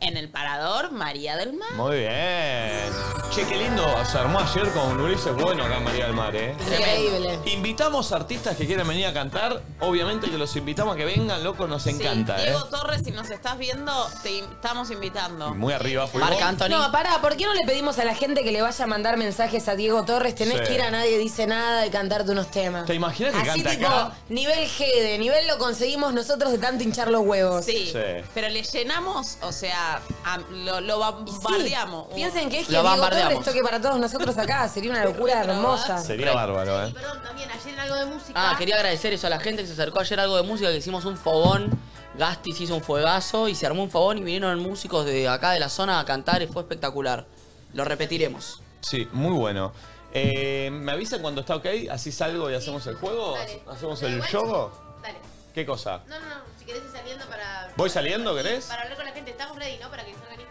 [SPEAKER 5] En el parador María del Mar.
[SPEAKER 2] Muy bien. Che, qué lindo. Se armó ayer con Ulises Bueno acá en María del Mar, ¿eh?
[SPEAKER 3] Increíble.
[SPEAKER 2] Invitamos artistas que quieran venir a cantar. Obviamente que los invitamos a que vengan, loco, nos encanta, ¿eh?
[SPEAKER 5] Diego Torres, si nos estás viendo, te in- estamos invitando.
[SPEAKER 2] Muy arriba, fue.
[SPEAKER 3] No, pará, ¿por qué no le pedimos a la gente que le vaya a mandar mensajes a Diego Torres? Tenés
[SPEAKER 2] Sí.
[SPEAKER 3] que ir a nadie dice nada y cantarte unos temas.
[SPEAKER 2] ¿Te imaginas que
[SPEAKER 3] Así
[SPEAKER 2] canta
[SPEAKER 3] tipo,
[SPEAKER 2] acá?
[SPEAKER 3] nivel Gede, nivel lo conseguimos nosotros de tanto hinchar los huevos.
[SPEAKER 5] Sí,
[SPEAKER 2] Sí.
[SPEAKER 5] pero le llenamos, o sea, a- lo, lo Uh. bombardeamos.
[SPEAKER 3] Piensen que es que
[SPEAKER 5] Lo
[SPEAKER 3] Diego
[SPEAKER 5] bombardeamos.
[SPEAKER 3] Torres toque para todos nosotros acá. Sería una locura hermosa.
[SPEAKER 2] Sería bárbaro, ¿eh?
[SPEAKER 16] Perdón, también, ayer en algo de música.
[SPEAKER 4] Ah, quería agradecer eso a la gente que se acercó ayer algo de música, que hicimos un fogón. Gastis hizo un fuegazo y se armó un fogón y vinieron músicos de acá de la zona a cantar y fue espectacular. Lo repetiremos.
[SPEAKER 2] Sí, muy bueno. Eh, ¿Me avisan cuando está ok? Así salgo y hacemos el juego. ¿Hacemos el juego?
[SPEAKER 16] Dale.
[SPEAKER 2] ¿Qué cosa?
[SPEAKER 16] No, no, no, si querés ir saliendo para.
[SPEAKER 2] ¿Voy saliendo, querés?
[SPEAKER 16] Para hablar con la gente, estamos ready, ¿no? Para que salgan el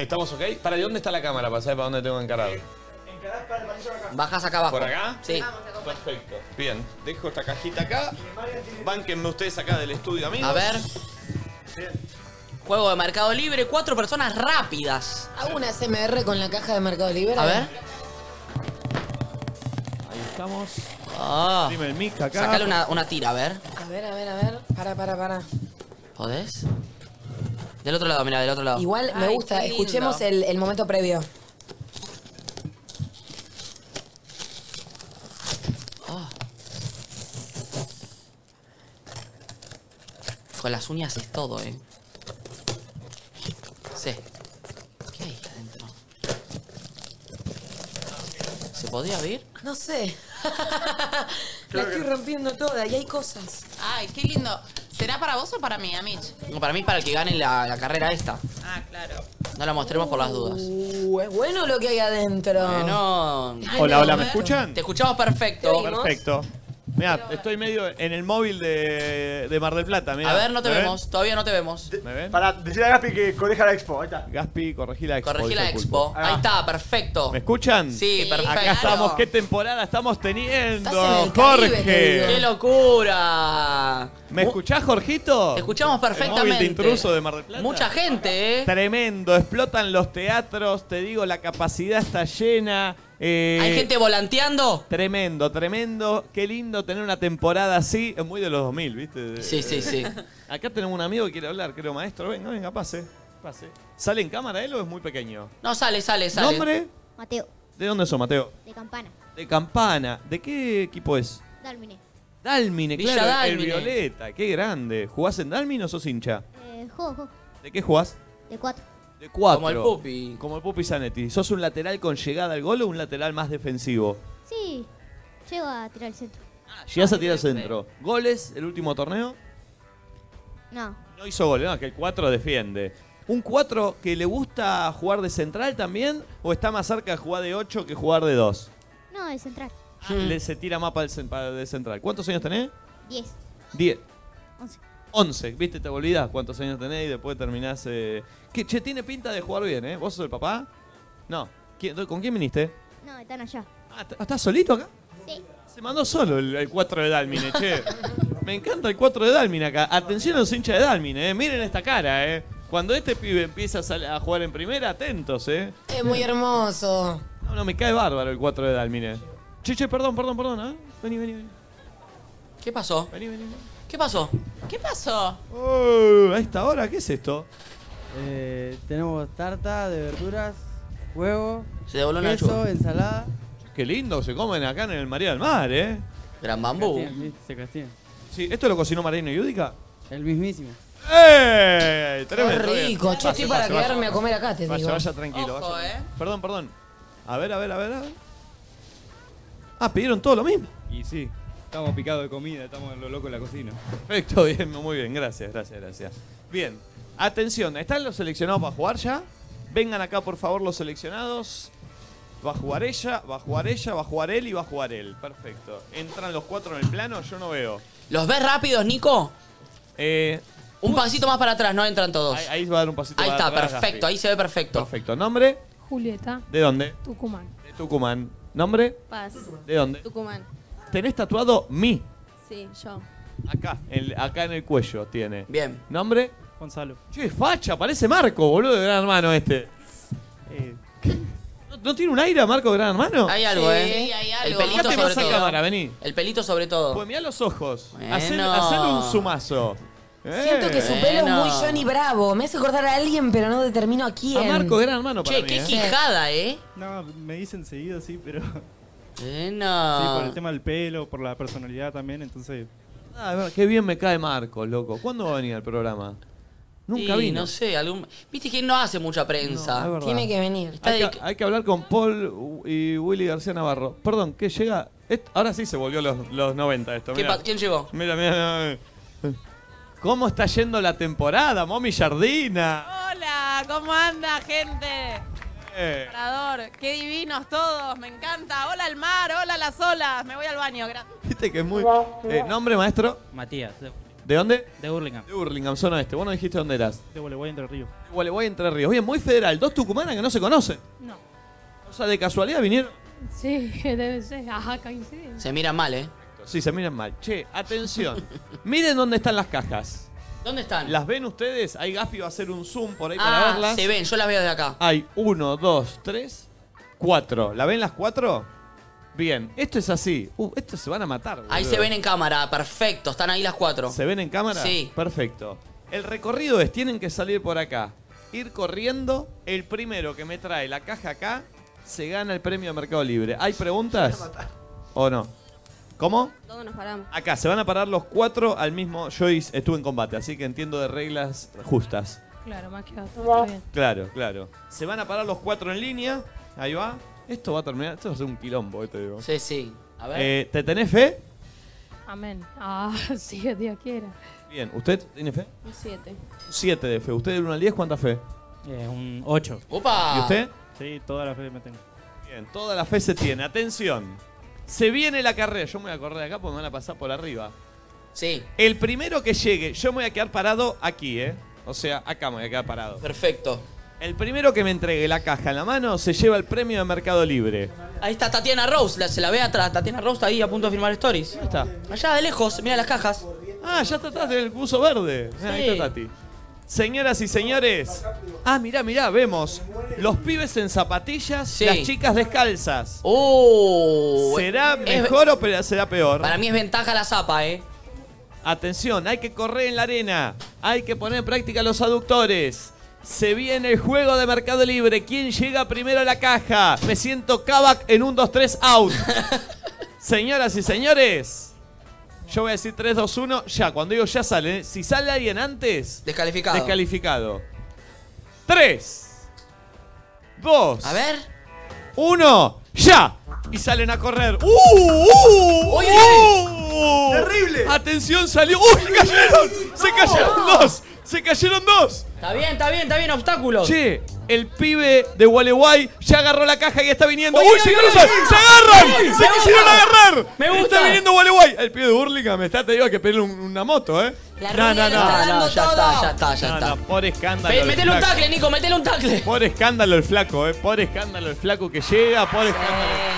[SPEAKER 2] ¿Estamos ok? ¿Para de dónde está la cámara? Para saber para dónde tengo que encarar.
[SPEAKER 4] Bajas acá abajo.
[SPEAKER 2] ¿Por acá?
[SPEAKER 4] Sí.
[SPEAKER 2] Perfecto. Bien, dejo esta cajita acá. Bánquenme ustedes acá del estudio, amigos.
[SPEAKER 4] A ver. Juego de Mercado Libre, cuatro personas rápidas.
[SPEAKER 3] Hago una CMR con la caja de Mercado Libre.
[SPEAKER 4] A ver.
[SPEAKER 2] Estamos.
[SPEAKER 4] Ah.
[SPEAKER 2] Dime el mic acá.
[SPEAKER 4] Sacale una, una tira, a ver.
[SPEAKER 3] A ver, a ver, a ver. Para, para, para.
[SPEAKER 4] ¿Podés? Del otro lado, mira, del otro lado.
[SPEAKER 3] Igual me
[SPEAKER 4] Ay,
[SPEAKER 3] gusta.
[SPEAKER 4] qué lindo.
[SPEAKER 3] Escuchemos el, el momento previo.
[SPEAKER 4] Con las uñas es todo, eh. Sí. ¿Qué hay adentro? ¿Se podía abrir?
[SPEAKER 3] No sé. La estoy rompiendo toda y hay cosas.
[SPEAKER 5] Ay, qué lindo. ¿Será para vos o para mí, Amich?
[SPEAKER 4] No, para mí es para el que gane la, la carrera esta.
[SPEAKER 5] Ah, claro.
[SPEAKER 4] No la mostremos por las dudas.
[SPEAKER 3] Uh, es bueno lo que hay adentro.
[SPEAKER 4] Bueno.
[SPEAKER 2] Hola, hola, ¿me escuchan?
[SPEAKER 4] Te escuchamos perfecto.
[SPEAKER 2] Perfecto. Mira, estoy medio en el móvil de, de Mar del Plata. mirá.
[SPEAKER 4] A ver, no te
[SPEAKER 2] ¿Me ven?
[SPEAKER 4] vemos. Todavía no te vemos.
[SPEAKER 2] ¿Me ven?
[SPEAKER 7] Para decir a Gaspi que corrija la expo. Ahí está.
[SPEAKER 2] Gaspi, corregí la expo.
[SPEAKER 4] Corregí la
[SPEAKER 2] dice
[SPEAKER 4] expo.
[SPEAKER 2] Pulpo.
[SPEAKER 4] Ahí está, perfecto.
[SPEAKER 2] Ah. ¿Me escuchan?
[SPEAKER 4] Sí, perfecto.
[SPEAKER 2] Acá estamos, qué temporada estamos teniendo,
[SPEAKER 4] Estás en el
[SPEAKER 2] Jorge.
[SPEAKER 4] Caribe, te digo. ¡Qué locura!
[SPEAKER 2] ¿Me escuchás, Jorgito?
[SPEAKER 4] Te escuchamos
[SPEAKER 2] El móvil
[SPEAKER 4] perfectamente.
[SPEAKER 2] de intruso de Mar del Plata.
[SPEAKER 4] Mucha gente, ¿eh?
[SPEAKER 2] Tremendo, explotan los teatros, te digo, la capacidad está llena. eh,
[SPEAKER 4] Hay gente volanteando.
[SPEAKER 2] Tremendo, tremendo. Qué lindo tener una temporada así. Es muy de los 2000, ¿viste?
[SPEAKER 4] Sí, sí, sí.
[SPEAKER 2] Acá tenemos un amigo que quiere hablar, creo, maestro. Venga, venga, pase. Pase. ¿Sale en cámara él o es muy pequeño?
[SPEAKER 4] No, sale, sale, Eh, sale.
[SPEAKER 2] ¿Nombre?
[SPEAKER 14] Mateo,
[SPEAKER 2] ¿De dónde sos, Mateo?
[SPEAKER 14] de Campana,
[SPEAKER 2] De Campana. ¿De qué equipo es?
[SPEAKER 14] Dalmine.
[SPEAKER 2] Dalmine,
[SPEAKER 14] Villa
[SPEAKER 2] claro.
[SPEAKER 14] Dálmine.
[SPEAKER 2] El Violeta, qué grande. ¿Jugás en Dalmine o sos hincha?
[SPEAKER 14] Eh, juego, juego,
[SPEAKER 2] ¿De qué jugás?
[SPEAKER 14] de cuatro.
[SPEAKER 2] De cuatro.
[SPEAKER 4] Como el Pupi.
[SPEAKER 2] Como el Pupi Zanetti. ¿Sos un lateral con llegada al gol o un lateral más defensivo?
[SPEAKER 14] Sí, llego a tirar el centro.
[SPEAKER 2] Llegás a tirar al centro. ¿Goles el último torneo?
[SPEAKER 14] No,
[SPEAKER 2] No hizo gol, no, que el 4 defiende. ¿Un 4 que le gusta jugar de central también? ¿O está más cerca de jugar de 8 que jugar de 2?
[SPEAKER 14] no, de central.
[SPEAKER 2] Le se tira mapa de central. ¿Cuántos años tenés?
[SPEAKER 14] 10,
[SPEAKER 2] 10.
[SPEAKER 14] 11.
[SPEAKER 2] 11, viste, te olvidás cuántos años tenés y después terminás. eh, Que, che, tiene pinta de jugar bien, ¿eh? ¿Vos sos el papá? No. ¿Quién- ¿Con quién viniste?
[SPEAKER 14] No, están allá.
[SPEAKER 2] Ah, ¿t- ¿Estás solito acá?
[SPEAKER 14] Sí.
[SPEAKER 2] Se mandó solo el, 4 de
[SPEAKER 4] Eh,
[SPEAKER 2] Dalmine, che. Me encanta el 4 de Dalmine acá. Atención a los hinchas de Dalmine, eh. Miren esta cara, eh. Cuando este pibe empieza a, sal- a jugar en primera, atentos, eh.
[SPEAKER 3] Es muy hermoso.
[SPEAKER 2] No, no, me cae bárbaro el 4 de Dalmine. Che, che, perdón, perdón, perdón, ¿eh? Vení, vení, vení.
[SPEAKER 4] ¿Qué pasó?
[SPEAKER 2] Vení, vení.
[SPEAKER 4] ¿Qué pasó?
[SPEAKER 5] ¿Qué pasó?
[SPEAKER 2] Oh, a esta hora, ¿qué es esto?
[SPEAKER 18] Eh, tenemos tarta de verduras, huevo,
[SPEAKER 4] Se devoló una
[SPEAKER 18] queso,
[SPEAKER 4] lechuga.
[SPEAKER 18] ensalada.
[SPEAKER 2] Qué lindo, se comen acá en el María del Mar, eh.
[SPEAKER 4] Gran
[SPEAKER 18] Se castigan, sí, se castigan.
[SPEAKER 2] Sí, ¿esto lo cocinó Mariano Yudica?
[SPEAKER 18] El mismísimo.
[SPEAKER 2] ¡Eh! Tremendo.
[SPEAKER 18] Qué rico,
[SPEAKER 2] bien.
[SPEAKER 18] che, estoy para quedarme a comer acá, te
[SPEAKER 2] vaya,
[SPEAKER 18] digo.
[SPEAKER 2] Vaya, tranquilo.
[SPEAKER 18] Ojo,
[SPEAKER 2] vaya.
[SPEAKER 18] eh.
[SPEAKER 2] Perdón, perdón. A ver, a ver, a ver, a ver. Ah, pidieron todo lo mismo.
[SPEAKER 19] Y sí, estamos picados de comida, estamos en lo loco en la cocina.
[SPEAKER 2] Perfecto, bien, muy bien. Gracias, gracias, gracias. Bien, atención, ¿están los seleccionados para jugar ya? Vengan acá, por favor, los seleccionados. Va a jugar ella, va a jugar ella, va a jugar él y va a jugar él. Perfecto. Entran los cuatro en el plano, yo no veo.
[SPEAKER 4] ¿Los ves rápidos, Nico?
[SPEAKER 2] Eh,
[SPEAKER 4] un pasito más para atrás, no entran todos.
[SPEAKER 2] Ahí, ahí va a dar un pasito
[SPEAKER 4] Ahí
[SPEAKER 2] para
[SPEAKER 4] está,
[SPEAKER 2] atrás,
[SPEAKER 4] perfecto,
[SPEAKER 2] Gaspi.
[SPEAKER 4] ahí se ve perfecto.
[SPEAKER 2] Perfecto. ¿Nombre?
[SPEAKER 28] Julieta,
[SPEAKER 2] ¿De dónde?
[SPEAKER 28] Tucumán.
[SPEAKER 2] De Tucumán. ¿Nombre?
[SPEAKER 28] Paz.
[SPEAKER 2] ¿De dónde?
[SPEAKER 28] Tucumán.
[SPEAKER 2] Tenés tatuado mi.
[SPEAKER 28] Sí, yo.
[SPEAKER 2] Acá, en- acá en el cuello tiene.
[SPEAKER 4] Bien.
[SPEAKER 2] ¿Nombre?
[SPEAKER 18] Gonzalo.
[SPEAKER 2] Che, es facha, parece Marco, boludo, de Gran Hermano este.
[SPEAKER 19] Eh.
[SPEAKER 2] ¿No, no tiene un aire a Marco de Gran Hermano?
[SPEAKER 4] Hay algo, ¿eh? El pelito
[SPEAKER 2] Acá te
[SPEAKER 4] sobre
[SPEAKER 2] vas a
[SPEAKER 4] todo.
[SPEAKER 2] cámara, vení.
[SPEAKER 4] El pelito sobre todo.
[SPEAKER 2] Pues mirá los ojos.
[SPEAKER 4] Bueno.
[SPEAKER 2] Hacen, hacen un sumazo. Eh.
[SPEAKER 3] Siento que su pelo es muy Johnny Bravo. Me hace acordar a alguien, pero no determino a quién.
[SPEAKER 2] A Marco Gran Hermano para Che, mí, qué ¿eh?
[SPEAKER 28] quijada,
[SPEAKER 4] ¿eh?
[SPEAKER 19] No, me dicen seguido, sí, pero.
[SPEAKER 4] no.
[SPEAKER 19] Sí, por el tema del pelo, por la personalidad también, entonces.
[SPEAKER 2] Ah, a ver, qué bien me cae Marco, loco. ¿Cuándo va a venir al programa? Nunca
[SPEAKER 4] Y,
[SPEAKER 2] vino.
[SPEAKER 4] No sé, algún. Viste que no hace mucha prensa.
[SPEAKER 2] es verdad. Tiene que
[SPEAKER 3] venir.
[SPEAKER 2] Hay que, hay que hablar con Paul y Willy García Navarro. Perdón, ¿qué llega? Est- ahora sí se volvió los, los 90 esto. mirá.
[SPEAKER 4] ¿Quién llegó?
[SPEAKER 2] Mira, mira, ¿Cómo está yendo la temporada, Momi Jardina?
[SPEAKER 5] Hola, ¿cómo anda, gente?
[SPEAKER 2] Eh,
[SPEAKER 5] Parador, qué divinos todos, me encanta. Hola al mar, hola a las olas. Me voy al baño, gracias.
[SPEAKER 2] Viste que es muy. Eh, ¿Nombre, maestro?
[SPEAKER 18] Matías, de,
[SPEAKER 2] ¿De dónde?
[SPEAKER 18] de Burlingame.
[SPEAKER 2] De Burlingame, zona este. Vos no dijiste dónde eras.
[SPEAKER 18] De Gualeguay, Entre Ríos.
[SPEAKER 2] De Gualeguay, Entre Ríos. Bien, muy federal. Dos tucumanas que no se conocen.
[SPEAKER 28] No.
[SPEAKER 2] O sea, de casualidad vinieron.
[SPEAKER 28] Sí, debe ser. Ajá, coincidencia.
[SPEAKER 4] Se mira mal, ¿eh?
[SPEAKER 2] Sí, se miran mal. Che, atención. Miren dónde están las cajas.
[SPEAKER 4] ¿Dónde están?
[SPEAKER 2] ¿Las ven ustedes? Ahí Gaspi va a hacer un zoom por ahí para
[SPEAKER 4] Ah,
[SPEAKER 2] verlas.
[SPEAKER 4] se ven, yo las veo de acá.
[SPEAKER 2] Hay uno, dos, tres, cuatro. ¿La ven las cuatro? Bien, esto es así. Uh, estos se van a matar.
[SPEAKER 4] Ahí
[SPEAKER 2] boludo.
[SPEAKER 4] se ven en cámara, perfecto. Están ahí las cuatro.
[SPEAKER 2] ¿Se ven en cámara?
[SPEAKER 4] Sí.
[SPEAKER 2] Perfecto. El recorrido es, tienen que salir por acá. Ir corriendo, el primero que me trae la caja acá, se gana el premio de Mercado Libre. ¿Hay preguntas? ¿O no? ¿Cómo?
[SPEAKER 1] Todos nos paramos.
[SPEAKER 2] Acá, se van a parar los cuatro al mismo... Yo is- estuve en combate, así que entiendo de reglas justas.
[SPEAKER 28] Claro, más que otro. está bien.
[SPEAKER 2] Claro, claro. Se van a parar los cuatro en línea. Ahí va. Esto va a terminar. Esto va a ser un quilombo, eh, te digo.
[SPEAKER 4] Sí, sí. A ver.
[SPEAKER 2] Eh, ¿Te tenés fe?
[SPEAKER 28] Amén. Ah, sí, que Dios quiera.
[SPEAKER 2] Bien. ¿Usted tiene fe?
[SPEAKER 1] Un 7.
[SPEAKER 2] 7 de fe. ¿Usted del 1 al 10 cuánta fe? un 8.
[SPEAKER 28] ¡Opa!
[SPEAKER 2] ¿Y usted?
[SPEAKER 19] Sí, toda la fe me tengo.
[SPEAKER 2] Bien, toda la fe se tiene. Atención. Se viene la carrera. Yo me voy a correr de acá porque me van a pasar por arriba.
[SPEAKER 4] Sí.
[SPEAKER 2] El primero que llegue, yo me voy a quedar parado aquí, ¿eh? O sea, acá me voy a quedar parado.
[SPEAKER 4] Perfecto.
[SPEAKER 2] El primero que me entregue la caja en la mano se lleva el premio de Mercado Libre.
[SPEAKER 4] Ahí está Tatiana Rose, la- se la ve atrás. Tatiana Rose está ahí a punto de firmar stories. ¿Dónde
[SPEAKER 2] está?
[SPEAKER 4] Allá de lejos, mira las cajas.
[SPEAKER 2] Ah, ya está atrás del buzo verde. Ah, Ahí
[SPEAKER 4] Sí.
[SPEAKER 2] está Tati. Señoras y señores. Ah, mirá, mirá, vemos. Los pibes en zapatillas,
[SPEAKER 4] Sí.
[SPEAKER 2] las chicas descalzas.
[SPEAKER 4] ¡Oh!
[SPEAKER 2] ¿Será
[SPEAKER 4] Es-
[SPEAKER 2] mejor o pe- será peor?
[SPEAKER 4] Para mí es ventaja la zapa, eh.
[SPEAKER 2] Atención, hay que correr en la arena. Hay que poner en práctica los aductores. Se viene el juego de Mercado Libre. ¿Quién llega primero a la caja? Me siento Kavak en un 2-3 out. Señoras y señores, yo voy a decir 3-2-1 ya. Cuando digo ya sale, ¿eh? si sale alguien antes,
[SPEAKER 4] Descalificado.
[SPEAKER 2] descalificado. 3, 2,
[SPEAKER 4] A ver.
[SPEAKER 2] 1, ya. Y salen a correr. ¡Uh! ¡Uh!
[SPEAKER 17] Oye,
[SPEAKER 2] ¡Uh!
[SPEAKER 17] terrible.
[SPEAKER 2] ¡Atención, salió! ¡Uy, se cayeron! ¡Se cayeron dos! ¡Se cayeron dos!
[SPEAKER 4] Está bien, está bien, está bien, obstáculos.
[SPEAKER 2] Che, el pibe de Gualeguay ya agarró la caja y está viniendo.
[SPEAKER 4] Oye,
[SPEAKER 2] ¡Uy, se
[SPEAKER 4] oye,
[SPEAKER 2] cruzan!
[SPEAKER 4] oye.
[SPEAKER 2] ¡Se agarran!
[SPEAKER 4] Oye,
[SPEAKER 2] ¡Se
[SPEAKER 4] me
[SPEAKER 2] quisieron
[SPEAKER 4] gusta.
[SPEAKER 2] agarrar!
[SPEAKER 4] Me gusta.
[SPEAKER 2] Está viniendo Gualeguay. El pibe de Burlingame está, te digo, hay que pedirle un- una moto, ¿eh?
[SPEAKER 4] La rubia le está dando
[SPEAKER 2] ya
[SPEAKER 4] todo.
[SPEAKER 2] está, ya
[SPEAKER 4] está, ya
[SPEAKER 2] No,
[SPEAKER 4] está.
[SPEAKER 2] no, por escándalo.
[SPEAKER 4] Pe-
[SPEAKER 2] el
[SPEAKER 4] metele un
[SPEAKER 2] flaco.
[SPEAKER 4] tackle, Nico, metele un tackle.
[SPEAKER 2] Por escándalo el flaco, ¿eh? Por escándalo el flaco que llega, por escándalo.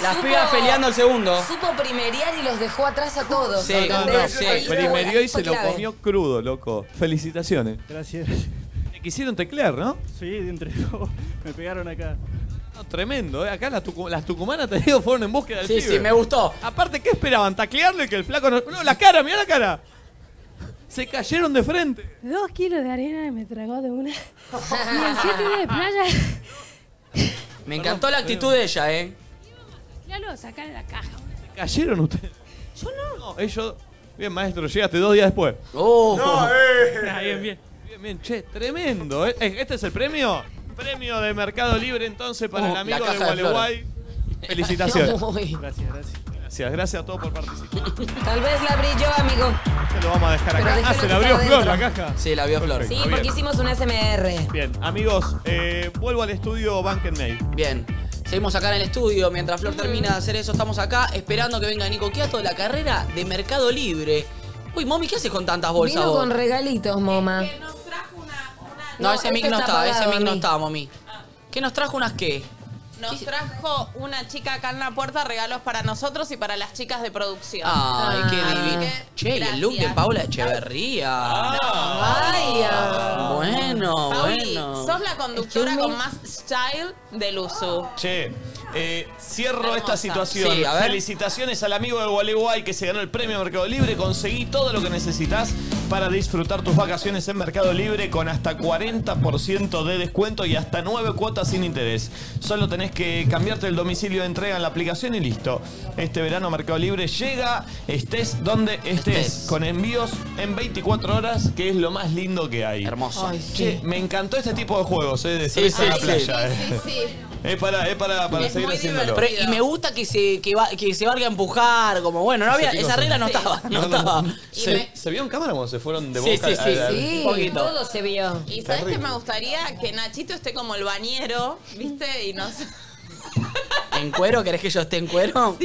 [SPEAKER 4] Las
[SPEAKER 3] Supo-
[SPEAKER 4] pibas peleando al segundo.
[SPEAKER 3] Supo primerear y los dejó atrás a todos.
[SPEAKER 4] Sí,
[SPEAKER 2] No, no,
[SPEAKER 3] ¿entendés? Ahí estuvo-
[SPEAKER 2] Primerió
[SPEAKER 3] ahí
[SPEAKER 2] y
[SPEAKER 3] fue
[SPEAKER 2] se lo
[SPEAKER 3] clave.
[SPEAKER 2] comió crudo, loco. Felicitaciones.
[SPEAKER 19] Gracias.
[SPEAKER 2] Te quisieron teclear, ¿no?
[SPEAKER 19] Sí, de entre dos. Me pegaron acá.
[SPEAKER 2] No, tremendo, ¿eh? Acá las, tucu- las tucumanas, te digo, fueron en búsqueda del
[SPEAKER 19] Sí,
[SPEAKER 2] pibe.
[SPEAKER 19] sí, me
[SPEAKER 4] gustó.
[SPEAKER 2] Aparte, ¿qué esperaban? ¿Taclearlo y que el flaco no... No, la cara, mirá la cara. Se cayeron de frente.
[SPEAKER 28] Dos kilos de arena me tragó de una. Y en siete días de playa.
[SPEAKER 4] Me encantó la actitud de ella, eh.
[SPEAKER 28] Claro, sacan de la caja.
[SPEAKER 2] ¿Cayeron ustedes? Yo no. No, ellos... Bien, maestro, llegaste dos días después.
[SPEAKER 4] ¡Oh!
[SPEAKER 17] No, eh.
[SPEAKER 2] bien, bien. Bien, bien, che, tremendo. ¿eh? ¿Este es el premio? Premio de Mercado Libre, entonces, para
[SPEAKER 11] Oh,
[SPEAKER 2] el
[SPEAKER 11] la
[SPEAKER 2] amigo de
[SPEAKER 11] caja de flores.
[SPEAKER 2] Gualeguay. Felicitaciones.
[SPEAKER 3] Uy.
[SPEAKER 2] Gracias, gracias. Gracias, gracias a todos por participar.
[SPEAKER 3] Tal vez la abrí yo, amigo.
[SPEAKER 2] Se lo vamos a dejar
[SPEAKER 3] Pero
[SPEAKER 2] acá. Ah,
[SPEAKER 3] déjalo
[SPEAKER 2] se
[SPEAKER 3] que
[SPEAKER 2] la abrió
[SPEAKER 3] está
[SPEAKER 2] Flor la
[SPEAKER 3] adentro.
[SPEAKER 2] caja.
[SPEAKER 4] Sí, la abrió Flor.
[SPEAKER 3] Sí, porque hicimos un SMR.
[SPEAKER 2] Bien, amigos, eh, vuelvo al estudio Bankenmade.
[SPEAKER 4] Bien. Seguimos acá en el estudio. Mientras Flor termina de hacer eso, estamos acá esperando que venga Nico Quiato de la carrera de Mercado Libre. Uy, mami, ¿qué haces con tantas bolsas
[SPEAKER 3] Vino
[SPEAKER 4] vos?
[SPEAKER 3] con regalitos, moma.
[SPEAKER 4] No,
[SPEAKER 3] No,
[SPEAKER 4] ese
[SPEAKER 3] ese
[SPEAKER 4] mic no
[SPEAKER 3] está
[SPEAKER 4] está, ese
[SPEAKER 3] apagado,
[SPEAKER 4] mic no
[SPEAKER 3] mami.
[SPEAKER 4] está, mami. ¿Qué nos trajo unas qué?
[SPEAKER 5] Nos trajo una chica acá en la puerta regalos para nosotros y para las chicas de producción.
[SPEAKER 4] Ay, qué divino. Che, y el look de Paula Echeverría. ah.
[SPEAKER 5] Vaya.
[SPEAKER 4] Bueno,
[SPEAKER 5] Pauli,
[SPEAKER 4] bueno.
[SPEAKER 5] sos la conductora con más style del uso.
[SPEAKER 2] Che, eh, cierro esta
[SPEAKER 5] Hermosa.
[SPEAKER 2] situación.
[SPEAKER 5] Sí, a ver.
[SPEAKER 2] Felicitaciones al amigo de Gualeguay que se ganó el premio Mercado Libre. Conseguí todo lo que necesitas para disfrutar tus vacaciones en Mercado Libre con hasta 40% de descuento y hasta 9 cuotas sin interés. Solo tenés que cambiarte el domicilio de entrega en la aplicación y listo. Este verano Mercado Libre llega, estés donde estés, con envíos en 24 horas, que es lo más lindo que hay.
[SPEAKER 4] Hermoso.
[SPEAKER 3] Ay, sí.
[SPEAKER 2] Che, me encantó este tipo de juegos, eh, de
[SPEAKER 4] Sí,
[SPEAKER 2] salirse
[SPEAKER 4] sí,
[SPEAKER 2] a la
[SPEAKER 4] sí.
[SPEAKER 2] playa.
[SPEAKER 4] Sí,
[SPEAKER 2] eh.
[SPEAKER 4] sí, sí.
[SPEAKER 2] Es para, es para, Ah, para
[SPEAKER 4] Es
[SPEAKER 2] seguir
[SPEAKER 4] muy
[SPEAKER 2] haciéndolo.
[SPEAKER 4] Pero- y me gusta que se, que, va, que se valga a empujar, como bueno, no había,
[SPEAKER 2] Sí,
[SPEAKER 4] esa
[SPEAKER 2] cosa.
[SPEAKER 4] regla no estaba, no, estaba.
[SPEAKER 2] ¿Se, se vio en cámara cuando se fueron de
[SPEAKER 4] Sí,
[SPEAKER 2] boca?
[SPEAKER 4] sí, sí,
[SPEAKER 2] a- a-
[SPEAKER 4] sí.
[SPEAKER 2] a-
[SPEAKER 4] poquito.
[SPEAKER 3] Todo se vio.
[SPEAKER 5] Y sabes que
[SPEAKER 2] Terrible.
[SPEAKER 5] me gustaría que Nachito esté como el bañero, ¿viste? Y nos,
[SPEAKER 4] ¿En cuero? ¿Querés que yo esté en cuero?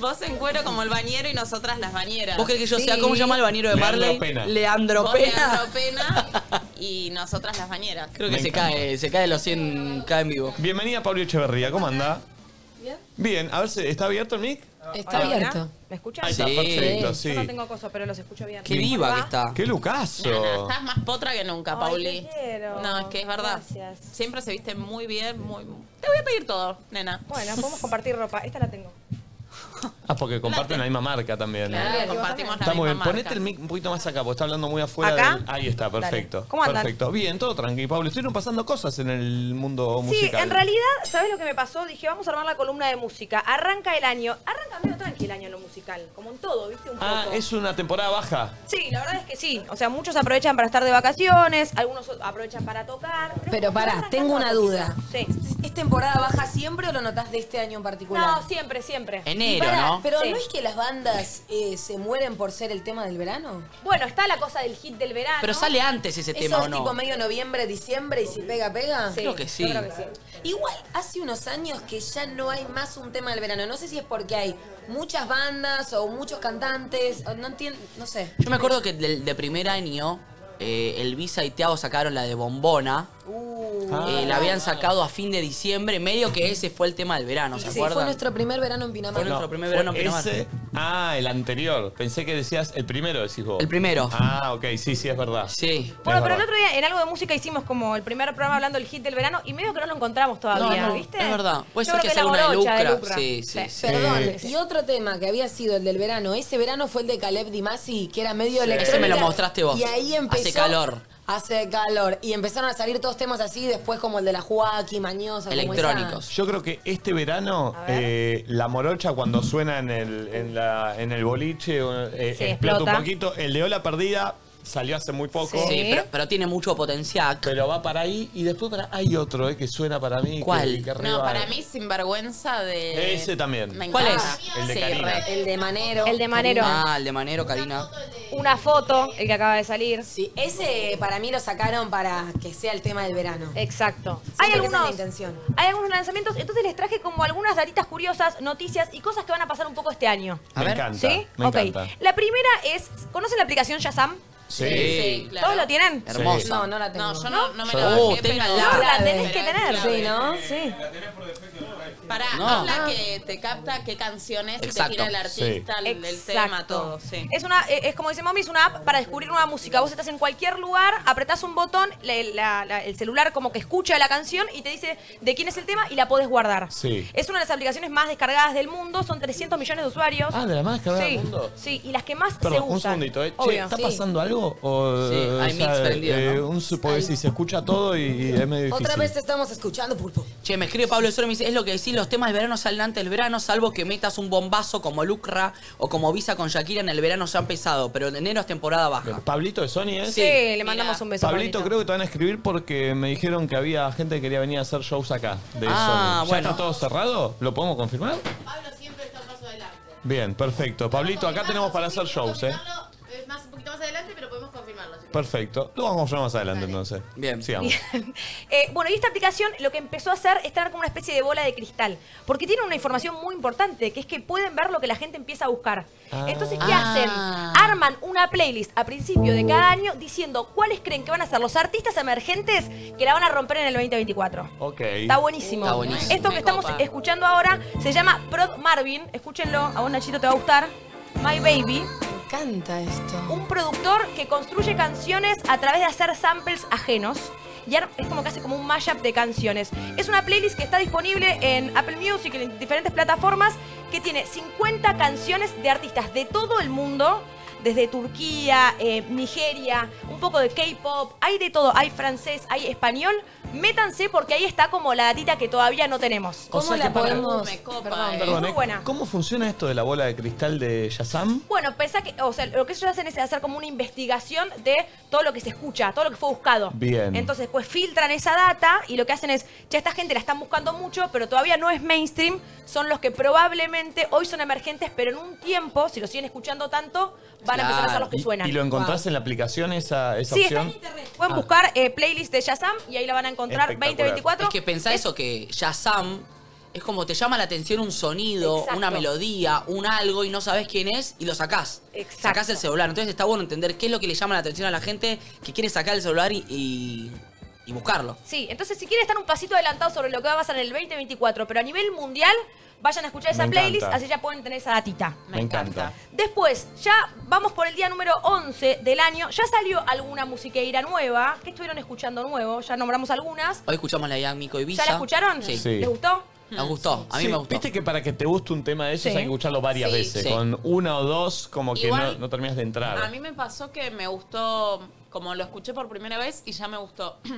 [SPEAKER 5] vos en cuero como el bañero y nosotras las bañeras.
[SPEAKER 4] ¿Vos querés que yo sea, cómo se llama el bañero de
[SPEAKER 2] Leandro
[SPEAKER 4] Marley?
[SPEAKER 2] Pena.
[SPEAKER 4] Leandro
[SPEAKER 5] Vos,
[SPEAKER 4] Pena.
[SPEAKER 5] Leandro Pena y nosotras las bañeras.
[SPEAKER 4] Creo que se cae, se cae los 100 k en vivo.
[SPEAKER 2] Bienvenida, Pablo Echeverría, ¿cómo anda? Bien, a ver, si- ¿está abierto el mic?
[SPEAKER 3] Está
[SPEAKER 1] Hola, hola.
[SPEAKER 3] abierto.
[SPEAKER 1] ¿Me escuchas?
[SPEAKER 2] Ahí está, Sí. perfecto, sí.
[SPEAKER 1] Yo no tengo coso, pero los escucho bien.
[SPEAKER 2] Bien.
[SPEAKER 1] ¿Cómo va?
[SPEAKER 2] ¡Qué lucaso!
[SPEAKER 5] Estás más potra que nunca,
[SPEAKER 1] Ay,
[SPEAKER 5] Pauli.
[SPEAKER 1] te quiero.
[SPEAKER 5] No, es que es verdad. Siempre se viste muy bien, muy. Te voy a pedir todo, nena.
[SPEAKER 1] Bueno, podemos compartir ropa. Esta la tengo.
[SPEAKER 2] Ah, porque comparten la misma marca también.
[SPEAKER 5] Claro, compartimos la
[SPEAKER 2] Está muy bien.
[SPEAKER 5] misma
[SPEAKER 2] Ponete el mic un poquito más acá, porque está hablando muy afuera.
[SPEAKER 1] ¿Acá?
[SPEAKER 2] del- Ahí está,
[SPEAKER 1] Dale.
[SPEAKER 2] perfecto.
[SPEAKER 1] ¿Cómo andan?
[SPEAKER 2] Perfecto. Bien, todo tranquilo, Pablo. Estuvieron pasando cosas en el mundo musical.
[SPEAKER 1] Sí, en realidad, ¿sabes lo que me pasó? Dije, vamos a armar la columna de música. Arranca el año. Arranca medio tranqui el año en lo musical. Como en todo, ¿viste? Un
[SPEAKER 2] Ah,
[SPEAKER 1] poco.
[SPEAKER 2] es una temporada baja.
[SPEAKER 1] Sí, la verdad es que sí. O sea, muchos aprovechan para estar de vacaciones, algunos aprovechan para tocar.
[SPEAKER 3] Pero pará, tengo una duda.
[SPEAKER 1] Sí.
[SPEAKER 3] ¿Es temporada baja siempre o lo notás de este año en particular?
[SPEAKER 1] No, siempre, siempre.
[SPEAKER 3] Y pará, Pero
[SPEAKER 1] Sí.
[SPEAKER 3] ¿no es que las bandas eh, se mueren por ser el tema del verano?
[SPEAKER 1] Bueno, está la cosa del hit del verano.
[SPEAKER 4] Pero sale antes ese
[SPEAKER 3] ¿Eso
[SPEAKER 4] tema,
[SPEAKER 3] es
[SPEAKER 4] ¿o no?
[SPEAKER 3] tipo medio noviembre, diciembre y si pega, pega?
[SPEAKER 4] Creo que sí. yo creo que
[SPEAKER 3] Igual hace unos años que ya no hay más un tema del verano. No sé si es porque hay muchas bandas o muchos cantantes. o no entiendo, no sé.
[SPEAKER 4] Yo me acuerdo que del- de, primer año, eh, Elvisa y Tiago sacaron la de Bombona. Eh, la habían sacado a fin de diciembre, medio que ese fue el tema del verano, ¿se
[SPEAKER 3] Sí,
[SPEAKER 4] acuerdan?
[SPEAKER 3] fue nuestro primer verano en Pinamar.
[SPEAKER 4] Fue nuestro primer verano en Pinamar.
[SPEAKER 2] Ese, ah, el anterior. Pensé que decías el primero, decís vos. El
[SPEAKER 4] primero.
[SPEAKER 2] Ah, ok, sí, sí, es verdad.
[SPEAKER 4] Sí.
[SPEAKER 1] Bueno, pero el otro día en algo de música hicimos como el primer programa hablando del hit del verano y medio que no lo encontramos todavía,
[SPEAKER 4] No, no,
[SPEAKER 1] ¿viste?
[SPEAKER 4] es verdad. Puede
[SPEAKER 1] Yo creo
[SPEAKER 4] ser que
[SPEAKER 1] es la
[SPEAKER 4] sea una de
[SPEAKER 1] morocha
[SPEAKER 4] Lucra. Sí, sí, sí.
[SPEAKER 3] Perdón,
[SPEAKER 4] Sí.
[SPEAKER 3] y otro tema que había sido el del verano, ese verano fue el de Caleb Dimasi, que era medio
[SPEAKER 4] Ese
[SPEAKER 3] electrónica.
[SPEAKER 4] me lo mostraste vos.
[SPEAKER 3] Y ahí empezó.
[SPEAKER 4] Hace calor.
[SPEAKER 3] Hace calor. Y empezaron a salir todos temas así, después como el de la Joaquín, Mañosa. como
[SPEAKER 2] Yo creo que este verano, eh, la morocha cuando suena en el, en la- en el boliche, eh,
[SPEAKER 4] Sí,
[SPEAKER 2] explota un
[SPEAKER 4] explota.
[SPEAKER 2] poquito. El de Ola Perdida salió hace muy poco.
[SPEAKER 4] Sí, pero, pero tiene mucho potencial.
[SPEAKER 2] Pero va para ahí y después para hay otro eh, que suena para mí. que-
[SPEAKER 4] ¿Cuál?
[SPEAKER 2] que arriba-
[SPEAKER 5] No, para mí, sinvergüenza de.
[SPEAKER 2] Ese también.
[SPEAKER 5] Me
[SPEAKER 4] ¿Cuál
[SPEAKER 5] encanta.
[SPEAKER 4] es?
[SPEAKER 2] El de
[SPEAKER 5] Sí,
[SPEAKER 2] Karina.
[SPEAKER 5] re.
[SPEAKER 3] esa. El de Manero.
[SPEAKER 1] El de Manero.
[SPEAKER 4] Ah, el de Manero, Karina.
[SPEAKER 1] Una foto, el que acaba de salir.
[SPEAKER 3] Sí, ese para mí lo sacaron para que sea el tema del verano.
[SPEAKER 1] Exacto.
[SPEAKER 3] Hay
[SPEAKER 1] Eh, Hay
[SPEAKER 3] alguna
[SPEAKER 1] algunos-
[SPEAKER 3] intención.
[SPEAKER 1] Hay algunos lanzamientos, entonces les traje como algunas datitas curiosas, noticias y cosas que van a pasar un poco este año.
[SPEAKER 2] Me encanta.
[SPEAKER 1] ¿Sí?
[SPEAKER 2] Me
[SPEAKER 1] Ok.
[SPEAKER 2] encanta.
[SPEAKER 1] La primera es, ¿conocen la aplicación Shazam?
[SPEAKER 2] Sí. Sí,
[SPEAKER 1] claro. ¿Todos lo tienen?
[SPEAKER 2] Hermosa.
[SPEAKER 3] No, no la tengo.
[SPEAKER 5] No, yo no, no me la
[SPEAKER 2] Oh,
[SPEAKER 5] bajé, pero-
[SPEAKER 1] No, la tenés que tener.
[SPEAKER 5] Sí,
[SPEAKER 3] ¿no?
[SPEAKER 1] Sí.
[SPEAKER 5] Pará,
[SPEAKER 1] No.
[SPEAKER 2] Ah.
[SPEAKER 5] es la que te capta qué canciones y te
[SPEAKER 1] Exacto.
[SPEAKER 5] tira el artista, el, el tema,
[SPEAKER 1] Exacto.
[SPEAKER 5] todo. Sí.
[SPEAKER 1] Es, una, eh, es como dice Mommy, es una app para descubrir nueva música. Vos estás en cualquier lugar, apretás un botón, la- la- la- el celular como que escucha la canción y te dice de quién es el tema y la podés guardar.
[SPEAKER 2] Sí.
[SPEAKER 1] Es una de las aplicaciones más descargadas del mundo, son 300 millones de usuarios.
[SPEAKER 2] Ah, de las más descargadas
[SPEAKER 1] sí,
[SPEAKER 2] del mundo.
[SPEAKER 1] Sí, y las que más se
[SPEAKER 2] Perdón,
[SPEAKER 1] usan.
[SPEAKER 2] un segundito, eh. Che,
[SPEAKER 1] Obvio.
[SPEAKER 2] ¿está
[SPEAKER 1] Sí.
[SPEAKER 2] pasando algo? O,
[SPEAKER 4] Sí, hay
[SPEAKER 2] o sea,
[SPEAKER 4] mix prendido,
[SPEAKER 2] eh,
[SPEAKER 4] ¿no?
[SPEAKER 2] un supo- si se escucha todo y, y es medio difícil.
[SPEAKER 3] Otra vez te estamos escuchando, Pulpo.
[SPEAKER 4] Che, me escribe Pablo Soro y me dice, es lo que decís, los temas del verano salen antes del verano, salvo que metas un bombazo como Lucra o como Visa con Shakira en el verano ya empezado, pero en enero es temporada baja.
[SPEAKER 2] ¿Pablito de Sony es?
[SPEAKER 1] Sí, le mandamos un beso.
[SPEAKER 2] Pablito, creo que te van a escribir porque me dijeron que había gente que quería venir a hacer shows acá de
[SPEAKER 4] Ah,
[SPEAKER 2] Sony. ¿Ya
[SPEAKER 4] bueno.
[SPEAKER 2] está todo cerrado? ¿Lo podemos confirmar? Bien, perfecto. Pablito, acá tenemos para hacer shows, ¿eh?
[SPEAKER 16] Es más, un poquito más adelante, pero podemos confirmarlo.
[SPEAKER 2] Perfecto. Lo vamos a confirmar más adelante, entonces. Bien. Sigamos.
[SPEAKER 1] Eh, bueno, y esta aplicación lo que empezó a hacer es tener como una especie de bola de cristal, porque tiene una información muy importante, que es que pueden ver lo que la gente empieza a buscar.
[SPEAKER 17] Ah.
[SPEAKER 1] Entonces, ¿qué
[SPEAKER 17] Ah.
[SPEAKER 1] hacen? Arman una playlist a principio de cada año diciendo cuáles creen que van a ser los artistas emergentes que la van a romper en el 2024.
[SPEAKER 2] Ok.
[SPEAKER 1] Está buenísimo. Esto que estamos escuchando ahora se llama Prod Marvin. Escúchenlo, a vos Nachito te va a gustar. My Baby. Me
[SPEAKER 3] encanta esto.
[SPEAKER 1] Un productor que construye canciones a través de hacer samples ajenos. Y ar- es como que hace como un mashup de canciones. Es una playlist que está disponible en Apple Music, en diferentes plataformas, que tiene 50 canciones de artistas de todo el mundo. Desde Turquía, eh, Nigeria, un poco de K-pop, hay de todo, hay francés, hay español. Métanse porque ahí está como la datita que todavía no tenemos.
[SPEAKER 2] O sea ¿Cómo la que para- podemos-
[SPEAKER 1] Me copa,
[SPEAKER 2] Ah,
[SPEAKER 1] eh.
[SPEAKER 2] perdón,
[SPEAKER 1] Muy
[SPEAKER 2] ¿eh?
[SPEAKER 1] buena.
[SPEAKER 2] ¿Cómo funciona esto de la bola de cristal de Shazam?
[SPEAKER 1] Bueno, pensá que, o sea, lo que ellos hacen es hacer como una investigación de todo lo que se escucha, todo lo que fue buscado.
[SPEAKER 2] Bien.
[SPEAKER 1] Entonces, pues filtran esa data y lo que hacen es, ya esta gente la están buscando mucho, pero todavía no es mainstream, son los que probablemente hoy son emergentes, pero en un tiempo, si lo siguen escuchando tanto, van a empezar a ser los
[SPEAKER 2] Claro.
[SPEAKER 1] que
[SPEAKER 2] ¿Y-
[SPEAKER 1] suenan.
[SPEAKER 2] ¿Y, lo encontrás en la aplicación esa, esa
[SPEAKER 1] Sí, está en
[SPEAKER 2] opción?
[SPEAKER 1] internet. Pueden
[SPEAKER 2] Ah.
[SPEAKER 1] buscar eh, playlist de Shazam y ahí la van a encontrar
[SPEAKER 2] Espectacular.
[SPEAKER 1] 2024.
[SPEAKER 4] Es que pensá eso, que Shazam es como te llama la atención un sonido,
[SPEAKER 1] Exacto.
[SPEAKER 4] una melodía, un algo y no sabes quién es y lo sacás.
[SPEAKER 1] Exacto.
[SPEAKER 4] Sacás el celular. Entonces está bueno entender qué es lo que le llama la atención a la gente que quiere sacar el celular y, y y buscarlo.
[SPEAKER 1] Sí, entonces si quieren estar un pasito adelantado sobre lo que va a pasar en el 2024, pero a nivel mundial, vayan a escuchar esa
[SPEAKER 4] Me
[SPEAKER 1] playlist,
[SPEAKER 4] encanta.
[SPEAKER 1] así ya pueden tener esa datita.
[SPEAKER 2] Me encanta.
[SPEAKER 1] Después, ya vamos por el día número 11 del año, ya salió alguna musiqueira nueva, que estuvieron escuchando nuevo, ya nombramos algunas.
[SPEAKER 4] Hoy escuchamos la de Mico Ibiza.
[SPEAKER 1] ¿Ya la escucharon?
[SPEAKER 4] Sí.
[SPEAKER 1] ¿Les gustó?
[SPEAKER 4] Nos gustó, a mí
[SPEAKER 2] Sí,
[SPEAKER 4] me gustó.
[SPEAKER 2] Viste que para que te guste un tema de esos
[SPEAKER 1] Sí.
[SPEAKER 2] hay que escucharlo varias
[SPEAKER 5] Sí.
[SPEAKER 2] veces.
[SPEAKER 5] Sí.
[SPEAKER 2] Con una o dos, como que no,
[SPEAKER 5] Igual-
[SPEAKER 2] no terminas de entrar.
[SPEAKER 5] A mí me pasó que me gustó, como lo escuché por primera vez y ya me gustó.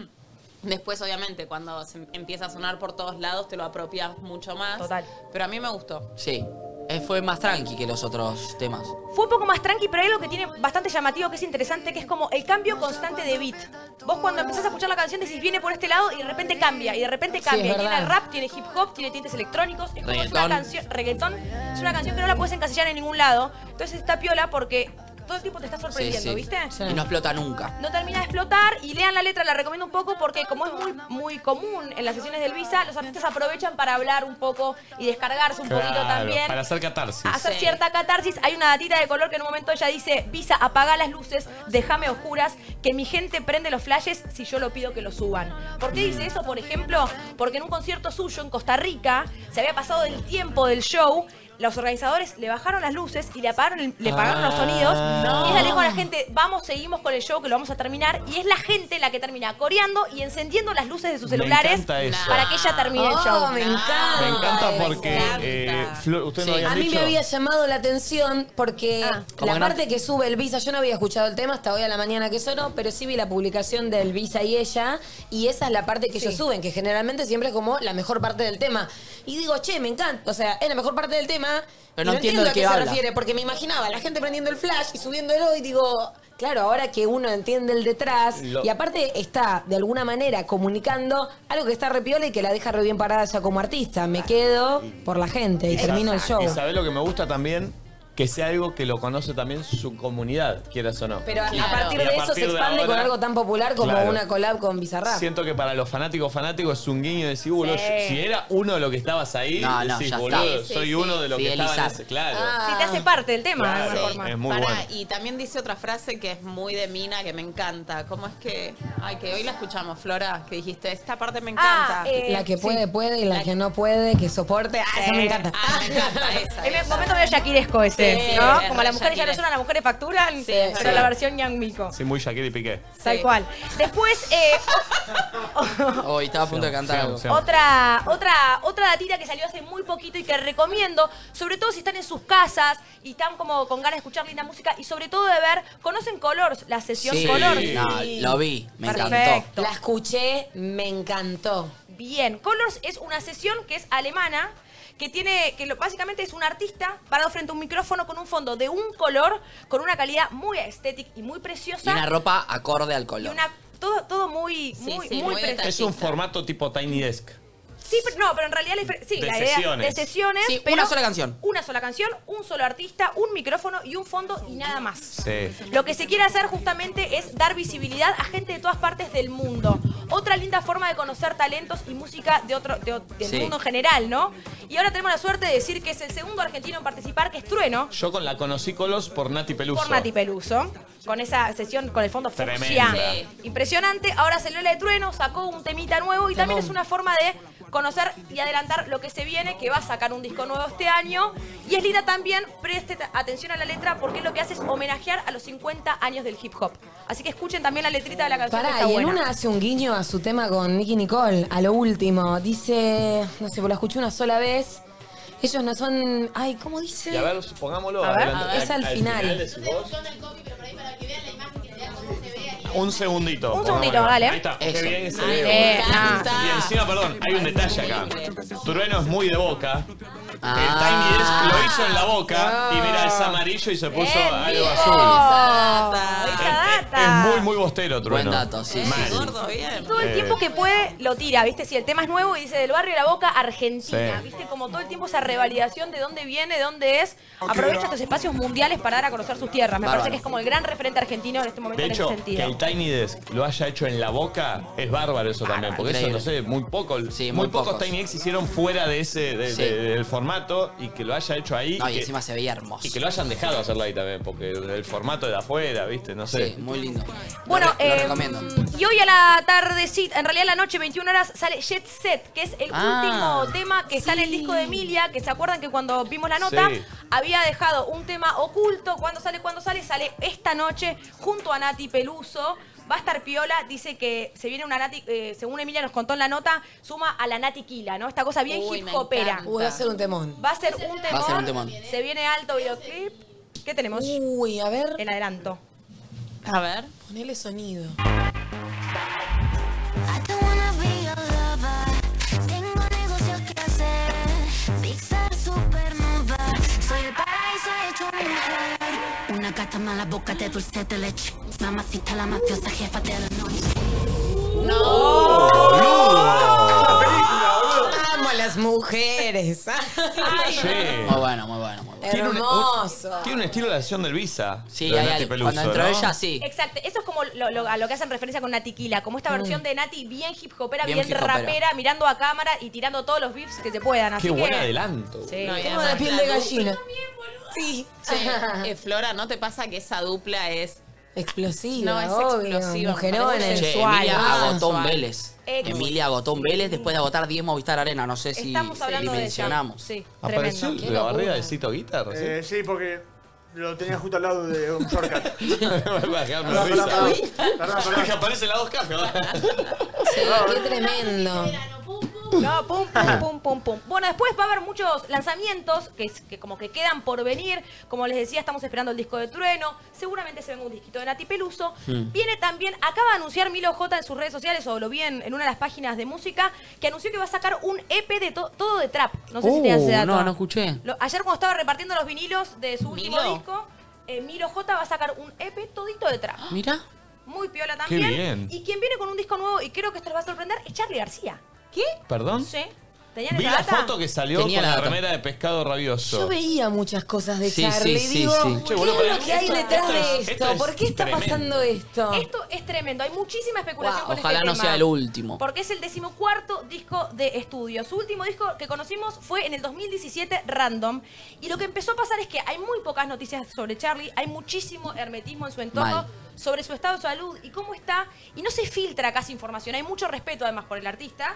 [SPEAKER 5] Después, obviamente, cuando se empieza a sonar por todos lados, te lo apropias mucho más. Total. Pero a mí me gustó.
[SPEAKER 4] Sí, Eh, fue más tranqui que los otros temas.
[SPEAKER 1] Fue un poco más tranqui, pero hay algo que tiene bastante llamativo, que es interesante, que es como el cambio constante de beat. Vos cuando empezás a escuchar la canción decís, viene por este lado y de repente cambia, y de repente
[SPEAKER 5] Sí,
[SPEAKER 1] cambia.
[SPEAKER 5] es
[SPEAKER 1] Y tiene
[SPEAKER 5] verdad.
[SPEAKER 1] rap, tiene hip hop, tiene tintes electrónicos. Es como es una
[SPEAKER 4] Reggaetón.
[SPEAKER 1] canción, reggaetón, es una canción que no la puedes encasillar en ningún lado. Entonces está piola porque todo el tiempo te está sorprendiendo,
[SPEAKER 4] sí.
[SPEAKER 1] ¿viste?
[SPEAKER 4] Y no explota nunca.
[SPEAKER 1] No termina de explotar y lean la letra, la recomiendo un poco porque como es muy, muy común en las sesiones del Visa, los artistas aprovechan para hablar un poco y descargarse un poquito
[SPEAKER 2] Claro,
[SPEAKER 1] también
[SPEAKER 2] Para hacer catarsis.
[SPEAKER 1] hacer cierta catarsis. Hay una datita de color que en un momento ella dice, Visa, apaga las luces, déjame oscuras, que mi gente prende los flashes si yo lo pido que lo suban. ¿Por qué
[SPEAKER 2] Mm.
[SPEAKER 1] dice eso, por ejemplo? Porque en un concierto suyo en Costa Rica se había pasado del tiempo del show. Los organizadores le bajaron las luces y le apagaron, el- le apagaron los
[SPEAKER 17] Ah.
[SPEAKER 1] sonidos.
[SPEAKER 17] No.
[SPEAKER 1] Y ella le dijo a la gente, vamos, seguimos con el show que lo vamos a terminar. Y es la gente la que termina coreando y encendiendo las luces de sus
[SPEAKER 2] Me
[SPEAKER 1] celulares
[SPEAKER 2] encanta eso.
[SPEAKER 1] para que ella termine el
[SPEAKER 3] Oh,
[SPEAKER 1] show.
[SPEAKER 3] me encanta.
[SPEAKER 2] Me encanta
[SPEAKER 3] Ay,
[SPEAKER 2] porque eh, Flor, usted no
[SPEAKER 3] Sí.
[SPEAKER 2] había
[SPEAKER 3] a mí
[SPEAKER 2] dicho.
[SPEAKER 3] me había llamado la atención porque
[SPEAKER 2] Como
[SPEAKER 3] la
[SPEAKER 2] que no-
[SPEAKER 3] parte que sube el Visa, yo no había escuchado el tema hasta hoy a la mañana que sonó, pero sí vi la publicación del Visa y ella, y esa es la parte que ellos suben, que generalmente siempre es como la mejor parte del tema. Y digo, che, me encanta, o sea, es la mejor parte del tema,
[SPEAKER 4] Pero
[SPEAKER 3] y
[SPEAKER 4] no entiendo de
[SPEAKER 3] a qué
[SPEAKER 4] qué
[SPEAKER 3] se
[SPEAKER 4] habla.
[SPEAKER 3] refiere, porque me imaginaba la gente prendiendo el flash y subiéndolo y digo... Claro, ahora que uno entiende el detrás
[SPEAKER 2] Lo-
[SPEAKER 3] y aparte está de alguna manera comunicando algo que está re piola y que la deja re bien parada ya como artista. Me quedo por la gente y
[SPEAKER 2] Sa-
[SPEAKER 3] termino el show.
[SPEAKER 2] Y sabés lo que me gusta también, que sea algo que lo conoce también su comunidad, quieras o no.
[SPEAKER 3] Pero a- a
[SPEAKER 2] Claro.
[SPEAKER 3] partir
[SPEAKER 2] Y a
[SPEAKER 3] de eso
[SPEAKER 2] partir
[SPEAKER 3] se
[SPEAKER 2] de
[SPEAKER 3] expande con
[SPEAKER 2] ahora-
[SPEAKER 3] algo tan popular como
[SPEAKER 2] Claro.
[SPEAKER 3] una collab con Bizarrap.
[SPEAKER 2] Siento que para los fanáticos fanáticos es un guiño de decir, "Uh, boludo,
[SPEAKER 3] Sí.
[SPEAKER 2] yo- si era uno de los que estabas ahí,
[SPEAKER 4] No, no,
[SPEAKER 2] decís,
[SPEAKER 4] ya
[SPEAKER 2] boludo,
[SPEAKER 4] está.
[SPEAKER 2] soy
[SPEAKER 4] Sí, sí,
[SPEAKER 2] uno
[SPEAKER 4] sí.
[SPEAKER 2] de los que
[SPEAKER 4] Fidelizar.
[SPEAKER 2] estaban en ese, claro.
[SPEAKER 5] Ah,
[SPEAKER 1] Sí, te hace parte del tema, de alguna
[SPEAKER 2] Claro,
[SPEAKER 1] forma.
[SPEAKER 2] es muy
[SPEAKER 5] Pará,
[SPEAKER 2] bueno.
[SPEAKER 5] Y también dice otra frase que es muy de mina, que me encanta. ¿Cómo es que.? Ay, que hoy la escuchamos, Flora, que dijiste, esta parte me encanta.
[SPEAKER 3] la que puede, puede y Eh, la, que no puede, que soporte. Ah, eso me encanta.
[SPEAKER 1] En el momento veo yaquiresco ese,
[SPEAKER 3] Sí,
[SPEAKER 1] ¿no?
[SPEAKER 3] es
[SPEAKER 1] Como
[SPEAKER 3] re
[SPEAKER 1] las mujeres ya no
[SPEAKER 3] yaquire.
[SPEAKER 1] son las mujeres facturan, pero
[SPEAKER 2] sí.
[SPEAKER 1] la versión Yang Mico.
[SPEAKER 2] Sí, muy Shakira y Piqué.
[SPEAKER 1] Tal cual. Después, eh,
[SPEAKER 4] Hoy estaba a punto de cantar algo.
[SPEAKER 1] otra, otra, otra datita que salió hace muy poquito y que recomiendo, sobre todo si están en sus casas y están como con ganas de escuchar linda música y sobre todo de ver, ¿conocen Colors? La sesión
[SPEAKER 4] Sí,
[SPEAKER 1] Colors.
[SPEAKER 4] no, lo vi, me encantó.
[SPEAKER 1] Perfecto.
[SPEAKER 3] La escuché, me encantó.
[SPEAKER 1] Bien, Colors es una sesión que es alemana, que tiene, que lo- básicamente es un artista parado frente a un micrófono con un fondo de un color, con una calidad muy estética y muy
[SPEAKER 4] Y
[SPEAKER 1] preciosa.
[SPEAKER 4] una ropa acorde al
[SPEAKER 1] Y
[SPEAKER 4] color.
[SPEAKER 1] una- todo, todo muy, muy, muy, precioso.
[SPEAKER 2] Es un formato tipo Tiny Desk.
[SPEAKER 1] Sí, pero no, pero en realidad la difer- sí,
[SPEAKER 2] De
[SPEAKER 1] la idea
[SPEAKER 2] sesiones.
[SPEAKER 1] de sesiones.
[SPEAKER 4] Sí,
[SPEAKER 1] pero
[SPEAKER 4] una sola canción.
[SPEAKER 1] Una sola canción, un solo artista, un micrófono y un fondo y nada más.
[SPEAKER 2] Sí.
[SPEAKER 1] Lo que se quiere hacer justamente es dar visibilidad a gente de todas partes del mundo. Otra linda forma de conocer talentos y música de otro, de o- del
[SPEAKER 2] Sí.
[SPEAKER 1] mundo en general, ¿no? Y ahora tenemos la suerte de decir que es el segundo argentino en participar, que es Trueno,
[SPEAKER 2] Yo con la conocí Colos por Nati Peluso.
[SPEAKER 1] por Nati Peluso, con esa sesión con el fondo
[SPEAKER 2] Tremenda.
[SPEAKER 1] fucsia. Impresionante. Ahora salió la de Trueno, sacó un temita nuevo y también es una forma de conocer y adelantar lo que se viene, que va a sacar un disco nuevo este año. Y es linda también, preste ta- atención a la letra porque lo que hace es homenajear a los 50 años del hip hop. Así que escuchen también la letrita de la canción. que
[SPEAKER 3] Pará,
[SPEAKER 1] está
[SPEAKER 3] y en
[SPEAKER 1] buena.
[SPEAKER 3] una hace un guiño a su tema con Nicky Nicole, a lo último. Dice, no sé, pues la escuché una sola vez. Ellos no son. Ay, ¿cómo dice?
[SPEAKER 2] Y a ver, pongámoslo.
[SPEAKER 3] A ver,
[SPEAKER 2] adelante.
[SPEAKER 3] a ver. Es al final.
[SPEAKER 2] decís vos. Un segundito.
[SPEAKER 1] Un segundito,
[SPEAKER 2] pongámoslo.
[SPEAKER 1] dale.
[SPEAKER 2] Ahí está. Qué
[SPEAKER 1] Eso.
[SPEAKER 2] bien que se
[SPEAKER 1] Ay,
[SPEAKER 2] ve.
[SPEAKER 1] me
[SPEAKER 2] Y encima, perdón, hay un detalle acá. Trueno es muy de boca.
[SPEAKER 4] Ah.
[SPEAKER 2] El Tiny Desk lo hizo en la boca y mira, es amarillo y se puso algo azul.
[SPEAKER 1] Oh.
[SPEAKER 2] Es muy, muy bostero, Trueno. Buen dato,
[SPEAKER 4] sí,
[SPEAKER 2] Mal.
[SPEAKER 1] Todo el
[SPEAKER 2] Eh.
[SPEAKER 1] tiempo que puede lo tira, ¿viste? Si el tema es nuevo y dice del barrio de la boca, Argentina.
[SPEAKER 2] Sí.
[SPEAKER 1] ¿Viste? Como todo el tiempo esa revalidación de dónde viene, de dónde es. Aprovecha estos espacios mundiales para dar a conocer sus tierras. Me
[SPEAKER 2] Bárbaro.
[SPEAKER 1] parece que es como el gran referente argentino en este momento
[SPEAKER 2] De
[SPEAKER 1] en
[SPEAKER 2] hecho,
[SPEAKER 1] ese
[SPEAKER 2] que
[SPEAKER 1] sentido.
[SPEAKER 2] el Tiny Desk lo haya hecho en la boca es bárbaro eso también, porque eso, no sé, muy poco, muy,
[SPEAKER 4] muy
[SPEAKER 2] pocos
[SPEAKER 4] pocos.
[SPEAKER 2] Tiny Desk hicieron fuera de ese de-
[SPEAKER 4] Sí.
[SPEAKER 2] de- del formato y que lo haya hecho ahí.
[SPEAKER 4] No, y
[SPEAKER 2] que-
[SPEAKER 4] encima se veía hermoso.
[SPEAKER 2] Y que lo hayan dejado hacerlo ahí también, porque el formato de afuera, ¿viste? No sé.
[SPEAKER 4] muy lindo.
[SPEAKER 1] Bueno,
[SPEAKER 2] Lo re- lo
[SPEAKER 1] eh,
[SPEAKER 2] recomiendo.
[SPEAKER 1] y hoy a la tardecita, en realidad a la noche, 21 horas, sale Jet Set, que es el
[SPEAKER 4] Ah.
[SPEAKER 1] último tema que está en el disco de Emilia, que se acuerdan que cuando vimos la nota
[SPEAKER 2] Sí.
[SPEAKER 1] había dejado un tema oculto, cuando sale, cuando sale, sale esta noche junto a Nati Peluso. Va a estar Piola, dice que se viene una Nati, eh, según Emilia nos contó en la nota, suma a la Nati Kila, ¿no? Esta cosa bien
[SPEAKER 3] Uy,
[SPEAKER 1] hip
[SPEAKER 3] me
[SPEAKER 1] hopera.
[SPEAKER 3] encanta. Uy, va a ser un temón.
[SPEAKER 1] Va a ser un temón.
[SPEAKER 4] Va a ser un temón.
[SPEAKER 1] Se viene alto videoclip. ¿Qué tenemos?
[SPEAKER 3] Uy, a ver.
[SPEAKER 1] El adelanto.
[SPEAKER 5] A ver.
[SPEAKER 3] Ponele sonido.
[SPEAKER 17] don't wanna be your lover. Tengo negocios que hacer. Pixar supernova. Soy el paraíso hecho mujer. Una gata mala boca de dulce de leche. Mamacita la mafiosa jefa de la noche.
[SPEAKER 2] Oh.
[SPEAKER 3] Amo a las mujeres. Ah,
[SPEAKER 2] Sí.
[SPEAKER 4] Muy bueno, muy bueno. Muy bueno.
[SPEAKER 2] Tiene un-
[SPEAKER 3] Hermoso.
[SPEAKER 2] Tiene un estilo de la sesión del Visa.
[SPEAKER 4] Sí,
[SPEAKER 2] lo de
[SPEAKER 4] hay
[SPEAKER 2] Nati
[SPEAKER 4] algo.
[SPEAKER 2] Peluso,
[SPEAKER 4] Cuando entró
[SPEAKER 2] ¿no?
[SPEAKER 4] ella, sí.
[SPEAKER 1] Exacto, eso es como lo, lo- a lo que hacen referencia con Nati Kila, como esta versión de Nati bien hip hopera, bien,
[SPEAKER 2] Bien hip hopera.
[SPEAKER 1] rapera, mirando a cámara y tirando todos los beefs que se puedan. Así
[SPEAKER 2] Qué buen
[SPEAKER 1] que-
[SPEAKER 2] adelanto.
[SPEAKER 1] Sí.
[SPEAKER 5] No, y
[SPEAKER 3] Tengo
[SPEAKER 5] además
[SPEAKER 3] la piel
[SPEAKER 5] la
[SPEAKER 3] de
[SPEAKER 5] luz.
[SPEAKER 3] gallina. Sí.
[SPEAKER 5] Che, eh, Flora, ¿no te pasa que esa dupla es
[SPEAKER 3] Explosiva.
[SPEAKER 5] No, es
[SPEAKER 3] obvio,
[SPEAKER 5] explosiva,
[SPEAKER 3] Mujerona,
[SPEAKER 5] me
[SPEAKER 4] Che,
[SPEAKER 3] sensual.
[SPEAKER 4] Emilia
[SPEAKER 3] Ah,
[SPEAKER 4] agotó un
[SPEAKER 3] sensual.
[SPEAKER 4] Vélez.
[SPEAKER 1] Ex.
[SPEAKER 4] Emilia agotó un Vélez después de agotar 10 Movistar Arena. No sé si
[SPEAKER 1] Estamos hablando de eso.
[SPEAKER 4] dimensionamos.
[SPEAKER 1] Sí,
[SPEAKER 2] ¿Apareció
[SPEAKER 1] tremendo.
[SPEAKER 2] la barrera de Cito Guitar?
[SPEAKER 8] Eh, sí, porque lo tenía justo al lado de un shortcut.
[SPEAKER 2] Perdón,
[SPEAKER 8] perdón,
[SPEAKER 2] Que aparece la dos cajas.
[SPEAKER 3] Sí, qué tremendo.
[SPEAKER 1] No, pum, pum, pum, pum, pum. Bueno, después va a haber muchos lanzamientos que, es- que como que quedan por venir. Como les decía, estamos esperando el disco de Trueno. Seguramente se venga un disquito de Nati Peluso.
[SPEAKER 17] Hmm.
[SPEAKER 1] Viene también, acaba de anunciar Milo J en sus redes sociales, o lo vi en, en una de las páginas de música, que anunció que va a sacar un EP de to- todo de trap. No sé si te hace dato.
[SPEAKER 4] Uh, no, no escuché.
[SPEAKER 1] Lo- ayer cuando estaba repartiendo los vinilos de su último
[SPEAKER 4] Milo.
[SPEAKER 1] disco, eh, Milo J va a sacar un EP todito de trap.
[SPEAKER 4] Mira.
[SPEAKER 1] Muy piola
[SPEAKER 2] Qué
[SPEAKER 1] también.
[SPEAKER 2] bien.
[SPEAKER 1] Y quien viene con un disco nuevo, y creo que esto les va a sorprender, es Charlie García. ¿Qué?
[SPEAKER 2] ¿Perdón?
[SPEAKER 1] Sí. ¿Tenían
[SPEAKER 2] Vi
[SPEAKER 1] esa
[SPEAKER 2] la
[SPEAKER 1] data?
[SPEAKER 2] foto que salió
[SPEAKER 4] Tenía
[SPEAKER 2] con
[SPEAKER 4] la
[SPEAKER 2] la
[SPEAKER 4] data.
[SPEAKER 2] remera de pescado rabioso.
[SPEAKER 3] Yo veía muchas cosas de
[SPEAKER 2] Sí,
[SPEAKER 3] Charlie.
[SPEAKER 2] sí, sí,
[SPEAKER 3] Digo,
[SPEAKER 2] sí. Che,
[SPEAKER 3] ¿qué es
[SPEAKER 2] boludo,
[SPEAKER 3] lo
[SPEAKER 2] pero
[SPEAKER 3] que hay
[SPEAKER 2] esto-
[SPEAKER 3] detrás
[SPEAKER 2] esto
[SPEAKER 3] de
[SPEAKER 2] es-
[SPEAKER 3] esto?
[SPEAKER 2] esto es
[SPEAKER 3] ¿Por qué está
[SPEAKER 2] tremendo.
[SPEAKER 3] pasando esto?
[SPEAKER 1] Esto es tremendo, hay muchísima especulación con
[SPEAKER 4] Ojalá
[SPEAKER 1] este
[SPEAKER 4] no
[SPEAKER 1] tema.
[SPEAKER 4] sea el último.
[SPEAKER 1] Porque es el decimocuarto disco de estudio. Su último disco que conocimos fue en el 2017, Random. Y lo que empezó a pasar es que hay muy pocas noticias sobre Charlie, hay muchísimo hermetismo en su entorno,
[SPEAKER 4] Mal.
[SPEAKER 1] sobre su estado de salud y cómo está. Y no se filtra casi información, hay mucho respeto además por el artista.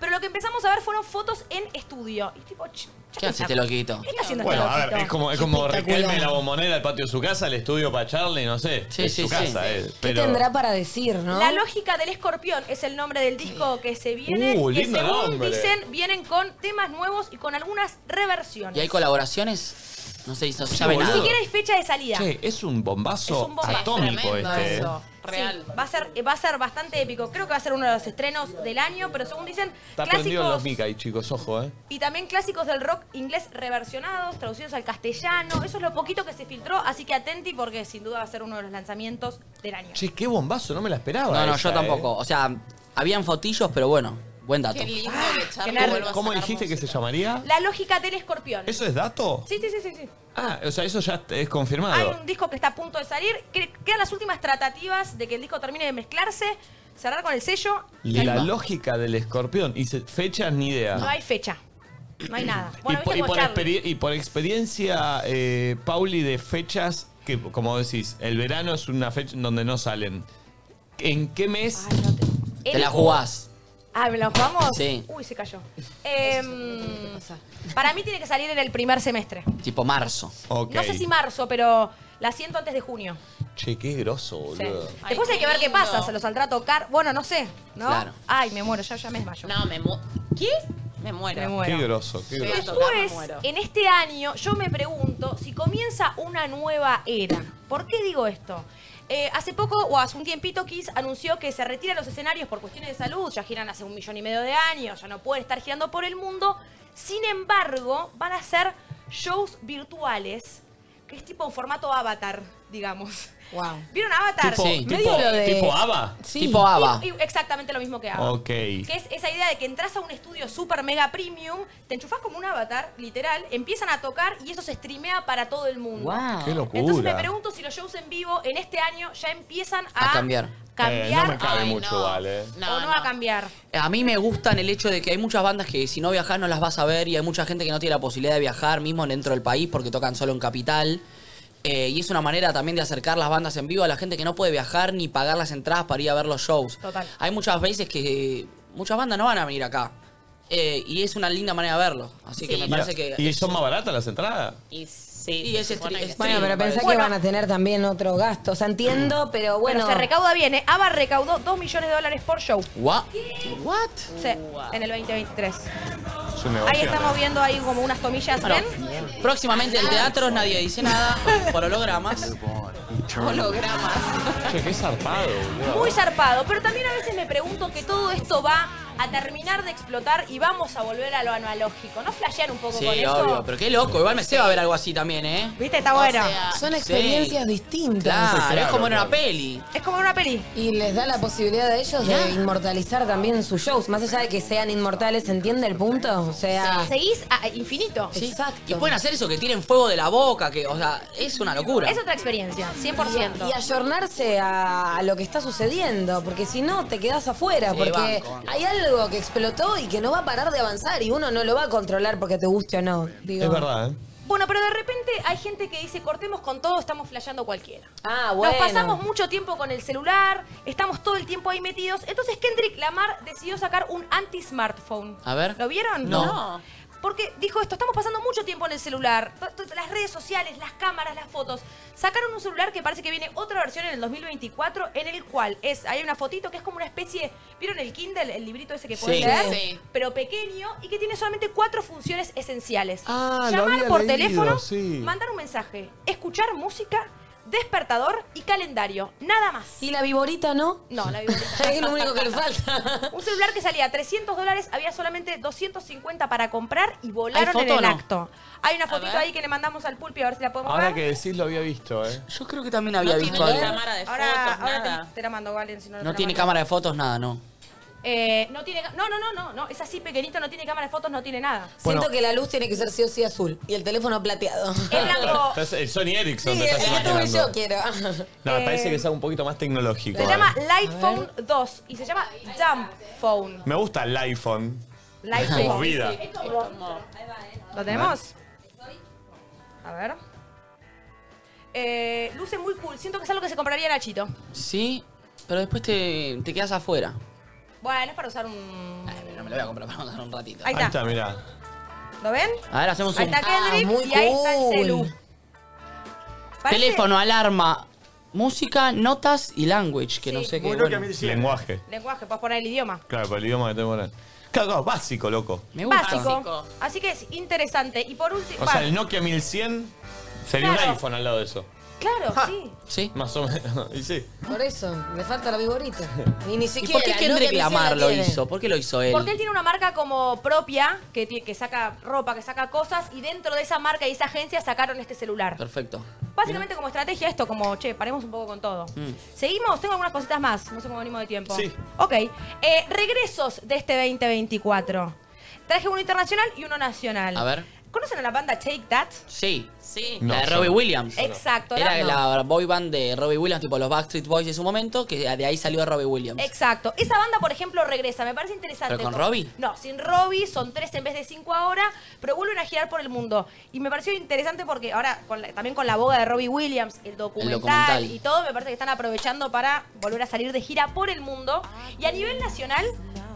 [SPEAKER 1] Pero lo que empezamos a ver fueron fotos en estudio. Y tipo, ch-
[SPEAKER 4] ¿Qué hace este loquito?
[SPEAKER 1] ¿qué está haciendo
[SPEAKER 2] Bueno,
[SPEAKER 1] este
[SPEAKER 2] a ver,
[SPEAKER 1] loquito?
[SPEAKER 2] es como, es como Riquelme la bombonera, el patio de su casa, el estudio para Charlie, no sé.
[SPEAKER 4] Sí,
[SPEAKER 2] es
[SPEAKER 4] sí,
[SPEAKER 2] su
[SPEAKER 4] sí.
[SPEAKER 2] casa, eh,
[SPEAKER 3] ¿Qué
[SPEAKER 2] pero-
[SPEAKER 3] tendrá para decir, no?
[SPEAKER 1] La lógica del escorpión es el nombre del disco que se viene.
[SPEAKER 4] Uh,
[SPEAKER 1] que
[SPEAKER 4] lindo
[SPEAKER 1] según
[SPEAKER 4] nombre.
[SPEAKER 1] dicen, vienen con temas nuevos y con algunas reversiones.
[SPEAKER 4] ¿Y hay colaboraciones? No sé, no se
[SPEAKER 2] Sí,
[SPEAKER 4] sabe
[SPEAKER 1] Ni
[SPEAKER 4] nada.
[SPEAKER 1] siquiera hay fecha de salida.
[SPEAKER 2] Che, es un bombazo,
[SPEAKER 1] Es un bombazo.
[SPEAKER 2] atómico
[SPEAKER 1] Tremendo
[SPEAKER 2] este. eh.
[SPEAKER 1] eso. Sí, va a ser, va a ser bastante épico. Creo que va a ser uno de los estrenos del año, pero según dicen,
[SPEAKER 2] Está prendido en
[SPEAKER 1] clásicos
[SPEAKER 2] los mica ahí, chicos, ojo, eh.
[SPEAKER 1] y también clásicos del rock inglés reversionados, traducidos al castellano. Eso es lo poquito que se filtró, así que atenti porque sin duda va a ser uno de los lanzamientos del año.
[SPEAKER 2] Che, qué bombazo, no me la esperaba.
[SPEAKER 4] No, no,
[SPEAKER 2] esa,
[SPEAKER 4] yo
[SPEAKER 2] eh.
[SPEAKER 4] tampoco. O sea, habían fotillos, pero bueno, buen dato.
[SPEAKER 1] Ah, Qué lindo
[SPEAKER 5] que
[SPEAKER 1] Charlie
[SPEAKER 2] ¿Cómo-
[SPEAKER 1] vuelva a
[SPEAKER 2] ¿Cómo
[SPEAKER 1] sacar
[SPEAKER 2] dijiste que se llamaría?
[SPEAKER 1] La lógica del escorpión.
[SPEAKER 2] ¿Eso es dato?
[SPEAKER 1] Sí, sí, sí, sí, sí.
[SPEAKER 2] Ah, o sea, eso ya es
[SPEAKER 1] Hay
[SPEAKER 2] confirmado.
[SPEAKER 1] un disco que está a punto de salir. que- Quedan las últimas tratativas de que el disco termine de mezclarse, cerrar con el sello.
[SPEAKER 2] La lógica del escorpión. Y se- fechas ni idea.
[SPEAKER 1] No hay fecha. No hay nada. Bueno,
[SPEAKER 2] Ah. y,
[SPEAKER 1] viste
[SPEAKER 2] por, y
[SPEAKER 1] como
[SPEAKER 2] por
[SPEAKER 1] Charlie.
[SPEAKER 2] experi- y por experiencia, eh, Pauli, de fechas que, como decís, el verano es una fecha en donde no salen. ¿En qué mes
[SPEAKER 1] Te la
[SPEAKER 4] jugás?
[SPEAKER 1] Ah, ¿me lo jugamos?
[SPEAKER 4] Sí.
[SPEAKER 1] Uy, se cayó. Em, para mí tiene que salir en el primer semestre.
[SPEAKER 4] Tipo marzo.
[SPEAKER 2] Ok.
[SPEAKER 1] No sé si marzo, pero la siento antes de junio.
[SPEAKER 2] Che, qué grosso, boludo.
[SPEAKER 1] Después hay que ver qué pasa. Se lo saldrá a tocar. Bueno, no sé, ¿no?
[SPEAKER 2] Claro.
[SPEAKER 1] Ay, me muero, ya, ya me desmayo.
[SPEAKER 5] No, me muero. ¿Qué? Me muero.
[SPEAKER 1] Me
[SPEAKER 2] Qué grosso, qué
[SPEAKER 5] Llega a
[SPEAKER 2] grosso.
[SPEAKER 5] tocar, me
[SPEAKER 1] Después,
[SPEAKER 5] muero.
[SPEAKER 1] en este año, yo me pregunto si comienza una nueva era. ¿Por qué digo esto? Eh, hace poco, o hace un tiempito, Kiss anunció que se retira de los escenarios por cuestiones de salud. Ya giran hace un millón y medio de años, ya no pueden estar girando por el mundo. Sin embargo, van a hacer shows virtuales, que es tipo un formato avatar digamos.
[SPEAKER 3] Wow.
[SPEAKER 1] ¿Vieron Avatar?
[SPEAKER 2] Tipo- Sí. tipo- tipo ABBA. Sí. Tipo ABBA.
[SPEAKER 1] Tipo- Exactamente lo mismo que ABBA.
[SPEAKER 2] Ok.
[SPEAKER 1] Que es esa idea de que entras a un estudio super mega premium, te enchufas como un avatar, literal, empiezan a tocar y eso se streamea para todo el mundo.
[SPEAKER 4] Guau. Qué locura.
[SPEAKER 1] Entonces me pregunto si los shows en vivo en este año ya empiezan a,
[SPEAKER 4] A cambiar.
[SPEAKER 1] cambiar
[SPEAKER 4] Eh, no me cabe mucho,
[SPEAKER 1] vale.
[SPEAKER 4] vale.
[SPEAKER 2] eh.
[SPEAKER 1] o no, a cambiar.
[SPEAKER 4] A mí me gustan el hecho de que hay muchas bandas que si no viajas no las vas a ver y hay mucha gente que no tiene la posibilidad de viajar mismo dentro del país porque tocan solo en capital. Eh, y es una manera también de acercar las bandas en vivo a la gente que no puede viajar ni pagar las entradas para ir a ver los shows.
[SPEAKER 1] Total.
[SPEAKER 4] Hay muchas veces que muchas bandas no van a venir acá. Eh, y es una linda manera de verlo. Así que
[SPEAKER 2] Sí.
[SPEAKER 4] me parece que...
[SPEAKER 2] ¿Y son más baratas las entradas?
[SPEAKER 5] Y sí.
[SPEAKER 4] Y es estri- es
[SPEAKER 3] Bueno, pero pensá que van a tener también otros gastos. Entiendo, pero bueno.
[SPEAKER 1] Bueno, se recauda bien, ¿eh? ABBA recaudó 2 millones de dólares por show.
[SPEAKER 4] What?
[SPEAKER 1] What? Sí, en el 2023.
[SPEAKER 2] Es un negocio.
[SPEAKER 1] Ahí estamos viendo ahí como unas comillas,
[SPEAKER 4] Bueno,
[SPEAKER 1] ¿ven?
[SPEAKER 4] Próximamente en teatros nadie dice nada por hologramas.
[SPEAKER 2] Che, qué zarpado, boludo.
[SPEAKER 1] Muy zarpado, pero también a veces me pregunto que todo esto va a terminar de explotar y vamos a volver a lo analógico. ¿No flashean un poco
[SPEAKER 4] Sí,
[SPEAKER 1] con eso?
[SPEAKER 4] obvio. Pero qué loco. Igual me se va a ver algo así también, ¿eh?
[SPEAKER 1] ¿Viste? Está
[SPEAKER 4] O
[SPEAKER 1] bueno.
[SPEAKER 4] sea,
[SPEAKER 3] Son
[SPEAKER 4] Sí.
[SPEAKER 3] experiencias distintas.
[SPEAKER 4] Claro, es como en una peli.
[SPEAKER 1] Es como una peli.
[SPEAKER 3] Y les da la posibilidad a ellos de inmortalizar también sus shows. Más allá de que sean inmortales, ¿se entiende el punto? O sea.
[SPEAKER 1] Seguís a infinito.
[SPEAKER 3] Exacto.
[SPEAKER 4] Y pueden hacer eso, que tiren fuego de la boca, que, o sea, es una locura.
[SPEAKER 1] Es otra experiencia, 100%.
[SPEAKER 3] Y, y ayornarse a, a lo que está sucediendo, porque si no te quedas afuera,
[SPEAKER 4] Sí,
[SPEAKER 3] porque
[SPEAKER 4] banco, banco.
[SPEAKER 3] hay algo que explotó y que no va a parar de avanzar y uno no lo va a controlar porque te guste o no. Digo.
[SPEAKER 2] Es verdad, ¿eh?
[SPEAKER 1] Bueno, pero de repente hay gente que dice, cortemos con todo, estamos flasheando cualquiera.
[SPEAKER 3] Ah, bueno.
[SPEAKER 1] Nos pasamos mucho tiempo con el celular, estamos todo el tiempo ahí metidos. Entonces Kendrick Lamar decidió sacar un anti-smartphone.
[SPEAKER 4] A ver.
[SPEAKER 1] ¿Lo vieron?
[SPEAKER 4] No.
[SPEAKER 1] Porque dijo esto, estamos pasando mucho tiempo en el celular, to- to- las redes sociales, las cámaras, las fotos. Sacaron un celular que parece que viene otra versión en el 2024 en el cual es hay una fotito que es como una especie, ¿vieron el Kindle, el librito ese que
[SPEAKER 13] Sí.
[SPEAKER 1] puedes leer?
[SPEAKER 13] Sí.
[SPEAKER 1] Pero pequeño y que tiene solamente cuatro funciones esenciales.
[SPEAKER 2] Ah, lo
[SPEAKER 1] Llamar
[SPEAKER 2] había
[SPEAKER 1] por
[SPEAKER 2] leído,
[SPEAKER 1] teléfono,
[SPEAKER 2] sí.
[SPEAKER 1] mandar un mensaje, escuchar música, despertador y calendario. Nada más.
[SPEAKER 3] ¿Y la viborita no?
[SPEAKER 1] No, la viborita.
[SPEAKER 3] Es lo único que le falta.
[SPEAKER 1] Un celular que salía a 300 dólares, había solamente 250 para comprar y
[SPEAKER 4] ¿Hay
[SPEAKER 1] volaron
[SPEAKER 4] foto
[SPEAKER 1] en el
[SPEAKER 4] o no?
[SPEAKER 1] acto. Hay una fotito
[SPEAKER 4] ver.
[SPEAKER 1] ahí que le mandamos al pulpi a ver si la podemos
[SPEAKER 2] Ahora
[SPEAKER 1] ver.
[SPEAKER 2] que decís lo había visto, ¿eh?
[SPEAKER 4] Yo creo que también había visto
[SPEAKER 1] tiene
[SPEAKER 4] algo.
[SPEAKER 1] ahora, ahora Te, te la mando, Valen, si no, no
[SPEAKER 4] No
[SPEAKER 1] te la
[SPEAKER 4] tiene
[SPEAKER 1] mando.
[SPEAKER 4] cámara de fotos, nada, no.
[SPEAKER 1] Eh, no tiene. ca- No, no, no, no, no. Es así pequeñito, no tiene cámara de fotos, no tiene nada.
[SPEAKER 3] Siento que la luz tiene que ser sí o sí azul y el teléfono plateado.
[SPEAKER 2] Estás- el Sony Ericsson
[SPEAKER 3] Sí,
[SPEAKER 2] te
[SPEAKER 3] el
[SPEAKER 2] estás
[SPEAKER 3] que tuve
[SPEAKER 2] imaginando.
[SPEAKER 3] yo quiero.
[SPEAKER 2] No, me
[SPEAKER 1] Eh,
[SPEAKER 2] parece que sea un poquito más tecnológico.
[SPEAKER 1] Se
[SPEAKER 2] eh.
[SPEAKER 1] llama Lightphone 2 y se llama Jump Phone.
[SPEAKER 2] Me gusta el iPhone.
[SPEAKER 1] Light
[SPEAKER 2] Es como vida.
[SPEAKER 1] ¿Lo tenemos? A ver. Eh, luce muy cool. Siento que es algo que se compraría Nachito.
[SPEAKER 4] Sí, pero después te, te quedas afuera.
[SPEAKER 1] Bueno, es para usar un.
[SPEAKER 4] No me lo voy a comprar para mandar un ratito.
[SPEAKER 1] Ahí está. Ahí está,
[SPEAKER 2] mirá.
[SPEAKER 1] ¿Lo ven?
[SPEAKER 4] A ver, hacemos
[SPEAKER 1] Ahí
[SPEAKER 4] un Ah,
[SPEAKER 1] está Kendrick
[SPEAKER 3] muy
[SPEAKER 1] y ahí está el
[SPEAKER 3] cool.
[SPEAKER 1] celu. Parece-
[SPEAKER 4] teléfono, alarma, música, notas y language, que no
[SPEAKER 1] Sí.
[SPEAKER 4] sé qué.
[SPEAKER 1] Muy
[SPEAKER 4] bueno.
[SPEAKER 2] Lenguaje.
[SPEAKER 1] Lenguaje, puedes poner el idioma.
[SPEAKER 2] Claro, por el idioma que te ponen. Claro, claro, básico, loco.
[SPEAKER 1] Básico. Así que es interesante. Y por último.
[SPEAKER 2] O sea, el Nokia 1100 sería
[SPEAKER 1] Claro.
[SPEAKER 2] un iPhone al lado de eso.
[SPEAKER 1] Claro, sí.
[SPEAKER 4] Sí.
[SPEAKER 2] Más o menos. Y sí.
[SPEAKER 3] Por eso, le falta la viborita. Y ni
[SPEAKER 4] ¿Y
[SPEAKER 3] siquiera.
[SPEAKER 4] por qué
[SPEAKER 3] ¿no?
[SPEAKER 4] Kendrick
[SPEAKER 3] Que ni siquiera
[SPEAKER 4] Lamar lo
[SPEAKER 3] tiene.
[SPEAKER 4] hizo? ¿Por qué lo hizo él?
[SPEAKER 1] Porque él tiene una marca como propia, que, ti- que saca ropa, que saca cosas, y dentro de esa marca y esa agencia sacaron este celular.
[SPEAKER 4] Perfecto.
[SPEAKER 1] Básicamente como estrategia esto, como, che, paremos un poco con todo.
[SPEAKER 4] Mm.
[SPEAKER 1] Seguimos, tengo algunas cositas más, no sé cómo venimos de tiempo.
[SPEAKER 4] Sí.
[SPEAKER 1] Ok, eh, regresos de este 2024. Traje uno internacional y uno nacional.
[SPEAKER 4] A ver.
[SPEAKER 1] ¿Conocen a la banda Take That?
[SPEAKER 4] Sí. la
[SPEAKER 5] Sí.
[SPEAKER 4] de
[SPEAKER 1] No, yo
[SPEAKER 4] Robbie
[SPEAKER 1] no.
[SPEAKER 4] Williams.
[SPEAKER 1] Exacto,
[SPEAKER 4] Era
[SPEAKER 1] no.
[SPEAKER 4] la boy band de Robbie Williams, tipo los Backstreet Boys de su momento, que de ahí salió Robbie Williams.
[SPEAKER 1] Exacto. Esa banda, por ejemplo, regresa. Me parece interesante.
[SPEAKER 4] ¿Pero con
[SPEAKER 1] Como-
[SPEAKER 4] Robbie?
[SPEAKER 1] No, sin Robbie. Son tres en vez de cinco ahora. Pero vuelven a girar por el mundo. Y me pareció interesante porque ahora con la- también con la boga de Robbie Williams, el documental,
[SPEAKER 4] documental.
[SPEAKER 1] y todo, me parece que están aprovechando para volver a salir de gira por el mundo. Y a nivel nacional,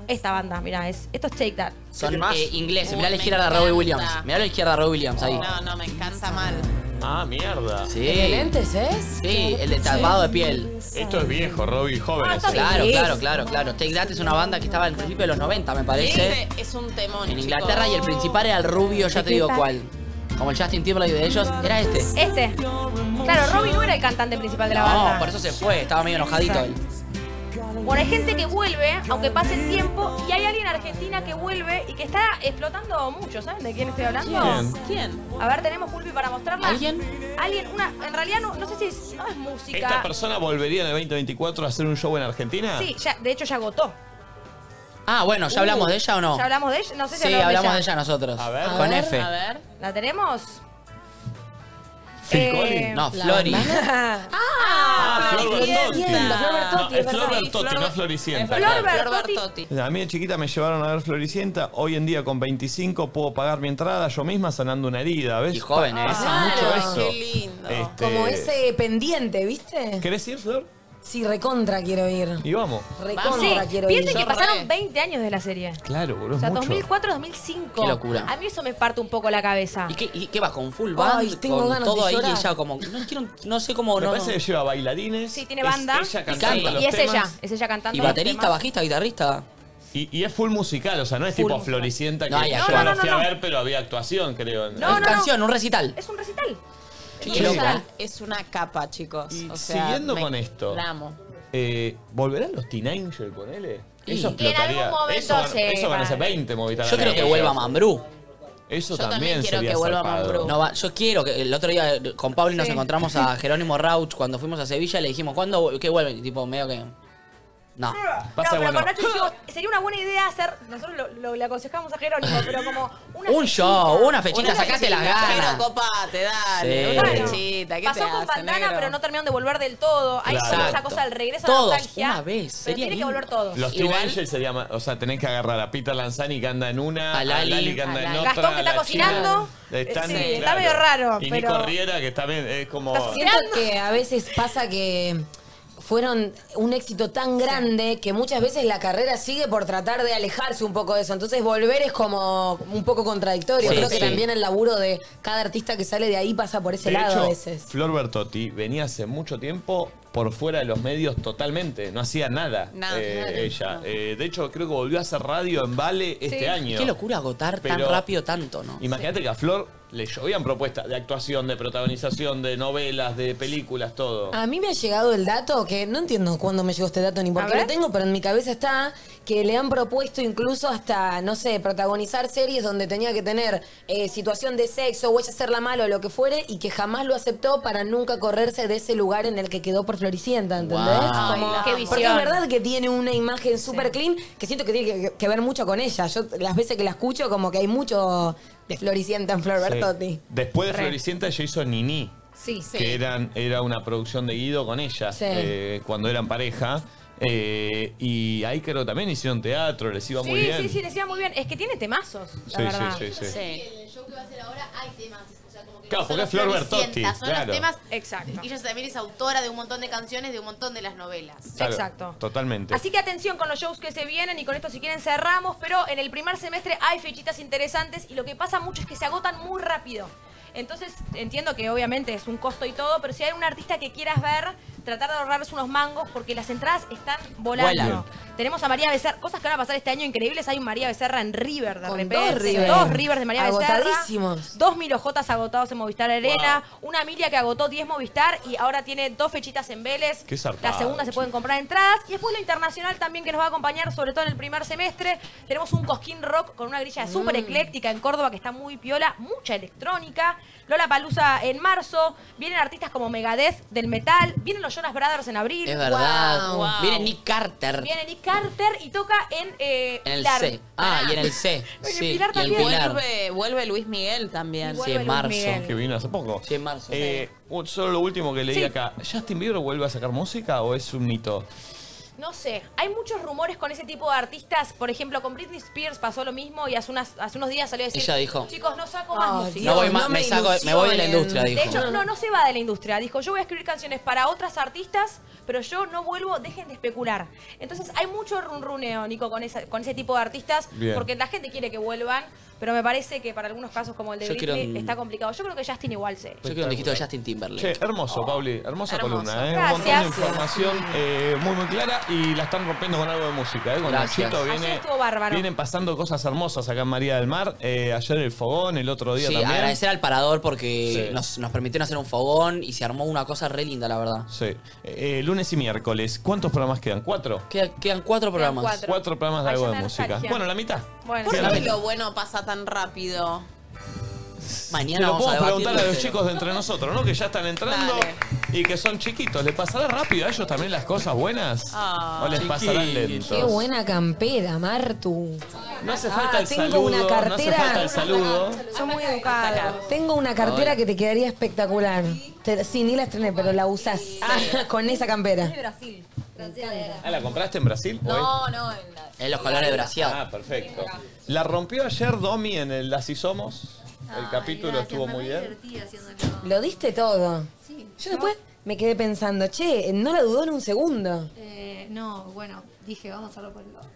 [SPEAKER 1] esta banda, mira, es, esto es Take That.
[SPEAKER 4] Son
[SPEAKER 5] ¿Qué más?
[SPEAKER 4] eh, ingleses. Mirá
[SPEAKER 5] Uy,
[SPEAKER 4] la
[SPEAKER 5] me
[SPEAKER 4] izquierda de Robbie
[SPEAKER 5] encanta.
[SPEAKER 4] Williams. Mirá la izquierda de Robbie Williams ahí.
[SPEAKER 5] No, no, me encanta mal.
[SPEAKER 2] Ah, mierda.
[SPEAKER 4] Sí.
[SPEAKER 3] ¿El de lentes
[SPEAKER 5] eh?
[SPEAKER 3] es?
[SPEAKER 4] Sí, el de tapado de piel.
[SPEAKER 2] Esto es viejo, Robbie, joven.
[SPEAKER 5] Ah, está bien.
[SPEAKER 4] Claro, claro, claro, claro. Take That es una banda que estaba al principio de los 90, me parece.
[SPEAKER 5] Este es un temón.
[SPEAKER 4] En Inglaterra y el principal era el rubio, ya te digo cuál. Como el Justin Timberlake de ellos, era este.
[SPEAKER 1] Este. Claro, Robbie no era el cantante principal de la banda.
[SPEAKER 4] No, por eso se fue, estaba medio enojadito él.
[SPEAKER 1] Bueno, hay gente que vuelve, aunque pase el tiempo, y hay alguien en Argentina que vuelve y que está explotando mucho. ¿Saben de quién estoy hablando?
[SPEAKER 5] ¿Quién?
[SPEAKER 1] A ver, tenemos Pulpi para mostrarla.
[SPEAKER 5] ¿Alguien?
[SPEAKER 1] alguien, una, en realidad no, no sé si es, no es música.
[SPEAKER 2] ¿Esta persona volvería en el 2024 a hacer un show en Argentina?
[SPEAKER 1] Sí, ya, de hecho ya agotó.
[SPEAKER 4] Ah, bueno, ¿ya hablamos
[SPEAKER 1] Uh,
[SPEAKER 4] de ella o no?
[SPEAKER 1] Ya hablamos de ella, no sé si
[SPEAKER 4] Sí,
[SPEAKER 1] hablamos,
[SPEAKER 4] hablamos de
[SPEAKER 1] de ella.
[SPEAKER 4] ella nosotros.
[SPEAKER 1] A ver.
[SPEAKER 4] Con F.
[SPEAKER 1] ver. ¿La tenemos?
[SPEAKER 4] ¿Ficoli?
[SPEAKER 1] Eh,
[SPEAKER 4] No, Flori.
[SPEAKER 1] ah,
[SPEAKER 2] Flor Bertotti. No,
[SPEAKER 1] Flor Bertotti,
[SPEAKER 2] es
[SPEAKER 1] es
[SPEAKER 2] Flor
[SPEAKER 1] verdad.
[SPEAKER 2] Bertotti, no Floricienta.
[SPEAKER 1] Flor Bertotti.
[SPEAKER 2] A mí de chiquita me llevaron a ver Floricienta. Hoy en día con 25 puedo pagar mi entrada yo misma sanando una herida, ¿ves? Y
[SPEAKER 4] joven, ¿eh?
[SPEAKER 2] Pasa
[SPEAKER 4] Claro,
[SPEAKER 2] mucho eso.
[SPEAKER 3] qué lindo.
[SPEAKER 2] Este,
[SPEAKER 3] Como ese pendiente, ¿viste?
[SPEAKER 2] ¿Querés ir, Flor?
[SPEAKER 3] Sí, recontra quiero ir.
[SPEAKER 2] Y vamos.
[SPEAKER 3] Recontra
[SPEAKER 1] Ah, Sí,
[SPEAKER 3] quiero ir.
[SPEAKER 1] piensen que pasaron 20 años de la serie.
[SPEAKER 2] Claro, boludo.
[SPEAKER 1] O
[SPEAKER 2] es
[SPEAKER 1] sea,
[SPEAKER 2] mucho.
[SPEAKER 1] 2004, 2005.
[SPEAKER 4] Qué locura.
[SPEAKER 1] A mí eso me parte un poco la cabeza.
[SPEAKER 4] ¿Y qué, y qué va? ¿Con full band?
[SPEAKER 1] Ay, tengo
[SPEAKER 4] con
[SPEAKER 1] ganas
[SPEAKER 4] todo
[SPEAKER 1] de
[SPEAKER 4] ahí
[SPEAKER 1] llorar.
[SPEAKER 4] y ella como. No, quiero- no sé cómo.
[SPEAKER 2] Me
[SPEAKER 4] no,
[SPEAKER 2] parece que lleva bailarines.
[SPEAKER 1] Sí, tiene
[SPEAKER 2] es
[SPEAKER 1] banda.
[SPEAKER 2] ella
[SPEAKER 1] y
[SPEAKER 2] cantando
[SPEAKER 1] canta.
[SPEAKER 2] los
[SPEAKER 1] Y es
[SPEAKER 2] temas.
[SPEAKER 1] ella, es ella cantando.
[SPEAKER 4] Y
[SPEAKER 1] los
[SPEAKER 4] baterista,
[SPEAKER 1] temas.
[SPEAKER 4] bajista, guitarrista.
[SPEAKER 2] Y, y es full musical, o sea, no es
[SPEAKER 4] Full
[SPEAKER 2] tipo
[SPEAKER 4] musical.
[SPEAKER 2] Floricienta que
[SPEAKER 4] No, hay
[SPEAKER 2] yo
[SPEAKER 4] acción.
[SPEAKER 2] la
[SPEAKER 4] No, no,
[SPEAKER 2] fui
[SPEAKER 4] no,
[SPEAKER 2] a
[SPEAKER 4] no.
[SPEAKER 2] ver, pero había actuación, creo.
[SPEAKER 4] No, Es no, no. canción, un recital.
[SPEAKER 1] Es un recital.
[SPEAKER 5] Y
[SPEAKER 2] Qué
[SPEAKER 5] ella
[SPEAKER 2] loco.
[SPEAKER 5] es una capa, chicos. o sea,
[SPEAKER 2] Siguiendo
[SPEAKER 5] me-
[SPEAKER 2] con esto.
[SPEAKER 5] La amo.
[SPEAKER 2] Eh, ¿Volverán los Teen Angel, ponele?
[SPEAKER 5] Y-
[SPEAKER 2] Eso
[SPEAKER 5] Que en
[SPEAKER 2] explotaría.
[SPEAKER 5] algún momento
[SPEAKER 2] eso, gan-
[SPEAKER 5] se
[SPEAKER 2] eso
[SPEAKER 5] van.
[SPEAKER 2] ganó hace 20 Movistar.
[SPEAKER 4] Yo creo que vuelva Mambrú.
[SPEAKER 2] Eso también, sería zarpado.
[SPEAKER 4] No, va, yo quiero que el otro día eh, con Pablo nos
[SPEAKER 2] Sí.
[SPEAKER 4] encontramos a Jerónimo Rauch cuando fuimos a Sevilla le dijimos, ¿cuándo vu- que vuelve? Y tipo, medio que. No.
[SPEAKER 1] No, pero con Nacho dijimos, sería una buena idea hacer, nosotros lo, lo- le aconsejamos a Jerónimo, pero como una
[SPEAKER 4] Un show, una fechita, sacate las ganas.
[SPEAKER 5] Pero copate, dale.
[SPEAKER 4] Sí.
[SPEAKER 5] Una fechita. ¿Qué
[SPEAKER 1] Pasó
[SPEAKER 5] te
[SPEAKER 1] con
[SPEAKER 5] hace,
[SPEAKER 1] Bandana,
[SPEAKER 5] negro?
[SPEAKER 1] pero no terminaron de volver del todo. Hay
[SPEAKER 2] Claro.
[SPEAKER 1] esa cosa al regreso a la
[SPEAKER 4] Todos,
[SPEAKER 1] nostalgia.
[SPEAKER 4] una vez,
[SPEAKER 1] Pero
[SPEAKER 4] sería
[SPEAKER 1] tiene que
[SPEAKER 4] lindo.
[SPEAKER 1] volver todos.
[SPEAKER 2] Los Teen Angel sería más. O sea, tenés que agarrar a Peter Lanzani que anda en una, a Lali, que anda
[SPEAKER 1] a
[SPEAKER 2] en
[SPEAKER 1] Lali.
[SPEAKER 2] otra.
[SPEAKER 1] Gastón que está
[SPEAKER 2] la China.
[SPEAKER 1] cocinando.
[SPEAKER 2] Están,
[SPEAKER 1] Sí,
[SPEAKER 2] claro.
[SPEAKER 1] está medio raro,
[SPEAKER 2] Y
[SPEAKER 1] pero-
[SPEAKER 2] Nico Riera, que también es como.
[SPEAKER 3] Oh. Siento que a veces pasa que fueron un éxito tan grande que muchas veces la carrera sigue por tratar de alejarse un poco de eso. Entonces volver es como un poco contradictorio.
[SPEAKER 2] Sí,
[SPEAKER 3] Creo que
[SPEAKER 2] sí.
[SPEAKER 3] también el laburo de cada artista que sale de ahí pasa por ese
[SPEAKER 2] De
[SPEAKER 3] lado
[SPEAKER 2] hecho,
[SPEAKER 3] a veces.
[SPEAKER 2] Flor Bertotti venía hace mucho tiempo por fuera de los medios totalmente, no hacía nada
[SPEAKER 4] Nada,
[SPEAKER 2] eh,
[SPEAKER 4] claro,
[SPEAKER 2] ella. Eh, de hecho, creo que volvió a hacer radio en Vale este
[SPEAKER 4] Sí.
[SPEAKER 2] año.
[SPEAKER 4] Qué locura agotar tan
[SPEAKER 2] Pero-
[SPEAKER 4] rápido tanto, ¿no?
[SPEAKER 2] Imagínate que a Flor le llovían propuestas de actuación, de protagonización, de novelas, de películas, todo.
[SPEAKER 3] A mí me ha llegado el dato, que no entiendo cuándo me llegó este dato ni por qué lo tengo, pero en mi cabeza está que le han propuesto incluso hasta, no sé, protagonizar series donde tenía que tener eh, situación de sexo o ella hacerla mal o lo que fuere y que jamás lo aceptó para nunca correrse de ese lugar en el que quedó por Floricienta, ¿entendés?
[SPEAKER 17] Guau. Ay, la
[SPEAKER 3] Porque
[SPEAKER 17] amo.
[SPEAKER 3] es verdad que tiene una imagen súper clean que siento que tiene que, que ver mucho con ella. Yo las veces que la escucho como que hay mucho de Floricienta en Flor
[SPEAKER 2] Sí.
[SPEAKER 3] Bertotti.
[SPEAKER 2] Después de
[SPEAKER 3] Re.
[SPEAKER 2] Floricienta ella hizo Nini.
[SPEAKER 3] Sí,
[SPEAKER 2] que eran, era una producción de Guido con ella,
[SPEAKER 3] Sí.
[SPEAKER 2] eh, cuando eran pareja. Eh, y ahí creo que también hicieron teatro, les iba
[SPEAKER 1] sí,
[SPEAKER 2] muy bien.
[SPEAKER 1] sí, sí, les iba muy bien. Es que tiene temazos, la
[SPEAKER 2] Sí,
[SPEAKER 1] verdad.
[SPEAKER 2] sí, sí, sí.
[SPEAKER 16] El show que va a hacer ahora hay temas. O sea, como que
[SPEAKER 2] Claro,
[SPEAKER 16] no
[SPEAKER 2] porque
[SPEAKER 16] solo
[SPEAKER 2] es Flor
[SPEAKER 16] Floricienta,
[SPEAKER 2] Bertotti,
[SPEAKER 16] Son
[SPEAKER 2] claro.
[SPEAKER 16] los temas.
[SPEAKER 1] Exacto.
[SPEAKER 16] Y ella también es autora de un montón de canciones, de un montón de las novelas.
[SPEAKER 2] Claro,
[SPEAKER 1] Exacto.
[SPEAKER 2] Totalmente.
[SPEAKER 1] Así que atención con los shows que se vienen y con esto si quieren cerramos, pero en el primer semestre hay fechitas interesantes y lo que pasa mucho es que se agotan muy rápido. Entonces entiendo que obviamente es un costo y todo, pero si hay un artista que quieras ver, tratar de ahorrarse unos mangos porque las entradas están volando.
[SPEAKER 17] Vuelan.
[SPEAKER 1] Tenemos a María Becerra, cosas que van a pasar este año increíbles. Hay un María Becerra en River de
[SPEAKER 3] Con
[SPEAKER 1] repente.
[SPEAKER 3] dos River.
[SPEAKER 1] Dos Rivers de María Becerra.
[SPEAKER 3] Agotadísimos.
[SPEAKER 1] Dos Milojotas agotados en Movistar Arena. Una Emilia que agotó 10 Movistar y ahora tiene dos fechitas en Vélez.
[SPEAKER 2] Qué zarpado,
[SPEAKER 1] La segunda se pueden comprar entradas. Y después lo internacional también que nos va a acompañar, sobre todo en el primer semestre. Tenemos un Cosquín Rock con una grilla súper
[SPEAKER 4] Mm.
[SPEAKER 1] ecléctica en Córdoba que está muy piola. Mucha electrónica. Lola Palusa en marzo. Vienen artistas como Megadeth del metal. Vienen los Jonas Brothers en abril.
[SPEAKER 4] Es verdad.
[SPEAKER 1] Wow.
[SPEAKER 4] Viene Nick Carter.
[SPEAKER 1] Viene Nick Carter y toca en, eh,
[SPEAKER 4] En el
[SPEAKER 1] Pilar.
[SPEAKER 4] C. Ah, y en el C. Sí, y
[SPEAKER 5] Pilar
[SPEAKER 4] en
[SPEAKER 5] también.
[SPEAKER 4] Pilar.
[SPEAKER 5] Vuelve, vuelve Luis Miguel también.
[SPEAKER 4] Sí, en marzo.
[SPEAKER 2] Que vino hace poco.
[SPEAKER 4] Sí, en marzo.
[SPEAKER 2] Eh, un- Solo lo último que leí
[SPEAKER 1] Sí.
[SPEAKER 2] acá. ¿Justin Bieber vuelve a sacar música o es un mito?
[SPEAKER 1] No sé, hay muchos rumores con ese tipo de artistas. Por ejemplo, con Britney Spears pasó lo mismo y hace, unas, hace unos días salió a decir:
[SPEAKER 4] Ella dijo,
[SPEAKER 1] Chicos, no saco más
[SPEAKER 4] "No
[SPEAKER 1] música.
[SPEAKER 4] voy más, me, saco- me voy de la industria, dijo.
[SPEAKER 1] De hecho, no, no se va de la industria. Dijo: Yo voy a escribir canciones para otras artistas, pero yo no vuelvo, dejen de especular. Entonces, hay mucho runruneo, Nico, con, esa- con ese tipo de artistas,
[SPEAKER 4] Bien.
[SPEAKER 1] porque la gente quiere que vuelvan, pero me parece que para algunos casos, como el de
[SPEAKER 4] Yo
[SPEAKER 1] Britney,
[SPEAKER 4] quiero un-
[SPEAKER 1] está complicado. Yo creo que Justin igual se.
[SPEAKER 4] Yo quiero un disquito de Justin Timberlake.
[SPEAKER 2] Che, hermoso, Pauli. Hermosa columna, ¿eh? Un
[SPEAKER 1] Gracias.
[SPEAKER 2] montón de información eh, muy, muy clara y la están rompiendo con algo de música, ¿eh? Con
[SPEAKER 1] Gracias.
[SPEAKER 2] Nachito
[SPEAKER 1] Ayer
[SPEAKER 2] viene-
[SPEAKER 1] estuvo bárbaro.
[SPEAKER 2] Vienen pasando cosas hermosas acá en María del Mar. Eh, ayer el fogón, el otro
[SPEAKER 4] Sí,
[SPEAKER 2] día también.
[SPEAKER 4] agradecer al parador porque
[SPEAKER 2] Sí.
[SPEAKER 4] nos, nos permitieron hacer un fogón y se armó una cosa re linda, la verdad.
[SPEAKER 2] Sí. Eh, eh, lunes y miércoles. ¿Cuántos programas quedan? ¿Cuatro?
[SPEAKER 4] Queda- quedan cuatro programas.
[SPEAKER 2] Cuatro, programas de
[SPEAKER 4] Ay,
[SPEAKER 2] algo
[SPEAKER 4] ya
[SPEAKER 2] de
[SPEAKER 4] me
[SPEAKER 2] música.
[SPEAKER 4] nostalgia.
[SPEAKER 2] Bueno, la mitad.
[SPEAKER 5] Bueno,
[SPEAKER 2] Queda
[SPEAKER 5] ¿Por
[SPEAKER 2] la
[SPEAKER 5] qué
[SPEAKER 2] mitad.
[SPEAKER 5] lo bueno pasa tan rápido?
[SPEAKER 2] Se
[SPEAKER 4] Mañana
[SPEAKER 2] lo
[SPEAKER 4] vamos
[SPEAKER 2] podemos
[SPEAKER 4] a debatirlo
[SPEAKER 2] preguntar a los
[SPEAKER 4] entero.
[SPEAKER 2] chicos de entre nosotros, ¿no? Que ya están entrando y que son chiquitos. ¿Les pasará rápido a ellos también las cosas buenas?
[SPEAKER 3] Ah.
[SPEAKER 2] ¿O les pasarán
[SPEAKER 3] Chiquitos.
[SPEAKER 2] lentos?
[SPEAKER 3] Qué buena campera, Martu.
[SPEAKER 2] No hace
[SPEAKER 3] Ah,
[SPEAKER 2] falta el
[SPEAKER 3] tengo
[SPEAKER 2] saludo.
[SPEAKER 3] una
[SPEAKER 2] No hace
[SPEAKER 3] cartera.
[SPEAKER 2] falta el saludo.
[SPEAKER 3] Son muy educadas. Tengo una cartera que te quedaría espectacular. Te- sí, ni la estrené, pero la usás Ah, con esa campera.
[SPEAKER 20] Brasil.
[SPEAKER 2] Ah, ¿la compraste en Brasil? ¿O es-
[SPEAKER 20] No, no, en la-
[SPEAKER 4] En los colores de Brasil.
[SPEAKER 2] Ah, perfecto. La rompió ayer Domi en el Así Somos. El capítulo estuvo muy bien.
[SPEAKER 3] Lo diste todo. Yo después me quedé pensando, che, no la dudó en un segundo.
[SPEAKER 20] Eh, no, bueno, dije, vamos a hacerlo por el lado.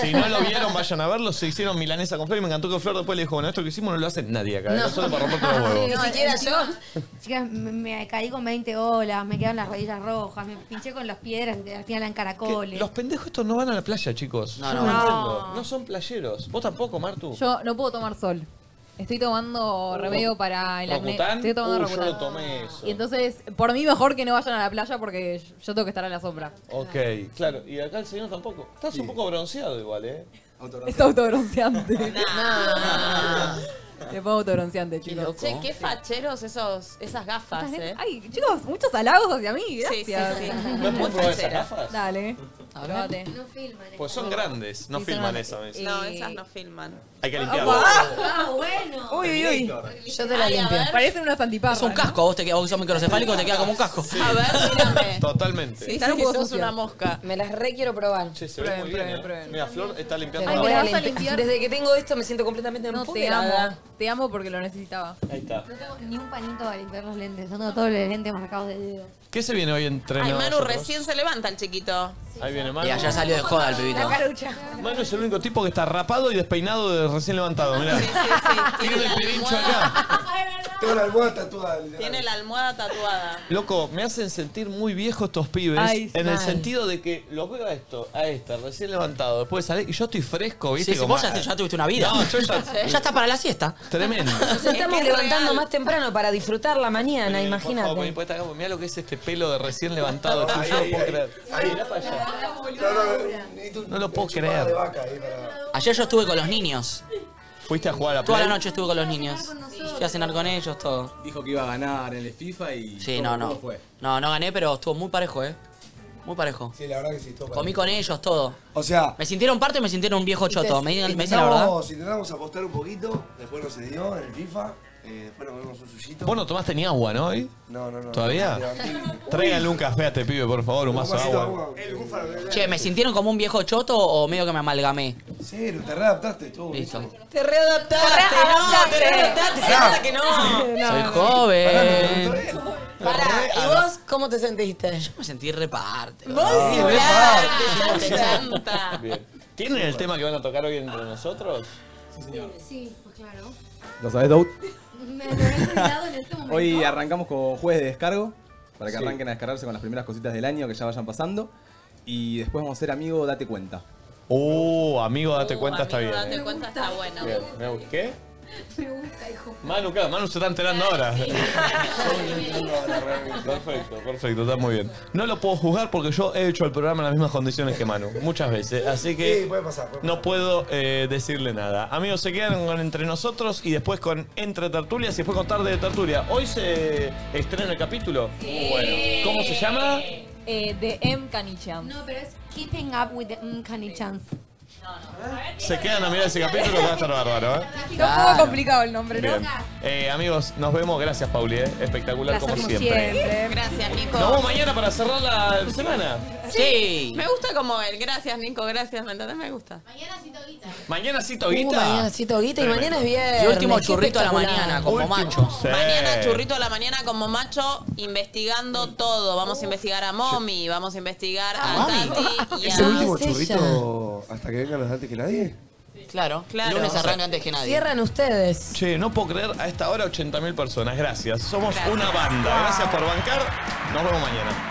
[SPEAKER 2] Si no lo vieron, vayan a verlo. Se hicieron milanesa con Flor y me encantó que Flor después le dijo, bueno, esto que hicimos no lo hace nadie acá.
[SPEAKER 20] No.
[SPEAKER 2] Nosotros para romperte los huevos.
[SPEAKER 20] No,
[SPEAKER 3] siquiera
[SPEAKER 20] encima, Chicas, me, me caí con 20 olas, me quedaron las rodillas rojas, me pinché con las piedras, al final eran caracoles.
[SPEAKER 2] Los pendejos estos no van a la playa, chicos.
[SPEAKER 20] No,
[SPEAKER 2] Yo
[SPEAKER 20] no. No.
[SPEAKER 2] entiendo. No son playeros. Vos tampoco, Martu.
[SPEAKER 20] Yo no puedo tomar sol. Estoy tomando remedio para el acné.
[SPEAKER 2] ¿Rocután?
[SPEAKER 20] Estoy tomando
[SPEAKER 2] Uh,
[SPEAKER 20] Rocután.
[SPEAKER 2] Yo lo tomé eso.
[SPEAKER 20] Y entonces, por mí mejor que no vayan a la playa porque yo tengo que estar a la sombra.
[SPEAKER 2] Ok, claro. Y acá el señor tampoco. Estás un poco bronceado igual, ¿eh?
[SPEAKER 20] Es autobronceante. Te pongo autobronceante, chicos.
[SPEAKER 5] Che, qué facheros esos, esas gafas, eh.
[SPEAKER 20] Ay, chicos, muchos halagos hacia mí,
[SPEAKER 5] Sí, sí,
[SPEAKER 20] gracias.
[SPEAKER 5] sí.
[SPEAKER 2] ¿Me puedo probar esas gafas?
[SPEAKER 20] Dale.
[SPEAKER 5] ver.
[SPEAKER 20] No filman.
[SPEAKER 2] Pues son grandes. No
[SPEAKER 5] Sí, son
[SPEAKER 2] filman
[SPEAKER 5] grandes.
[SPEAKER 2] esa mesa.
[SPEAKER 5] No,
[SPEAKER 20] Eh,
[SPEAKER 5] esas no filman.
[SPEAKER 2] Hay que limpiarlo.
[SPEAKER 20] Ah, bueno. Uy, uy, uy.
[SPEAKER 3] Yo te la
[SPEAKER 5] Ay, a
[SPEAKER 3] limpio.
[SPEAKER 5] ver.
[SPEAKER 20] Parecen unas antiparras.
[SPEAKER 4] Es un casco, vos, te queda, vos que sos microcefálico te queda como un casco.
[SPEAKER 5] A ver, mírame.
[SPEAKER 2] Totalmente.
[SPEAKER 5] Sí, sí, sos una mosca.
[SPEAKER 3] Me las re quiero probar.
[SPEAKER 2] Che, se ve muy bien. ¿eh? Mira, Flor está limpiando
[SPEAKER 3] Ay,
[SPEAKER 2] la
[SPEAKER 3] me la
[SPEAKER 2] mesa.
[SPEAKER 20] vas a
[SPEAKER 3] limpio.
[SPEAKER 20] limpiar?
[SPEAKER 3] Desde que tengo esto me siento completamente
[SPEAKER 20] No, te
[SPEAKER 3] empoderada.
[SPEAKER 20] amo. Te amo porque lo necesitaba.
[SPEAKER 2] Ahí está.
[SPEAKER 20] No tengo ni un pañito para limpiar los lentes. Yo tengo todos los lentes marcados de dedo.
[SPEAKER 2] ¿Qué se viene hoy entre
[SPEAKER 5] Ay, Manu
[SPEAKER 2] nosotros?
[SPEAKER 5] recién se levanta el chiquito.
[SPEAKER 2] Ahí viene Manu.
[SPEAKER 4] Y allá salió de joda el pibito. La
[SPEAKER 20] carucha.
[SPEAKER 2] Manu es el único tipo que está rapado y despeinado de recién levantado, mirá. Tiene el pirincho acá.
[SPEAKER 7] Tengo la almohada tatuada.
[SPEAKER 5] Tiene la almohada tatuada.
[SPEAKER 2] Loco, me hacen sentir muy viejo estos pibes.
[SPEAKER 5] Ay,
[SPEAKER 2] en el
[SPEAKER 5] mal.
[SPEAKER 2] sentido de que los veo a esto, a esta, recién levantado, después sale y yo estoy fresco, ¿viste?
[SPEAKER 4] Sí, sí,
[SPEAKER 2] Como-
[SPEAKER 4] vos ya, te- ya tuviste una vida.
[SPEAKER 2] No, yo ya.
[SPEAKER 4] Ya está para la siesta.
[SPEAKER 2] Tremendo.
[SPEAKER 3] Nos estamos levantando más temprano para disfrutar la mañana,
[SPEAKER 2] Por favor, poné
[SPEAKER 3] imagínate.
[SPEAKER 2] puesta acá, porque mirá lo que es este pelo de recién levantado. tuyo, no lo puedo creer. No lo puedo creer.
[SPEAKER 4] Ayer yo estuve con los niños.
[SPEAKER 2] Fuiste a jugar a
[SPEAKER 4] Toda la
[SPEAKER 2] play?
[SPEAKER 4] noche estuve con los niños. Fui a cenar con ellos, todo.
[SPEAKER 15] Dijo que iba a ganar en el FIFA y.
[SPEAKER 4] Sí,
[SPEAKER 15] todo,
[SPEAKER 4] no,
[SPEAKER 15] todo
[SPEAKER 4] no.
[SPEAKER 15] fue.
[SPEAKER 4] No, no gané, pero estuvo muy parejo, eh. Muy parejo. Sí,
[SPEAKER 7] la verdad que sí, estuvo
[SPEAKER 4] Comí con ellos, todo.
[SPEAKER 7] O sea.
[SPEAKER 4] Me sintieron parte y me sintieron un viejo choto. Me, me dicen la verdad.
[SPEAKER 7] Intentamos- Intentamos apostar un poquito, después no se dio en el FIFA, eh, después nos comimos un suyito.
[SPEAKER 2] Vos no tomaste ni agua, ¿no? hoy?
[SPEAKER 7] No, no, no.
[SPEAKER 2] ¿Todavía? Tráiganle un café a este pibe, por favor, un vaso de agua.
[SPEAKER 7] El búfalo.
[SPEAKER 4] Che, ¿me sintieron como un viejo choto o medio que me amalgamé?
[SPEAKER 7] Cero, te readaptaste tú.
[SPEAKER 4] Listo.
[SPEAKER 3] Te readaptaste, no, te readaptaste, se nota que no.
[SPEAKER 4] Soy joven.
[SPEAKER 3] Pará, Ah, ¿y vos cómo te sentiste?
[SPEAKER 4] Me sentí reparte.
[SPEAKER 3] Vos
[SPEAKER 2] Ah,
[SPEAKER 3] sí,
[SPEAKER 2] bien,
[SPEAKER 3] pará.
[SPEAKER 2] pará.
[SPEAKER 3] te encanta.
[SPEAKER 2] Bien. ¿Tienen el tema que van a tocar hoy entre nosotros?
[SPEAKER 20] Sí, pues claro.
[SPEAKER 21] ¿Lo sabes, Dout?
[SPEAKER 20] Me lo he olvidado en este momento.
[SPEAKER 21] Hoy arrancamos con jueves de descargo, para que
[SPEAKER 2] Sí.
[SPEAKER 21] arranquen a descargarse con las primeras cositas del año que ya vayan pasando. Y después vamos a ser amigo, date cuenta.
[SPEAKER 2] Oh, amigo, date cuenta, está bien.
[SPEAKER 5] Date
[SPEAKER 2] eh.
[SPEAKER 5] cuenta, está bueno.
[SPEAKER 2] Bien, me gusta. ¿Qué? Manu, claro, Manu se está enterando ahora. Perfecto, perfecto, está muy bien. No lo puedo juzgar porque yo he hecho el programa en las mismas condiciones que Manu, muchas veces. Así
[SPEAKER 7] Sí,
[SPEAKER 2] que
[SPEAKER 7] puede pasar. puede
[SPEAKER 2] no puedo eh, decirle nada. Amigos, se quedan con Entre Nosotros y después con Entre Tertulias y después con Tarde de Tertulia. Hoy se estrena el capítulo. Uh, Bueno, ¿cómo se llama?
[SPEAKER 20] Eh, de M. Canichans. No, pero es Keeping Up with the M. Canichans.
[SPEAKER 2] Se quedan a mirar ese capítulo que va a estar bárbaro, ¿eh?
[SPEAKER 20] Está un poco complicado el nombre, ¿no?
[SPEAKER 2] Bien. Eh, amigos, nos vemos. Gracias, Pauli. ¿eh? Espectacular
[SPEAKER 20] Placer
[SPEAKER 2] como
[SPEAKER 20] como
[SPEAKER 2] siempre.
[SPEAKER 5] Gracias, Nico.
[SPEAKER 2] Nos vemos mañana para cerrar la semana.
[SPEAKER 5] Sí. Me gusta como el gracias, Nico, gracias, ¿me entendés? Me gusta.
[SPEAKER 2] Mañana sí,
[SPEAKER 3] Uh,
[SPEAKER 2] Toguita.
[SPEAKER 3] mañana sí, Toguita, y mañana es viernes.
[SPEAKER 4] Y último
[SPEAKER 3] qué
[SPEAKER 4] churrito a la
[SPEAKER 3] espectacular.
[SPEAKER 4] mañana, como macho.
[SPEAKER 5] Mañana churrito a la mañana como macho, investigando todo. Vamos a investigar a Momi, vamos a investigar a Tati y
[SPEAKER 7] ¿Es el Este
[SPEAKER 4] Ah,
[SPEAKER 7] último
[SPEAKER 5] a...
[SPEAKER 7] churrito hasta que vengan los antes que nadie?
[SPEAKER 4] Claro,
[SPEAKER 5] Claro.
[SPEAKER 4] Lunes arranca
[SPEAKER 5] Vamos a-
[SPEAKER 4] antes que nadie.
[SPEAKER 3] Cierran ustedes.
[SPEAKER 2] Che, no puedo creer a esta hora 80.000 personas. Gracias. Somos
[SPEAKER 4] Gracias.
[SPEAKER 2] una banda. Gracias por bancar. Nos vemos mañana.